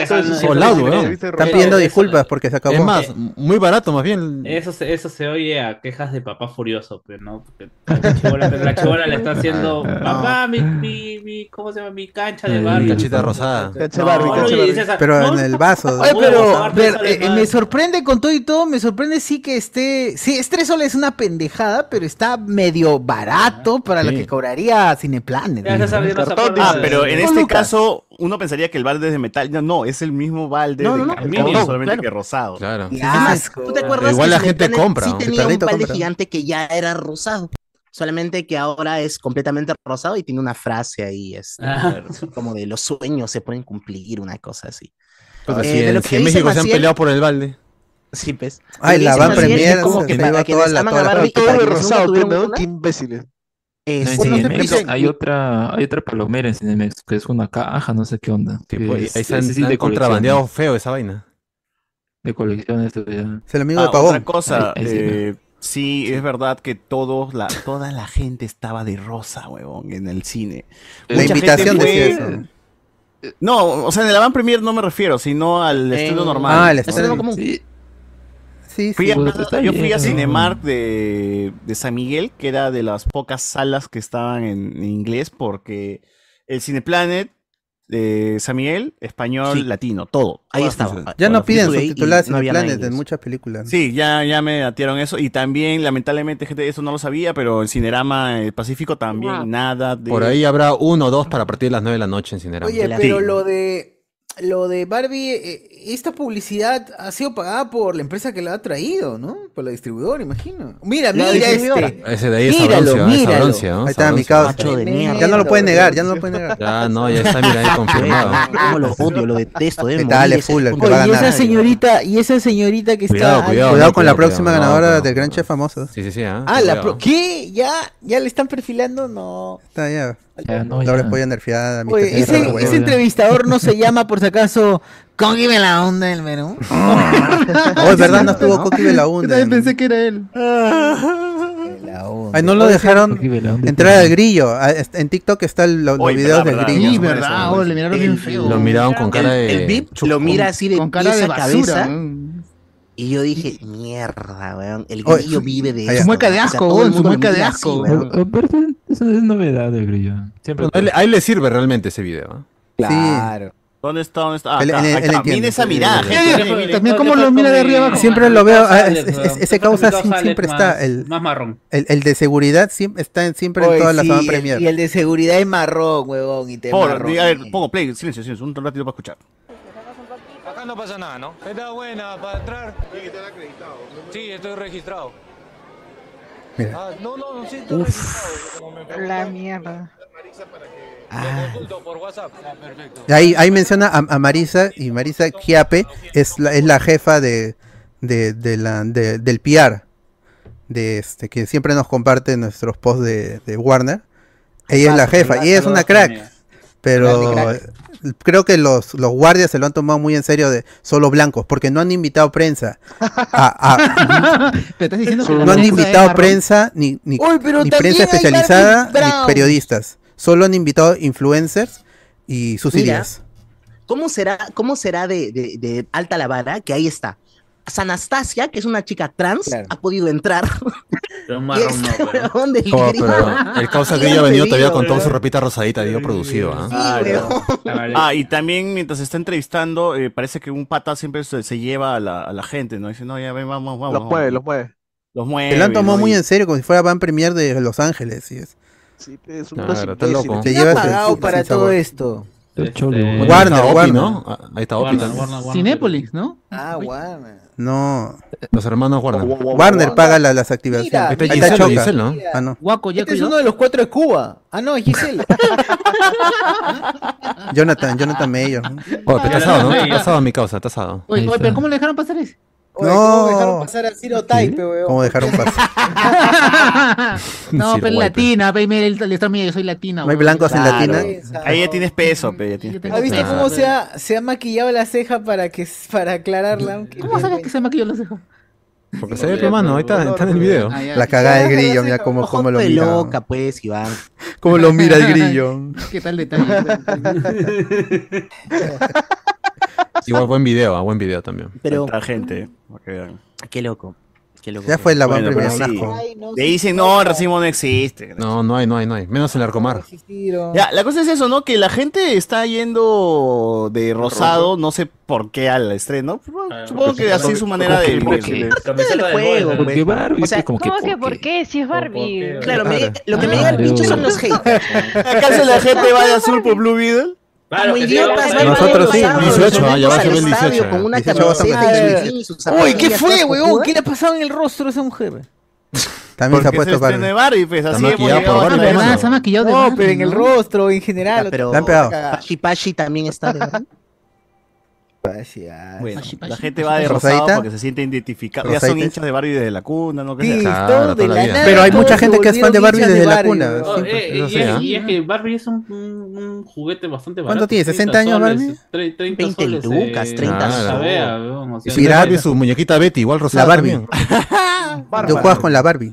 S1: Soldado, weón.
S3: Están pidiendo disculpas porque se acabó.
S1: Es más, muy barato, más bien.
S5: Eh,
S8: Eso se, eso se oye a quejas de papá furioso, pero no. Porque la chibola- la chibola le está haciendo,
S1: Ah, ah.
S8: papá, mi, mi, mi- ¿cómo se llama? Mi cancha de
S2: ah,
S1: Mi
S8: Barbie.
S1: canchita rosada. Cancha
S8: No,
S1: Barbie,
S8: no,
S1: cancha
S8: y
S1: Barbie.
S8: dices,
S3: Pero
S8: no,
S3: en el vaso.
S8: Oye,
S4: Oye, pero
S8: Barbie
S4: ver,
S8: sale
S4: eh,
S8: mal.
S4: me sorprende con todo y todo, me sorprende sí que esté, sí, es tres soles es una pendejada, pero está medio
S5: Ah,
S4: barato para lo que cobraría Cineplanet.
S8: Ya,
S4: ¿no?
S8: César, ya no se acuerda
S2: Ah,
S8: de-
S2: pero en
S4: Con
S2: este
S4: Lucas.
S2: caso, uno pensaría que el balde es de metal. No, no, es el mismo balde
S4: No,
S2: de
S4: no, no,
S2: cartón,
S4: claro,
S2: solamente
S4: claro.
S2: que rosado. Claro.
S5: Qué asco. ¿Tú te acuerdas
S2: Igual
S5: que
S2: la
S5: su
S2: gente
S5: ventana
S2: compra.
S5: Sí
S2: ¿no?
S5: tenía un
S3: perrito
S5: balde
S3: compra.
S5: gigante que ya era rosado. Solamente que ahora es completamente rosado y tiene una frase ahí, este,
S1: Ah.
S5: como de los sueños se pueden cumplir, una cosa así.
S1: Pues
S5: Eh,
S1: así
S5: de
S1: en-
S5: lo
S1: si
S5: que
S1: en
S5: dice
S1: México se han
S5: Maciel-
S1: peleado por el balde.
S5: Sí, pues.
S3: Ay,
S5: Lo que
S3: la
S5: dice
S3: van
S5: Maciel es
S3: premier,
S5: como que
S3: se
S5: para
S3: iba
S5: quienes
S3: toda la-
S5: aman
S3: toda
S5: a
S3: la-
S5: Barbie,
S3: todo
S5: para
S3: de
S5: quienes nunca
S3: rosado,
S5: tuvieron
S3: ¿no?
S5: una,
S19: Qué imbéciles.
S5: eh,
S15: No, en
S5: sí,
S4: Este,
S5: no se
S15: Cinemex
S5: pisen.
S15: hay otra, hay otra palomera en Cinemex, que es una caja, no sé qué onda. que
S1: Pues,
S15: es-
S1: ahí se han,
S15: es- es
S1: han
S15: de colección,
S1: contrabandeado feo esa vaina.
S15: De colección, esto ya.
S3: Es el
S2: Ah, Otra cosa, eh, sí, es verdad que todos la, toda la gente estaba de rosa, huevón, en el cine.
S3: La invitación decía
S2: de
S3: eso.
S2: No, o sea, en el avant premier no me refiero, sino al estreno normal.
S3: Ah, el estreno común. Sí, pues,
S2: Fui
S3: sí.
S2: a- yo fui a Cinemark de, de San Miguel, que era de las pocas salas que estaban en, en inglés, porque el Cineplanet, eh, San Miguel, español, latino, todo.
S5: Ahí
S2: Todas
S5: estaba.
S2: funciones.
S3: Ya
S2: Todas
S3: no piden
S2: funciones.
S3: subtituladas en planes en muchas películas.
S2: Sí, ya, ya me datearon eso. Y también, lamentablemente, gente, eso no lo sabía, pero en Cinerama el Pacífico también nada de.
S1: Por ahí habrá uno o dos para partir de las 9 de la noche en Cinerama.
S4: Oye, pero lo de lo de Barbie, eh, esta publicidad ha sido pagada por la empresa que la ha traído, ¿no? Por la distribuidora, imagino. Mira,
S3: La
S4: mira
S3: distribuidora.
S4: este.
S1: Ese de ahí es
S4: Míralo,
S1: Sabroncio, ¿eh?
S4: míralo.
S1: Sabroncio, ¿no?
S3: Ahí está mi
S1: Sabroncio.
S3: causa. Ya no lo puede negar, ya no lo puede negar.
S1: Ya, no, ya está, mira, ahí confirmado.
S5: Cómo lo odio, lo detesto. debe
S3: ¿Qué
S5: morir
S3: tal,
S5: ese
S3: Fuller?
S5: punto.
S3: Te va a
S4: eh, Y esa
S3: ganar.
S4: señorita, y esa señorita que está. ahí-
S3: cuidado con la próxima ganadora del Gran Chef Famoso.
S1: Sí, sí, sí.
S4: Ah, la pro- ¿qué? ¿Ya? ¿Ya le están perfilando? No.
S3: Está ya.
S15: no,
S3: Laura
S15: ya.
S3: Pollo nerfeada. Mr.
S4: Oye,
S3: Tierra,
S4: ese,
S3: huevo,
S4: ese
S3: ya.
S4: entrevistador no se llama por si acaso Coqui Belaonde del Perú.
S3: Oh, es
S16: Ah,
S3: verdad, no estuvo Coqui Belaunde.
S16: Yo pensé que era él.
S3: Ay, no lo dejaron entrar al grillo. Ah, es- En TikTok están los, los
S2: Oye,
S3: videos del
S2: verdad,
S3: grillo.
S2: Sí, verdad,
S16: ole, miraron bien feo.
S1: Lo miraron con cara de.
S5: El VIP
S1: chup-
S5: lo mira así de
S16: con
S5: cara
S16: cara
S5: pies
S16: de
S5: a
S16: basura,
S5: cabeza.
S16: mm.
S5: Y yo dije, mierda, weón. El
S16: Oye,
S5: grillo vive de
S16: su
S5: esto,
S16: mueca de
S5: weón. O sea,
S16: asco,
S5: todo el
S16: weón, su
S5: mundo lo
S16: mueca de
S5: mira así,
S16: asco.
S5: weón.
S15: Aparte, eso es novedad del grillo. Siempre.
S1: Bueno, a, él, a él le sirve realmente ese video. ¿eh?
S2: Sí. Claro. ¿Dónde está? ¿Dónde está? Ah,
S1: Él-
S2: acá,
S1: él- él
S2: acá.
S1: entiende.
S2: Mira esa mirada.
S1: Sí,
S2: gente.
S1: sí,
S2: Mira,
S3: También
S2: mira,
S3: como
S2: mira,
S3: lo mira de
S2: mira,
S3: arriba abajo.
S2: mira.
S3: Siempre lo veo. ah,
S8: Alex,
S3: es- es-
S8: weón.
S3: ese
S8: Capitán
S3: causa
S8: Alex
S3: sí- siempre
S8: más-
S3: está. El,
S8: más marrón.
S3: El, el de seguridad siempre está en, siempre en
S4: Oye,
S3: todas las
S4: sí,
S3: fama
S4: y el-
S3: premier.
S4: Y el de seguridad es marrón, huevón. Y te
S2: Por,
S4: marrón.
S2: a ver, pongo play, silencio, silencio, un ratito para escuchar.
S21: Acá no pasa nada, ¿no? Está buena para entrar. Sí, estoy registrado.
S3: Mira.
S21: Ah, no, no, no, sí, estoy
S3: Uf.
S21: La mierda. Consulto por WhatsApp. Ah, perfecto.
S3: Ahí, ahí menciona a, a Marisa y Marisa Giape es la, es la jefa de, de, de la, de- del PR de este que siempre nos comparte nuestros posts de, de Warner. Ella es la jefa y ella es una crack. Pero
S4: Grande
S3: creo que los, los guardias se lo han tomado muy en serio de solo blancos porque no han invitado prensa. A- a-
S16: Pero estás diciendo que la
S3: no han
S16: prensa es
S3: invitado
S16: marrón.
S3: prensa ni, ni,
S16: Uy, pero
S3: ni
S16: también
S3: prensa
S16: hay
S3: especializada
S16: Marvin
S3: ni
S16: Brown.
S3: periodistas. Solo han invitado influencers y sus
S5: Mira.
S3: ideas.
S5: ¿Cómo será, cómo será de, de- de alta la vara? Que ahí está. San Anastasia, que es una chica trans, ha podido entrar.
S8: Pero un marrón
S5: Y
S8: no,
S5: este
S8: pero-
S5: huevón del
S1: Oh,
S5: grillo.
S1: pero el causa grillo ha venido todavía con toda su ropita rosadita, digo, producido. ¿ah?
S2: Ah, y también mientras se está entrevistando, eh, parece que un pata siempre se, se lleva a la, a la gente, ¿no? Dice, no, ya ven, vamos, vamos.
S19: Los mueve,
S2: vamos".
S19: los mueve.
S2: Los mueve.
S3: Se lo han tomado
S2: ¿no?
S3: muy
S2: Y-
S3: en serio, como si fuera Van Premier de Los Ángeles. y es-
S19: Es un
S1: Claro,
S19: dos
S1: está
S19: imbéciles.
S1: loco.
S3: Te
S1: ¿Quién
S3: lleva
S1: ha
S3: el-
S1: pagado
S3: sin- sin
S1: para
S3: sabor.
S1: todo
S4: esto?
S1: Ahí
S3: Warner,
S1: está Opi,
S3: Warner.
S1: ¿no? Ah, Ahí está Opi
S8: Warner,
S1: también.
S8: Warner, Warner.
S16: Cinépolis, ¿no?
S4: Ah, Warner.
S3: No.
S1: Los hermanos Warner.
S3: Warner paga la- las activaciones.
S4: Mira,
S3: Ahí
S1: mira,
S3: está
S1: Giselle,
S3: Choca.
S1: Giselle, ¿no?
S3: Ah, no.
S4: Guaco, ya
S16: que
S4: Este es
S16: yo-
S4: uno de los cuatro de Cuba. Ah, no, es Giselle.
S3: Jonathan, Jonathan Mayor. ¿no?
S1: Oh, está tasado, ¿no? Está tasado mi causa, está tasado.
S12: Oye, oye, pero ¿cómo le dejaron pasar eso?
S4: Oye,
S3: No.
S4: ¿Cómo dejaron pasar a Ciro Taipe, weón?
S3: ¿Cómo dejaron pasar?
S12: no,
S2: Sir
S12: pero
S2: White.
S12: latina, pe, mira, el, el está mío, yo soy latina.
S3: No hay
S12: güey.
S3: blancos en
S2: Claro.
S3: Latina.
S2: Ahí ya tienes peso, pe, ya tienes peso.
S12: tengo
S4: ¿Has visto cómo se ha, se ha maquillado la ceja para, que, para aclararla?
S12: ¿Cómo sabes que se maquilló los ojos?
S1: Porque se ve, pero mano, ahí está, está en el video.
S3: La cagada de grillo, mira cómo, cómo lo
S5: Ponte
S3: mira.
S5: loca, pues, Iván.
S3: Cómo lo mira el grillo.
S12: ¿Qué tal detalle?
S1: Igual buen video, ah, buen video también.
S5: Pero-
S2: La gente. para que vean.
S5: Qué loco. Qué loco.
S3: Ya fue la
S2: Bueno,
S3: Van
S2: pero
S3: Premier,
S2: sí.
S3: un asco.
S2: Le dicen, no, el racismo no existe.
S1: No, no hay, no hay, no hay. Menos el Arcomar.
S2: Ya, la cosa es eso, ¿no? Que la gente está yendo de rosado, no sé por qué al estreno. Supongo que así es su manera de
S15: Como que-
S2: vivir.
S8: Lo que
S5: Es el
S8: saca de
S5: juego,
S8: Warner,
S15: Porque Barbie,
S5: O sea,
S15: pues, como que.
S5: ¿cómo
S15: ¿por
S5: que
S15: qué?
S5: por
S22: ¿Por qué? Si es Barbie.
S5: Claro, me-
S15: Claro.
S5: lo que me llega al
S15: Claro.
S5: pincho son los haters.
S2: ¿Acaso la gente va de azul por Blue Beetle?
S8: Claro,
S5: Como
S8: que sí,
S5: idiotas,
S8: vamos a
S5: van
S1: Nosotros
S5: todos
S1: sí,
S5: los
S1: 18,
S5: sábados,
S1: ah, ya va a
S5: al
S1: subir el
S5: estadio
S1: 18,
S5: con una
S3: 18 vas a
S5: camiseta
S3: meter.
S5: y su jean y sus
S4: Uy, ¿qué
S5: zapatillas
S4: fue,
S5: todas
S4: weón?
S5: cojudas.
S4: ¿Qué le ha pasado en el rostro a esa mujer?
S3: También se ha puesto
S2: Porque es estreno de
S3: Barbie.
S2: Barbie, pues, así
S1: Está
S2: hemos
S1: maquillado
S2: llegado
S1: por
S2: hasta
S1: Barbie,
S2: eso.
S1: mano.
S12: Se ha maquillado de
S4: No,
S12: Barbie,
S4: pero en el
S12: ¿no?
S4: rostro, en general.
S5: Ya, pero
S3: Le han pegado.
S5: Pashi Pashi también está. ¿verdad?
S2: Bueno,
S4: Pashi, pashi,
S2: la gente
S4: pashi,
S2: va de
S4: pashi.
S2: rosado
S3: Rosadita.
S2: porque se siente identificada. Ya son
S3: Rosadita.
S2: hinchas de Barbie desde la cuna, ¿no? Que
S4: Sí,
S2: sea.
S1: Claro,
S4: todo de
S1: toda la
S4: la
S1: vida.
S4: nada,
S3: Pero hay
S4: todos
S3: mucha
S4: se
S3: gente que es fan de
S4: volvieron
S3: Barbie
S4: hinchas de
S3: desde la
S4: Barbie,
S3: cuna.
S4: weón.
S8: No,
S3: Siempre,
S8: eh,
S3: eso
S8: y,
S3: sí,
S8: es,
S3: ¿ah?
S8: y es que Barbie es un, un- un juguete bastante barato.
S3: ¿Cuánto tiene, 60 años, Barbie?
S8: 30,
S5: 20
S8: soles, eh,
S5: lucas, 30
S1: soles.
S8: chavea, weón, o
S1: Y
S8: sea,
S1: su Barbie, su muñequita Betty, igual rosada.
S3: La Barbie.
S1: también.
S3: Tú juegas con la Barbie.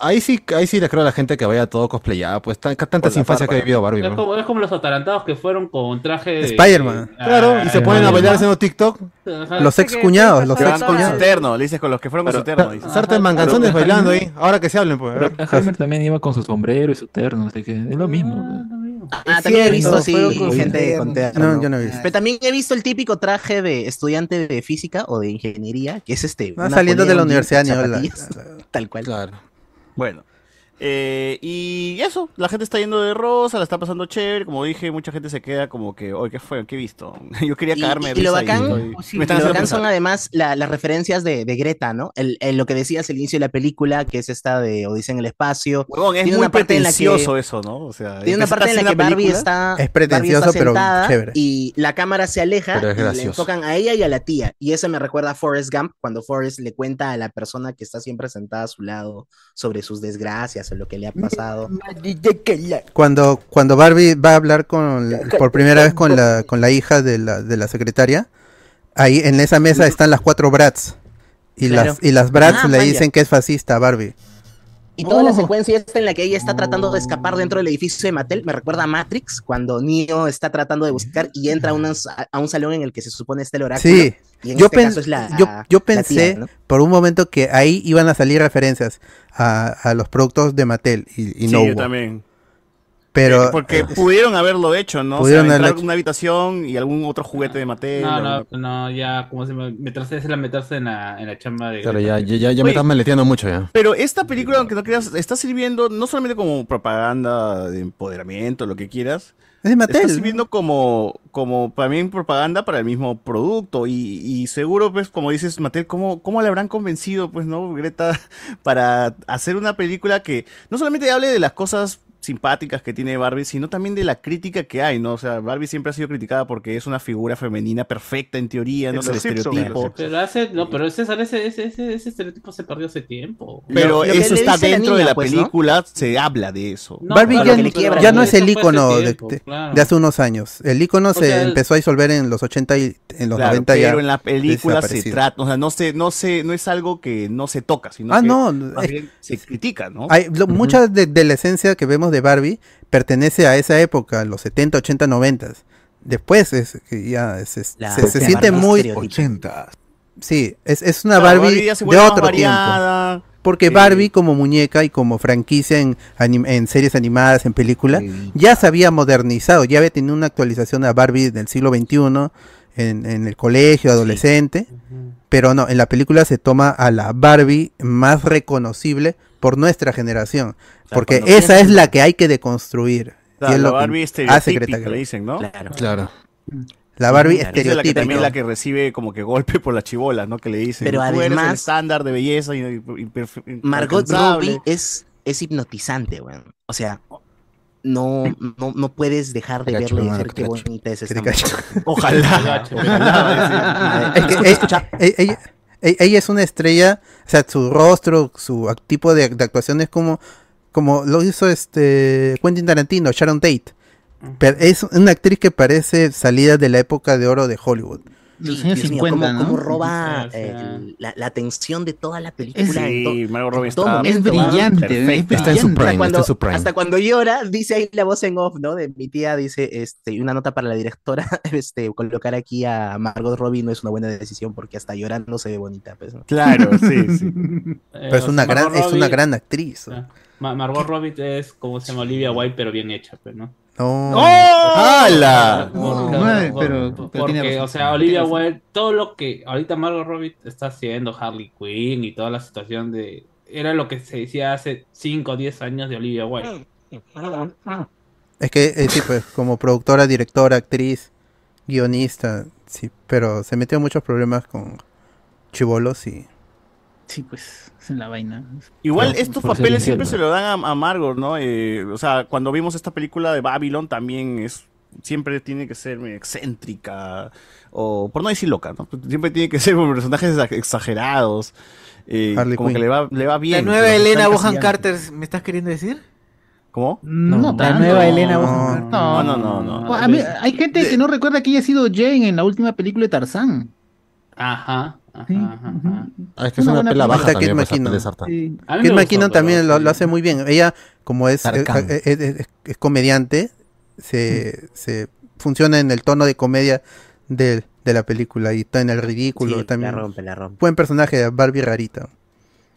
S1: Ahí sí, ahí sí le creo a la gente que vaya todo cosplayada, pues tan- tantas
S2: la
S1: infancias que ha
S2: Bárbara.
S1: vivido Barbie.
S8: es,
S1: bro.
S8: como, es como los atarantados que fueron con traje de
S3: Spider-Man.
S8: Ah,
S1: Claro, y se
S8: de
S1: ponen a bailar
S8: Spider-Man.
S1: haciendo TikTok.
S8: Ajá.
S3: Los ex cuñados, los
S2: Que van
S3: ex
S2: con su
S3: cuñados.
S2: terno, le dices con los que fueron con su terno. dices.
S1: Sarte manganzones bailando ahí. Ahora que se hablen, pues. a
S15: pues, Pero
S1: ver.
S15: acá Hammer también iba con su sombrero y su terno, así que es lo mismo. pues.
S5: Ah, también he visto así
S4: fueron con
S5: gente
S4: gente
S5: con
S3: No,
S5: terno.
S3: yo no he visto.
S5: Pero también he visto el típico traje de estudiante de física o de ingeniería, que es este.
S3: No,
S5: una
S3: saliendo de la
S5: polera, un jean,
S3: universidad, ni hablar.
S5: zapatillas, Tal cual.
S1: Claro.
S2: Bueno. eh, y eso, la gente está yendo de rosa, la está pasando chévere. Como dije, mucha gente se queda como que, oye, ¿qué fue? ¿Qué he visto? Yo quería
S5: Y-
S2: cagarme
S5: y
S2: de
S5: lo
S2: risa
S5: bacán-
S2: estoy-
S4: sí,
S2: me están
S5: Y lo
S2: haciendo
S5: bacán son
S2: pensar.
S5: además la- las referencias de, de Greta, ¿no? El, el- lo que decías al inicio de la película, que es esta de Odisea en el espacio.
S2: Huevón, es
S5: Tiene
S2: muy
S5: una parte en la que-
S2: pretencioso eso, ¿no? O sea,
S5: Tiene una
S2: estás
S5: parte en la que
S2: haciendo una
S5: Barbie
S2: película.
S5: está,
S3: Es pretencioso,
S5: Barbie está
S3: pero
S5: sentada
S3: chévere.
S5: y la cámara se aleja
S1: Pero es
S5: y le
S1: gracioso.
S5: enfocan a ella y a la tía. Y eso me recuerda a Forrest Gump, cuando Forrest le cuenta a la persona que está siempre sentada a su lado sobre sus desgracias o lo que le ha pasado.
S3: Cuando, cuando Barbie va a hablar con, por primera vez con la, con la hija de la, de la secretaria, ahí en esa mesa están las cuatro brats. Y
S5: Claro.
S3: las, y las brats
S5: Ah,
S3: le
S5: manja.
S3: dicen que es fascista a Barbie.
S5: Y toda la
S3: Oh.
S5: secuencia esta en la que ella está tratando de escapar dentro del edificio de Mattel me recuerda a Matrix, cuando Neo está tratando de buscar y entra a, una- a un salón en el que se supone está el oráculo.
S3: Sí.
S5: Y en
S3: yo,
S5: este
S3: pen-
S5: caso es la,
S3: yo, yo
S5: la tía,
S3: pensé
S5: ¿no?
S3: por un momento que ahí iban a salir referencias a, a los productos de Mattel y, y
S2: Sí,
S3: no
S2: yo
S3: hubo.
S2: también.
S3: Pero
S2: Eh, Porque pudieron haberlo hecho, ¿no?
S3: Pudieron
S2: o sea,
S3: haberlo
S2: entrar
S3: hecho.
S2: una habitación y algún otro juguete de Mattel.
S8: No,
S2: o-
S8: no, no, Ah, ya, como se llama? Meterse, es la meterse en la, en la chamba de.
S1: Claro,
S8: Greta.
S1: ya, ya, ya, ya
S2: Oye.
S1: me estás maleteando mucho ya.
S2: Pero esta película, aunque no creas, está sirviendo no solamente como propaganda de empoderamiento, lo que quieras.
S3: Es de Mattel.
S2: Está sirviendo como, como también propaganda para el mismo producto. Y, y seguro, pues, como dices, Mattel, ¿cómo, ¿cómo le habrán convencido, pues, no, Greta, para hacer una película que no solamente hable de las cosas simpáticas que tiene Barbie, sino también de la crítica que hay, ¿no? O sea, Barbie siempre ha sido criticada porque es una figura femenina perfecta en teoría, ¿no?
S8: En
S2: El
S8: los Simpsons,
S2: estereotipo.
S8: Pero hace, no, pero César, ese, ese, ese, ese estereotipo se perdió hace tiempo.
S2: Pero
S8: Lo- lo que
S2: eso
S8: le
S2: está
S8: dice
S2: dentro de
S8: niña,
S2: la
S8: pues, ¿no?
S2: película, se habla de eso.
S8: No,
S3: Barbie
S8: claro,
S3: ya,
S8: que le
S3: ya
S8: quiebra,
S3: no
S8: ¿no?
S3: es
S8: Eso
S3: el
S8: fue hace
S3: icono de,
S8: tiempo,
S3: de-
S8: claro.
S3: de hace unos años. El icono se
S2: sea, el-
S3: empezó a disolver en los 80 y en los
S2: Claro,
S3: 90 ya.
S2: pero en la película se
S3: desaparecido.
S2: trata, o sea, no se, no se, no es algo que no se toca, sino
S3: Ah,
S2: que
S3: no,
S2: más
S3: eh,
S2: bien se critica, ¿no?
S3: Hay, lo- Mucha de, de la esencia que vemos de Barbie pertenece a esa época, los 70, 80, 90. Después es que ya es- es-
S9: La-
S3: se, se
S9: la
S3: siente
S9: Barbie
S3: muy...
S9: estereotipo.
S3: 80. Sí, es, es una
S2: Claro,
S3: Barbie
S2: ya se
S3: de
S2: vuelve más
S3: otro
S2: variada,
S3: tiempo. Porque
S2: eh,
S3: Barbie como muñeca y como franquicia en, anim- en series animadas, en películas, ya se había modernizado, ya había tenido una actualización a Barbie del siglo XXI, en, en el colegio, adolescente. Pero no, en la película se toma a la Barbie más reconocible por nuestra generación. porque
S2: cuando
S3: esa
S2: piensas-
S3: es la que hay que secretar.
S2: Claro,
S3: Y es
S2: la
S3: lo que
S2: Barbie
S3: hace
S2: estereotípica,
S3: Greta
S2: le
S3: Gerwig.
S2: dicen, ¿no? Claro.
S1: Claro.
S3: La Barbie
S2: Esa es la que
S3: estereotípica.
S2: también la que recibe como que golpe por las chibolas, ¿no? Que le dicen,
S5: Pero
S2: tú eres el
S5: además-
S2: estándar de belleza y, y perfe-
S5: Margot
S2: inalcanzable".
S5: Robbie es, es hipnotizante, weón. O sea, no, no, no puedes dejar de
S3: Te cacho,
S5: verla y
S3: hermano,
S5: decir
S3: te
S5: qué
S3: cacho.
S5: bonita es
S3: Te
S5: esta
S3: cacho.
S5: mujer.
S2: Ojalá.
S3: Ojalá. Es que ella- ella- ella- ella- ella es una estrella, o sea, su rostro, su ac- tipo de, de actuación es como, como lo hizo este Quentin Tarantino, Sharon Tate. Pero es una actriz que parece salida de la época de oro de Hollywood.
S5: Sí, Dios mío, cómo, cómo roba eh, la, la atención de toda la película.
S2: Sí,
S5: en to-
S2: Margot Robbie
S5: en todo
S2: está
S5: momento, weón.
S2: ¿eh?
S1: perfecta. Está en su prime,
S5: ¿eh? Hasta cuando,
S1: está en su prime.
S5: hasta cuando llora, dice ahí la voz en off, ¿no? De mi tía dice, este, y una nota para la directora, este, colocar aquí a Margot Robbie no es una buena decisión porque hasta llorando se ve bonita, pues, ¿no?
S2: Claro, sí, sí.
S3: Pero es una gran, es una gran actriz.
S8: Eh, Ah, Ma- Margot Robbie es como se llama Olivia Wilde, pero bien hecha, pues, ¿no?
S3: No.
S2: ¡Hala!
S8: Por-
S12: ¡Oh! No,
S8: por-
S12: no, pero-
S8: por-
S12: pero tiene
S8: porque,
S12: razón.
S8: o sea, Olivia
S12: Tiene razón.
S8: Wilde, todo lo que ahorita Margot Robbie está haciendo, Harley Quinn y toda la situación de. Era lo que se decía hace 5 o 10 años de Olivia Wilde.
S3: Es que, eh, sí, pues, como productora, directora, actriz, guionista, sí, pero se metió en muchos problemas con chivolos y...
S12: Sí, pues, es la vaina.
S2: Igual
S12: Pero-
S2: estos
S12: por ser
S2: papeles
S12: infiel,
S2: siempre se
S12: ¿no?
S2: lo dan a, a Margot, ¿no? Eh, o sea, cuando vimos esta película de Babylon también es siempre tiene que ser medio excéntrica o por no decir loca, ¿no? Pues Siempre tiene que ser con personajes exa- exagerados. eh,
S3: Harley
S2: como
S3: Quinn.
S2: que le va, le va bien.
S9: La nueva
S2: pero
S9: Elena
S2: están
S9: Bohan
S2: encasillando.
S9: Carter, ¿me estás queriendo decir?
S2: ¿Cómo?
S12: No, no tanto. nueva Elena Bonham Carter.
S2: No, no, no,
S12: Pues,
S2: no.
S12: a mí- hay gente que no recuerda que ella ha sido Jane en la última película de Tarzán.
S8: Ajá.
S1: Ah, es que es una,
S12: buena
S1: pela
S12: película.
S1: baja
S3: Está Kate
S1: también, pues,
S3: McKinnon.
S1: de sarta.
S12: Sí.
S8: A
S3: Kate
S8: mí me gustó,
S3: McKinnon
S8: pero-
S3: también lo, lo hace muy bien. Ella, como es, eh,
S1: Tarkan.
S3: eh, eh, es, es comediante,
S1: Mm.
S3: se, se funciona en el tono de comedia del- de la película y está en el ridículo
S5: Sí,
S3: también.
S5: la rompe, la rompe.
S3: Buen personaje, Barbie Rarita.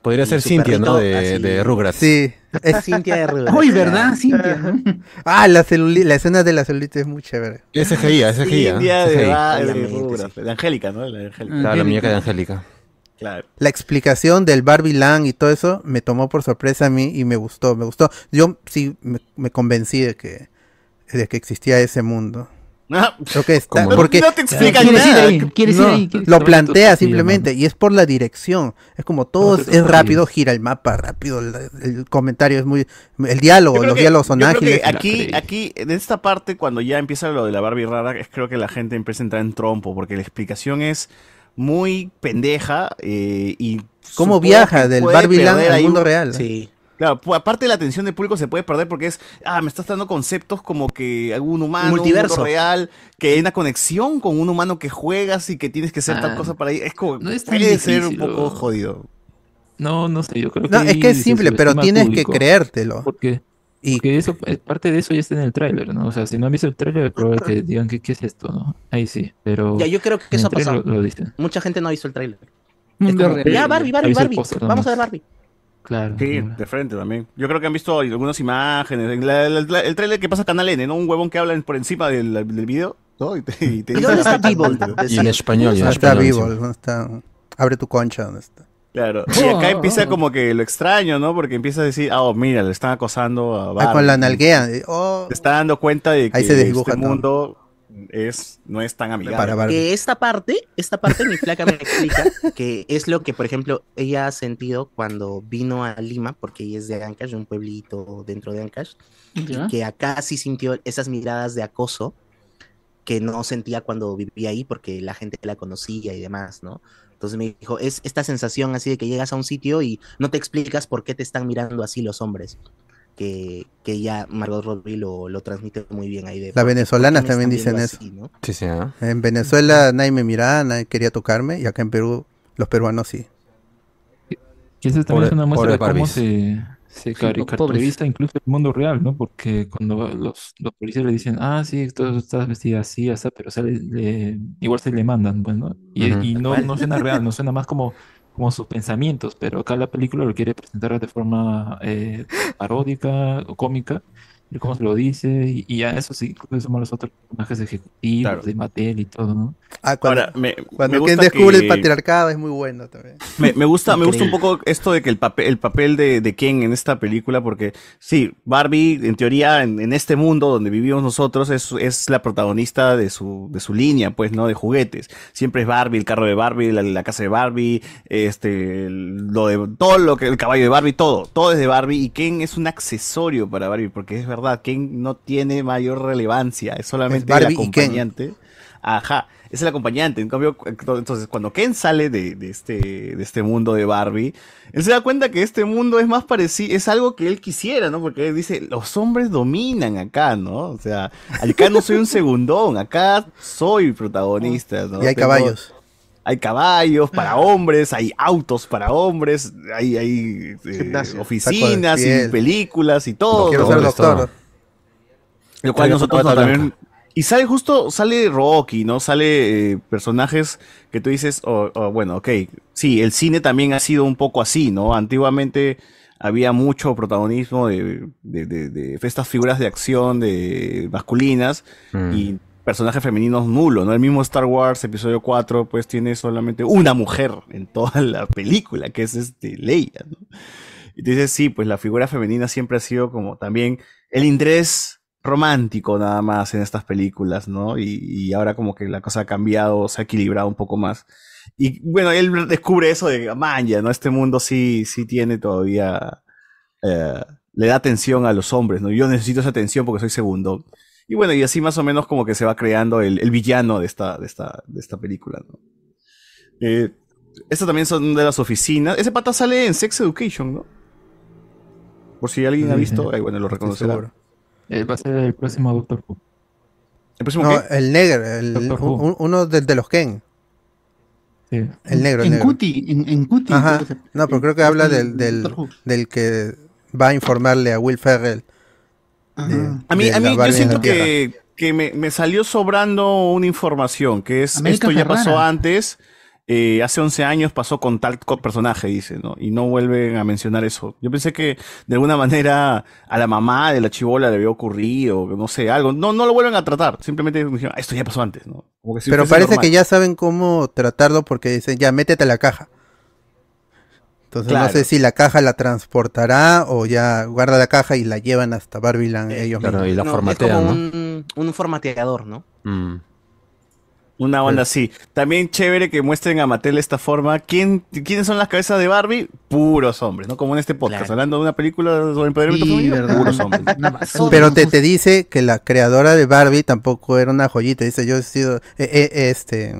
S1: Podría
S3: Y
S1: ser
S3: su
S1: Cintia,
S3: perrito,
S1: ¿no? De,
S3: así.
S1: de Rugrats.
S3: Sí,
S5: Es Cintia de Rivera.
S12: Uy, ¿verdad, Cintia?
S3: Ah, la, celuli- la escena de la celulita es muy chévere.
S1: Es CGI, es CGI.
S2: India
S1: es
S2: de,
S1: CGI.
S2: Ba- de,
S1: Obviamente,
S2: Rugrats, de Angélica, ¿no? De Angélica.
S1: Claro, la muñeca de Angélica.
S2: Claro.
S3: La explicación del Barbie Land y todo eso me tomó por sorpresa a mí y me gustó, me gustó. Yo sí me, me convencí de que, de que existía ese mundo.
S2: Ah,
S3: Creo que está.
S2: ¿cómo no?
S3: porque
S2: No te explican
S3: ¿Quieres ir
S2: nada.
S3: ahí?
S2: ¿Quieres ir
S3: No,
S2: ahí? ¿Quieres ir
S3: Lo
S2: ahí?
S3: plantea
S2: Sí,
S3: simplemente y es por la dirección. Es como todo
S2: No te
S3: es
S2: toca
S3: rápido, gira el mapa rápido, el, el comentario es muy. El diálogo,
S2: Yo creo
S3: los
S2: que-
S3: diálogos son
S2: yo creo que
S3: ágiles.
S2: Aquí, aquí, en esta parte, cuando ya empieza lo de la Barbie rara, es- creo que la gente empieza a entrar en trompo, porque la explicación es muy pendeja eh, y...
S3: ¿Cómo
S2: supongo
S3: viaja
S2: que
S3: del
S2: puede
S3: Barbie Land
S2: perder
S3: al
S2: ahí
S3: mundo
S2: un-
S3: real?
S5: Sí.
S2: Claro, pu- aparte de la atención del público se puede perder porque es, ah, me estás dando conceptos como que algún humano,
S5: Multiverso.
S2: un mundo real, que hay una conexión con un humano que juegas y que tienes que hacer
S15: Ah,
S2: tal cosa para ir. Es como,
S15: no es tan
S2: puede ser un
S15: difícil,
S2: poco
S15: ¿no?
S2: jodido.
S15: No, no sé, yo creo
S2: No,
S15: que
S2: es
S15: ahí
S2: que es simple,
S15: se
S2: pero
S15: subestima al
S2: tienes que
S15: público.
S2: creértelo.
S15: Porque, porque eso, eh, parte de eso ya está en el tráiler, ¿no? O sea, si no han visto el tráiler, probable que digan que qué es esto, ¿no? Ahí sí, pero
S5: Ya, yo creo
S15: en
S5: que eso ha
S15: el tráiler
S5: pasado.
S15: Lo, lo dicen.
S5: Mucha gente no ha visto el tráiler.
S15: Mm,
S5: Es
S15: de
S5: como,
S15: repente.
S5: ya, Barbie,
S15: Ha
S5: Barbie,
S15: visto el
S5: Barbie.
S15: póster
S5: Vamos a ver
S15: nomás.
S5: Barbie.
S15: Claro.
S2: Sí, de frente también. Yo creo que han visto algunas imágenes. La- la- la- el trailer que pasa a Canal N, ¿no? Un huevón que habla por encima del, del video. ¿no? Y te, y te
S3: ¿Y dónde está Beeble? Decía.
S2: Decía.
S3: No está
S2: Español,
S3: vivo,
S2: sí.
S3: no está. Abre tu concha, ¿dónde está?
S5: Eh,
S2: Claro.
S3: Oh,
S2: Y acá empieza como que lo extraño, ¿no? Porque empieza a decir, ah, oh, mira, le están acosando a Barbie.
S3: Ah, con la nalguea. Oh.
S2: Se está dando cuenta de que
S3: Ahí se desdibuja
S2: este
S3: todo.
S2: mundo es, no es tan amigable.
S5: Que esta parte, esta parte mi flaca me explica que es lo que, por ejemplo, ella ha sentido cuando vino a Lima, porque ella es de Ancash, de un pueblito dentro de Ancash,
S12: Ya.
S5: y que acá sí sintió esas miradas de acoso que no sentía cuando vivía ahí porque la gente la conocía y demás, ¿no? Entonces me dijo, es esta sensación así de que llegas a un sitio y no te explicas por qué te están mirando así los hombres. Que, que ya Margot Robbie lo, lo transmite muy bien ahí. De,
S3: Las
S5: "¿Por qué
S3: venezolanas
S5: me están
S3: también dicen
S5: viendo
S3: eso.
S5: este así, no?".
S1: Sí, sí, ¿ah?
S3: En Venezuela nadie me miraba, nadie quería tocarme, y acá en Perú los peruanos sí.
S15: Que eso también
S3: Pobre-
S15: es una muestra de
S3: pobres
S15: cómo
S3: Barbies.
S15: se, se
S3: Sí,
S15: caricaturista incluso el mundo real, ¿no? Porque cuando los, los policías le dicen, ah, sí, tú estás vestida así, así, pero o sea, le- le- igual se le mandan, pues, ¿no? Y,
S1: Ujú.
S15: y
S1: Tal
S15: no,
S1: cual.
S15: no suena real, no suena más como, como sus pensamientos, pero acá la película lo quiere presentar de forma eh, paródica o cómica, y cómo se lo dice, y, y a eso sí, incluso somos los otros personajes ejecutivos de Mattel y todo, ¿no?
S3: Ah, cuando,
S2: Ahora, me-
S3: cuando
S2: me
S3: quien
S2: gusta
S3: descubre el
S2: que-
S3: patriarcado es muy bueno también.
S2: Me, me gusta, me gusta un
S3: Increíble.
S2: poco esto de que el papel, el papel de, de Ken en esta película, porque sí, Barbie, en teoría, en, en este mundo donde vivimos nosotros, es, es la protagonista de su, de su línea, pues, ¿no? De juguetes. Siempre es Barbie, el carro de Barbie, la, la casa de Barbie, este, el- lo de, todo lo que, el caballo de Barbie, todo, todo es de Barbie, y Ken es un accesorio para Barbie, porque es verdad, Ken no tiene mayor relevancia, es solamente
S3: Es
S2: el
S3: Barbie y Ken.
S2: acompañante. Ajá, es el acompañante. En cambio, cu- entonces cuando Ken sale de, de este, de este mundo de Barbie, él se da cuenta que este mundo es más parecido, es algo que él quisiera, ¿no? Porque él dice, los hombres dominan acá, ¿no? O sea, acá no soy un segundón, acá soy protagonista, ¿no?
S3: Y hay caballos.
S2: Hay caballos para hombres, hay autos para hombres, hay, hay eh,
S3: Gimnasio,
S2: oficinas
S3: saco de
S2: y
S3: piel.
S2: películas y todo.
S3: Quiero
S2: ¿no?
S3: ser doctor.
S2: Lo cual
S3: Traigo
S2: nosotros
S3: zapata
S2: también.
S3: blanca.
S2: Y sale justo, sale Rocky, ¿no? Sale eh, personajes que tú dices, oh, oh, bueno, ok, sí, el cine también ha sido un poco así, ¿no? Antiguamente había mucho protagonismo de, de- de- de estas figuras de acción de masculinas y personajes femeninos nulos, ¿no? El mismo Star Wars, episodio 4, pues tiene solamente una mujer en toda la película, que es este, Leia, ¿no? Y tú dices, sí, pues la figura femenina siempre ha sido como también el interés romántico nada más en estas películas, ¿no? Y, y ahora como que la cosa ha cambiado, se ha equilibrado un poco más. Y bueno, él descubre eso de, man, ya, ¿no? Este mundo sí, sí tiene todavía, eh, le da atención a los hombres, ¿no? Yo necesito esa atención porque soy segundo. Y bueno, y así más o menos como que se va creando el, el villano de esta, de esta, de esta película, ¿no? Eh, estas también son de las oficinas. Ese pata sale en Sex Education, ¿no? Por si alguien ha visto, eh, bueno, lo reconocerá.
S3: seguro.
S15: Eh, va a ser el próximo Doctor Who.
S2: ¿El
S3: No, el negro, el-
S15: Doctor Who.
S3: un- un- uno del de los Ken.
S15: Sí.
S3: El negro, el
S16: En
S3: negro.
S16: Cuti, en, en Cuti.
S3: Ajá.
S16: creo que se-
S3: No, pero creo que
S16: es
S3: habla
S16: el
S3: del, del,
S16: Doctor Who.
S3: del que va a informarle a Will Ferrell. de-
S2: A mí,
S3: de la
S2: a
S3: Barbie
S2: mí yo
S3: en la
S2: siento
S3: Tierra.
S2: que, que me, me salió sobrando una información, que es
S16: América
S2: esto ya pasó
S16: Ferrara.
S2: antes, eh, hace 11 años pasó con tal co- personaje, dice, ¿no? Y no vuelven a mencionar eso. Yo pensé que de alguna manera a la mamá de la chivola le había ocurrido, no sé, algo. No, no lo vuelven a tratar, simplemente me dijeron, "Ah, esto ya pasó antes, ¿no? Como que si
S3: pero
S2: fuese
S3: parece
S2: normal.
S3: que ya saben cómo tratarlo porque dicen, ya, métete a la caja. Entonces no
S2: Claro.
S3: sé si la caja la transportará o ya guarda la caja y la llevan hasta Barbie Land ellos
S1: claro,
S3: mismos.
S1: y la
S5: No,
S1: formatean,
S5: es como
S1: ¿no?
S5: un, un formateador, ¿no?
S8: Mm.
S2: Una onda así. También chévere que muestren a Mattel de esta forma. ¿Quién, ¿Quiénes son las cabezas de Barbie? Puros hombres, ¿no? Como en este podcast, hablando de una película sobre empoderamiento
S16: Sí,
S2: femenino,
S16: verdad.
S2: puros hombres.
S3: Pero te, te dice que la creadora de Barbie tampoco era una joyita. Dice, yo he sido, eh, eh, este,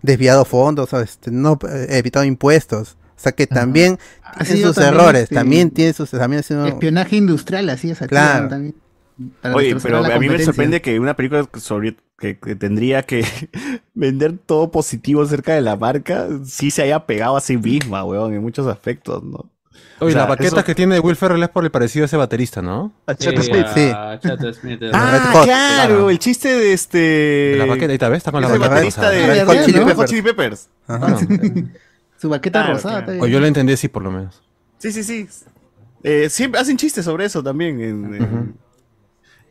S3: desviado fondos, o este, no, eh, he evitado impuestos. O sea que también tiene
S16: sido
S3: sus
S16: Ah, también,
S3: errores,
S16: este,
S3: también tiene sus también ha sido-
S16: Espionaje industrial, así es. activan
S3: Claro.
S16: también para
S2: Oye,
S16: destrozar la
S2: pero a mí me
S16: competencia.
S2: sorprende que una película sobre que, que tendría que vender todo positivo acerca de la marca, sí se haya pegado a sí misma, weón, en muchos aspectos, ¿no?
S1: Oye,
S2: O sea,
S1: las baquetas
S2: eso-
S1: que tiene Will Ferrell es por el parecido a ese baterista, ¿no?
S2: A Chad Sí, Smith.
S1: sí.
S2: a
S8: Chad Smith, es
S2: Ah,
S1: Red Hot.
S2: claro, el chiste de este.
S1: La baqueta, ahí está, ¿ves? Está con la
S2: Es el
S1: baqueta
S2: baterista
S1: rosada.
S2: de
S1: Red
S2: Red
S1: Hot Chili
S2: Hot
S1: Peppers.
S2: Chili Peppers.
S1: Ajá.
S16: Su baqueta
S2: Claro,
S16: rosada.
S2: claro.
S1: O yo lo entendí así, por lo menos.
S2: Sí, sí, sí. Eh, siempre hacen chistes sobre eso también en, en-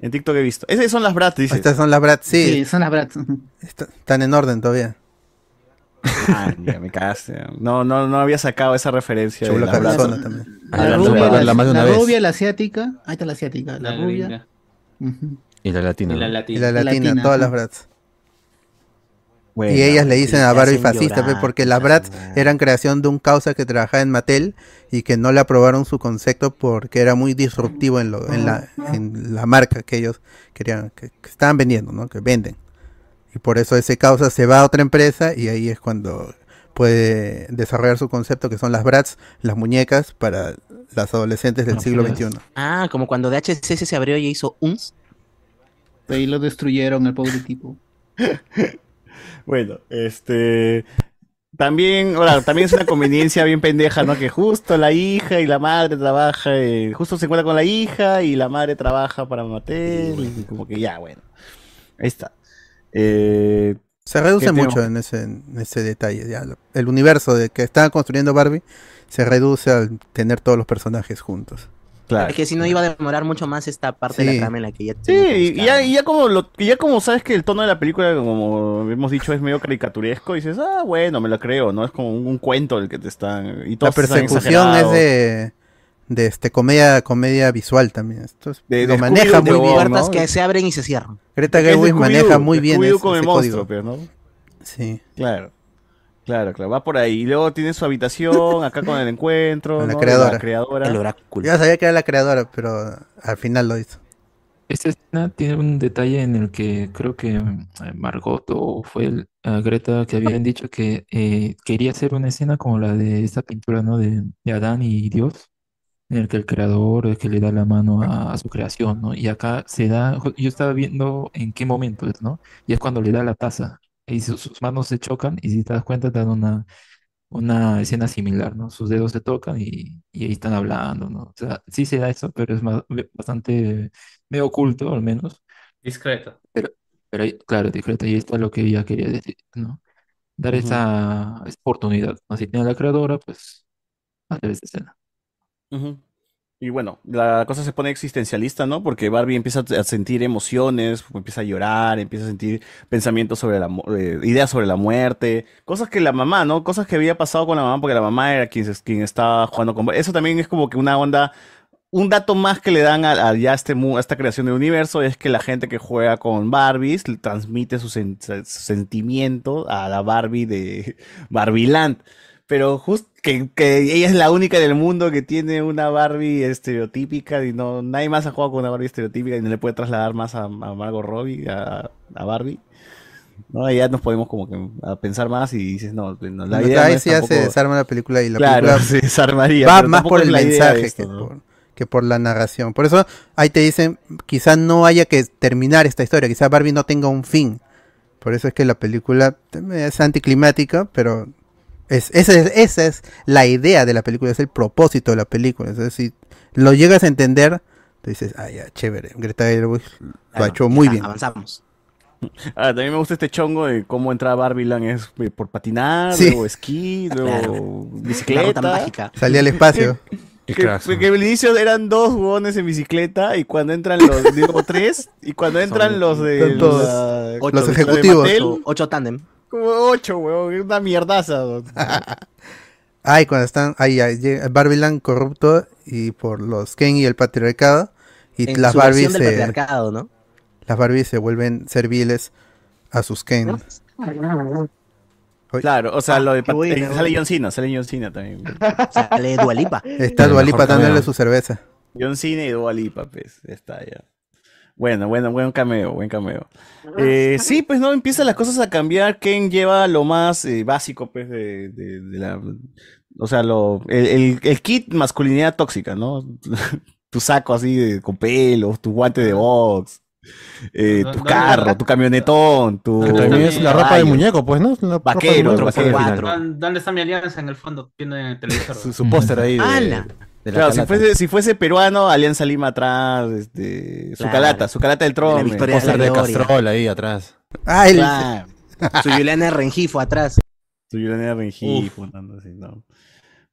S2: en TikTok he visto. Esas son las Bratz, dices.
S3: Estas son las Bratz, sí.
S2: Sí,
S3: son las Bratz. están en orden todavía.
S2: Ah, mira, me cagaste. No, no, no había sacado esa referencia. de
S3: Chula
S2: las Bratz.
S3: cabezona también.
S2: Ah,
S1: La
S2: las
S1: rubia,
S2: Bratz.
S1: la- la más de
S16: La
S1: una vez.
S16: rubia, la asiática. Ahí está la asiática. La,
S8: La
S16: rubia.
S8: gringa.
S16: Ujú.
S1: Y la latina.
S8: Y la
S1: ¿no?
S8: latina.
S3: Y la latina,
S16: Latina,
S3: todas
S16: ajá.
S3: las brats.
S2: Bueno,
S3: y ellas le
S2: y
S3: dicen
S2: te
S3: a Barbie
S2: hacen
S3: fascista,
S2: llorar,
S3: pe, porque las brats eran creación de un causa que trabajaba en Mattel y que no le aprobaron su concepto porque era muy disruptivo en, lo- en, la, en la marca que ellos querían, que, que estaban vendiendo, ¿no? Que venden. Y por eso ese causa se va a otra empresa y ahí es cuando puede desarrollar su concepto que son las brats, las muñecas para las adolescentes del siglo XXI.
S5: Ah, como cuando DHCS se abrió y hizo uns.
S16: Ahí lo destruyeron al pobre tipo.
S2: Bueno, este. También, ahora, también es una conveniencia bien pendeja, ¿no? Que justo la hija y la madre trabaja, eh, justo se encuentra con la hija y la madre trabaja para Mattel, y como que ya, bueno. Ahí está.
S3: Eh, se reduce
S2: ¿qué tema?
S3: mucho en ese, en ese detalle. ya. el universo de que estaba construyendo Barbie se reduce al tener todos los personajes juntos.
S5: Es que si no iba a demorar mucho más esta parte de
S3: Sí.
S5: la trama en la que ya
S2: Sí,
S1: pues,
S2: y ya, y ya como lo- y ya como sabes que el tono de la película, como hemos dicho, es medio caricaturesco, dices, ah, bueno, me lo creo, ¿no? Es como un, un cuento el que te están. Y
S3: La
S2: todos están
S3: persecución es
S2: exagerados.
S3: de, de este, comedia, comedia visual también. Esto es-
S2: De-
S3: lo
S2: de
S3: maneja muy
S2: Scooby-Doo,
S3: bien.
S2: ¿no?
S5: Puertas que se abren y se cierran.
S3: Greta
S2: Es de
S3: Gerwig maneja
S2: Scooby-Doo,
S3: muy
S2: de
S3: bien
S2: Scooby-Doo
S3: ese,
S2: con el
S3: ese
S2: monstruo,
S3: código. pues,
S2: pero, ¿no?
S3: Sí.
S2: Claro, claro, claro. Va por ahí. Y luego tiene su habitación, acá con el encuentro.
S3: Con la
S2: ¿no? De
S3: creadora.
S2: creadora.
S3: Ya sabía que era la creadora, pero al final lo hizo.
S15: Esta escena tiene un detalle en el que creo que eh, Margot o fue el- a Greta que habían dicho que eh, quería hacer una escena como la de esta pintura, ¿no? De, de Adán y Dios, en el que el creador es que le da la mano a, a su creación, ¿no? Y acá se da, ju- yo estaba viendo en qué momento es, ¿no? Y es cuando le da la taza y su- sus manos se chocan y si te das cuenta dan una, una escena similar, ¿no? Sus dedos se tocan y, y ahí están hablando, ¿no? O sea, sí se da eso, pero es más- bastante medio oculto al menos,
S8: Discreto.
S15: pero, pero ahí, claro, discreto, y esto es lo que ella quería decir, ¿no? Dar
S8: Ujú.
S15: esa, esa oportunidad, ¿no? Si tiene la creadora, pues hacer esa escena.
S2: Ujú. Y bueno, la cosa se pone existencialista, ¿no? Porque Barbie empieza a sentir emociones, empieza a llorar, empieza a sentir pensamientos sobre la mu- eh, ideas sobre la muerte, cosas que la mamá, ¿no? Cosas que había pasado con la mamá, porque la mamá era quien, se- quien estaba jugando con. Eso también es como que una onda. Un dato más que le dan a, a ya este mu- a esta creación del universo es que la gente que juega con Barbies le transmite su, sen- su sentimiento a la Barbie de Barbieland. Pero justo que, que ella es la única en el mundo que tiene una Barbie estereotípica y no nadie más ha jugado con una Barbie estereotípica y no le puede trasladar más a, a Margot Robbie, a, a Barbie. No, Ahí ya nos podemos como que a pensar más y dices, no, no, la idea
S3: ahí
S2: no es
S3: sí ya se
S2: tampoco-
S3: desarma la película y la
S2: Claro,
S3: película
S2: se desarmaría,
S3: va
S2: pero
S3: más
S2: tampoco
S3: por
S2: es
S3: el
S2: la idea de
S3: mensaje
S2: esto,
S3: que,
S2: ¿no?
S3: por, que por la narración. Por eso ahí te dicen, quizás no haya que terminar esta historia, quizás Barbie no tenga un fin. Por eso es que la película es anticlimática, pero es, esa, es, esa es la idea de la película, es el propósito de la película. Entonces, si lo llegas a entender, te dices, ah, ya, chévere, Greta Gerwig lo ha hecho muy bien.
S5: Avanzamos.
S2: Ah, también me gusta este chongo de cómo entra a Barbie Land es eh, por patinar,
S3: Sí.
S2: luego esquí, luego bicicleta.
S3: La ruta mágica. Salía al espacio.
S2: Que,
S3: Qué
S2: que,
S3: cracks,
S2: que al inicio eran dos hueones en bicicleta y cuando entran los, digo, tres, y cuando entran los de
S3: Son todos.
S2: la-
S3: Ocho,
S2: de
S3: ejecutivos.
S2: Mattel,
S3: Ocho.
S5: Ocho tándem.
S2: como ocho, huevón, es una mierdaza. huevón.
S3: Ay, cuando están, ay, ay, llega Barbiland corrupto y por los Ken y el patriarcado y
S5: En
S3: las
S5: su
S3: Barbies
S5: versión del
S3: se,
S5: patriarcado, ¿no?
S3: las Barbies se vuelven serviles a sus Ken.
S2: Claro, o sea,
S3: Ah,
S2: lo de pat-
S3: buena,
S2: eh,
S3: huevón.
S2: sale John Cena, sale John Cena también.
S5: Sale Dualipa.
S3: Está
S2: Lo mejor
S3: Dualipa
S2: que
S3: dándole
S2: veo.
S3: su cerveza.
S2: John Cena y Dua Lipa, pues, está ya. Bueno, bueno, buen cameo, buen cameo. Eh, sí, pues no, empiezan las cosas a cambiar. Ken lleva lo más eh, básico, pues, de, de- de la. O sea, lo, el, el- el kit masculinidad tóxica, ¿no? tu saco así de- con pelos, tu guante de box, eh,
S1: No,
S2: tu
S1: no,
S2: carro,
S1: no, no.
S2: tu camionetón, tu.
S1: Que también es la ropa de
S2: caballo.
S1: muñeco, pues, ¿no? La ropa de
S2: Vaquero,
S1: muñeco,
S2: vaquero.
S1: vaquero.
S2: Claro.
S8: ¿Dónde dónde está mi alianza en el fondo? Viendo en el televisor.
S1: Su, su póster ahí. de-
S8: ¡Hala!
S1: de la
S2: Claro, si
S1: calata.
S2: fuese, si fuese peruano, Alianza Lima atrás, este, su
S1: Claro.
S2: calata, su calata del trono.
S1: La victoria de la Póster de gloria. Castrol ahí atrás.
S3: Ah,
S2: el-
S5: Su Juliana Rengifo atrás.
S2: Su Juliana Rengifo, andando así, ¿no?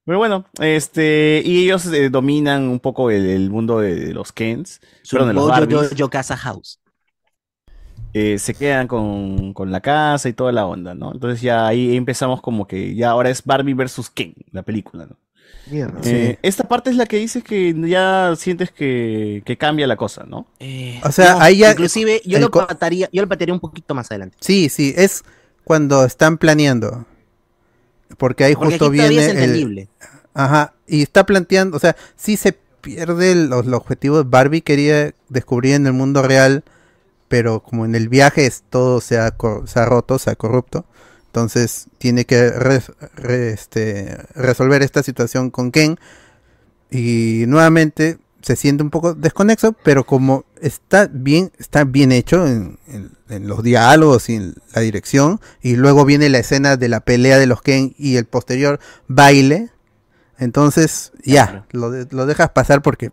S2: Pero bueno, este, y ellos eh, dominan un poco el, el mundo de, de los Kens,
S5: Su
S2: perdón, de los
S5: Yo- yo,
S2: Barbies.
S5: yo, yo Casa House.
S2: eh, se quedan con, con la casa y toda la onda, ¿no? Entonces ya ahí empezamos como que ya ahora es Barbie versus Ken, la película, ¿no?
S4: Mierda.
S2: Eh, esta parte es la que dices que ya sientes que, que cambia la cosa, ¿no?
S3: O sea, ahí ya-
S5: Eh, Inclusive, yo
S3: el
S5: lo,
S3: co-
S5: pataría, yo lo pataría un poquito más adelante.
S3: Sí, sí, es cuando están planeando. Porque ahí
S5: Porque
S3: justo
S5: aquí todavía
S3: viene.
S5: es
S3: el-
S5: entendible.
S3: Ajá, y está planteando, o sea, sí se pierde el, el objetivo. Barbie quería descubrir en el mundo real, pero como en el viaje es todo se ha, cor- se ha roto, se ha corrupto. Entonces tiene que re- re- este, resolver esta situación con Ken. Y nuevamente se siente un poco desconexo, pero como está bien, está bien hecho en, en- en los diálogos y en la dirección, y luego viene la escena de la pelea de los Ken y el posterior baile, entonces ya, lo, de- lo dejas pasar porque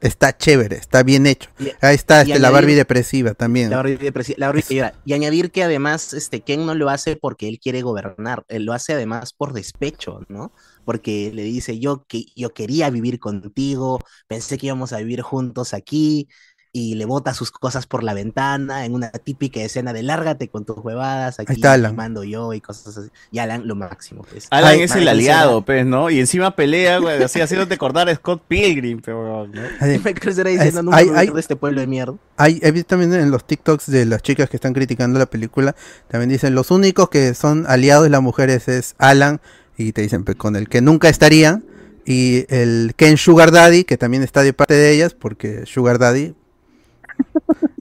S3: está chévere, está bien hecho.
S5: Y-
S3: Ahí está
S5: y
S3: este, la
S5: añadir-
S3: Barbie depresiva también.
S5: La Barbie depresi- la Barbie que llora. Y añadir que además este Ken no lo hace porque él quiere gobernar, él lo hace además por despecho, ¿no? Porque le dice, yo, que, yo quería vivir contigo, pensé que íbamos a vivir juntos aquí, y le bota sus cosas por la ventana en una típica escena de lárgate con tus huevadas, aquí
S3: está Alan.
S5: mando yo y cosas así. Y Alan lo máximo. pues.
S2: Alan
S5: Ay,
S2: es el
S5: Alan
S2: aliado, pues, ¿no? Y encima pelea, güey, así haciéndote acordar a Scott Pilgrim, pero, ¿no?
S3: Adem-
S5: Michael Cera diciendo,
S3: es-
S5: nunca
S3: hay-
S5: me voy a
S3: hay-
S5: ir de este pueblo de mierda.
S3: Hay, he visto también en los TikToks de las chicas que están criticando la película, también dicen, los únicos que son aliados de las mujeres es Alan, y te dicen, "Pues, con el que nunca estarían, y el Ken Sugar Daddy, que también está de parte de ellas, porque Sugar Daddy,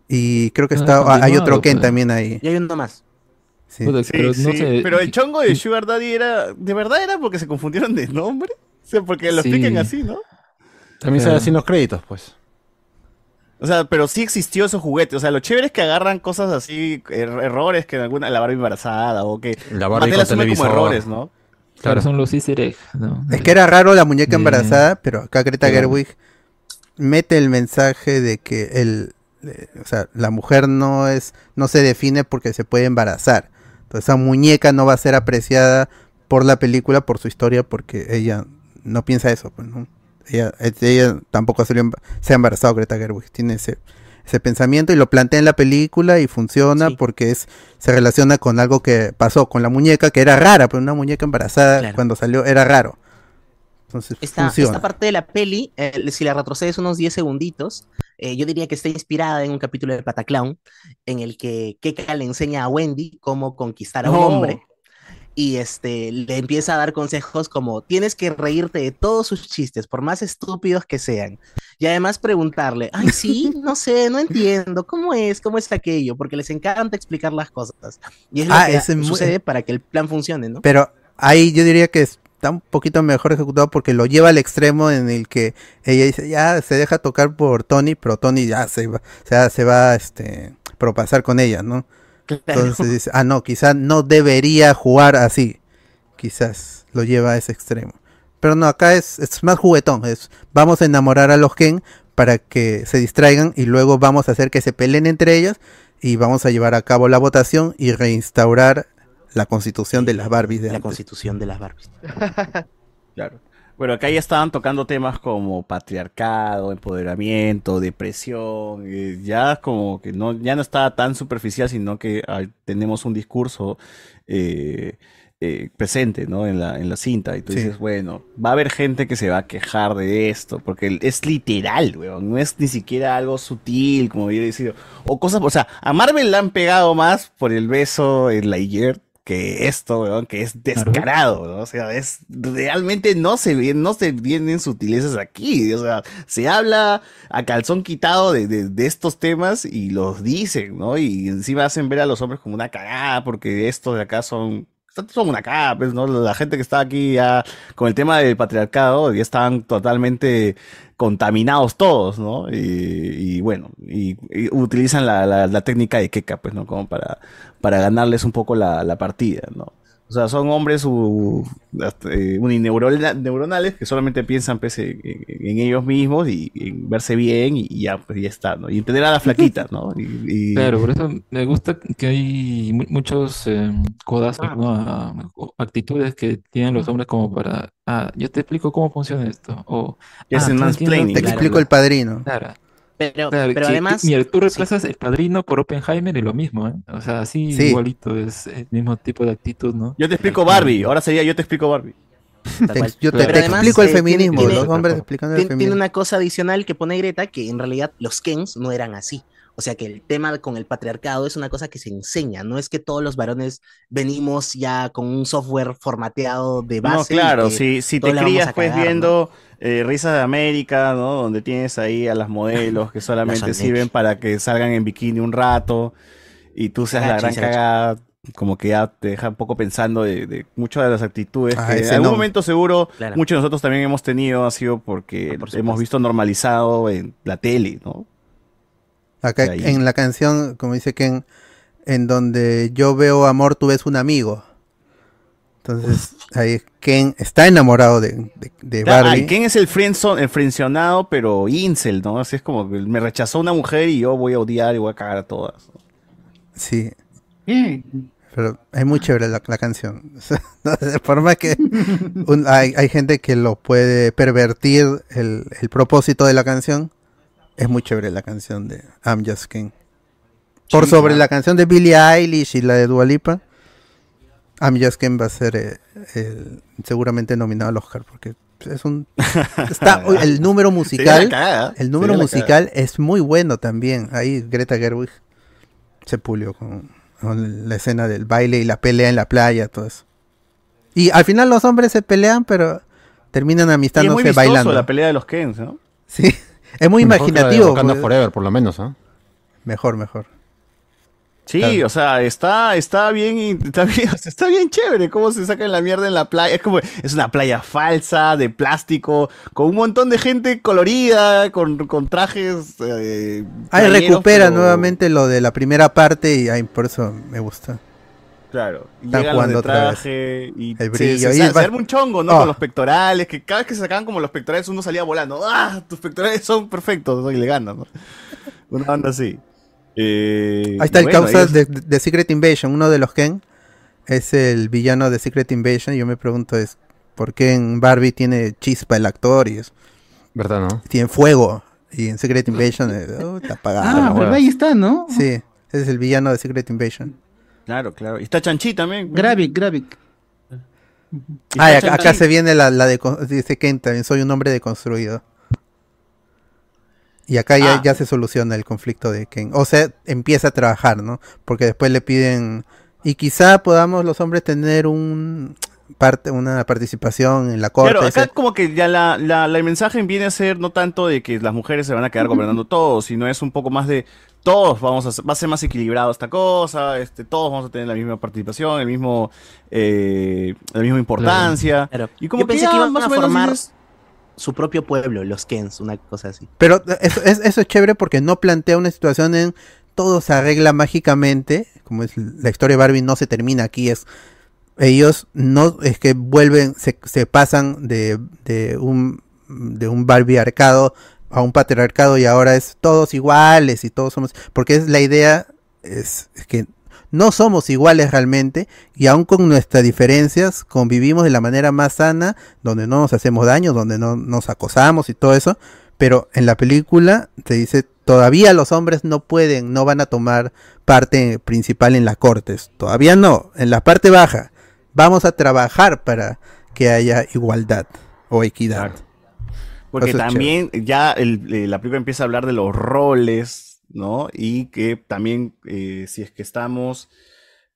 S3: y creo que
S5: Ah,
S3: está, ah, hay otro
S5: continuado,
S3: Ken
S5: pues.
S3: también ahí.
S5: Y hay uno más.
S3: Sí.
S2: Sí, sí, pero el chongo de Sugar Daddy era. ¿De verdad era porque se confundieron de nombre? O sea, porque lo
S1: Sí.
S2: explican así, ¿no?
S1: También sale así en los créditos, pues.
S2: O sea, pero sí existió esos juguetes. O sea, lo chévere es que agarran cosas así, er- errores que en alguna. La Barbie embarazada o que.
S1: La Barbie
S2: más bien
S1: con
S2: asume
S1: televisor.
S2: como errores, ¿no?
S15: Claro, son los easter eggs, ¿no?
S3: Es que era raro la muñeca
S15: de-
S3: embarazada, pero acá Greta
S15: de-
S3: Gerwig mete el mensaje de que el, eh, o sea, la mujer no es, no se define porque se puede embarazar. Entonces esa muñeca no va a ser apreciada por la película, por su historia, porque ella no piensa eso. pues, ¿no? Ella, es- ella tampoco ha salido emba- se ha embarazado Greta Gerwig, tiene ese, ese pensamiento y lo plantea en la película y funciona porque es, se relaciona con algo que pasó con la muñeca, que era rara, pero una muñeca embarazada cuando salió era raro. Entonces
S5: Esta,
S3: funciona.
S5: esta parte de la peli, eh, si la retrocedes unos 10 segunditos, eh, yo diría que está inspirada en un capítulo de Pataclown, en el que Keka le enseña a Wendy cómo conquistar a un
S14: No.
S5: hombre. Y este, le empieza a dar consejos como, tienes que reírte de todos sus chistes, por más estúpidos que sean. Y además preguntarle, ay, sí, no sé, no entiendo, ¿cómo es? ¿Cómo es aquello? Porque les encanta explicar las cosas. Y es lo
S3: Ah,
S5: que
S3: ese mu-
S5: sucede para que el plan funcione, ¿no?
S3: Pero ahí yo diría que está un poquito mejor ejecutado porque lo lleva al extremo en el que ella dice, ya se deja tocar por Tony, pero Tony ya se va, o sea, se va este propasar con ella, ¿no? Entonces dice, ah, no, quizás no debería jugar así. Quizás lo lleva a ese extremo. Pero no, acá es, es más juguetón. Es, vamos a enamorar a los Ken para que se distraigan y luego vamos a hacer que se peleen entre ellos y vamos a llevar a cabo la votación y reinstaurar la constitución de las Barbies. De
S5: La
S3: antes.
S5: constitución de las Barbies.
S2: Claro. Bueno, acá ya estaban tocando temas como patriarcado, empoderamiento, depresión, eh, ya como que no, ya no estaba tan superficial, sino que ah, tenemos un discurso eh, eh, presente, ¿no? En la, en la cinta. Y tú
S3: Sí.
S2: dices, bueno, va a haber gente que se va a quejar de esto, porque el- es literal, weón. No es ni siquiera algo sutil, como hubiera decido. O cosas, o sea, a Marvel la han pegado más por el beso en la ayer que esto, weón, que es descarado, weón. o sea, es realmente no se ven, no se vienen sutilezas aquí, o sea, se habla a calzón quitado de, de- de estos temas y los dicen, ¿no? Y encima hacen ver a los hombres como una cagada porque estos de acá son son una cagada, pues, ¿no? La gente que está aquí ya con el tema del patriarcado ya están totalmente contaminados todos, ¿no? Y, y bueno, y, y utilizan la, la- la técnica de queca, pues, ¿no? Como para, para ganarles un poco la, la partida, ¿no? O sea, son hombres u- hasta, eh, unineurona- neuronales que solamente piensan pues, en, en- en ellos mismos y en verse bien y ya, pues, ya está, ¿no? Y entender a las flaquitas, ¿no? Y- y-
S15: Claro, por eso me gusta que hay mu- muchos eh, codazos, ¿no? A- o actitudes que tienen los hombres como para, ah, yo te explico cómo funciona esto, o
S3: Es
S15: "Ah,
S3: el
S15: tú no entiendes
S3: mansplaining. Te
S15: claro".
S3: explico el padrino.
S15: Claro.
S5: Pero,
S15: Claro,
S5: pero
S15: que-
S5: además,
S15: mira, tú reemplazas el padrino por Oppenheimer y lo mismo, ¿eh? O sea, así
S2: Sí.
S15: igualito, es el mismo tipo de actitud, ¿no?
S2: Yo te explico Barbie, ahora sería yo te explico Barbie.
S3: yo te-
S5: Pero
S3: te
S5: además,
S3: explico el
S5: eh, tiene-
S3: feminismo,
S5: tiene-
S3: los hombres explicando el
S5: tiene,
S3: feminismo.
S5: tiene una cosa adicional que pone Greta que en realidad los Kens no eran así. O sea que el tema con el patriarcado es una cosa que se enseña, no es que todos los varones venimos ya con un software formateado de
S2: No,
S5: base. y
S2: claro,
S5: que
S2: si, si
S5: todos
S2: te
S5: la vamos
S2: crías
S5: a
S2: pues
S5: cagar, ¿no?
S2: viendo eh, Risas de América, ¿no? Donde tienes ahí a las modelos que solamente
S5: Las
S2: sirven para que salgan en bikini un rato y tú seas la
S5: Sarachi,
S2: gran
S5: Sarachi.
S2: cagada, como que ya te deja un poco pensando de, de muchas de las actitudes
S5: Ah,
S16: Este,
S2: que en
S5: ese
S2: algún
S5: no.
S2: momento seguro
S5: Claro. Ah,
S2: muchos de nosotros también hemos tenido, ha sido porque hemos visto normalizado en la tele, ¿no?
S3: Acá
S2: ahí.
S3: en la canción, como dice Ken, en donde yo veo amor, tú ves un amigo. Entonces, ahí Ken está enamorado de, de, de
S2: Claro,
S3: Barbie.
S2: ah, ¿Quién es el friendzone, el friendzoneado, pero incel, ¿no? Así es como que me rechazó una mujer y yo voy a odiar y voy a cagar a todas.
S3: Sí. Pero es muy chévere la, la canción. O sea, no sé, por más que un- hay, hay gente que lo puede pervertir el, el propósito de la canción, es muy chévere la canción de I'm Just King. Por
S16: Sí,
S3: sobre
S16: claro.
S3: la canción de Billie Eilish y la de Dua Lipa, I'm Just King va a ser eh, el- seguramente nominado al Oscar porque es un está el número
S16: Sería
S3: musical,
S16: la
S2: ¿eh?
S16: cagada,
S3: el número
S16: sería la
S3: musical es muy bueno también. Ahí Greta Gerwig se pulió con, con la escena del baile y la pelea en la playa, todo eso. Y al final los hombres se pelean, pero terminan
S2: Y es muy
S3: amistándose
S2: vistoso
S3: bailando.
S2: la pelea de los Kens, ¿no?
S3: Sí, es muy
S2: Mejor que la de
S3: imaginativo.
S2: Wakanda
S3: pues.
S1: Forever, por lo menos, ¿ah?
S3: Mejor, mejor.
S2: Sí, o sea, está, está bien, y- está bien, o sea, está bien chévere cómo se sacan la mierda en la playa. Es como, es una playa falsa, de plástico, con un montón de gente colorida, con, con trajes. Eh,
S3: Ahí
S2: playeros,
S3: recupera
S2: pero-
S3: nuevamente lo de la primera parte y ahí por eso me gusta.
S2: Claro, y
S3: Están
S2: llegan los
S3: jugando
S2: de
S3: otra vez.
S2: traje y
S3: El brillo.
S2: Se,
S3: Y
S2: se-
S3: el
S2: se
S3: ba-
S2: arma un chongo, ¿no?
S3: Oh.
S2: Con los pectorales, que cada vez que se sacaban como los pectorales uno salía volando. ¡Ah! Tus pectorales son perfectos, ¿no? y le ganan, ¿no? Una banda así. Eh,
S3: Ahí está el
S2: y bueno,
S3: causa
S2: ellos-
S3: de, de Secret Invasion, uno de los Ken es el villano de Secret Invasion. Yo me pregunto es por qué en Barbie tiene chispa el actor y es
S1: verdad, ¿no?
S3: Tiene fuego y en Secret Invasion eh, oh, está apagado.
S12: Ah, pero ahí está, ¿no?
S3: Sí, ese es el villano de Secret Invasion.
S2: Claro, claro. Y está Chanchi también.
S12: Gravic, Gravic.
S2: Y
S3: Ah, y acá,
S2: está
S3: acá
S2: Chanchi.
S3: se viene la, la de con- dice Ken también soy un hombre deconstruido. Y acá ya,
S2: Ah.
S3: ya se soluciona el conflicto de Ken. O sea, empieza a trabajar, ¿no? Porque después le piden y quizá podamos los hombres tener un parte una participación en la corte.
S2: Claro, acá
S3: ese-
S2: como que ya la, la- la- el mensaje viene a ser no tanto de que las mujeres se van a quedar gobernando todo, sino es un poco más de todos vamos a ser- va a ser más equilibrado esta cosa, este, todos vamos a tener la misma participación, el mismo, eh, la misma importancia. Y como
S5: Yo pensé
S2: ya
S5: que iban
S2: más
S5: a
S2: o menos
S5: formar
S2: dices-
S5: su propio pueblo, los Kens, una cosa así.
S3: Pero eh, eso es, eso es chévere porque no plantea una situación en todo se arregla mágicamente, como es la historia de Barbie no se termina aquí, es ellos no es que vuelven, se, se pasan de, de un de un Barbie arcado a un patriarcado y ahora es todos iguales y todos somos, porque es la idea es, es que no somos iguales realmente y aun con nuestras diferencias convivimos de la manera más sana, donde no nos hacemos daño, donde no nos acosamos y todo eso, pero en la película te dice todavía los hombres no pueden, no van a tomar parte principal en las cortes, todavía no, en la parte baja. Vamos a trabajar para que haya igualdad o equidad.
S2: Porque
S3: Eso es
S2: también ya el- eh, la película empieza a hablar de los roles, ¿no? Y que también eh, si es que estamos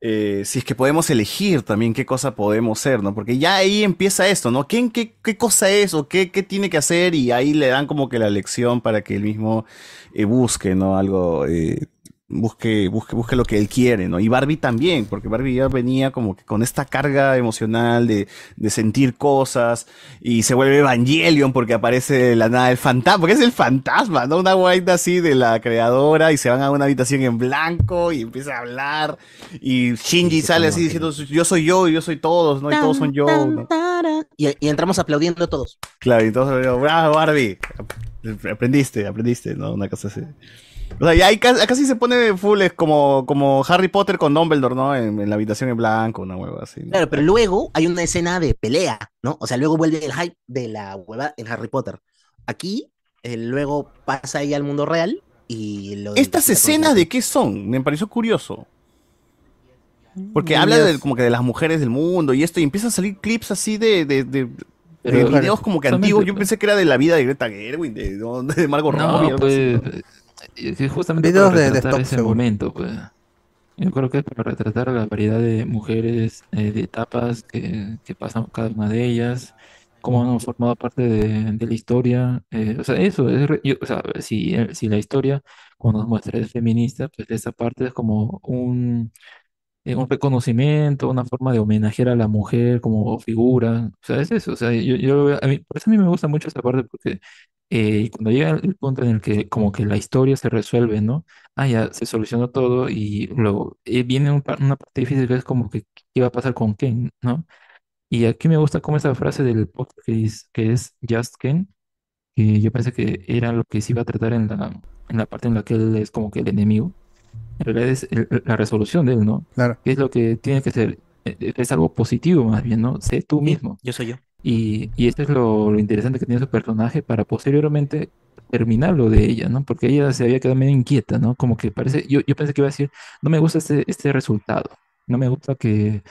S2: eh, si es que podemos elegir también qué cosa podemos ser, ¿no? Porque ya ahí empieza esto, ¿no? ¿Quién, qué, qué cosa es o qué, qué tiene que hacer? Y ahí le dan como que la lección para que él mismo eh, busque, ¿no? Algo, eh, busque, busque, busque lo que él quiere, ¿no? Y Barbie también, porque Barbie ya venía como que con esta carga emocional de, de sentir cosas y se vuelve Evangelion porque aparece de la nada el fantasma, porque es el fantasma, ¿no? Una guaita así de la creadora y se van a una habitación en blanco y empieza a hablar y Shinji sale así diciendo yo soy yo y yo soy todos, ¿no? Y todos son yo, ¿no?
S5: Y, y entramos aplaudiendo todos.
S2: Claro, y entonces yo, bravo Barbie, aprendiste, aprendiste, ¿no? Una cosa así. O sea, ya ahí casi, acá sí se pone full, es como, como Harry Potter con Dumbledore, ¿no? En, en la habitación en blanco, una hueva así. ¿no?
S5: Claro, pero luego hay una escena de pelea, ¿no? O sea, luego vuelve el hype de la hueva en Harry Potter. Aquí, eh, luego pasa ahí al mundo real y lo
S2: ¿Estas
S5: la
S2: escenas de qué son? Me pareció curioso.
S15: Mm.
S2: Porque
S5: Dios.
S2: habla de, como que de las mujeres del mundo y esto, y empiezan a salir clips así de, de, de- de
S15: Pero-
S2: videos como que
S15: Justamente,
S2: antiguos. Yo pensé que era de la vida de Greta Gerwig, de, no, de Margot
S15: No,
S2: Robbie. algo
S15: pues,
S2: así, ¿no?
S15: eh, que justamente
S2: Videos
S15: para
S2: de- de
S15: retratar
S2: stock,
S15: ese
S2: seguro.
S15: momento, pues. Yo creo que es para retratar la variedad de mujeres, eh, de etapas que, que pasan cada una de ellas, cómo han formado parte de, de la historia. eh, o sea, eso es, re- yo- o sea, si, eh, si la historia cuando nos muestra es feminista, pues esa parte es como un, eh, un reconocimiento, una forma de homenajear a la mujer como figura. O sea, es eso. O sea, yo, yo lo veo- a mí, por eso a mí me gusta mucho esa parte, porque eh, cuando llega el punto en el que como que la historia se resuelve, ¿no? Ah, ya se solucionó todo y luego eh, viene un pa- una parte difícil que es como que qué va a pasar con Ken, ¿no? Y aquí me gusta como esa frase del podcast que es, que es Just Ken, que yo pensé que era lo que se iba a tratar en la, en la parte en la que él es como que el enemigo. En realidad es el- la resolución de él, ¿no?
S3: Claro.
S15: Que es lo que tiene que ser, eh, eh, es algo positivo más bien, ¿no? Sé tú mismo.
S5: Yo soy yo.
S15: Y, y esto es lo, lo interesante que tiene su personaje para posteriormente terminar lo de ella, ¿no? Porque ella se había quedado medio inquieta, ¿no? Como que parece, yo, yo pensé que iba a decir, no me gusta este, este resultado, no me gusta que,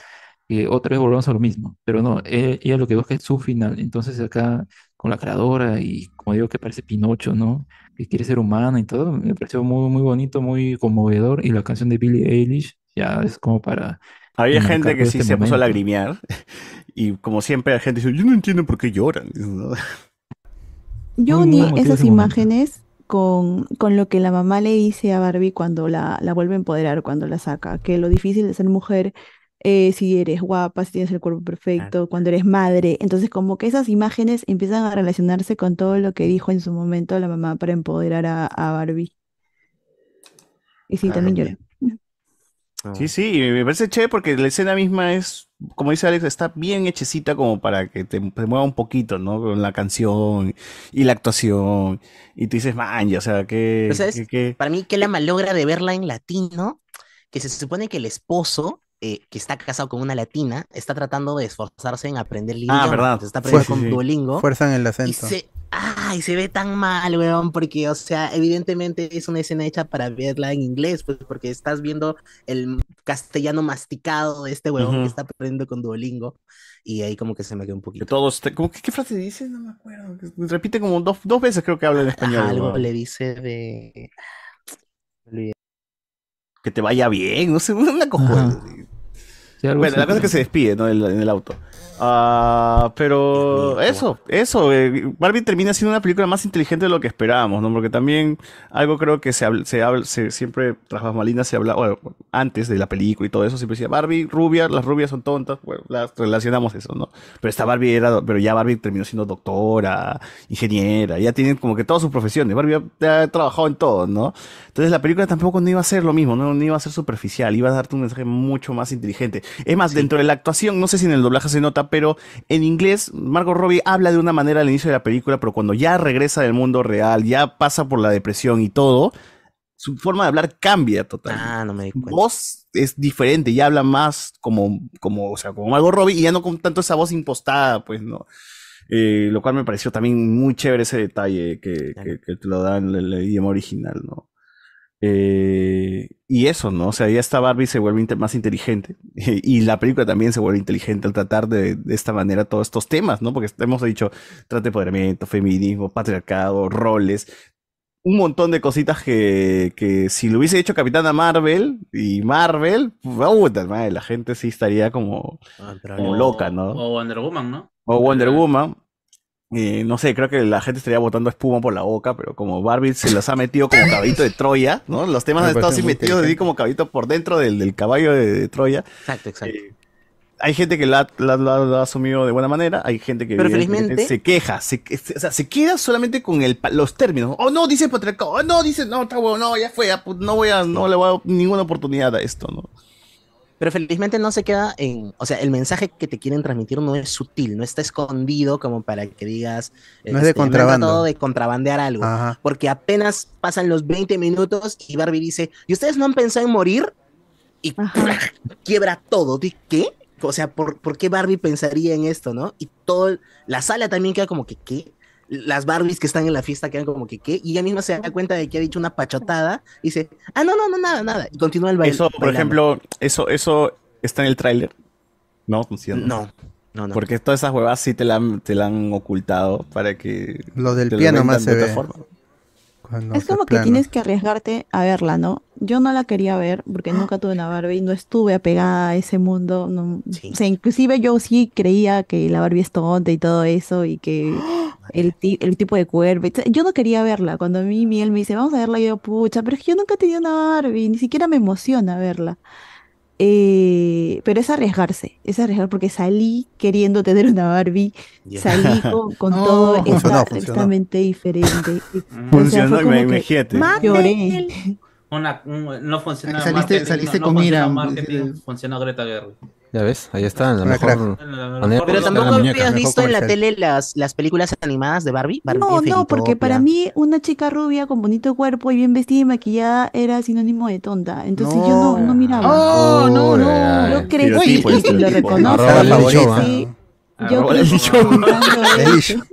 S15: que otra vez volvamos a lo mismo, pero no, e- ella lo que busca es su final, entonces acá con la creadora y como digo que parece Pinocho, ¿no? Que quiere ser humana y todo, me pareció muy, muy bonito, muy conmovedor y la canción de Billie Eilish ya es como para...
S2: Había
S15: enmarcar
S2: gente que
S15: todo
S2: sí
S15: este
S2: se puso
S15: momento.
S2: a lagrimear. Y como siempre, la gente dice: Yo no entiendo por qué lloran. ¿no?
S9: Yo
S2: Muy, muy
S9: uní
S2: emotivo
S9: esas
S2: ese momento.
S9: imágenes con, con lo que la mamá le dice a Barbie cuando la, la vuelve a empoderar, cuando la saca, que lo difícil de ser mujer, eh, si eres guapa, si tienes el cuerpo perfecto, cuando eres madre. Entonces, como que esas imágenes empiezan a relacionarse con todo lo que dijo en su momento la mamá para empoderar a, a Barbie. Y sí, también lloré.
S15: Ah.
S2: Sí, sí, y me parece chévere porque la escena misma es, como dice Alex, está bien hechecita como para que te, te mueva un poquito, ¿no? Con la canción y la actuación. Y tú dices, man, ya, o sea, que...
S5: Pero, ¿sabes? Para mí, que la malogra de verla en latino, que se supone que el esposo, eh, que está casado con una latina, está tratando de esforzarse en aprender el
S2: Ah,
S5: idioma.
S3: verdad.
S5: Se está aprendiendo
S3: Fuerza-
S5: con
S3: sí.
S5: Duolingo.
S3: Fuerzan el
S5: Ah, Y
S3: acento.
S5: se, ay, se ve tan mal, weón, porque, o sea, evidentemente es una escena hecha para verla en inglés, pues, porque estás viendo el castellano masticado de este weón
S2: Ujú.
S5: que está aprendiendo con Duolingo. Y ahí como que se me quedó un poquito.
S2: Todos, te- ¿cómo que- ¿qué frase dice? No me acuerdo. Repite como dos, dos veces creo que habla en español.
S5: Algo
S2: ¿no?
S5: le dice de...
S2: Que te vaya bien, no sé, una cojuela.
S15: algo
S2: bueno,
S15: así,
S2: la cosa es que
S15: creo.
S2: se despide, ¿no? En, la- en el auto. Ah, pero eso, eso. eh, Barbie termina siendo una película más inteligente de lo que esperábamos, ¿no? Porque también algo creo que se habla, se habla, se- siempre tras las malinas se habla, bueno, antes de la película y todo eso, siempre decía Barbie, rubia, las rubias son tontas, bueno, las relacionamos eso, ¿no? Pero esta Barbie era, pero ya Barbie terminó siendo doctora, ingeniera, ya tienen como que todas sus profesiones. Barbie ha- ha, trabajado en todo, ¿no? Entonces la película tampoco no iba a ser lo mismo, no, no iba a ser superficial, iba a darte un mensaje mucho más inteligente. Es más, dentro de la actuación, no sé si en el doblaje se nota, pero en inglés Margot Robbie habla de una manera al inicio de la película, pero cuando ya regresa del mundo real, ya pasa por la depresión y todo, su forma de hablar cambia totalmente.
S5: Ah, no me di
S2: cuenta. Voz es diferente, ya habla más como, como, o sea, como Margot Robbie y ya no con tanto esa voz impostada, pues, ¿no? Eh, lo cual me pareció también muy chévere ese detalle que, que- que te lo dan en el idioma original, ¿no? Eh, y eso, ¿no? O sea, ya esta Barbie se vuelve inte- más inteligente. Y la película también se vuelve inteligente al tratar de, de esta manera todos estos temas, ¿no? Porque hemos dicho trata de empoderamiento, feminismo, patriarcado, roles. un montón de cositas que, que si lo hubiese hecho Capitana Marvel y Marvel, puta madre, la gente sí estaría como, como loca, ¿no?
S8: O Wonder Woman, ¿no?
S2: O Wonder Woman. Eh, no sé, creo que la gente estaría botando espuma por la boca, pero como Barbie se los ha metido como caballito de Troya, ¿no? Los temas
S5: Me
S2: han estado
S5: parece
S2: así
S5: muy
S2: metidos así
S5: inteligente.
S2: como caballito por dentro del, del caballo de, de Troya. Eh,
S5: Exacto, exacto.
S2: Hay gente que la, la- la- la ha asumido de buena manera, hay gente que
S5: Pero
S2: evidentemente
S5: felizmente-
S2: se queja, se, que- o sea, se queda solamente con el, pa- los términos. Oh, no, dice patriarcado, oh, no, dice, no, está bueno, no, ya fue, ya, pu- no voy a, no le voy a dar ninguna oportunidad a esto, ¿no?
S5: Pero felizmente no se queda en. O sea, el mensaje que te quieren transmitir no es sutil, no está escondido como para que digas.
S3: No es de
S5: este, me han
S3: contrabando.
S5: tratado de contrabandear algo.
S3: Ajá.
S5: Porque apenas pasan los 20 minutos y Barbie dice: ¿Y ustedes no han pensado en morir? Y quiebra todo. ¿De qué? O sea, ¿por, por qué Barbie pensaría en esto, no? Y todo. el- La sala también queda como que, ¿qué? Las Barbies que están en la fiesta quedan como que, ¿qué? Y ella misma se da cuenta de que ha dicho una pachotada y dice: Ah, no, no, no, nada, nada. Y continúa el baile.
S2: Eso, por
S5: bailando.
S2: ejemplo, eso, eso está en el tráiler. No, no, sí, no.
S5: No, no.
S2: Porque todas esas huevas sí te la han, te la han ocultado para que.
S3: Lo del
S2: te
S3: piano
S2: vendan
S3: más
S2: de
S3: se
S2: otra
S3: ve.
S2: forma.
S3: Cuando
S9: Es como que
S3: soplan.
S9: tienes que arriesgarte a verla, ¿no? Yo no la quería ver
S2: Ah.
S9: porque nunca tuve una Barbie, no estuve apegada a ese mundo. no- o sea, inclusive yo sí creía que la Barbie es tonta y todo eso y que el, ti- el tipo de cuerpo. etc. Yo no quería verla. Cuando a mí Miguel me dice, vamos a verla, yo, pucha, pero es que yo nunca he tenido una Barbie, ni siquiera me emociona verla. Eh, pero es arriesgarse, es arriesgar porque salí queriendo tener una Barbie,
S2: Ya.
S9: salí con, con
S2: No.
S9: todo esta-
S2: Funcionó,
S9: esta
S2: funcionó.
S9: mente diferente. Y-
S2: Funcionó,
S9: fue como
S2: ima-
S9: que
S2: imagínate.
S9: Lloré.
S8: Una, un- no funciona
S12: Saliste-
S8: marketing,
S12: saliste
S8: no,
S12: con
S8: no
S12: ira,
S8: funcionó
S3: eh,
S8: marketing, funcionó Greta Gerwig.
S1: Ya ves, ahí está, la
S8: Una
S1: mejor
S8: crack.
S1: manera
S5: Pero
S1: de sacar la
S5: tampoco
S1: muñeca.
S5: habías
S1: Mejor
S5: visto en la
S1: comercial.
S5: tele las, las películas animadas de Barbie. Barbie
S9: No, no, porque
S5: Fairytopia.
S9: para mí una chica rubia con bonito cuerpo y bien vestida y maquillada era sinónimo de tonta. Entonces yo no, no miraba.
S12: Oh, no, no.
S9: Yo crecí
S12: Estereotipo,
S9: y
S12: estereotipo.
S9: lo reconozco.
S1: Arroba la
S9: Yo
S1: Lichova.
S9: crecí-
S5: Ah,
S9: Yo
S1: Arroba la
S9: crecí
S1: Lichova.
S9: cantando
S1: Le he dicho.
S9: eso.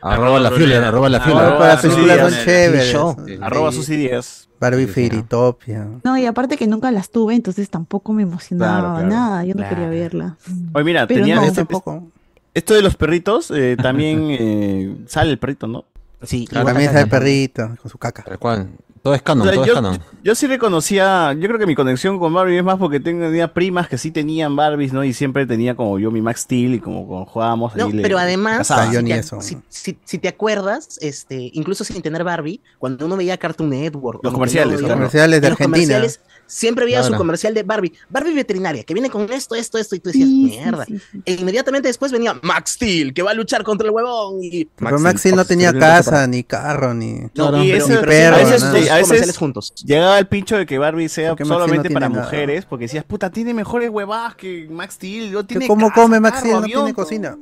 S1: Arroba la fila, arroba la fila.
S2: Arroba
S3: las películas son
S2: Susy Díaz.
S3: chéveres.
S2: Show.
S3: Sí.
S2: Arroba Susy Díaz.
S3: Barbie Fairytopia.
S9: No, y aparte que nunca las tuve, entonces tampoco me emocionaba
S2: Claro, claro.
S9: nada. Yo no
S2: Claro.
S9: quería verla.
S2: Oye, mira,
S9: Pero
S2: tenía
S9: no,
S2: este-
S9: tampoco.
S2: esto de los perritos, eh, también eh, sale el perrito, ¿no?
S5: Sí,
S3: Claro, también está el perrito con su caca.
S1: Tal cual. Todo es canon,
S2: O sea,
S1: todo es
S2: yo,
S1: canon.
S2: yo sí reconocía, yo creo que mi conexión con Barbie es más porque tenía primas que sí tenían Barbies, ¿no? Y siempre tenía como yo mi Max Steel y como, como jugábamos.
S5: No,
S2: ahí le-
S5: pero además,
S3: Ah,
S2: cazaba.
S5: si te, si- si- si te acuerdas, este, incluso sin tener Barbie, cuando uno veía Cartoon Network,
S2: Los
S5: cuando
S2: comerciales,
S5: uno
S2: los comerciales de
S5: en los
S2: Argentina.
S5: comerciales, siempre veía su
S2: Claro.
S5: comercial de Barbie, Barbie veterinaria, que viene con esto, esto, esto, y tú decías, mierda. E inmediatamente después venía Max Steel, que va a luchar contra el huevón. Y
S3: Pero Maxil no tenía casa, ni carro, ni,
S5: No,
S3: ni
S2: y eso-
S3: perro.
S2: a veces,
S3: nada.
S2: a veces
S5: juntos.
S2: llegaba el pincho de que Barbie sea
S3: Maxi no
S2: solamente
S3: tiene
S2: para
S3: nada?
S2: mujeres, porque decías, puta, tiene mejores huevadas que Max Steel, no tiene
S3: ¿Cómo
S2: casa,
S3: come Max
S2: carro,
S3: Steel? No
S2: avión,
S3: tiene
S2: todo.
S3: cocina.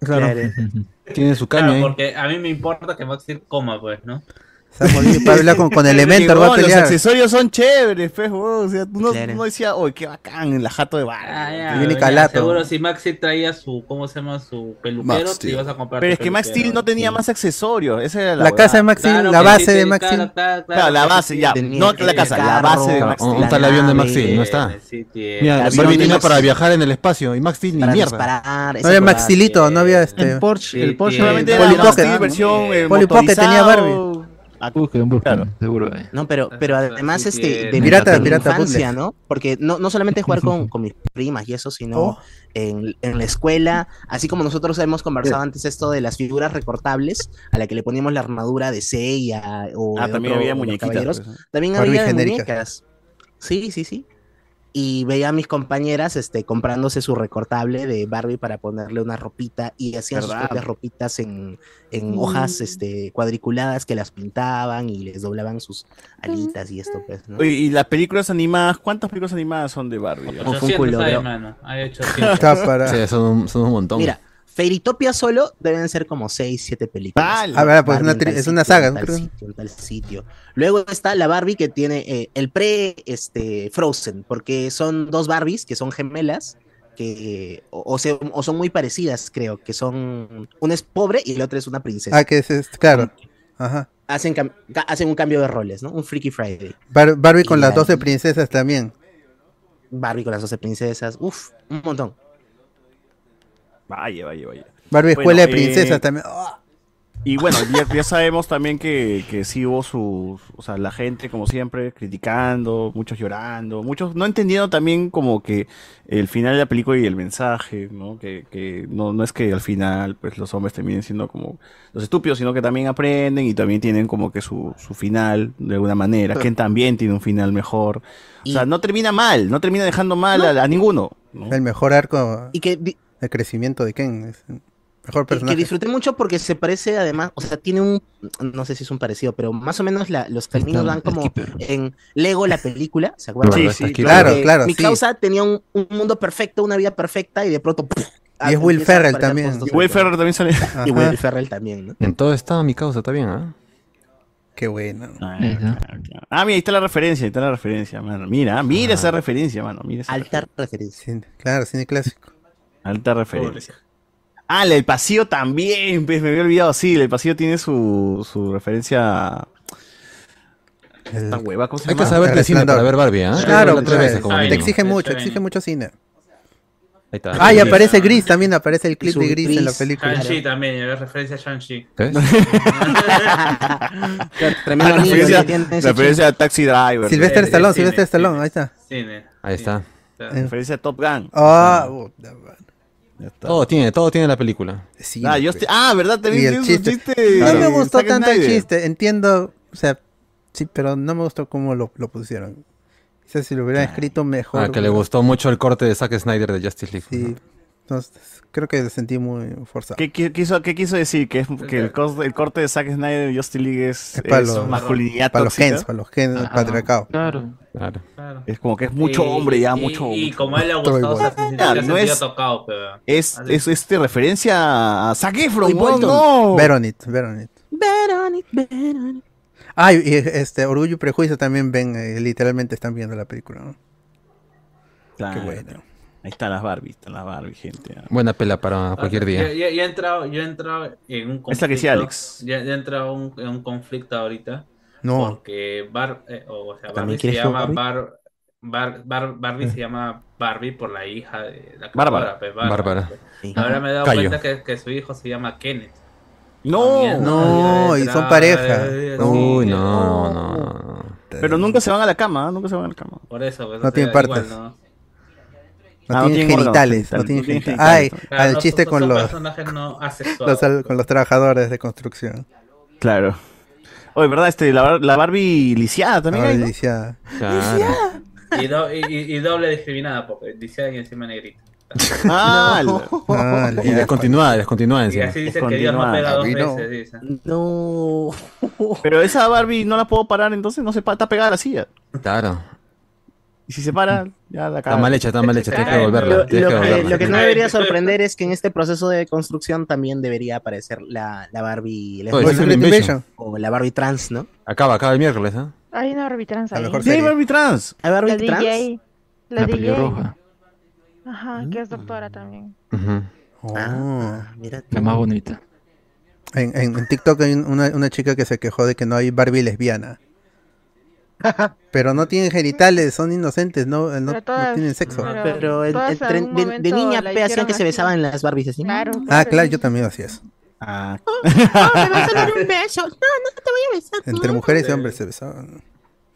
S1: Claro. Tiene su ¿eh?
S8: Claro,
S1: caña ahí.
S8: porque a mí me importa que Max Steel coma, pues, ¿no?
S3: para hablar con, con Elementor, va a
S2: Huevón, "Oh, los
S3: pelear.
S2: accesorios son chéveres, pues, huevón, o sea, tú no, no decías, uy, qué bacán, en la jato de Barbie.
S8: Ah, Ya,
S2: Viene
S8: ya,
S2: calato.
S8: Seguro si Max Steel traía su, ¿cómo se llama? Su peluquero,
S2: Max
S8: te ibas a comprar
S2: Pero
S8: tu
S2: es que Max
S8: peluquero.
S2: Steel no tenía más accesorios. Esa era la,
S3: La
S2: huevada.
S3: casa de Max Steel, Claro la que base sí, de sí, Max claro, Steel.
S8: claro,
S2: Claro, la base, ya.
S1: Tenía
S2: No
S1: que
S2: la casa,
S1: el
S2: la base de
S1: carro,
S2: Max
S1: o-
S2: Steel.
S1: o está el avión de Max Steel? No está. Mira, Barbie tenía para viajar en el espacio y Max Steel ni
S5: Para
S1: mierda.
S5: disparar,
S3: No había Maxilito, no había este. El
S12: Porsche,
S1: el Porsche.
S3: Polypocket.
S1: Solamente
S2: era Max Steel versión, eh,
S3: Polypocket tenía
S2: motorizado.
S3: Barbie.
S15: Busquen, busquen, seguro. eh. hay.
S5: No, pero, pero además
S15: así
S5: este,
S15: es.
S5: de mi-
S15: Pirata,
S5: de mi
S15: pirata,
S5: infancia,
S15: bootleg.
S5: ¿no? Porque no, no solamente jugar con, con mis primas y eso, sino
S3: Oh.
S5: en, en la escuela, así como nosotros hemos conversado antes esto de las figuras recortables, a la que le poníamos la armadura de Seiya o
S2: Ah,
S5: de
S2: también
S5: otro-
S2: había
S5: o de
S2: muñequitas,
S5: caballeros,
S2: pues, ¿no?
S5: también
S2: Barbie
S5: había de
S2: genéricas.
S5: muñecas. Sí, sí, sí. Y veía a mis compañeras este, comprándose su recortable de Barbie para ponerle una ropita y hacían sus
S2: ¿Verdad?
S5: propias ropitas en, en
S2: Mm.
S5: hojas este, cuadriculadas que las pintaban y les doblaban sus alitas y esto, pues, ¿no?
S2: Oye, y las películas animadas, ¿cuántas películas animadas son de Barbie?
S5: Uf, un culo, 800 hay, creo. mano.
S8: Hay
S5: 800.
S3: Está para-
S1: Sí, son un, son un montón.
S5: Mira, Fairytopia solo deben ser como 6, 7 películas.
S3: Ah, verdad, pues,
S5: Barbie
S3: una
S5: en
S3: tri-
S5: tal
S3: es una
S5: sitio,
S3: saga,
S5: en
S3: ¿no?
S5: tal
S3: Creo.
S5: sitio, en tal sitio. Luego está la Barbie que tiene eh, el pre este, Frozen, porque son dos Barbies que son gemelas, que eh, o, o se- o son muy parecidas, creo, que son una es pobre y la otra es una princesa.
S3: Ah, que es, es- claro. Ajá.
S5: Hacen, cam- ca- hacen un cambio de roles, ¿no? Un Freaky Friday.
S3: Bar- Barbie con
S5: Y
S3: las
S5: la-
S3: 12 princesas también.
S5: Barbie con las 12 princesas. Uf, un montón.
S2: Vaya, vaya, vaya.
S3: Barbie escuela de
S2: Bueno, eh,
S3: princesas también. Oh,
S2: Y bueno, ya, ya sabemos también que, que sí hubo sus, o sea, la gente como siempre criticando, muchos llorando, muchos no entendiendo también como que el final de la película y el mensaje, ¿no? Que, que no, no es que al final pues los hombres terminen siendo como los estúpidos, sino que también aprenden y también tienen como que su, su final de alguna manera. Ken también tiene un final mejor. O sea, no termina mal, no termina dejando mal a, a ninguno.
S3: El mejor arco
S5: Y que di-
S3: de crecimiento de Ken. es el mejor personaje.
S5: Que disfruté mucho porque se parece además, o sea, tiene un, no sé si es un parecido, pero más o menos la- los caminos van como en Lego la película, ¿se acuerdan?
S3: Sí, sí, claro,
S5: Porque
S3: claro,
S5: Mi
S3: sí.
S5: causa tenía un, un mundo perfecto, una vida perfecta y de pronto... ¡puf!
S3: Y es Will
S5: empiezan a
S3: Ferrell
S5: aparecer
S3: también.
S5: cosas.
S3: Y Will Ferrell también sale.
S5: Y
S3: Ajá.
S5: Will Ferrell también, ¿no?
S1: En todo estado mi causa, está bien, ¿ah?
S3: Qué bueno.
S2: Ah, mira, ahí está la referencia, ahí está la referencia, mano. Mira, ah, mira esa referencia, mano. Mira esa
S5: Alta referencia.
S3: claro, cine clásico.
S2: Alta referencia. Ah, el pasillo también, pues me había olvidado. Sí, el pasillo tiene su, su referencia. Esta hueva, ¿cómo se
S1: Hay
S2: llama?
S1: que saber de cine para ver Barbie, ¿ah?
S3: Claro,
S1: Tres veces
S3: claro,
S1: como
S3: te
S1: mínimo.
S3: exige mucho,
S1: Ahí
S3: exige mucho cine.
S1: está.
S3: Ah, y aparece Gris también, aparece el clip
S1: su
S3: de Gris en la
S1: Gris.
S3: película.
S8: Ah,
S10: Shang-Chi también, ya ves referencia a Shang-Chi.
S1: ¿Ves?
S2: Ah,
S10: anillo
S2: referencia,
S10: que tiene ese
S2: referencia a
S10: chico.
S2: Taxi Driver. eh,
S3: Sylvester
S2: Sí,
S3: Stallone,
S2: sí,
S3: Sylvester
S2: sí.
S3: Stallone, ahí está.
S10: Cine.
S1: Ahí está.
S2: Referencia a Top Gun.
S3: Ah, puta madre.
S1: Todo tiene, todo tiene la película.
S3: Sí,
S2: Ah, yo
S3: pues.
S2: estoy- ah, ¿verdad? También
S3: Y el
S2: tiene sus
S3: chiste.
S2: chistes.
S3: No me
S2: Claro.
S3: gustó
S2: Zack
S3: tanto el
S2: Snyder.
S3: chiste, entiendo, o sea, sí, pero no me gustó cómo lo, lo pusieron. O sea, si lo hubieran escrito mejor.
S1: Ah, que le gustó mucho el corte de Zack Snyder de Justice League.
S3: Sí. Entonces, creo que lo sentí muy forzado.
S2: ¿Qué qui- quiso, qué quiso decir? Que, es- que el, cos- el corte de Zack Snyder y Justin League es,
S3: Es para
S2: es
S3: los-
S2: masculinidad
S3: para los
S2: tóxica.
S3: gens, para los gens, el patriarcado.
S15: Claro.
S1: Claro.
S2: Es como que es mucho
S10: Y-
S2: hombre ya,
S10: y-
S2: mucho
S10: Y,
S2: mucho-
S10: como a él le ha gustado, se ha sentido- se ha
S2: Claro, no
S10: sentido
S2: es,
S10: tocado, pero.
S2: es,
S10: Así.
S2: es este referencia a Zac Efron,
S3: Y
S2: weón,
S3: Bolton.
S2: no.
S3: Veronit, Veronit.
S9: Verónica, Verónica.
S3: Ah, y y, este, Orgullo y Prejuicio también ven, eh, literalmente están viendo la película, ¿no?
S2: Claro.
S3: Qué bueno.
S2: Ahí están las Barbie, están las Barbie, gente. ah.
S1: Buena pela para cualquier día.
S10: Ya, ya- ya he entrado, yo he entrado en un conflicto.
S2: Es la que sí, Alex.
S10: Ya, ya he entrado un- en un conflicto ahorita.
S3: No.
S10: Porque Bar, eh, o, o sea,
S3: ¿También
S10: Barbie Eh. se
S3: quieres
S10: llama
S3: jugar
S10: Bar, Bar- Bar- Barbie se llama Barbie por la hija de la creadora,
S1: Bárbara.
S10: pues,
S1: Bárbara.
S10: pues.
S1: Sí.
S10: Ahora me he dado
S1: Callo.
S10: cuenta que, que su hijo se llama Kenneth. Ah,
S2: No,
S3: No, y son pareja.
S1: Uy, no, no, no.
S2: Pero nunca se van a la cama, ¿ah? nunca se van a la cama.
S10: Por eso, pues,
S3: No
S10: o sea,
S3: tienen
S10: igual,
S3: partes.
S10: ¿no?
S3: No
S2: Ah, no
S3: tienen
S2: tienen órganos,
S3: genitales,
S2: tal-
S3: no tienen
S2: no tienen
S3: genitales. Ay,
S2: genitales,
S10: claro.
S3: al
S10: No,
S3: chiste
S10: son-
S3: con
S10: son
S3: los,
S10: personajes no
S3: los al- con los trabajadores de construcción.
S2: Claro. Oye, ¿verdad? Este, la, bar- la Barbie lisiada también.
S3: Ahora
S2: hay, ¿no?
S3: lisiada.
S10: Y, do- y- y- y doble discriminada, porque dice y encima negrita.
S2: Ah,
S1: Y descontinuada, descontinuada
S10: Y
S1: encima.
S10: así dicen que Dios no
S2: Ah,
S10: pega dos
S2: Descontinuada.
S10: veces, dicen.
S5: No.
S2: Pero esa Barbie no la puedo parar, entonces no se pa- está pegada a la silla.
S1: Claro.
S2: Y si se para, ya la cago.
S1: Está mal hecha, está mal hecha, tienes que
S2: Ay,
S1: devolverla.
S2: lo-
S1: tienes
S2: lo
S1: que
S2: que-
S1: devolverla.
S5: Lo que no debería sorprender es que en este proceso de construcción también debería aparecer la, la Barbie
S3: Pues
S1: Oh, es
S5: lesbiana.
S1: Secret Invasion.
S5: o la Barbie trans, ¿no?
S1: Acaba, acaba el miércoles, ¿ah?
S9: Hay una arbitrans ahí.
S5: mejor Sí, hay serie. Barbie
S2: trans.
S5: ¿Hay Barbie
S9: la
S5: trans?
S9: DJ. La,
S1: La
S9: DJ.
S1: pelirroja.
S12: Mm.
S9: Ajá, que es doctora también.
S3: Ah,
S5: mira.
S15: La más bonita.
S3: En, en- en TikTok hay un- una, una chica que se quejó de que no hay Barbie lesbiana. Pero no tienen genitales, son inocentes, no, eh, no- no
S9: todas-
S3: tienen sexo.
S5: Pero, en-
S9: todas
S5: en-
S9: en
S5: de-
S9: algún
S5: de,
S9: momento
S5: niña pe,
S9: la
S5: hacían
S9: hicieron
S5: que se
S9: así.
S5: besaban en las Barbies así.
S9: Claro,
S3: Ah, claro, yo también hacía eso.
S2: Ah.
S14: me vas a dar un beso. No, no te voy a besar.
S3: Entre mujeres y hombres se besaban.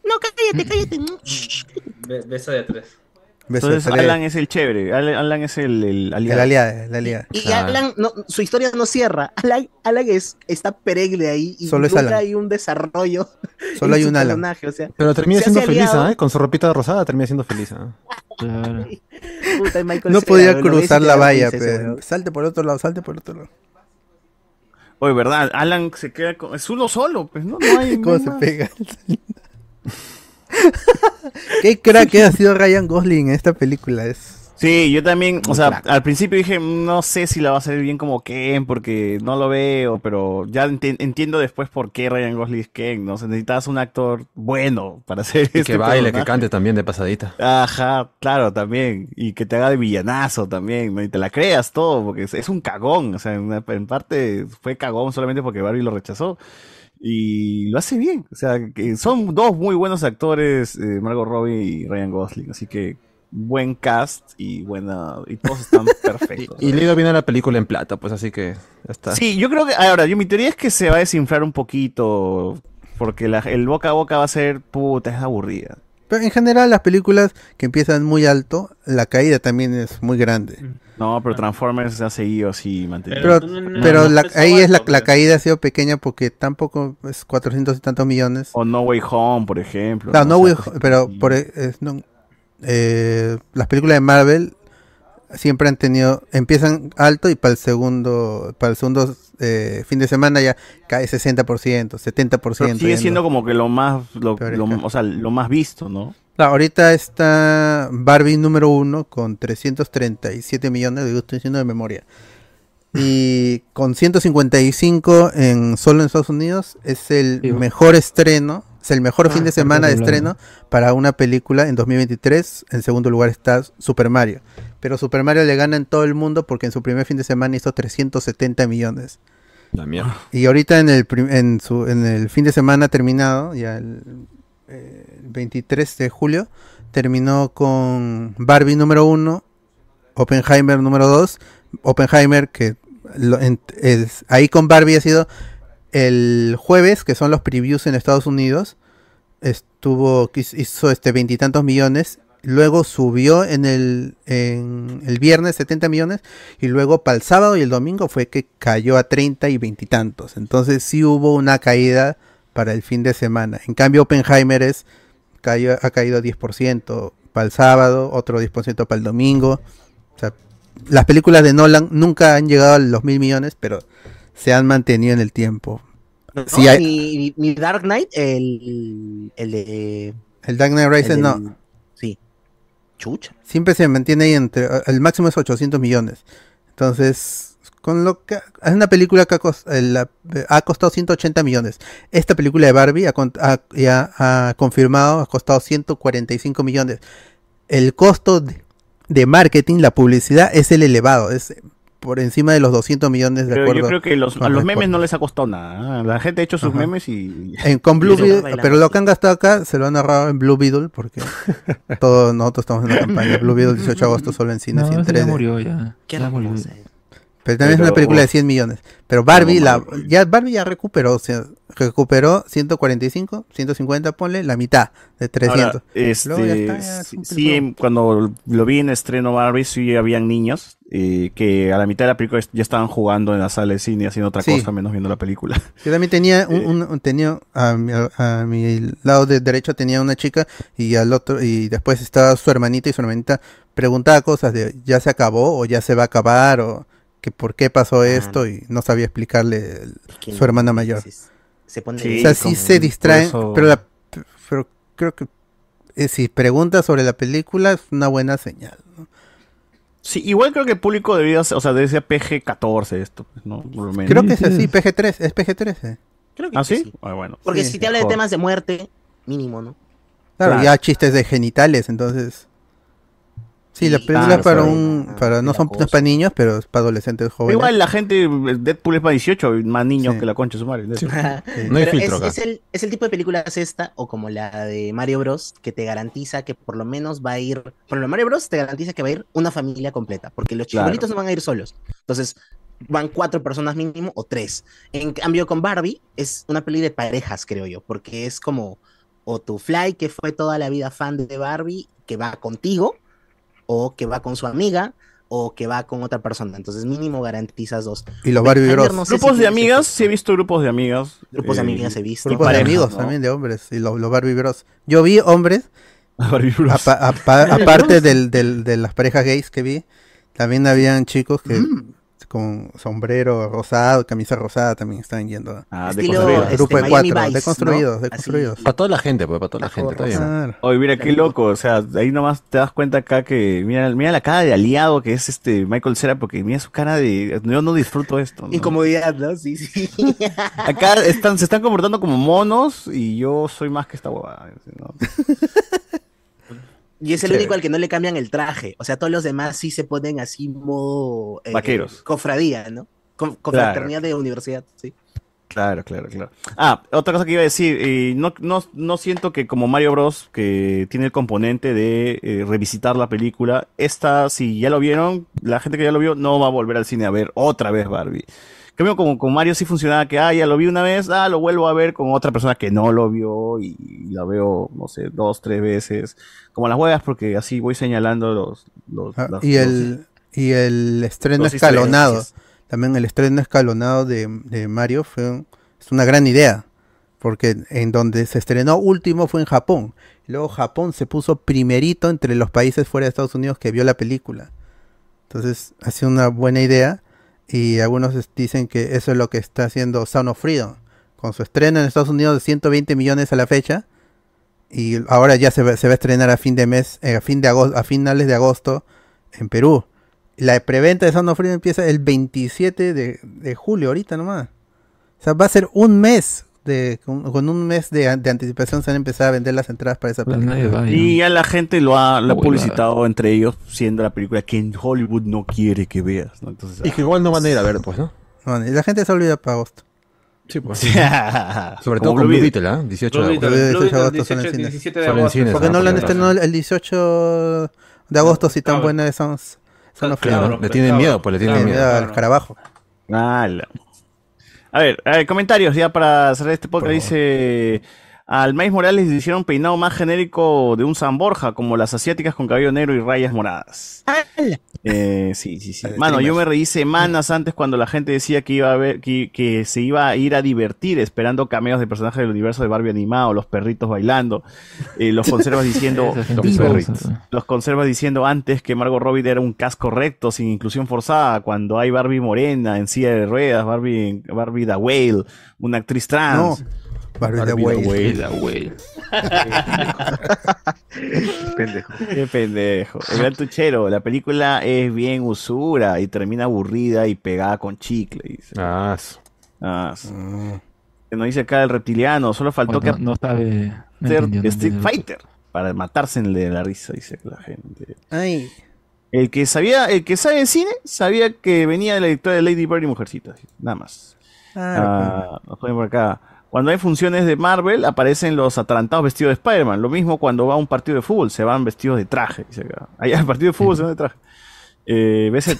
S14: No, cállate, cállate.
S10: Be- beso de tres.
S3: Beso
S2: Entonces,
S3: de tres.
S2: Alan es el chévere. Alan, Alan es el, el aliado.
S3: El aliado, el aliado.
S5: Y Alan, no, su historia no cierra. Alan, Alan es, está peregrine ahí y
S1: Solo es
S5: nunca
S1: Alan.
S5: hay un desarrollo.
S1: Solo
S5: en
S1: hay
S5: su
S1: un Alan.
S5: personaje, o sea,
S1: Pero termina
S5: se
S1: siendo
S5: hace
S1: feliz,
S5: aliado,
S1: ¿ah? Con su ropita rosada termina siendo feliz, ¿ah?
S5: puta, y Michael
S3: No
S5: Cera,
S3: podía
S5: lo ves y
S3: cruzar
S5: te
S3: la
S5: da
S3: valla,
S5: risa ese
S3: pe.
S5: weón.
S3: Salte por otro lado, salte por otro lado.
S2: Oye, ¿verdad? Alan se queda con. Es uno solo, pues no, no hay.
S3: ¿Cómo
S2: no hay
S3: se
S2: más.
S3: pega? Qué crack que ha sido Ryan Gosling en esta película. Es...
S2: Sí, yo también, o sea, al principio dije, no sé si la va a salir bien como Ken, porque no lo veo, pero ya enti- entiendo después por qué Ryan Gosling es Ken, ¿no? O sea, necesitas un actor bueno para hacer
S1: Y
S2: este
S1: que baile, que
S2: personaje.
S1: cante también de pasadita.
S2: Ajá, claro, también. Y que te haga de villanazo también, ¿no? Y te la creas todo, porque es, es un cagón. O sea, en, una- en parte fue cagón solamente porque Barbie lo rechazó. Y lo hace bien. O sea, que son dos muy buenos actores, eh, Margot Robbie y Ryan Gosling. Así que buen cast y bueno, y todos están perfectos.
S1: Y le iba bien a la película en plata, pues así que ya está.
S2: Sí, yo creo que ahora, yo mi teoría es que se va a desinflar un poquito porque la- el boca a boca va a ser puta, es aburrida.
S3: Pero en general las películas que empiezan muy alto, la caída también es muy grande.
S2: No, pero Transformers se ha seguido así mantenido.
S3: Pero, pero la- ahí es la, la caída ha sido pequeña porque tampoco es 400 y tantos millones.
S2: O No Way Home, por ejemplo.
S3: Claro, no,
S2: O sea, pues,
S3: Way Home, pero por, e, es- no, eh, las películas de Marvel siempre han tenido, empiezan alto y para el segundo, para el segundo eh, fin de semana ya cae 60%, 70%.
S2: pero
S3: ya
S2: sigue
S3: no-
S2: siendo como que lo más, lo, lo- o sea, lo más visto, ¿no?
S3: Claro, ahorita está Barbie número uno con 337 millones, digo, estoy diciendo de memoria. Y con 155 en solo en Estados Unidos es el
S16: Sí.
S3: mejor estreno, es el mejor fin de semana de
S16: perdón,
S3: estreno para una película en 2023. En segundo lugar está Super Mario. Pero Super Mario le gana en todo el mundo porque en su primer fin de semana hizo 370 millones.
S1: La mierda.
S3: Y ahorita en el, prim- en su, en el fin de semana terminado, ya el, eh, el 23 de julio, terminó con Barbie número 1, Oppenheimer número 2, Oppenheimer que lo- en- es- ahí con Barbie ha sido el jueves, que son los previews en Estados Unidos, estuvo hiz- hizo este veintitantos millones, luego subió en el, en el viernes 70 millones y luego para el sábado y el domingo fue que cayó a 30 y veintitantos. Entonces sí hubo una caída para el fin de semana. En cambio Oppenheimer es, cayó, ha caído 10% para el sábado, otro 10% para el domingo. O sea, las películas de Nolan nunca han llegado a los mil millones, pero se han mantenido en el tiempo.
S5: ¿no?
S3: Sí hay-
S5: Ni, ni Dark Knight, el, el de.
S3: El Dark Knight Rises
S5: el
S3: no.
S5: del- Sí. Chucha.
S3: Siempre se mantiene ahí entre. El máximo es 800 millones. Entonces, con lo que. Es una película que ha, cos- eh, la- eh, ha costado 180 millones. Esta película de Barbie ha, con- ha- ya ha confirmado, ha costado 145 millones. El costo de, de marketing, la publicidad, es el elevado. Es por encima de los 200 millones de
S2: Pero
S3: acuerdo
S2: yo creo que los, a
S3: con
S2: los
S3: reportes.
S2: memes no les ha costado nada. ¿eh? La gente ha hecho sus
S3: Ajá.
S2: memes y.
S3: En, con Blue
S2: y eso-
S3: Beetle, pero lo que han gastado acá se lo han ahorrado en Blue Beetle porque todos nosotros estamos en una campaña. Blue Beetle 18 de agosto solo en cines
S15: No,
S3: y en
S15: ese ya
S3: 3D.
S15: murió ya.
S5: Qué
S15: Ya murió.
S3: Pero también es
S15: Pero-
S3: una película de 100 millones. Pero Barbie,
S15: Pero
S3: la, ya, Barbie ya recuperó, o sea, recuperó 145, 150, ponle la mitad de 300.
S2: Ahora, este,
S3: Luego ya está, ya es
S2: sí,
S3: un
S2: sí,
S3: peliculón.
S2: em, cuando lo vi en estreno Barbie, sí habían niños eh, que a la mitad de la película ya estaban jugando en la sala de cine haciendo otra
S3: Sí.
S2: cosa menos viendo la película.
S3: Yo también tenía un, un- un- tenía a mi, a mi lado de derecho tenía una chica y al otro y después estaba su hermanita y su hermanita preguntaba cosas de ya se acabó o ya se va a acabar o que por qué pasó esto y no sabía explicarle el-
S5: que
S3: su
S5: no,
S3: hermana mayor.
S5: se pone-
S3: o sea, sí
S5: como-
S3: se distraen,
S5: por eso-
S3: pero, la- pero creo que eh, si pregunta sobre la película es una buena señal.
S2: Sí, igual creo que el público debería, ser- o sea, debe ser PG-14 esto, pues, ¿no? Por lo menos.
S3: Creo que es así, PG-3, es PG-13.
S5: Creo que
S2: ¿Ah, sí?
S5: sí.
S2: Ah, bueno.
S5: Porque
S3: Sí,
S5: si te habla de
S2: mejor.
S5: temas de muerte, mínimo, ¿no?
S3: Claro,
S2: Claro.
S3: ya chistes de genitales, entonces. Sí, la película
S2: claro,
S3: es para
S2: claro.
S3: un para no son no es para niños, pero es para adolescentes jóvenes.
S2: Igual la gente, Deadpool es para 18, hay más niños que la concha de su madre. Eh,
S5: Pero es, es el, es el tipo de películas esta, o como la de Mario Bros, que te garantiza que por lo menos va a ir. Por lo Mario Bros te garantiza que va a ir una familia completa, porque los
S11: Claro.
S5: chibolitos no van a ir solos. Entonces, van cuatro personas mínimo o tres. En cambio, con Barbie es una peli de parejas, creo yo, porque es como o tu Fly, que fue toda la vida fan de Barbie, que va contigo, o que va con su amiga, o que va con otra persona. Entonces, mínimo garantizas dos.
S3: Y los Barbie Bros.
S5: No sé si
S2: grupos de
S5: tienes
S2: amigas, sí he visto grupos de amigas. Eh,
S5: Grupos de amigas he visto.
S2: y
S3: Grupos
S2: parejas,
S3: de amigos
S2: ¿no?
S3: también de hombres y los, los Barbie Bros. Yo vi hombres
S2: Barbie Bros.
S3: apa- apa-
S2: Barbie
S3: aparte
S2: Bros.
S3: del, del- de las parejas gays que vi, también habían chicos que con sombrero rosado, camisa rosada también estaban yendo.
S2: Ah,
S1: de Estilo, construido. este,
S3: Grupo de
S1: Miami
S3: cuatro,
S1: Vice,
S3: de construidos,
S1: ¿no?
S3: de
S1: Así.
S3: construidos.
S1: Para toda la gente, pues, para toda la gente, está bien.
S2: Oye, mira, qué loco. O sea, ahí nomás te das cuenta acá que. Mira, mira la cara de aliado que es este Michael Cera, porque mira su cara de. Yo no disfruto esto. ¿no?
S5: Incomodidad, ¿no? Sí, sí.
S2: Acá están, se están comportando como monos y yo soy más que esta huevada. ¿no?
S5: Y es el
S2: Chévere.
S5: único al que no le cambian el traje. O sea, todos los demás sí se ponen así modo... eh,
S2: Vaqueros.
S5: Cofradía, ¿no? Co- Cofraternidad de universidad, sí.
S2: Claro, claro, claro. Ah, otra cosa que iba a decir, eh, no, no, no siento que como Mario Bros, que tiene el componente de eh, revisitar la película, esta, si ya lo vieron, la gente que ya lo vio no va a volver al cine a ver otra vez Barbie. En Cambio como con Mario sí funcionaba que, ah, ya lo vi una vez, ah, lo vuelvo a ver con otra persona que no lo vio y la veo, no sé, dos, tres veces, como las huevas, porque así voy señalando los... los-
S3: Ah,
S2: las-
S3: y
S2: los-
S3: el y el estreno
S2: Los easter eggs.
S3: escalonado también el estreno escalonado de, de Mario fue un- es una gran idea porque en donde se estrenó último fue en Japón y luego Japón se puso primerito entre los países fuera de Estados Unidos que vio la película entonces ha sido una buena idea y algunos es- dicen que eso es lo que está haciendo Sound of Freedom con su estreno en Estados Unidos de 120 millones a la fecha y ahora ya se va, se va a estrenar a fin de mes, eh, a fin de agosto, a finales de agosto en Perú. La preventa de Sound of Freedom empieza el 27 de, de julio, ahorita nomás. O sea, va a ser un mes de, con, con un mes de, de anticipación se han empezado a vender las entradas para esa película.
S2: Y ya la gente lo ha, lo ha
S3: Uy,
S2: publicitado entre ellos, siendo la película que en Hollywood no quiere que veas. ¿no? Entonces,
S1: Y que igual no van a ir a ver, pues, ¿no?
S3: Bueno, y la gente se olvida para agosto.
S1: Sí, pues.
S3: Sobre
S1: Sobre todo con Blue Beetle, ¿ah? 18 de agosto.
S3: Blue Beetle, 18
S1: solo en
S3: 18,
S1: cines.
S3: 17
S1: Solo en cines,
S3: Porque
S1: ¿ah?
S3: no lo han
S1: Por
S3: estrenado el 18 de agosto si tan buena es Sound Sound of
S1: Claro,
S3: Freedom.
S1: le tienen miedo, pues, le tienen miedo.
S3: al carabajo.
S2: Ala. Ah, A ver, a ver, comentarios ya para cerrar este podcast. Dice: Al Maíz Morales le hicieron peinado más genérico de un San Borja, como las asiáticas con cabello negro y rayas moradas. Eh, sí, sí, sí. Mano, yo me reí semanas antes cuando la gente decía que iba a ver, que, que se iba a ir a divertir esperando cameos de personajes del universo de Barbie animado, los perritos bailando, eh, los conservas diciendo
S15: Esa gente
S2: los,
S15: es
S2: perritos.
S15: cosa.
S2: Los conservas diciendo antes que Margot Robbie era un casco recto sin inclusión forzada, cuando hay Barbie morena en silla de ruedas, Barbie, Barbie the Whale, una actriz trans.
S3: No, Barbie the Whale.
S2: pendejo. Qué pendejo. El gran tuchero. La película es bien usura y termina aburrida y pegada con chicle. Dice. Ah, Que nos dice acá el reptiliano. Solo faltó
S15: Bueno,
S2: que.
S15: no sabe, no
S2: ser
S15: entendió, no
S2: Street
S15: entendió.
S2: Fighter. Para matarse de la risa, dice la gente.
S3: Ay.
S2: El que sabía, el que sabe de cine, sabía que venía de la directora de Lady Bird y Mujercitas. Nada más. Ah, nos ponen por acá. Cuando hay funciones de Marvel, aparecen los atarantados vestidos de Spider-Man. Lo mismo cuando va a un partido de fútbol, se van vestidos de traje. Dice acá. Allá, el partido de fútbol se van de traje. Eh, BZ.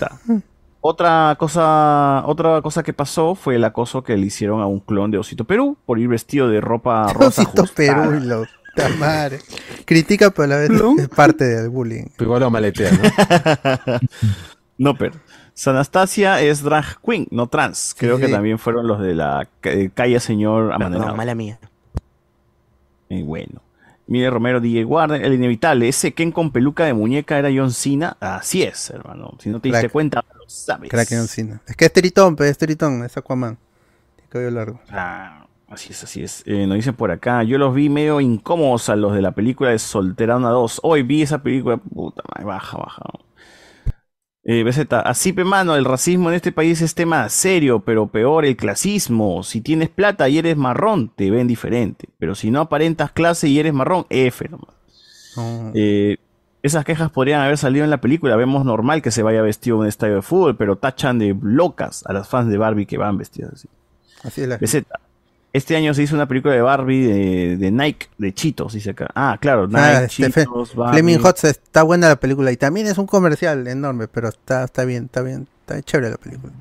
S2: Otra cosa, otra cosa que pasó fue el acoso que le hicieron a un clon de Osito Perú por ir vestido de ropa rosa.
S3: Osito
S2: ajustada.
S3: Perú y los tamares. Critica por la vez es parte del bullying.
S2: Pues Igual lo maletea, ¿no? no, pero. Sanastasia es drag queen, no trans. Creo que
S5: sí.
S2: también fueron los de la ca- eh, calle señor Amanelado.
S5: mala mía.
S2: Y bueno. Mire Romero, DJ Warner, el inevitable. Ese Ken con peluca de muñeca era John Cena. Así es, hermano. Si no te diste
S3: Crack.
S2: cuenta, lo sabes.
S3: Crack en cine. Es que es Tritón, pero es Tritón, es Aquaman. Tiene cabello largo.
S2: Ah, así es, así es. Eh, nos dicen por acá, yo los vi medio incómodos a los de la película de Solterana 2. Hoy vi esa película, puta madre, baja, baja. Eh, BZ, así pe mano, el racismo en este país es tema serio, pero peor el clasismo. Si tienes plata y eres marrón, te ven diferente. Pero si no aparentas clase y eres marrón, F nomás. Eh, esas quejas podrían haber salido en la película. Vemos normal que se vaya vestido a un estadio de fútbol, pero tachan de locas a las fans de Barbie que van vestidas así.
S3: Así es la
S2: BZ. Este año se hizo una película de Barbie de, de Nike, de Cheetos, dice acá. Ah, claro, Nike,
S3: Ah, este, Fe-
S2: Cheetos, Barbie.
S3: Fleming Hotz está buena la película y también es un comercial enorme, pero está, está bien, está bien, está chévere la película.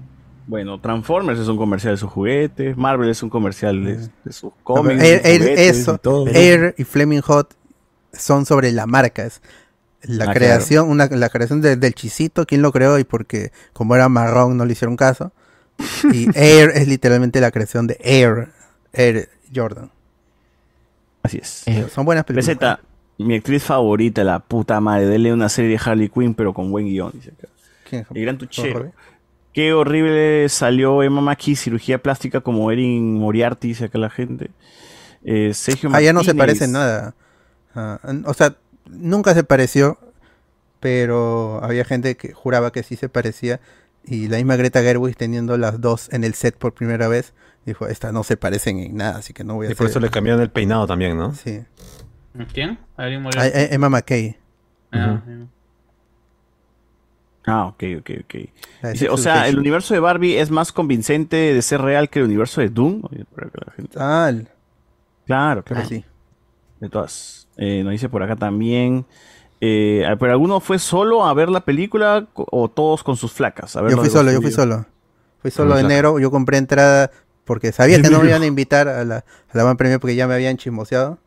S2: Bueno, Transformers es un comercial de sus juguetes, Marvel es un comercial de, de sus cómics.
S3: Air-
S2: de sus
S3: Air-
S2: juguetes
S3: eso,
S2: y todo.
S3: Air y Fleming Hot son sobre la marca. Es la
S2: Ah,
S3: creación, una, la creación de- del chisito, quién lo creó y porque como era marrón no le hicieron caso. Y Air es literalmente la creación de Air, Air Jordan.
S2: Así es.
S3: eh, Son buenas películas.
S2: PZ, mi actriz favorita, la puta madre, dele una serie de Harley Quinn, pero con buen guión, dice acá.
S3: ¿Quién?
S2: El gran tuchero. Qué horrible salió Emma Mackey, cirugía plástica como Erin Moriarty, dice acá la gente. Eh, Sergio
S3: Ah, ya no se
S2: Martínez.
S3: parece en nada. Ah, n- o sea, nunca se pareció, pero había gente que juraba que sí se parecía. Y la misma Greta Gerwig teniendo las dos en el set por primera vez, dijo, estas no se parecen en nada, así que no voy a
S1: Y por
S3: hacer-
S1: eso le cambiaron el peinado también, ¿no?
S3: Sí.
S8: ¿Quién? Adrián
S3: Ah,
S8: Moriarty.
S3: eh, Emma McKay.
S8: Ah,
S2: Ah, ok, ok, ok.
S3: La de
S2: Dice,
S3: Sex
S2: o sea, el
S3: Education.
S2: universo de Barbie es más convincente de ser real que el universo de Doom. Oye, para que la gente- Claro, claro.
S3: sí.
S2: De todas. Eh, nos dice por acá también. eh, ah, ¿Pero alguno fue solo a ver la película co- o todos con sus flacas? A ver,
S3: Yo
S2: los
S3: fui
S2: de
S3: solo, yo fui
S2: Estados Unidos.
S3: solo. Fui solo
S2: Ah,
S3: en
S2: claro.
S3: enero, yo compré entrada porque sabía
S2: En
S3: que no me
S2: enero.
S3: iban a invitar a la, a la Van Premio porque ya me habían chismoseado.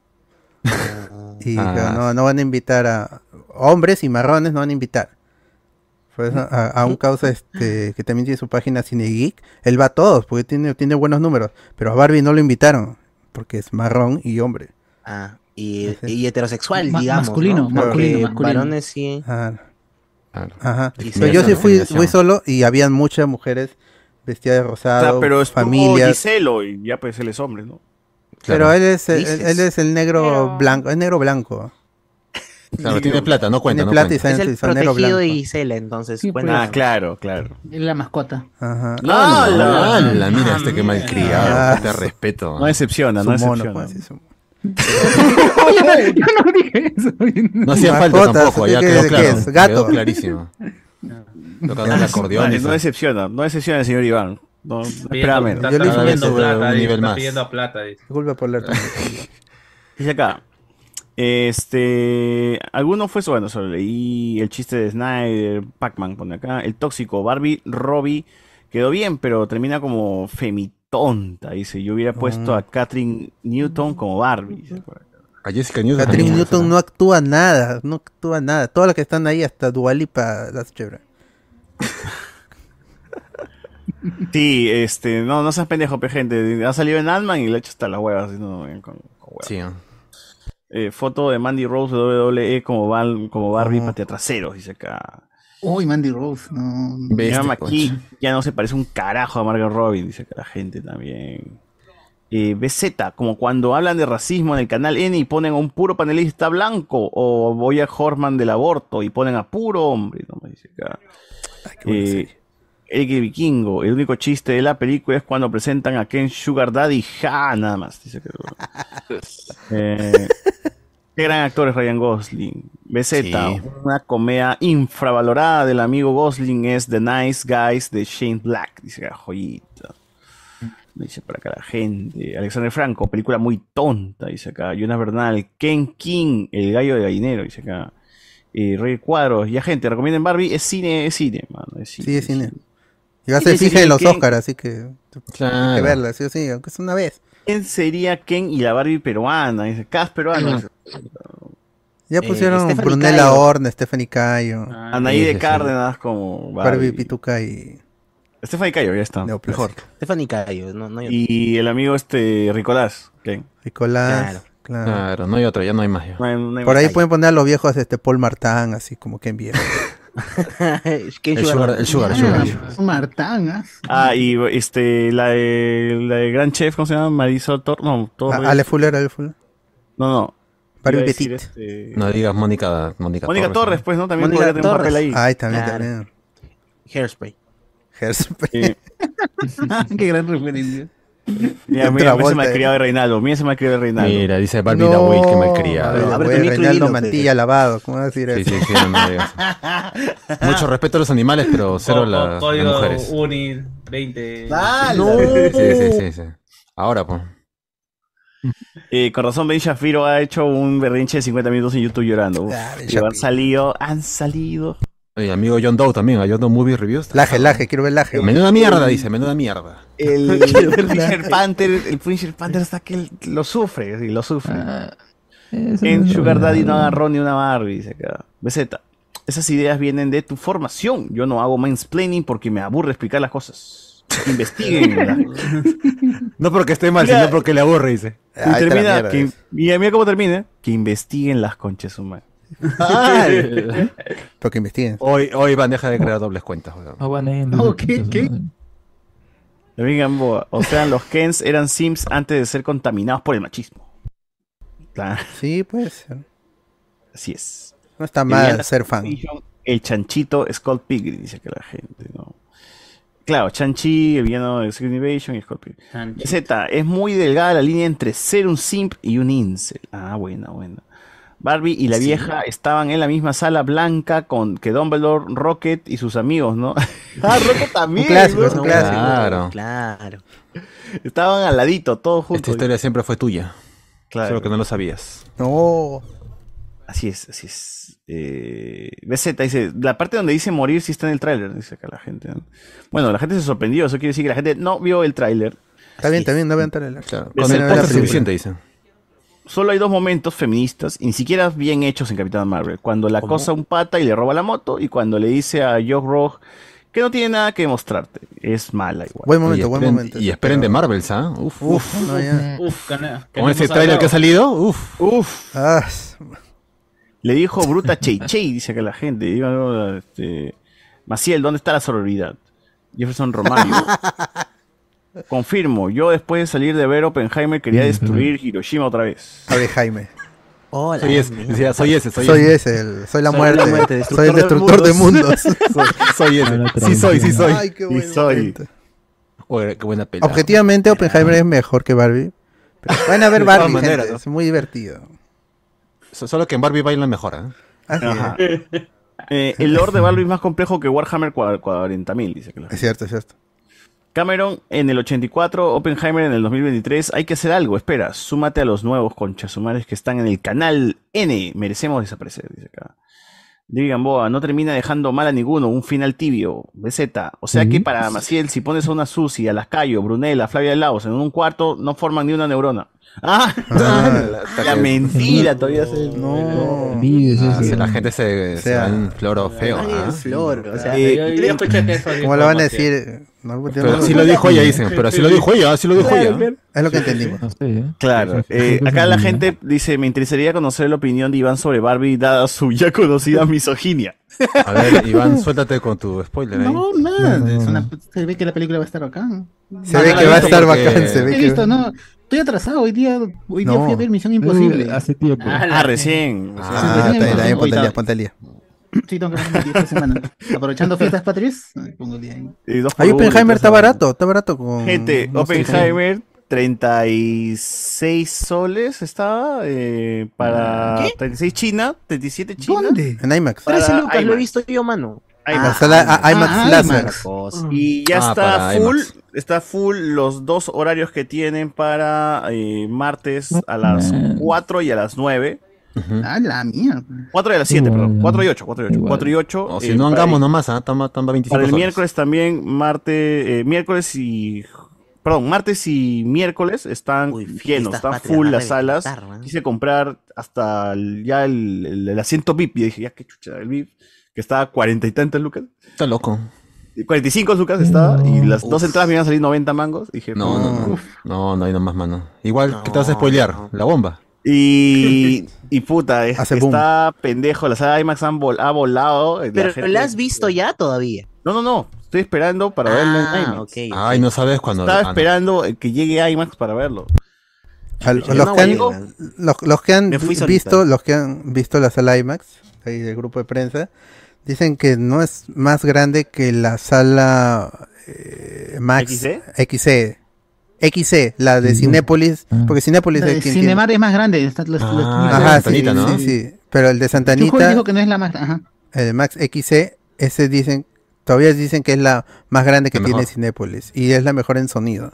S3: y
S1: Ah.
S3: dije, no, no van a invitar a hombres y marrones, no van a invitar. Pues a, a un causa este, que también tiene su página CineGeek, él va a todos porque tiene, tiene buenos números, pero a Barbie no lo invitaron porque es marrón y hombre.
S5: Ah, y, y heterosexual,
S3: Ma-
S5: digamos.
S3: masculino,
S5: ¿no? Porque
S3: masculino, masculino.
S5: Varones sí.
S3: Ajá.
S5: Discriminación,
S3: Pero yo sí fui,
S5: discriminación.
S3: fui solo y habían muchas mujeres vestidas de
S2: O sea,
S3: rosado,
S2: pero es familia.
S3: familias.
S2: Giselo y ya pues él es hombre, ¿no?
S3: Pero él es, el- él,
S2: Dices.
S3: él es el negro blanco, es negro blanco.
S1: Claro, tiene plata, no cuenta,
S3: Tiene
S1: no
S3: plata
S1: cuenta.
S3: y
S1: Es
S3: sale
S1: el
S3: el negro
S1: protegido
S3: blanco.
S5: de Gisela, entonces.
S12: Sí,
S5: bueno,
S12: pues.
S5: ah,
S2: claro, claro.
S12: Es la mascota.
S3: Ajá.
S1: ¡Hala!
S2: ¡Hala!
S1: ¡Hala! Mira este que malcriado.
S2: Ah.
S1: Te respeto.
S2: No decepciona, no
S1: Su mono,
S2: decepciona.
S1: pues,
S12: yo no dije eso.
S1: No hacía falta
S3: Mascotas,
S1: tampoco, ya
S3: ¿qué-
S1: quedó
S3: qué
S1: claro.
S3: es? ¿Gato?
S1: Quedó clarísimo. Tocando el acordeón.
S2: No decepciona, no decepciona el señor Iván. No, no espera
S1: Pidiendo-
S2: menos.
S1: está- Yo le está hice pidiendo eso, plata,
S8: Está ahí, está pidiendo plata, dice.
S3: Disculpa por leer.
S2: Dice acá. Este. Alguno fue su- Bueno, solo leí el chiste de Snyder, Pac-Man, pone acá. El tóxico, Barbie, Robbie. Quedó bien, pero termina como femitonta. Dice: Yo hubiera puesto a Catherine Newton como Barbie. dice por acá.
S1: Mm. A Jessica Newton.
S3: Catherine
S1: también.
S3: Newton no actúa nada, no actúa nada. Todas las que están ahí, hasta Dualipa, las chévere.
S2: Sí, este. No, no seas pendejo, pe, gente. Ha salido en Ant-Man y le ha hecho hasta las huevas. así, no, con, con huevas. Eh, foto de Mandy Rose WWE como, Val- como Barbie patea traseros, dice acá.
S16: Uy, Mandy Rose, no.
S2: Me llama
S1: pues.
S2: aquí, ya no se parece un carajo a Margot Robin, dice que la gente también. Eh, BZ, como cuando hablan de racismo en el canal N y ponen a un puro panelista blanco, o voy a Horman del aborto y ponen a puro hombre, no me dice acá. Eh, Eric Vikingo, el único chiste de la película es cuando presentan a Ken Sugar Daddy, ja, nada más, dice que. Eh, Qué gran actor es Ryan Gosling. BZ, una comedia infravalorada del amigo Gosling es The Nice Guys de Shane Black. Dice la joyita. Dice para acá la gente. Alexander Franco, película muy tonta, dice acá. Jonas Bernal, Ken King, el gallo de gallinero, dice acá. Eh, Rey Cuadros, ya gente, recomienden Barbie, es cine, es cine, mano. Es cine,
S3: Sí, es cine. Y
S2: ¿Quién
S3: va a ser
S2: sería
S3: fija en los
S2: Ken?
S3: Oscars, así que hay que verla, sí o sí, aunque es una vez.
S2: ¿Quién sería Ken y la Barbie peruana? Dice, Cas peruana.
S3: Ya
S2: Eh,
S3: pusieron
S2: Stephanie
S3: Brunella
S2: Cayo.
S3: Horn, Stephanie Cayo.
S2: Anaí de Cárdenas como
S3: Barbie
S2: Barbie.
S3: Pituca y
S2: Stephanie Cayo, ya está. Mejor.
S5: Stephanie Cayo, no, no hay otro.
S2: Y el amigo este, Ricolás. Ken.
S3: Nicolás. Claro.
S1: Claro, no hay otro, ya no hay más. ya.
S2: No hay- no hay
S3: Por
S2: más.
S3: ahí pueden poner a los viejos este Paul Martán, así como que en viejo.
S5: Ken
S1: El Sugar, el Sugar, el Sugar.
S16: Martán, ¿ah?
S2: Ah, y este, la de, la de Gran Chef, ¿cómo se llama? Marisol Tor, no, Torres.
S3: A- Ah, Ale Fuller, Ale Fuller.
S2: No, no.
S3: Barbie
S2: Iba a decir,
S3: Petit.
S2: este,
S1: No digas Mónica, Mónica,
S2: Mónica Torres, pues, ¿no? También
S1: Mónica
S2: podría tener un
S1: Torres.
S2: papel ahí.
S3: Ay, también,
S1: Claro.
S3: también.
S5: Hairspray.
S2: eh,
S3: Hairspray.
S16: Qué gran referencia.
S2: Mira, mira, mira ese
S3: Travolta,
S2: malcriado de Reinaldo, mira ese malcriado de Reinaldo.
S1: Mira, dice Barbie Dawil, que malcriado.
S3: Abre Eh, Reinaldo Mantilla lavado, ¿cómo vas a decir
S1: Sí,
S3: eso?
S1: sí, sí, no digas. Mucho respeto a los animales, pero cero a la- las
S8: Código
S1: mujeres.
S8: UNI 20.
S1: Sí, sí, sí, sí. Ahora, pues.
S2: Eh, con razón, Ben Shafiro ha hecho un berrinche de 50 minutos en YouTube llorando. Uf, tío, han salido, han salido.
S1: Y amigo John Doe también, a John Doe Movie Reviews.
S3: Laje, laje, quiero ver laje.
S1: Menuda mierda, dice, menuda mierda.
S2: El
S3: Quiero ver
S2: Punisher
S3: la-
S2: Panther, el Punisher Panther hasta que él lo sufre, sí, lo sufre.
S15: Ah, eso
S2: en
S15: no es
S2: Sugar Daddy no
S15: verdad.
S2: agarró ni una Barbie, dice acá. BZ, esas ideas vienen de tu formación. Yo no hago mansplaining porque me aburre explicar las cosas. Investiguen.
S1: No porque esté mal,
S2: Mira.
S1: sino porque le aburre, dice.
S2: y termina, que, y mira cómo termina. Que investiguen las conches humanas.
S1: Ay.
S3: Porque investiguen.
S1: Hoy, hoy van, deja de crear dobles cuentas. weón.
S15: No van a ir.
S2: David Gamboa, O sea, los Kens eran Sims antes de ser contaminados por el machismo. Claro,
S3: Sí, pues.
S2: así es.
S3: No está
S2: Eliana
S3: mal ser fan.
S2: Dijon, El chanchito Scott Pilgrim, dice que la gente, ¿no? Claro, Chanchi, el villano de Secret Invasion y Scott Pilgrim.
S8: Chanchi.
S2: Z, es muy delgada la línea entre ser un simp y un incel. Ah, buena, buena. Barbie y la
S5: Sí.
S2: vieja estaban en la misma sala blanca con que Dumbledore, Rocket y sus amigos, ¿no? ah, Rocket también. ¿no?
S1: Claro.
S5: Claro.
S2: Estaban al ladito, todos juntos.
S1: Esta historia siempre fue tuya.
S2: Claro.
S1: Solo que no lo sabías.
S2: No. Así es, así es. Eh, BZ dice, la parte donde dice morir sí está en el tráiler, dice acá la gente. ¿no? Bueno, la gente se sorprendió, eso quiere decir que la gente no vio el tráiler.
S3: Está bien, también no vean tráiler.
S1: Con el póster suficiente, dicen.
S2: Solo hay dos momentos feministas, y ni siquiera bien hechos en Capitán Marvel. Cuando la cosa un pata y le roba la moto, y cuando le dice a Jock Rock que no tiene nada que mostrarte. Es mala igual.
S1: Buen momento, Y buen esperen- momento. y esperen de Marvels, ¿ah? Uf, uf.
S8: Uf, cana-
S1: Con ese
S8: queremos
S1: tráiler
S8: algo.
S1: que ha salido, uff.
S2: Uf.
S3: Ah,
S2: Le dijo bruta Chey Chey, dice que la gente. Digo, no, este, Maciel, ¿dónde está la sororidad? Jefferson Romario. Confirmo, yo después de salir de ver Oppenheimer quería destruir Hiroshima otra vez.
S3: Mm. Abre Jaime.
S5: Hola.
S1: Soy ese, decía, soy ese, soy
S3: Soy
S1: ese.
S3: ese, el- soy la muerte, soy el destructor de mundos.
S1: soy, soy ese, sí soy, sí soy.
S3: Ay, qué
S1: Y
S3: buen
S1: soy. Oye, qué buena pelea.
S3: Objetivamente, Oppenheimer es mejor que Barbie. Pero van a ver
S1: De
S3: Barbie,
S1: todas maneras,
S3: gente,
S1: ¿no?
S3: es muy divertido.
S1: So- Solo que en Barbie bailan mejor, ¿ah?
S3: Así
S2: Ajá. Eh, el lore de Barbie es más complejo que Warhammer cua- 40.000, dice que la
S3: Es cierto, es cierto.
S2: Cameron en el 84, Oppenheimer en el 2023. Hay que hacer algo, espera. Súmate a los nuevos conchasumares que están en el canal N. Merecemos desaparecer, dice acá. David Gamboa, no termina dejando mal a ninguno. Un final tibio. BZ. O sea que
S4: Ujú.
S2: para Maciel, si pones a una Susi, a Lascayo, Brunella, Flavia Laos en un cuarto, no forman ni una neurona. ¡Ah! la, mentira todavía se. No.
S1: Ah, si la gente se, se
S3: sea.
S1: da un floro feo.
S3: Nadie
S1: ¿ah?
S3: es floro, o sea,
S1: Eh,
S3: yo- yo escuché que este eso dijo
S1: ¿cómo lo van a
S3: Maciel.
S1: decir?
S3: No,
S1: Pero si lo dijo ella, dicen. Pero si lo dijo ella, si lo dijo
S3: Claro,
S1: ella.
S3: claro. Es lo que entendimos. Ah,
S2: Claro, eh, acá la gente dice, me interesaría conocer la opinión de Iván sobre Barbie, dada su ya conocida misoginia.
S1: A ver, Iván, suéltate con tu spoiler ahí.
S16: No, nada. es una- se ve que la película va a estar bacán. Ah,
S1: Se ve que va a estar bacán, se ve
S16: He
S1: que-
S16: visto, no. Estoy atrasado. Hoy día, hoy día
S3: No.
S16: fui a ver Misión Imposible.
S15: Hace tiempo.
S2: Ah, recién.
S3: Ah, está bien, está bien, ponte al día, ponte al día.
S16: Sí, tengo que ver esta semana. Aprovechando fiestas patrias, me pongo el día ahí.
S2: Eh, dos por
S3: Ahí
S2: uno,
S3: Oppenheimer
S2: tres
S3: está
S2: por uno.
S3: barato, está barato con...
S2: Gente,
S3: no sé,
S2: Oppenheimer, 36 soles estaba eh, para 36 China, 37 China. ¿Dónde?
S3: En IMAX. Ah,
S5: Ahora ese
S2: Para
S5: Lucas, lo he
S2: IMAX.
S5: visto yo, mano.
S3: La sala- a- IMAX Láser.
S2: Y ya
S3: Ah,
S2: está
S3: para
S2: full,
S3: IMAX.
S2: está full los dos horarios que tienen para eh, martes a las 4 y a las 9.
S16: Ah, la mierda.
S2: 4 y a las 7, perdón. 4 y 8, 4 y 8. 4 y eh, 8.
S1: O si no hagamos nomás, ¿ah? Tamba, tamba 25
S2: Para el
S1: soles.
S2: miércoles también, martes, eh, miércoles y. Perdón, martes y miércoles están llenos,
S5: fiestas
S2: están
S5: patrias
S2: full
S5: van a
S2: las salas.
S5: reventar, man.
S2: Quise comprar hasta el- ya el, el- el asiento VIP y dije, ya qué chucha, el VIP, que estaba a cuarenta y tantas lucas.
S1: Está loco.
S2: 45 lucas estaba y las dos
S1: Uf.
S2: entradas me iban a salir 90 mangos. Dije, "Mm,
S1: No, no, no.
S2: "Uf".
S1: No, no hay nomás mano. Igual que te vas a spoilear, la bomba.
S2: Y, y puta, es-
S1: Hace boom.
S2: está pendejo, la sala IMAX han vol- ha volado. eh, la
S5: Pero
S2: gente-
S5: ¿la has visto ya todavía? Ah,
S2: No, no, no. Estoy esperando para verlo
S3: Ah,
S2: en IMAX.
S1: Ay, no sabes cuándo.
S2: Estaba
S1: ah, no.
S2: esperando eh, que llegue a IMAX para verlo.
S3: A-
S2: Yo
S3: los,
S2: no
S3: que han,
S2: llego.
S3: los, los que han
S2: Me fui
S3: visto,
S2: solitario.
S3: los que han visto la sala IMAX, ahí del grupo de prensa, dicen que no es más grande que la sala eh, Max
S16: ¿XC?
S3: XC. XC, E, la de Cinépolis, porque Cinépolis
S16: La
S3: es
S16: de
S3: quien-
S16: Cinemar es más grande. Está, los, los-
S3: Ah,
S16: los-
S3: ajá,
S16: los-
S3: sí, sí, sí. Pero el de
S16: Chujuy
S3: Santanita,
S16: dijo que no es la más. Ajá.
S3: el Max XC, ese dicen, todavía dicen que es la más grande que
S1: La
S3: tiene
S1: mejor.
S3: Cinépolis y es la mejor en sonido.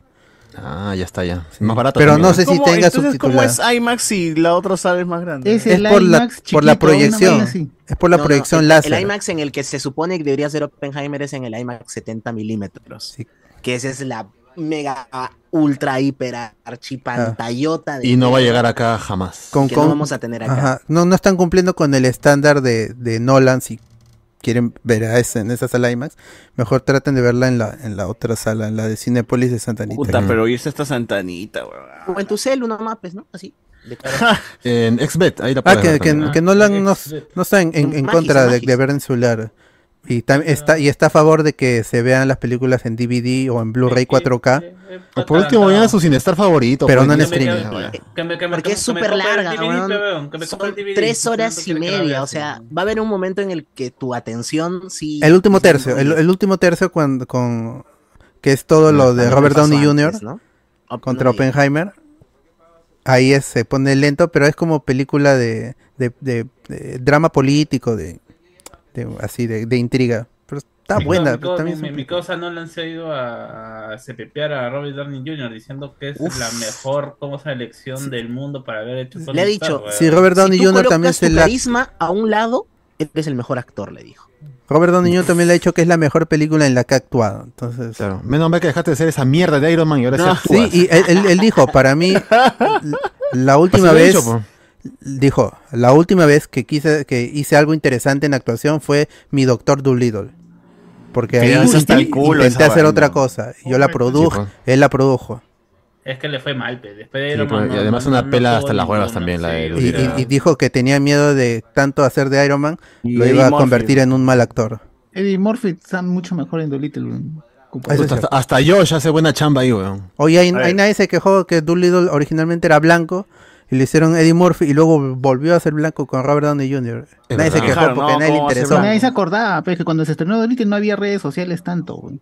S1: Ah, ya está, ya. Más barato.
S3: Pero
S1: también,
S3: no sé si
S2: ¿Cómo?
S3: tenga
S2: Entonces, ¿cómo es
S3: subtitulada.
S2: IMAX si la otra sala es más grande?
S16: Es
S3: Es por la, por la proyección. Es por la
S5: No, no,
S3: proyección
S5: el-
S3: láser.
S5: El IMAX en el que se supone que debería ser Oppenheimer es en el IMAX 70 milímetros. Que esa es la mega, ultra, hiper,
S3: Ah.
S5: archipantallota. de
S1: Y no va a
S5: mierda.
S1: llegar acá jamás.
S3: Con-
S5: que
S3: con-
S5: no vamos a tener acá.
S3: Ajá. No, no están cumpliendo con el estándar de, de Nolan si quieren ver a ese, en esa sala IMAX. Mejor traten de verla en la, en la otra sala, en la de Cinépolis de Santa Anita.
S2: Puta, pero irse hesta Santanita, weón.
S5: O en tu celu nomás, pues, ¿no? Así. de cara.
S1: En Xbet, ahí la
S3: Ah,
S1: puedes
S3: que,
S1: ver
S3: que,
S1: también.
S3: que Nolan no, no está en, en- en
S5: Magis,
S3: contra de,
S5: Magis.
S3: de ver en celular. Y, tam- está, y está a favor de que se vean las películas en DVD o en Blu-ray 4K.
S1: O por último, vayan a su cinestar favorito.
S3: Pero
S1: pues.
S3: no en
S1: Que-
S3: streaming.
S5: Porque es súper larga, weón. Son tres horas y media. O sea, va a haber un momento en el que tu atención sí.
S3: El último tercio, el, el último tercio cuando, con que es todo lo de
S5: cuando
S3: Robert
S5: pasó
S3: Downey
S5: antes,
S3: Jr.
S5: ¿no?
S3: contra Oppenheimer. Ahí es, se pone lento, pero es como película de, de, de- de drama político, de, de- así, de, de intriga. Pero está
S8: Mi co-
S3: buena.
S8: mi co-
S3: pero también
S8: mi,
S3: es
S8: mi-
S3: un-
S8: mi causa Nolan se ha ido a, a cepepear a Robert Downey Jr. diciendo que es la mejor cosa elección del mundo para haber hecho
S5: Le ha
S8: Tony
S5: dicho,
S8: Stark, weón.
S5: si tú colocas tu
S3: la-
S5: carisma a un lado, eres el mejor actor, le dijo.
S3: Robert Downey Jr. también le ha dicho que es la mejor película en la que ha actuado. Entonces,
S1: Menos mal que dejaste de ser esa mierda de Iron Man y ahora sí
S3: No.
S1: actúas.
S3: Sí, y él, él- él dijo, para mí, l- la última
S1: Así lo he
S3: vez,
S1: dicho, po.
S3: dijo, la última vez que quise, que hice algo interesante en actuación fue mi Doctor Dolittle. Porque
S2: Que
S3: ahí
S2: ya es hasta el
S3: intent-
S2: culo
S3: intenté
S2: esa
S3: hacer
S2: vaina.
S3: otra cosa. Yo la produjo,
S1: Sí,
S3: él la produjo.
S8: Es que le fue mal, pe. después de
S1: Sí,
S8: Iron
S1: pues,
S8: Man,
S1: y
S8: no-
S1: además
S8: no-
S1: una
S8: no
S1: pela
S8: tuvo
S1: hasta las
S8: ninguna.
S1: huevas también, la de
S3: Y, y- y dijo que tenía miedo de tanto hacer de Iron Man, lo
S12: Eddie
S3: iba a
S12: Murphy.
S3: convertir en un mal actor.
S12: Eddie Murphy está mucho mejor en Dolittle.
S3: Eso es
S1: Pues hasta, hasta Josh hace buena chamba ahí, weón.
S3: Oye, hay,
S1: A
S3: hay
S1: ver.
S3: nadie se quejó que Doolittle originalmente era blanco y le hicieron Eddie Murphy y luego volvió a ser blanco con Robert Downey Jr.
S1: Es
S3: nadie
S1: verdad.
S3: se quejó
S1: Claro,
S3: porque
S1: no,
S3: a nadie le
S1: ¿cómo va a ser
S3: interesó.
S1: blanco?
S12: Nadie se acordaba, pues, que cuando se estrenó Dolittle no había redes sociales tanto. güey.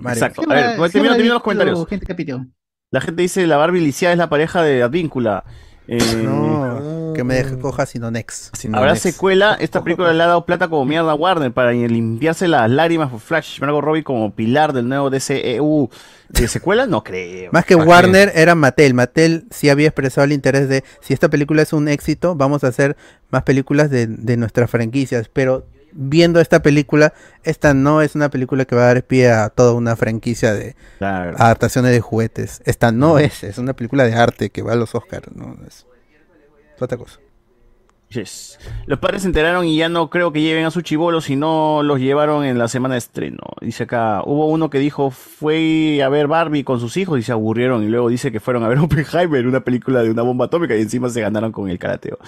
S3: madre.
S2: Exacto.
S12: Sí,
S2: A ver,
S12: habrá-
S2: pues,
S12: sí
S2: termina-
S12: habrá
S2: termina los
S12: habido
S2: comentarios.
S12: gente que piteó.
S2: La gente dice la Barbie Lisiada es la pareja de Advíncula. Eh,
S3: No, que me deje coja Sinonex.
S2: Habrá secuela. Esta película le ha dado plata como mierda a Warner para limpiarse las lágrimas por Flash. Margot Robbie como pilar del nuevo DCEU. ¿De secuela? No creo.
S3: Más que
S2: ¿Para qué?
S3: Warner era Mattel. Mattel sí había expresado el interés de si esta película es un éxito, vamos a hacer más películas de, de nuestras franquicias. Pero viendo esta película, esta no es una película que va a dar pie a toda una franquicia de adaptaciones de juguetes. Esta no es, es una película de arte que va a los Oscars. No, es es otra cosa.
S2: Yes. Los padres se enteraron y ya no creo que lleven a su chivolo, sino los llevaron en la semana de estreno. Dice acá, hubo uno que dijo, fue a ver Barbie con sus hijos y se aburrieron. Y luego dice que fueron a ver Oppenheimer, una película de una bomba atómica, y encima se ganaron con el karateo.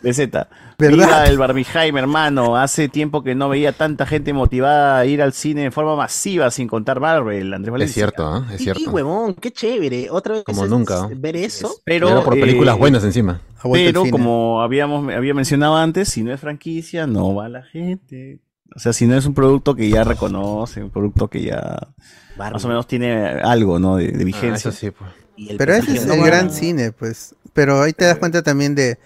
S2: De Z.
S3: ¿Verdad?
S2: Viva el Barbieheimer, hermano. Hace tiempo que no veía tanta gente motivada a ir al cine de forma masiva, sin contar Marvel. Andrés Valencia.
S1: cierto, ¿eh? Es
S5: Y- Y, huevón, qué chévere. Otra vez
S1: Como
S5: es-
S1: nunca,
S5: es ver eso.
S2: Pero,
S1: Era por películas buenas encima. Ha vuelto
S2: Pero
S1: el cine.
S2: como habíamos, había mencionado antes, si no es franquicia, no va la gente. O sea, si no es un producto que ya reconoce, un producto que ya más o menos tiene algo, ¿no? De, de vigencia.
S1: eso sí, pues.
S3: Pero ese es el gran cine, pues. Pero ahí
S2: Eh.
S3: te das cuenta también de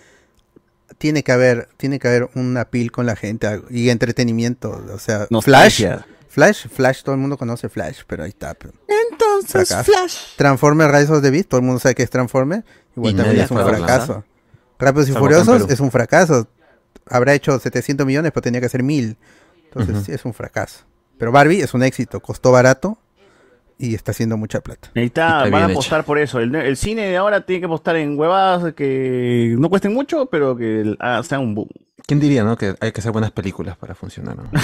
S3: tiene que haber, tiene que haber un apil con la gente algo- y entretenimiento, o sea,
S2: Nostalgia.
S3: Flash, Flash, Flash, todo el mundo conoce Flash, pero ahí está. pues,
S2: Entonces,
S3: fracaso.
S2: Flash.
S3: Transformers Rise of the Beast, todo el mundo sabe que es Transformers, igual
S1: Y nadie
S3: también es un
S1: ha probado
S3: fracaso.
S1: nada.
S3: Rápidos y
S1: Salvo acá en
S3: Furiosos
S1: Perú.
S3: es un fracaso. Habrá hecho 700 millones, pero tenía que hacer 1000. Entonces,
S1: Ujú.
S3: sí, es un fracaso. Pero Barbie es un éxito, costó barato y está haciendo mucha plata.
S2: Ahí está,
S3: Está
S2: van a
S3: bien
S2: apostar por eso. El, el cine de ahora tiene que apostar en huevadas que no cuesten mucho, pero que ah, sean un boom.
S1: ¿Quién diría, no? Que hay que hacer buenas películas para funcionar, ¿no?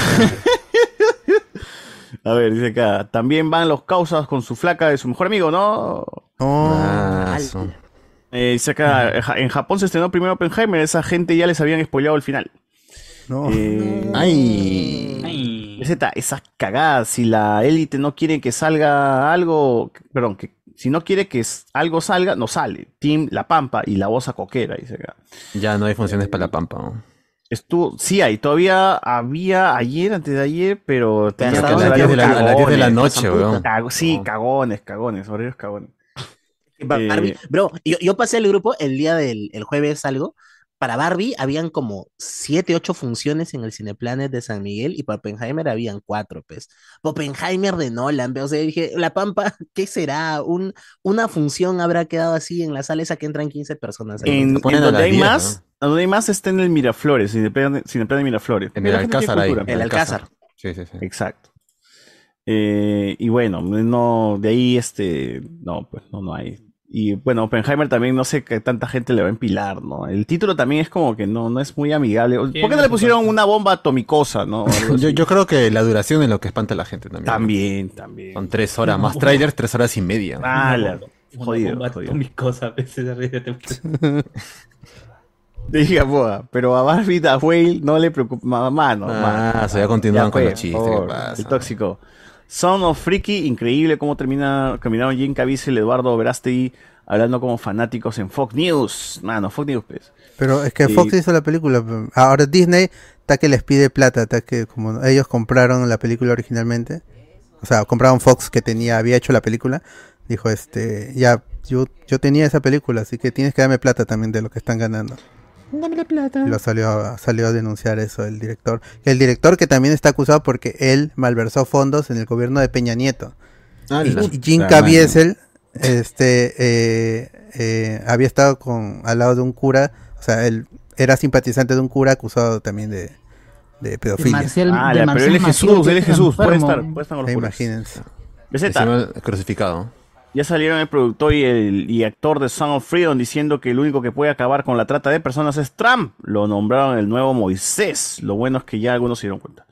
S2: A ver, dice acá, también van los causas con su flaca de su mejor amigo, ¿no?
S1: Ah, su-
S2: Eh, dice acá, ja- en Japón se estrenó primero Oppenheimer, esa gente ya les habían spoilado el final.
S3: No.
S2: Ay. Esa, esas cagadas, si la élite no quiere que salga algo, perdón, que si no quiere que s- algo salga, no sale. Team La Pampa y la voz a coquera, dice acá.
S1: Ya no hay funciones para la pampa, ¿no?
S2: Estuvo, sí hay, todavía había ayer, antes de ayer, pero tenía
S1: hasta las
S2: horarios
S1: 10 de la- a las 10 de la noche,
S2: cagones,
S1: weón.
S2: cago- sí, cagones, cagones, horarios cagones.
S5: Barbie,
S2: Eh,
S5: bro, yo, yo pasé el grupo el día del el jueves algo. Para Barbie habían como 7, 8 funciones en el Cineplanet de San Miguel y para Oppenheimer habían 4, pues. Oppenheimer de Nolan, ve, o sea, dije, La Pampa, ¿qué será? Un, una función habrá quedado así en la sala esa que entran 15 personas.
S2: En, en donde hay más, donde hay más está en el Miraflores, en el plan, sin el plan de Miraflores.
S1: En
S2: Mira,
S1: el
S2: la gente
S1: Alcázar
S2: tiene
S1: ahí.
S2: cultura,
S1: en
S2: pues.
S1: Sí, sí, sí.
S2: Exacto. Eh, y bueno, no, de ahí este, no, pues no, no hay. Y bueno, Oppenheimer también no sé qué tanta gente le va a empilar, ¿no? El título también es como que no, no es muy amigable. ¿Por qué no le pusieron una bomba atomicosa, no? O algo
S1: Yo,
S2: así.
S1: yo creo que la duración es lo que espanta a la gente también.
S2: También, también.
S1: Son tres horas más trailers, tres horas y media.
S2: Ah,
S1: Una
S2: la-
S1: bomba.
S2: jodido,
S8: Bomba
S2: jodido.
S8: atómicosa, pe, se ríe de te-
S2: Dije, boa, pero a Barbie da Whale no le preocupa. ma- Mano,
S1: Ah,
S2: mano.
S1: eso ya continúan con
S2: fue,
S1: los chistes,
S2: por
S1: ¿qué
S2: favor,
S1: pasa?
S2: el tóxico. Son of Freaky, increíble cómo termina, caminaron Jim Caviezel y Eduardo Verástegui hablando como fanáticos en Fox News. Mano, Fox News, pues.
S3: Pero es que
S2: Sí.
S3: Fox hizo la película. pe. Ahora Disney está que les pide plata, está que como ellos compraron la película originalmente. O sea, compraron Fox que tenía, había hecho la película. Dijo este, ya, yo, yo tenía esa película, así que tienes que darme plata también de lo que están ganando.
S9: Dame la plata.
S3: Lo salió, salió a denunciar eso el director. El director que también está acusado porque él malversó fondos en el gobierno de Peña Nieto.
S2: Ah,
S3: Y-
S2: la
S3: y Jim
S2: puta
S3: Caviezel este, eh, eh, había estado con, al lado de un cura, o sea, él era simpatizante de un cura acusado también de, de pedofilia.
S12: Marcial-
S2: Ah, de ya, pero Marcial él es Maciú, Jesús, que él es está Jesús, puede enfermo. estar- puede estar con los
S3: Eh,
S2: curas.
S3: Imagínense.
S2: Encima,
S1: crucificado.
S2: Ya salieron el productor y el y actor de Sound of Freedom diciendo que el único que puede acabar con la trata de personas es Trump. Lo nombraron el nuevo Moisés. Lo bueno es que ya algunos se dieron cuenta.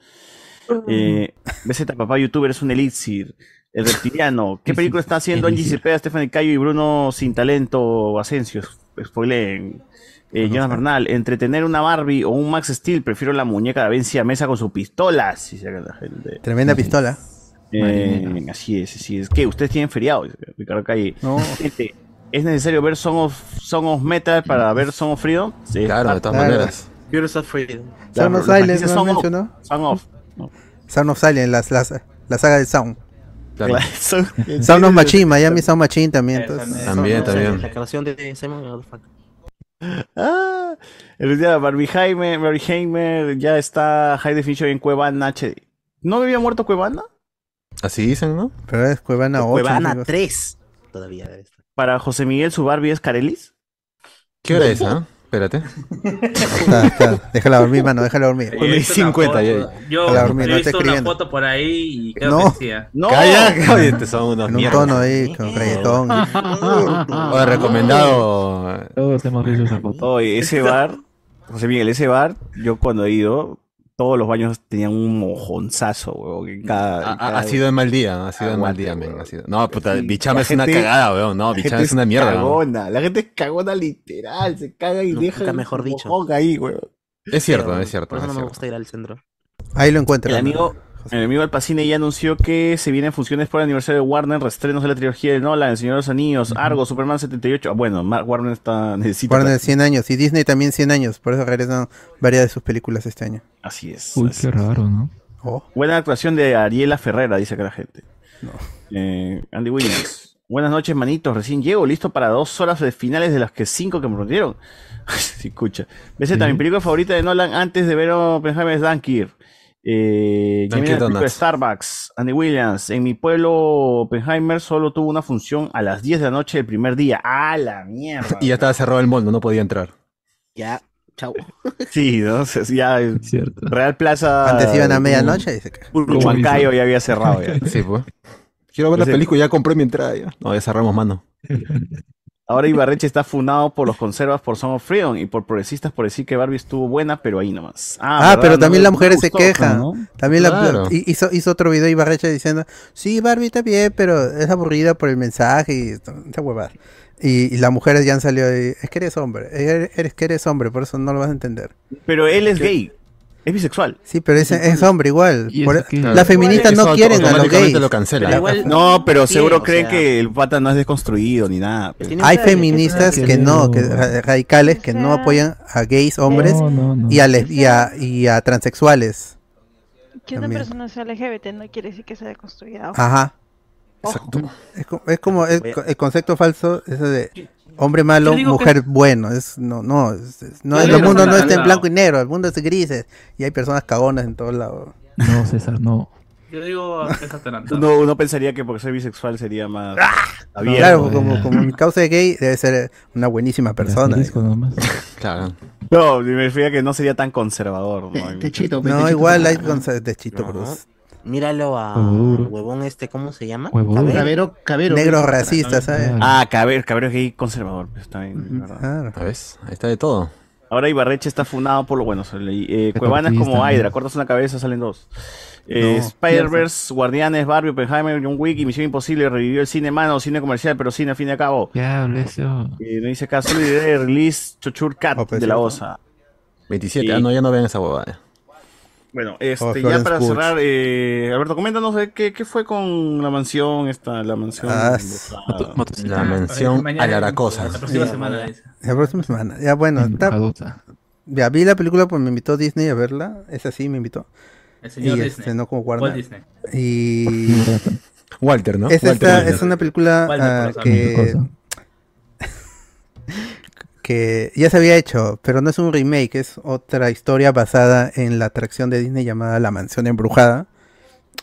S2: Eh, BZ, papá youtuber, es un elixir. El reptiliano. ¿Qué película está haciendo Angie Cepeda, Stephanie Cayo y Bruno sin talento, Asensio? Spoileen. Eh, Jonas Bernal, entretener una Barbie o un Max Steel, prefiero la muñeca de Avencia Mesa con su pistola. Si se haga la gente.
S3: Tremenda pistola.
S2: Eh, así es, así es. Que ustedes tienen feriado, dice Ricardo Calle. Gente, ¿es necesario ver Son of, Son of Metal para ver Son of Freedom? Sí,
S1: Claro, de todas
S3: Claro.
S1: maneras.
S11: Quiero estar Freedom.
S3: Sound
S2: Claro,
S3: of
S2: las
S3: Silence,
S2: noticias
S3: ¿no
S2: son off.
S3: mencionó?
S2: Sound of.
S3: Sound of Silence, las, las, la saga del Sound.
S1: Claro.
S2: Son-
S3: Sound of Machine, Miami Sound Machine también. entonces.
S1: También, también.
S11: La canción de Simon Garfunkel.
S2: Ah, el día de Barbie Heimer, Barbie Heimer, ya está High Definition en Cuevana HD. ¿No había muerto Cuevana?
S1: Así dicen, ¿no?
S3: Pero es Cuevana 8.
S2: Cuevana
S3: amigos.
S11: 3 todavía. es.
S2: Para José Miguel, su Barbie es Carelis.
S1: ¿Qué hora es, ah? Espérate.
S3: Está, está. Déjala dormir, mano, déjala dormir.
S1: Una y cincuenta, ya.
S8: Yo
S3: Déjala
S8: yo
S3: dormir,
S8: he
S3: no esté
S8: visto una
S3: escribiendo. Eh,
S8: foto por ahí y creo
S3: No,
S8: que ¿eh? decía.
S1: ¿eh? Calla, oye, te son unos
S3: En un
S1: mierdas.
S3: tono ahí, con reggaetón.
S11: Ah.
S1: Oye, recomendado.
S15: Todos hemos visto esa foto.
S2: Oye, ese bar, José Miguel, ese bar, yo cuando he ido, todos los baños tenían un mojonzazo, huevón. en cada-
S1: Ha,
S2: en cada-
S1: ha- ha sido de mal día, ha sido de mal día, men. ha sido- No, puta, Bichama es una cagada, weón. No, Bichama
S2: Bichama
S1: es una mierda. weón.
S2: La gente es cagona literal, se caga y deja
S11: nunca
S2: el
S11: mejor dicho.
S2: mojón ahí, weón.
S1: Es cierto,
S11: Pero
S1: es cierto.
S11: Por eso
S1: es
S11: no me
S1: cierto.
S11: gusta ir al centro.
S3: Ahí lo encuentro.
S2: El amigo, el amigo Alpacine ya anunció que se vienen funciones por el aniversario de Warner, restrenos de la trilogía de Nolan, El Señor de los Anillos, Argo, Superman 78. Ah, Bueno, Mark Warner está necesita.
S3: Guardan 100 años. Y Disney también 100 años. Por eso regresan varias de sus películas este año.
S2: Así es.
S15: Uy,
S2: así
S15: qué
S2: es.
S15: raro, ¿no?
S2: Buena actuación de Ariela Ferrera, dice acá la gente. Eh, Andy Williams. Buenas noches, manitos. Recién llego, listo para dos horas de finales de las que cinco que me prometieron. Se escucha. BZ, mi película favorita de Nolan antes de ver Oppenheimer es Dunkirk. Eh, ya viene
S1: Dunkin'
S2: la película de
S1: Donuts.
S2: Starbucks, Andy Williams. En mi pueblo, Oppenheimer solo tuvo una función a las 10 de la noche del primer día. ¡A la mierda!
S1: Y ya estaba cerrado el molde, no podía entrar.
S11: Ya, chau.
S2: Sí, ¿no? Se- ya eh, Real Plaza.
S3: Antes iban a medianoche, dice que-
S2: Huancayo ya había cerrado. ya.
S1: Sí, pues. Quiero ver la
S2: Ese-
S1: película, ya compré mi entrada ya. No, ya cerramos mano.
S2: Ahora Ibarreche está funado por los conservas por Son of Freedom y por progresistas por decir que Barbie estuvo buena, pero ahí nomás.
S3: Ah,
S2: ¿verdad?
S3: pero
S2: No
S3: también
S2: me-
S3: las
S2: no
S3: mujeres
S2: me
S3: se
S2: gustó, pues,
S3: quejan.
S2: ¿no?
S3: También la-
S2: Claro.
S3: hi- hizo, hizo otro video Ibarrecha diciendo, sí, Barbie está bien, pero es aburrida por el mensaje y esto- esa huevada. Y, y las mujeres ya han salido y, es que eres hombre, eres, eres que eres hombre, por eso no lo vas a entender.
S2: Pero él es gay, es bisexual.
S3: Sí, pero es, es hombre igual.
S2: Y
S3: Por-
S2: eso que-
S3: las feministas
S1: Eso
S3: no quieren a los
S1: automáticamente
S3: gays.
S1: lo cancelan.
S3: La-
S2: no, pero seguro
S11: o
S2: creen
S11: sea-
S2: que el pata no es desconstruido ni nada. pues.
S3: Hay feministas que no, que ra- radicales que no apoyan a gays hombres y a les- y a- y a transexuales.
S22: Que una
S3: También.
S22: persona sea LGBT no quiere decir que sea deconstruida. ojo.
S3: Ajá.
S22: Ojo.
S3: Es como, es como el,
S22: Voy a-
S3: el concepto falso ese de hombre malo,
S22: Yo digo
S3: mujer
S22: que-
S3: bueno. Es, no, no, es- es- no
S15: Yo
S3: es-
S15: digo
S3: el mundo
S15: que-
S3: no está en blanco y negro, el mundo es grises y hay personas cagonas en todos lados.
S15: No, César, no.
S8: Yo digo, es atarantado.
S2: Uno, uno pensaría que porque ser bisexual sería más
S3: ¡Ah!
S2: abierto.
S3: claro, como, como mi causa de gay debe ser una buenísima persona.
S1: Claro.
S2: No, me refería a que no sería tan conservador. ¿no?
S3: No, igual hay conceptos de Chito Cruz.
S11: Ah. Míralo a
S3: Huevón.
S11: huevón este, ¿cómo se llama?
S3: Huevón.
S11: Cabero.
S3: Cabero, Cabero. Negro racista, ¿sabes?
S2: Ah, Cabero, Cabero es gay conservador, pues está bien, es verdad.
S1: ¿Ves? Ahí está de todo.
S2: Ahora Ibarreche está funado por lo bueno. se le- eh, Cuevana es como
S1: Recortista,
S2: Hydra,
S1: ¿no?
S2: cortas una cabeza, salen dos. Eh,
S1: No,
S2: Spider-Verse, Guardianes, Barbie, Oppenheimer, John Wick y Misión Imposible. Revivió el cine mano, cine comercial, pero cine a fin de cabo.
S15: Ya hablé eso.
S2: Eh, no dice acá, solo idea de release Chochur Cat
S3: Oh, pues
S2: de la OSA.
S1: 27,
S2: Y-
S1: ah, no, ya no vean esa huevada.
S2: Bueno, este,
S1: Oh,
S2: ya
S1: Florence
S2: para
S1: Pugh.
S2: cerrar, eh, Alberto, coméntanos eh, ¿qué, qué fue con la mansión esta, la mansión.
S3: Ah,
S2: embrujada?
S1: La mención a Ah, eh, la aracosa.
S3: Ya. La próxima semana. Ya bueno, está-
S15: Embrujadota.
S3: ya vi la película, pues me invitó Disney a verla. Esa sí me invitó.
S8: El señor
S3: Y,
S8: Disney.
S3: este, no como
S8: Walt
S3: Warner.
S8: Disney.
S3: Y
S1: Walter, ¿no?
S3: Es, ah,
S1: Walter
S3: esta-
S1: Disney.
S3: es una película
S1: Walter,
S3: ah,
S1: por los
S3: que
S1: amigos.
S3: que ya se había hecho, pero no es un remake, es otra historia basada en la atracción de Disney llamada La Mansión Embrujada.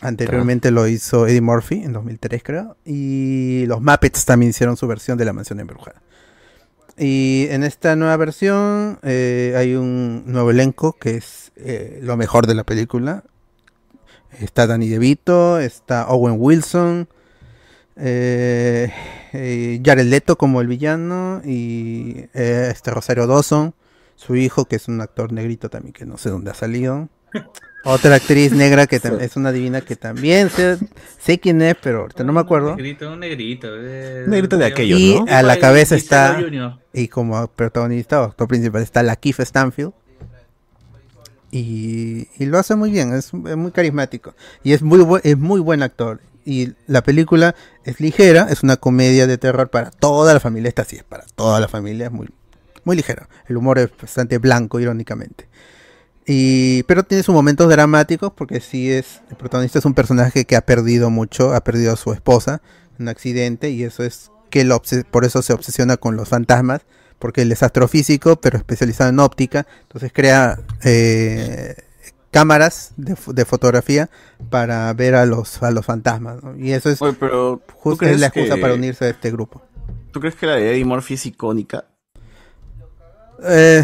S3: Anteriormente lo hizo Eddie Murphy en 2003, creo. Y los Muppets también hicieron su versión de La Mansión Embrujada. Y en esta nueva versión eh, hay un nuevo elenco que es eh, lo mejor de la película. Está Danny DeVito, está Owen Wilson, eh, eh, Jared Leto como el villano y eh, este Rosario Dawson, su hijo que es un actor negrito también que no sé dónde ha salido. Otra actriz negra que tam- es una divina que también sé, sé quién es, pero ahorita no me acuerdo.
S10: Negrito, un negrito. eh,
S1: Negrito de aquellos,
S3: y
S1: ¿no?
S3: a la
S10: Igual,
S3: cabeza
S10: Gisela
S3: está,
S10: Junior.
S3: y como protagonista o actor principal está la Keith Stanfield. Y, y lo hace muy bien, es, es muy carismático. Y es muy, bu- es muy buen actor. Y la película es ligera, es una comedia de terror para toda la familia. Esta sí es para toda la familia, es muy, muy ligera. El humor es bastante blanco, irónicamente. Y, pero tiene sus momentos dramáticos porque sí es, el protagonista es un personaje que ha perdido mucho, ha perdido a su esposa en un accidente y eso es que lo obse- por eso se obsesiona con los fantasmas, porque él es astrofísico pero especializado en óptica, entonces crea eh, cámaras de, fo- de fotografía para ver a los, a los fantasmas. ¿no? Y eso es
S2: Oye, pero, ¿tú
S3: justo
S2: crees
S3: es la excusa
S2: que-
S3: para unirse a este grupo.
S2: ¿Tú crees que la de Eddie Murphy es icónica?
S3: Eh,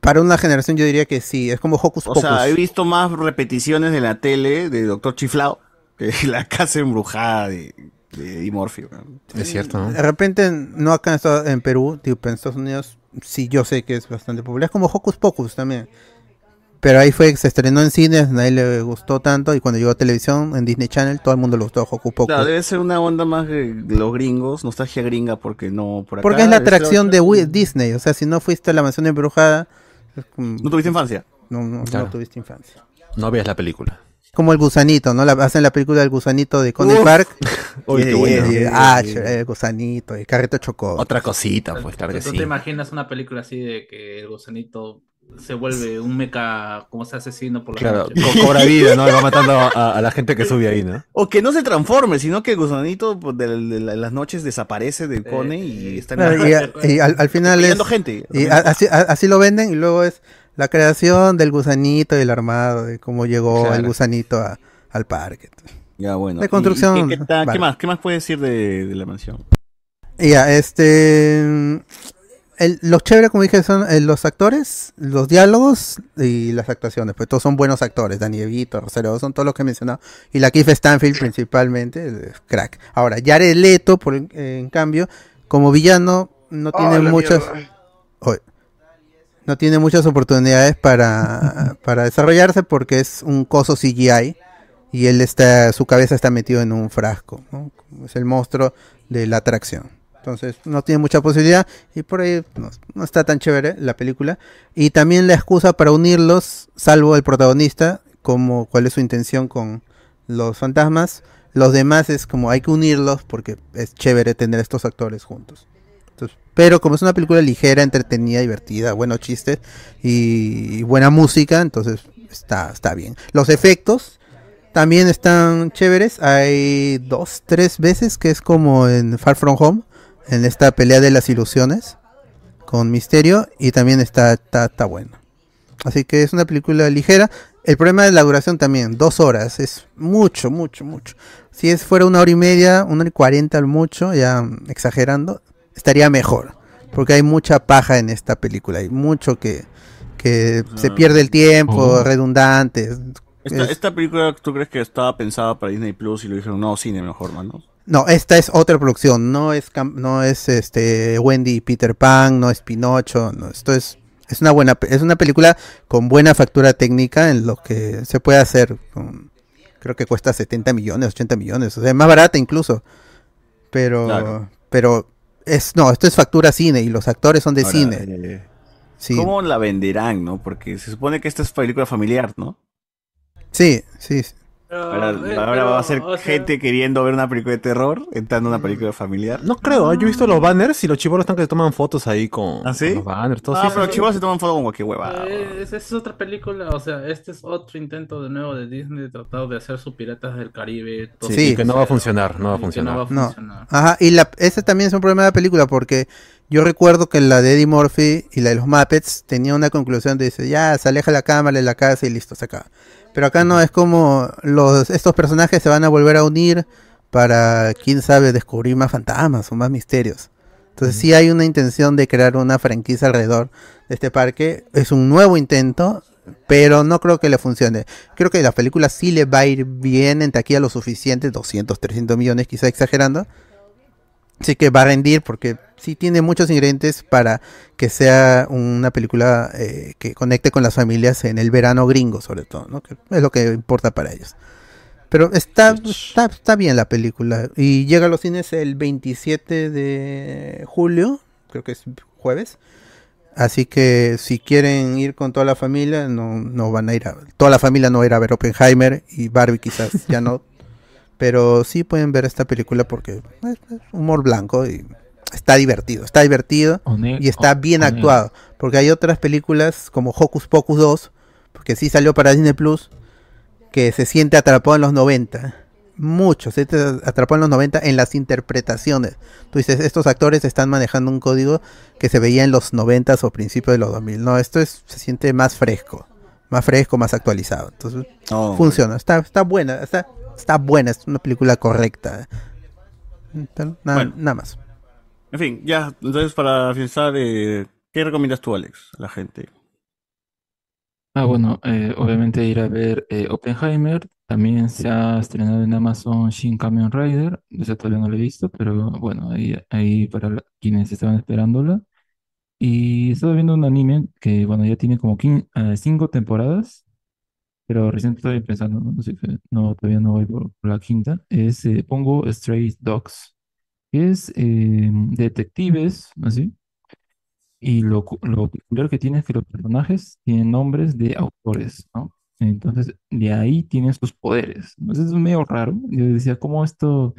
S3: para una generación yo diría que sí, es como Hocus
S2: O
S3: Pocus.
S2: sea, he visto más repeticiones de la tele de Doctor Chiflao que la casa embrujada de, de Eddie Murphy.
S1: Es cierto,
S3: De repente, no acá en Estados- en Perú, tipo, en Estados Unidos, sí yo sé que es bastante popular. Es como Hocus Pocus también. Pero ahí fue, se estrenó en cines, nadie le gustó tanto. Y cuando llegó a televisión, en Disney Channel, todo el mundo le gustó Hocus Pocus.
S2: Claro, debe ser una onda más de los gringos, nostalgia gringa, porque no por acá.
S3: Porque es la
S2: debe ser
S3: atracción
S2: otra-
S3: de Wi- Disney. O sea, si no fuiste a la mansión embrujada.
S2: ¿No tuviste infancia?
S3: No, no,
S1: Claro.
S3: no tuviste infancia.
S1: No veas la película.
S3: Como el gusanito, ¿no? La, hacen la película del gusanito de Coney
S1: Uf.
S3: Park.
S1: Uy, qué
S3: Y-
S1: bueno.
S3: y- ah, el gusanito, el carrito chocó.
S1: Otra cosita, pues, claro que
S10: ¿Tú
S1: sí.
S10: te imaginas una película así de que el gusanito se vuelve un meca como se asesino por la
S1: Claro,
S10: noche?
S1: co- cobra vida, ¿no? Y va matando a, a la gente que sube ahí, ¿no?
S2: O que no se transforme, sino que el gusanito pues, de, de- de las noches desaparece
S10: Eh,
S2: del cone y está en la-
S3: Claro, y, a- y al, al final es.
S2: Pillando gente.
S3: y a- así, a- así lo venden y luego es la creación del gusanito y el armado, de cómo llegó
S2: Claro.
S3: el gusanito a- al parque.
S2: Ya, bueno.
S3: De
S2: ¿Y- y
S3: construcción,
S2: qué, qué ta- qué
S3: vale.
S2: más? ¿Qué más puedes decir de, de la mansión?
S3: Y ya, este. El, lo chévere, como dije, son eh, los actores, los diálogos y las actuaciones. Pues todos son buenos actores. Dani Evito, Rosario son todos los que he mencionado. Y la Keith Stanfield, principalmente, es crack. Ahora, Jared Leto, por, en- en cambio, como villano, no
S16: Ah,
S3: tiene
S16: la
S3: muchas.
S16: mierda.
S3: Oye, no tiene muchas oportunidades para, para desarrollarse porque es un coso CGI y él está, su cabeza está metido en un frasco, ¿no? es el monstruo de la atracción. Entonces no tiene mucha posibilidad y por ahí no, no está tan chévere la película. Y también la excusa para unirlos, salvo el protagonista, como cuál es su intención con los fantasmas. Los demás es como hay que unirlos porque es chévere tener estos actores juntos. Entonces, pero como es una película ligera, entretenida, divertida, buenos chistes y, y buena música, entonces está, está bien. Los efectos también están chéveres. Hay dos, tres veces que es como en Far From Home, en esta pelea de las ilusiones con Misterio y también está, está, está bueno. Así que es una película ligera. El problema de la duración también, dos horas, es mucho, mucho, mucho. Si es fuera una hora y media, una hora y cuarenta al mucho, ya mm, exagerando, estaría mejor. Porque hay mucha paja en esta película, hay mucho que, que se pierde el tiempo,
S2: Ah. Oh.
S3: redundante.
S2: Esta,
S3: Es-
S2: esta película, ¿tú crees que estaba pensada para Disney Plus y lo dijeron, no, cine mejor, mano?
S3: No, esta es otra producción, no es cam- no es este Wendy y Peter Pan, no es Pinocho, no, esto es es una buena pe- es una película con buena factura técnica en lo que se puede hacer con- creo que cuesta 70 millones, 80 millones, o sea, es más barata incluso. Pero
S2: Claro.
S3: pero es no, esto es factura cine y los actores son de
S2: Ahora,
S3: cine.
S2: eh,
S3: Sí.
S2: ¿Cómo la venderán, no? Porque se supone que esta es película familiar, ¿no?
S3: Sí, sí. sí.
S2: Ahora,
S1: Ah, eh,
S2: ahora va a ser gente queriendo ver una película de terror, entrando a una película familiar.
S1: No creo, ¿eh? yo he visto los banners y los chivolos están que se toman fotos ahí con, con los banners. Todo,
S2: Ah,
S1: sí,
S2: pero
S1: sí.
S2: chivos se toman foto con cualquier hueva.
S10: Eh, Esa es otra película, o sea, este es otro intento de nuevo de Disney tratado de hacer su Piratas del Caribe. todo
S1: Sí,
S10: eso.
S1: que no va a funcionar, no va a
S10: Y que no
S1: funcionar.
S10: va a
S3: No.
S10: funcionar.
S3: Ajá, y la, ese también es un problema de la película porque Yo recuerdo que la de Eddie Murphy y la de los Muppets tenía una conclusión de dice, ya, se aleja la cámara de la casa y listo, se acaba. Pero acá no, es como los, estos personajes se van a volver a unir para, quién sabe, descubrir más fantasmas o más misterios. Entonces sí hay una intención de crear una franquicia alrededor de este parque. Es un nuevo intento, pero no creo que le funcione. Creo que la película sí le va a ir bien en taquilla lo suficiente, 200, 300 millones, quizá exagerando. Así que va a rendir porque sí tiene muchos ingredientes para que sea una película eh, que conecte con las familias en el verano gringo, sobre todo, ¿no? Que es lo que importa para ellos. Pero está, está, está bien la película. Y llega a los cines el 27 de julio, creo que es jueves. Así que si quieren ir con toda la familia, no, no van a ir a... Toda la familia no va a ir a ver Oppenheimer y Barbie quizás ya no. Pero sí pueden ver esta película porque es, es humor blanco y está divertido. Está divertido y está bien actuado. Porque hay otras películas como Hocus Pocus 2, porque sí salió para Disney Plus, que se siente atrapado en los 90. Mucho, se te atrapó en los 90 en las interpretaciones. Tú dices, estos actores están manejando un código que se veía en los 90 o principios de los 2000. No, esto es, se siente más fresco, más fresco, más actualizado. Entonces,
S2: Oh.
S3: funciona, está, está buena, está, está buena, es una película correcta. Tal- Nada,
S2: Bueno.
S3: nada más.
S2: En fin, ya, entonces para finalizar, eh, ¿qué recomiendas tú, Alex, a la gente?
S15: Ah, bueno, eh, obviamente ir a ver eh, Oppenheimer. También se ha estrenado en Amazon Shin Kamen Rider. Esa todavía no la he visto, pero bueno, ahí, ahí para la- quienes estaban esperándola. Y estaba viendo un anime que, bueno, ya tiene como quin- eh, cinco temporadas, pero recién estoy pensando, no, Así que no, todavía no voy por, por la quinta. Es eh, Pongo Stray Dogs, que es eh, detectives, así. Y lo, cu- lo peculiar que tiene es que los personajes tienen nombres de autores, ¿no? Entonces, de ahí tienen sus poderes. Entonces, es medio raro. Yo decía, ¿cómo esto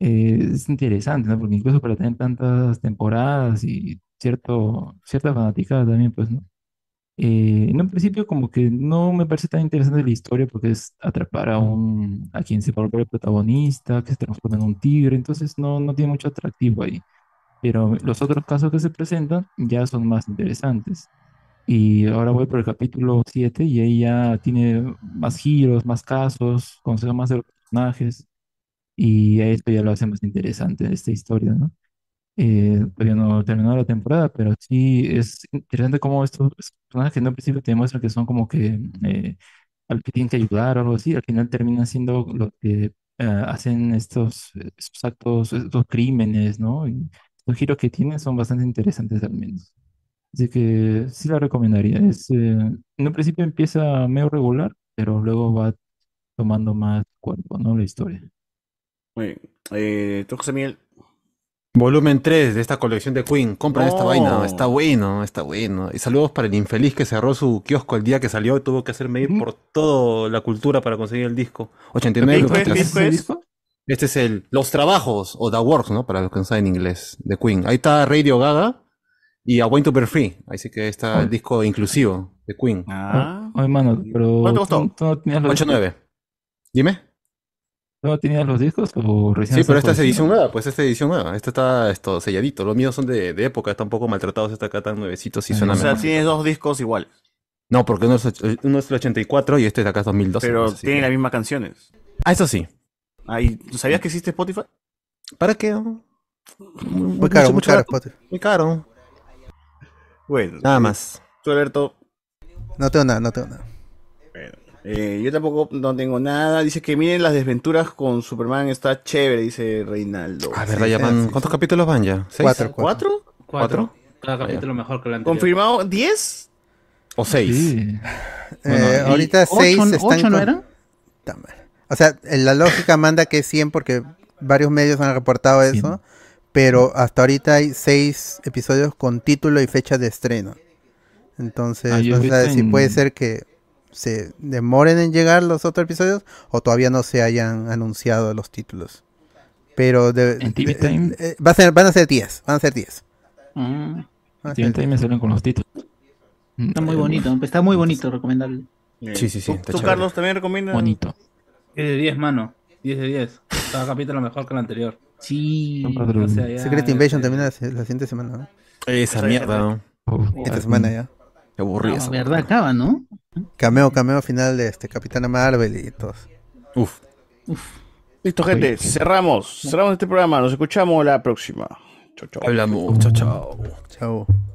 S15: eh, es interesante, ¿no? Porque incluso para tener tantas temporadas y cierto, cierta fanaticada también, pues, ¿no? Eh, en un principio como que no me parece tan interesante la historia porque es atrapar a un a quien se vuelve el protagonista, que se transforma en un tigre, entonces no, no tiene mucho atractivo ahí. Pero los otros casos que se presentan ya son más interesantes. Y ahora voy por el capítulo 7 y ahí ya tiene más giros, más casos, conocemos más de los personajes y a esto ya lo hace más interesante esta historia, ¿no? Eh, todavía no terminó la temporada, pero sí es interesante cómo estos personajes que en un principio te demuestran que son como que eh, al que tienen que ayudar o algo así, al final terminan siendo los que eh, hacen estos, eh, estos actos, estos crímenes, ¿no? Y los giros que tienen son bastante interesantes al menos. Así que sí la recomendaría. Es, eh, en un principio empieza medio regular, pero luego va tomando más cuerpo, ¿no? La historia.
S2: Muy bien. Eh, ¿Tú, José Miguel?
S1: Volumen 3 de esta colección de Queen. Compren esta
S2: No.
S1: vaina. Está bueno, está bueno. Y saludos para el infeliz que cerró su kiosco el día que salió y tuvo que hacerme ir por toda la cultura para conseguir el disco. 89
S2: ¿Disco es?
S1: lucas.
S2: ¿Disco es?
S1: Este es el Los Trabajos o The Works, ¿no? Para los que no saben inglés, de Queen. Ahí está Radio Gaga y A Wine to Be Free. Así que ahí está el disco inclusivo de Queen.
S2: Ah.
S15: Oye, mano, pero ¿tú-
S1: ¿Cuánto costó?
S15: tú no tenías los
S1: 8.9. Dime.
S15: ¿tú no tenías los discos o recién
S1: Sí,
S15: estás
S1: pero esta es edición
S15: coleccionando?
S1: nueva, pues esta es edición nueva. Esta está esto, selladito. Los míos son de, de época, están un poco maltratados, esta acá tan nuevecitos y suena
S2: o sea,
S1: mejor.
S2: tienes dos discos iguales,
S1: No, porque uno es, och- eh, uno es el 84 y este de acá es 2012.
S2: pero
S1: pues, así
S2: tienen
S1: que-
S2: las mismas canciones.
S1: Ah, eso sí.
S2: Ah, ¿y tú ¿Sabías que existe Spotify?
S1: ¿Para qué?
S2: Muy caro, muy caro,
S1: Muy caro.
S2: Bueno. eh,
S1: Nada más.
S2: Tú, Alberto.
S3: No tengo nada, no tengo nada.
S2: Eh, yo tampoco no tengo nada. Dice que miren las desventuras con Superman, está chévere, dice Reinaldo.
S1: A ver, ya van- ¿Cuántos capítulos van ya? ¿Seis?
S2: Cuatro, cuatro.
S10: Cuatro.
S1: ¿Cuatro?
S10: Cada capítulo mejor que el anterior.
S2: ¿Confirmado? ¿Diez?
S1: ¿O seis?
S3: Eh, ahorita
S10: ocho,
S3: seis
S10: ¿no?
S3: están
S10: ¿Ocho no
S3: con-
S10: eran?
S3: Ta madre. O sea, eh, la lógica manda que es 100 porque varios medios han reportado eso, pero hasta ahorita hay seis episodios con título y fecha de estreno. Entonces,
S15: Ah, yo
S3: no
S15: he
S3: se sabe
S15: visto
S3: si puede
S15: en-
S3: ser que se demoren en llegar los otros episodios o todavía no se hayan anunciado los títulos. Pero de-
S15: TV
S3: de-
S15: Time.
S3: eh, va a ser, van a ser 10, van a ser 10.
S12: Mm.
S3: Ah,
S15: Sí, ahorita ahí me salen con los títulos.
S12: Está muy bonito, está muy bonito, recomendable.
S1: Sí, sí, sí.
S2: ¿Tú, Carlos, también recomiendas?
S15: Bonito.
S10: 10 de 10, mano. 10 de 10. Cada capítulo mejor que el anterior.
S5: Sí.
S8: o sea, ya,
S3: Secret
S8: ya
S3: Invasion también la, se- la siguiente semana. ¿no?
S1: Esa mierda, ¿no?
S3: Esta semana ya.
S1: Qué aburrido
S2: Ah,
S1: esa
S12: verdad, acaba, ¿no?
S3: Cameo, cameo final de este Capitana Marvel y todos.
S1: Uf.
S2: Listo, gente. Cerramos. Cerramos este programa. Nos escuchamos la próxima. Chau, chau.
S1: Hablamos. Chao, chao.
S3: Chao.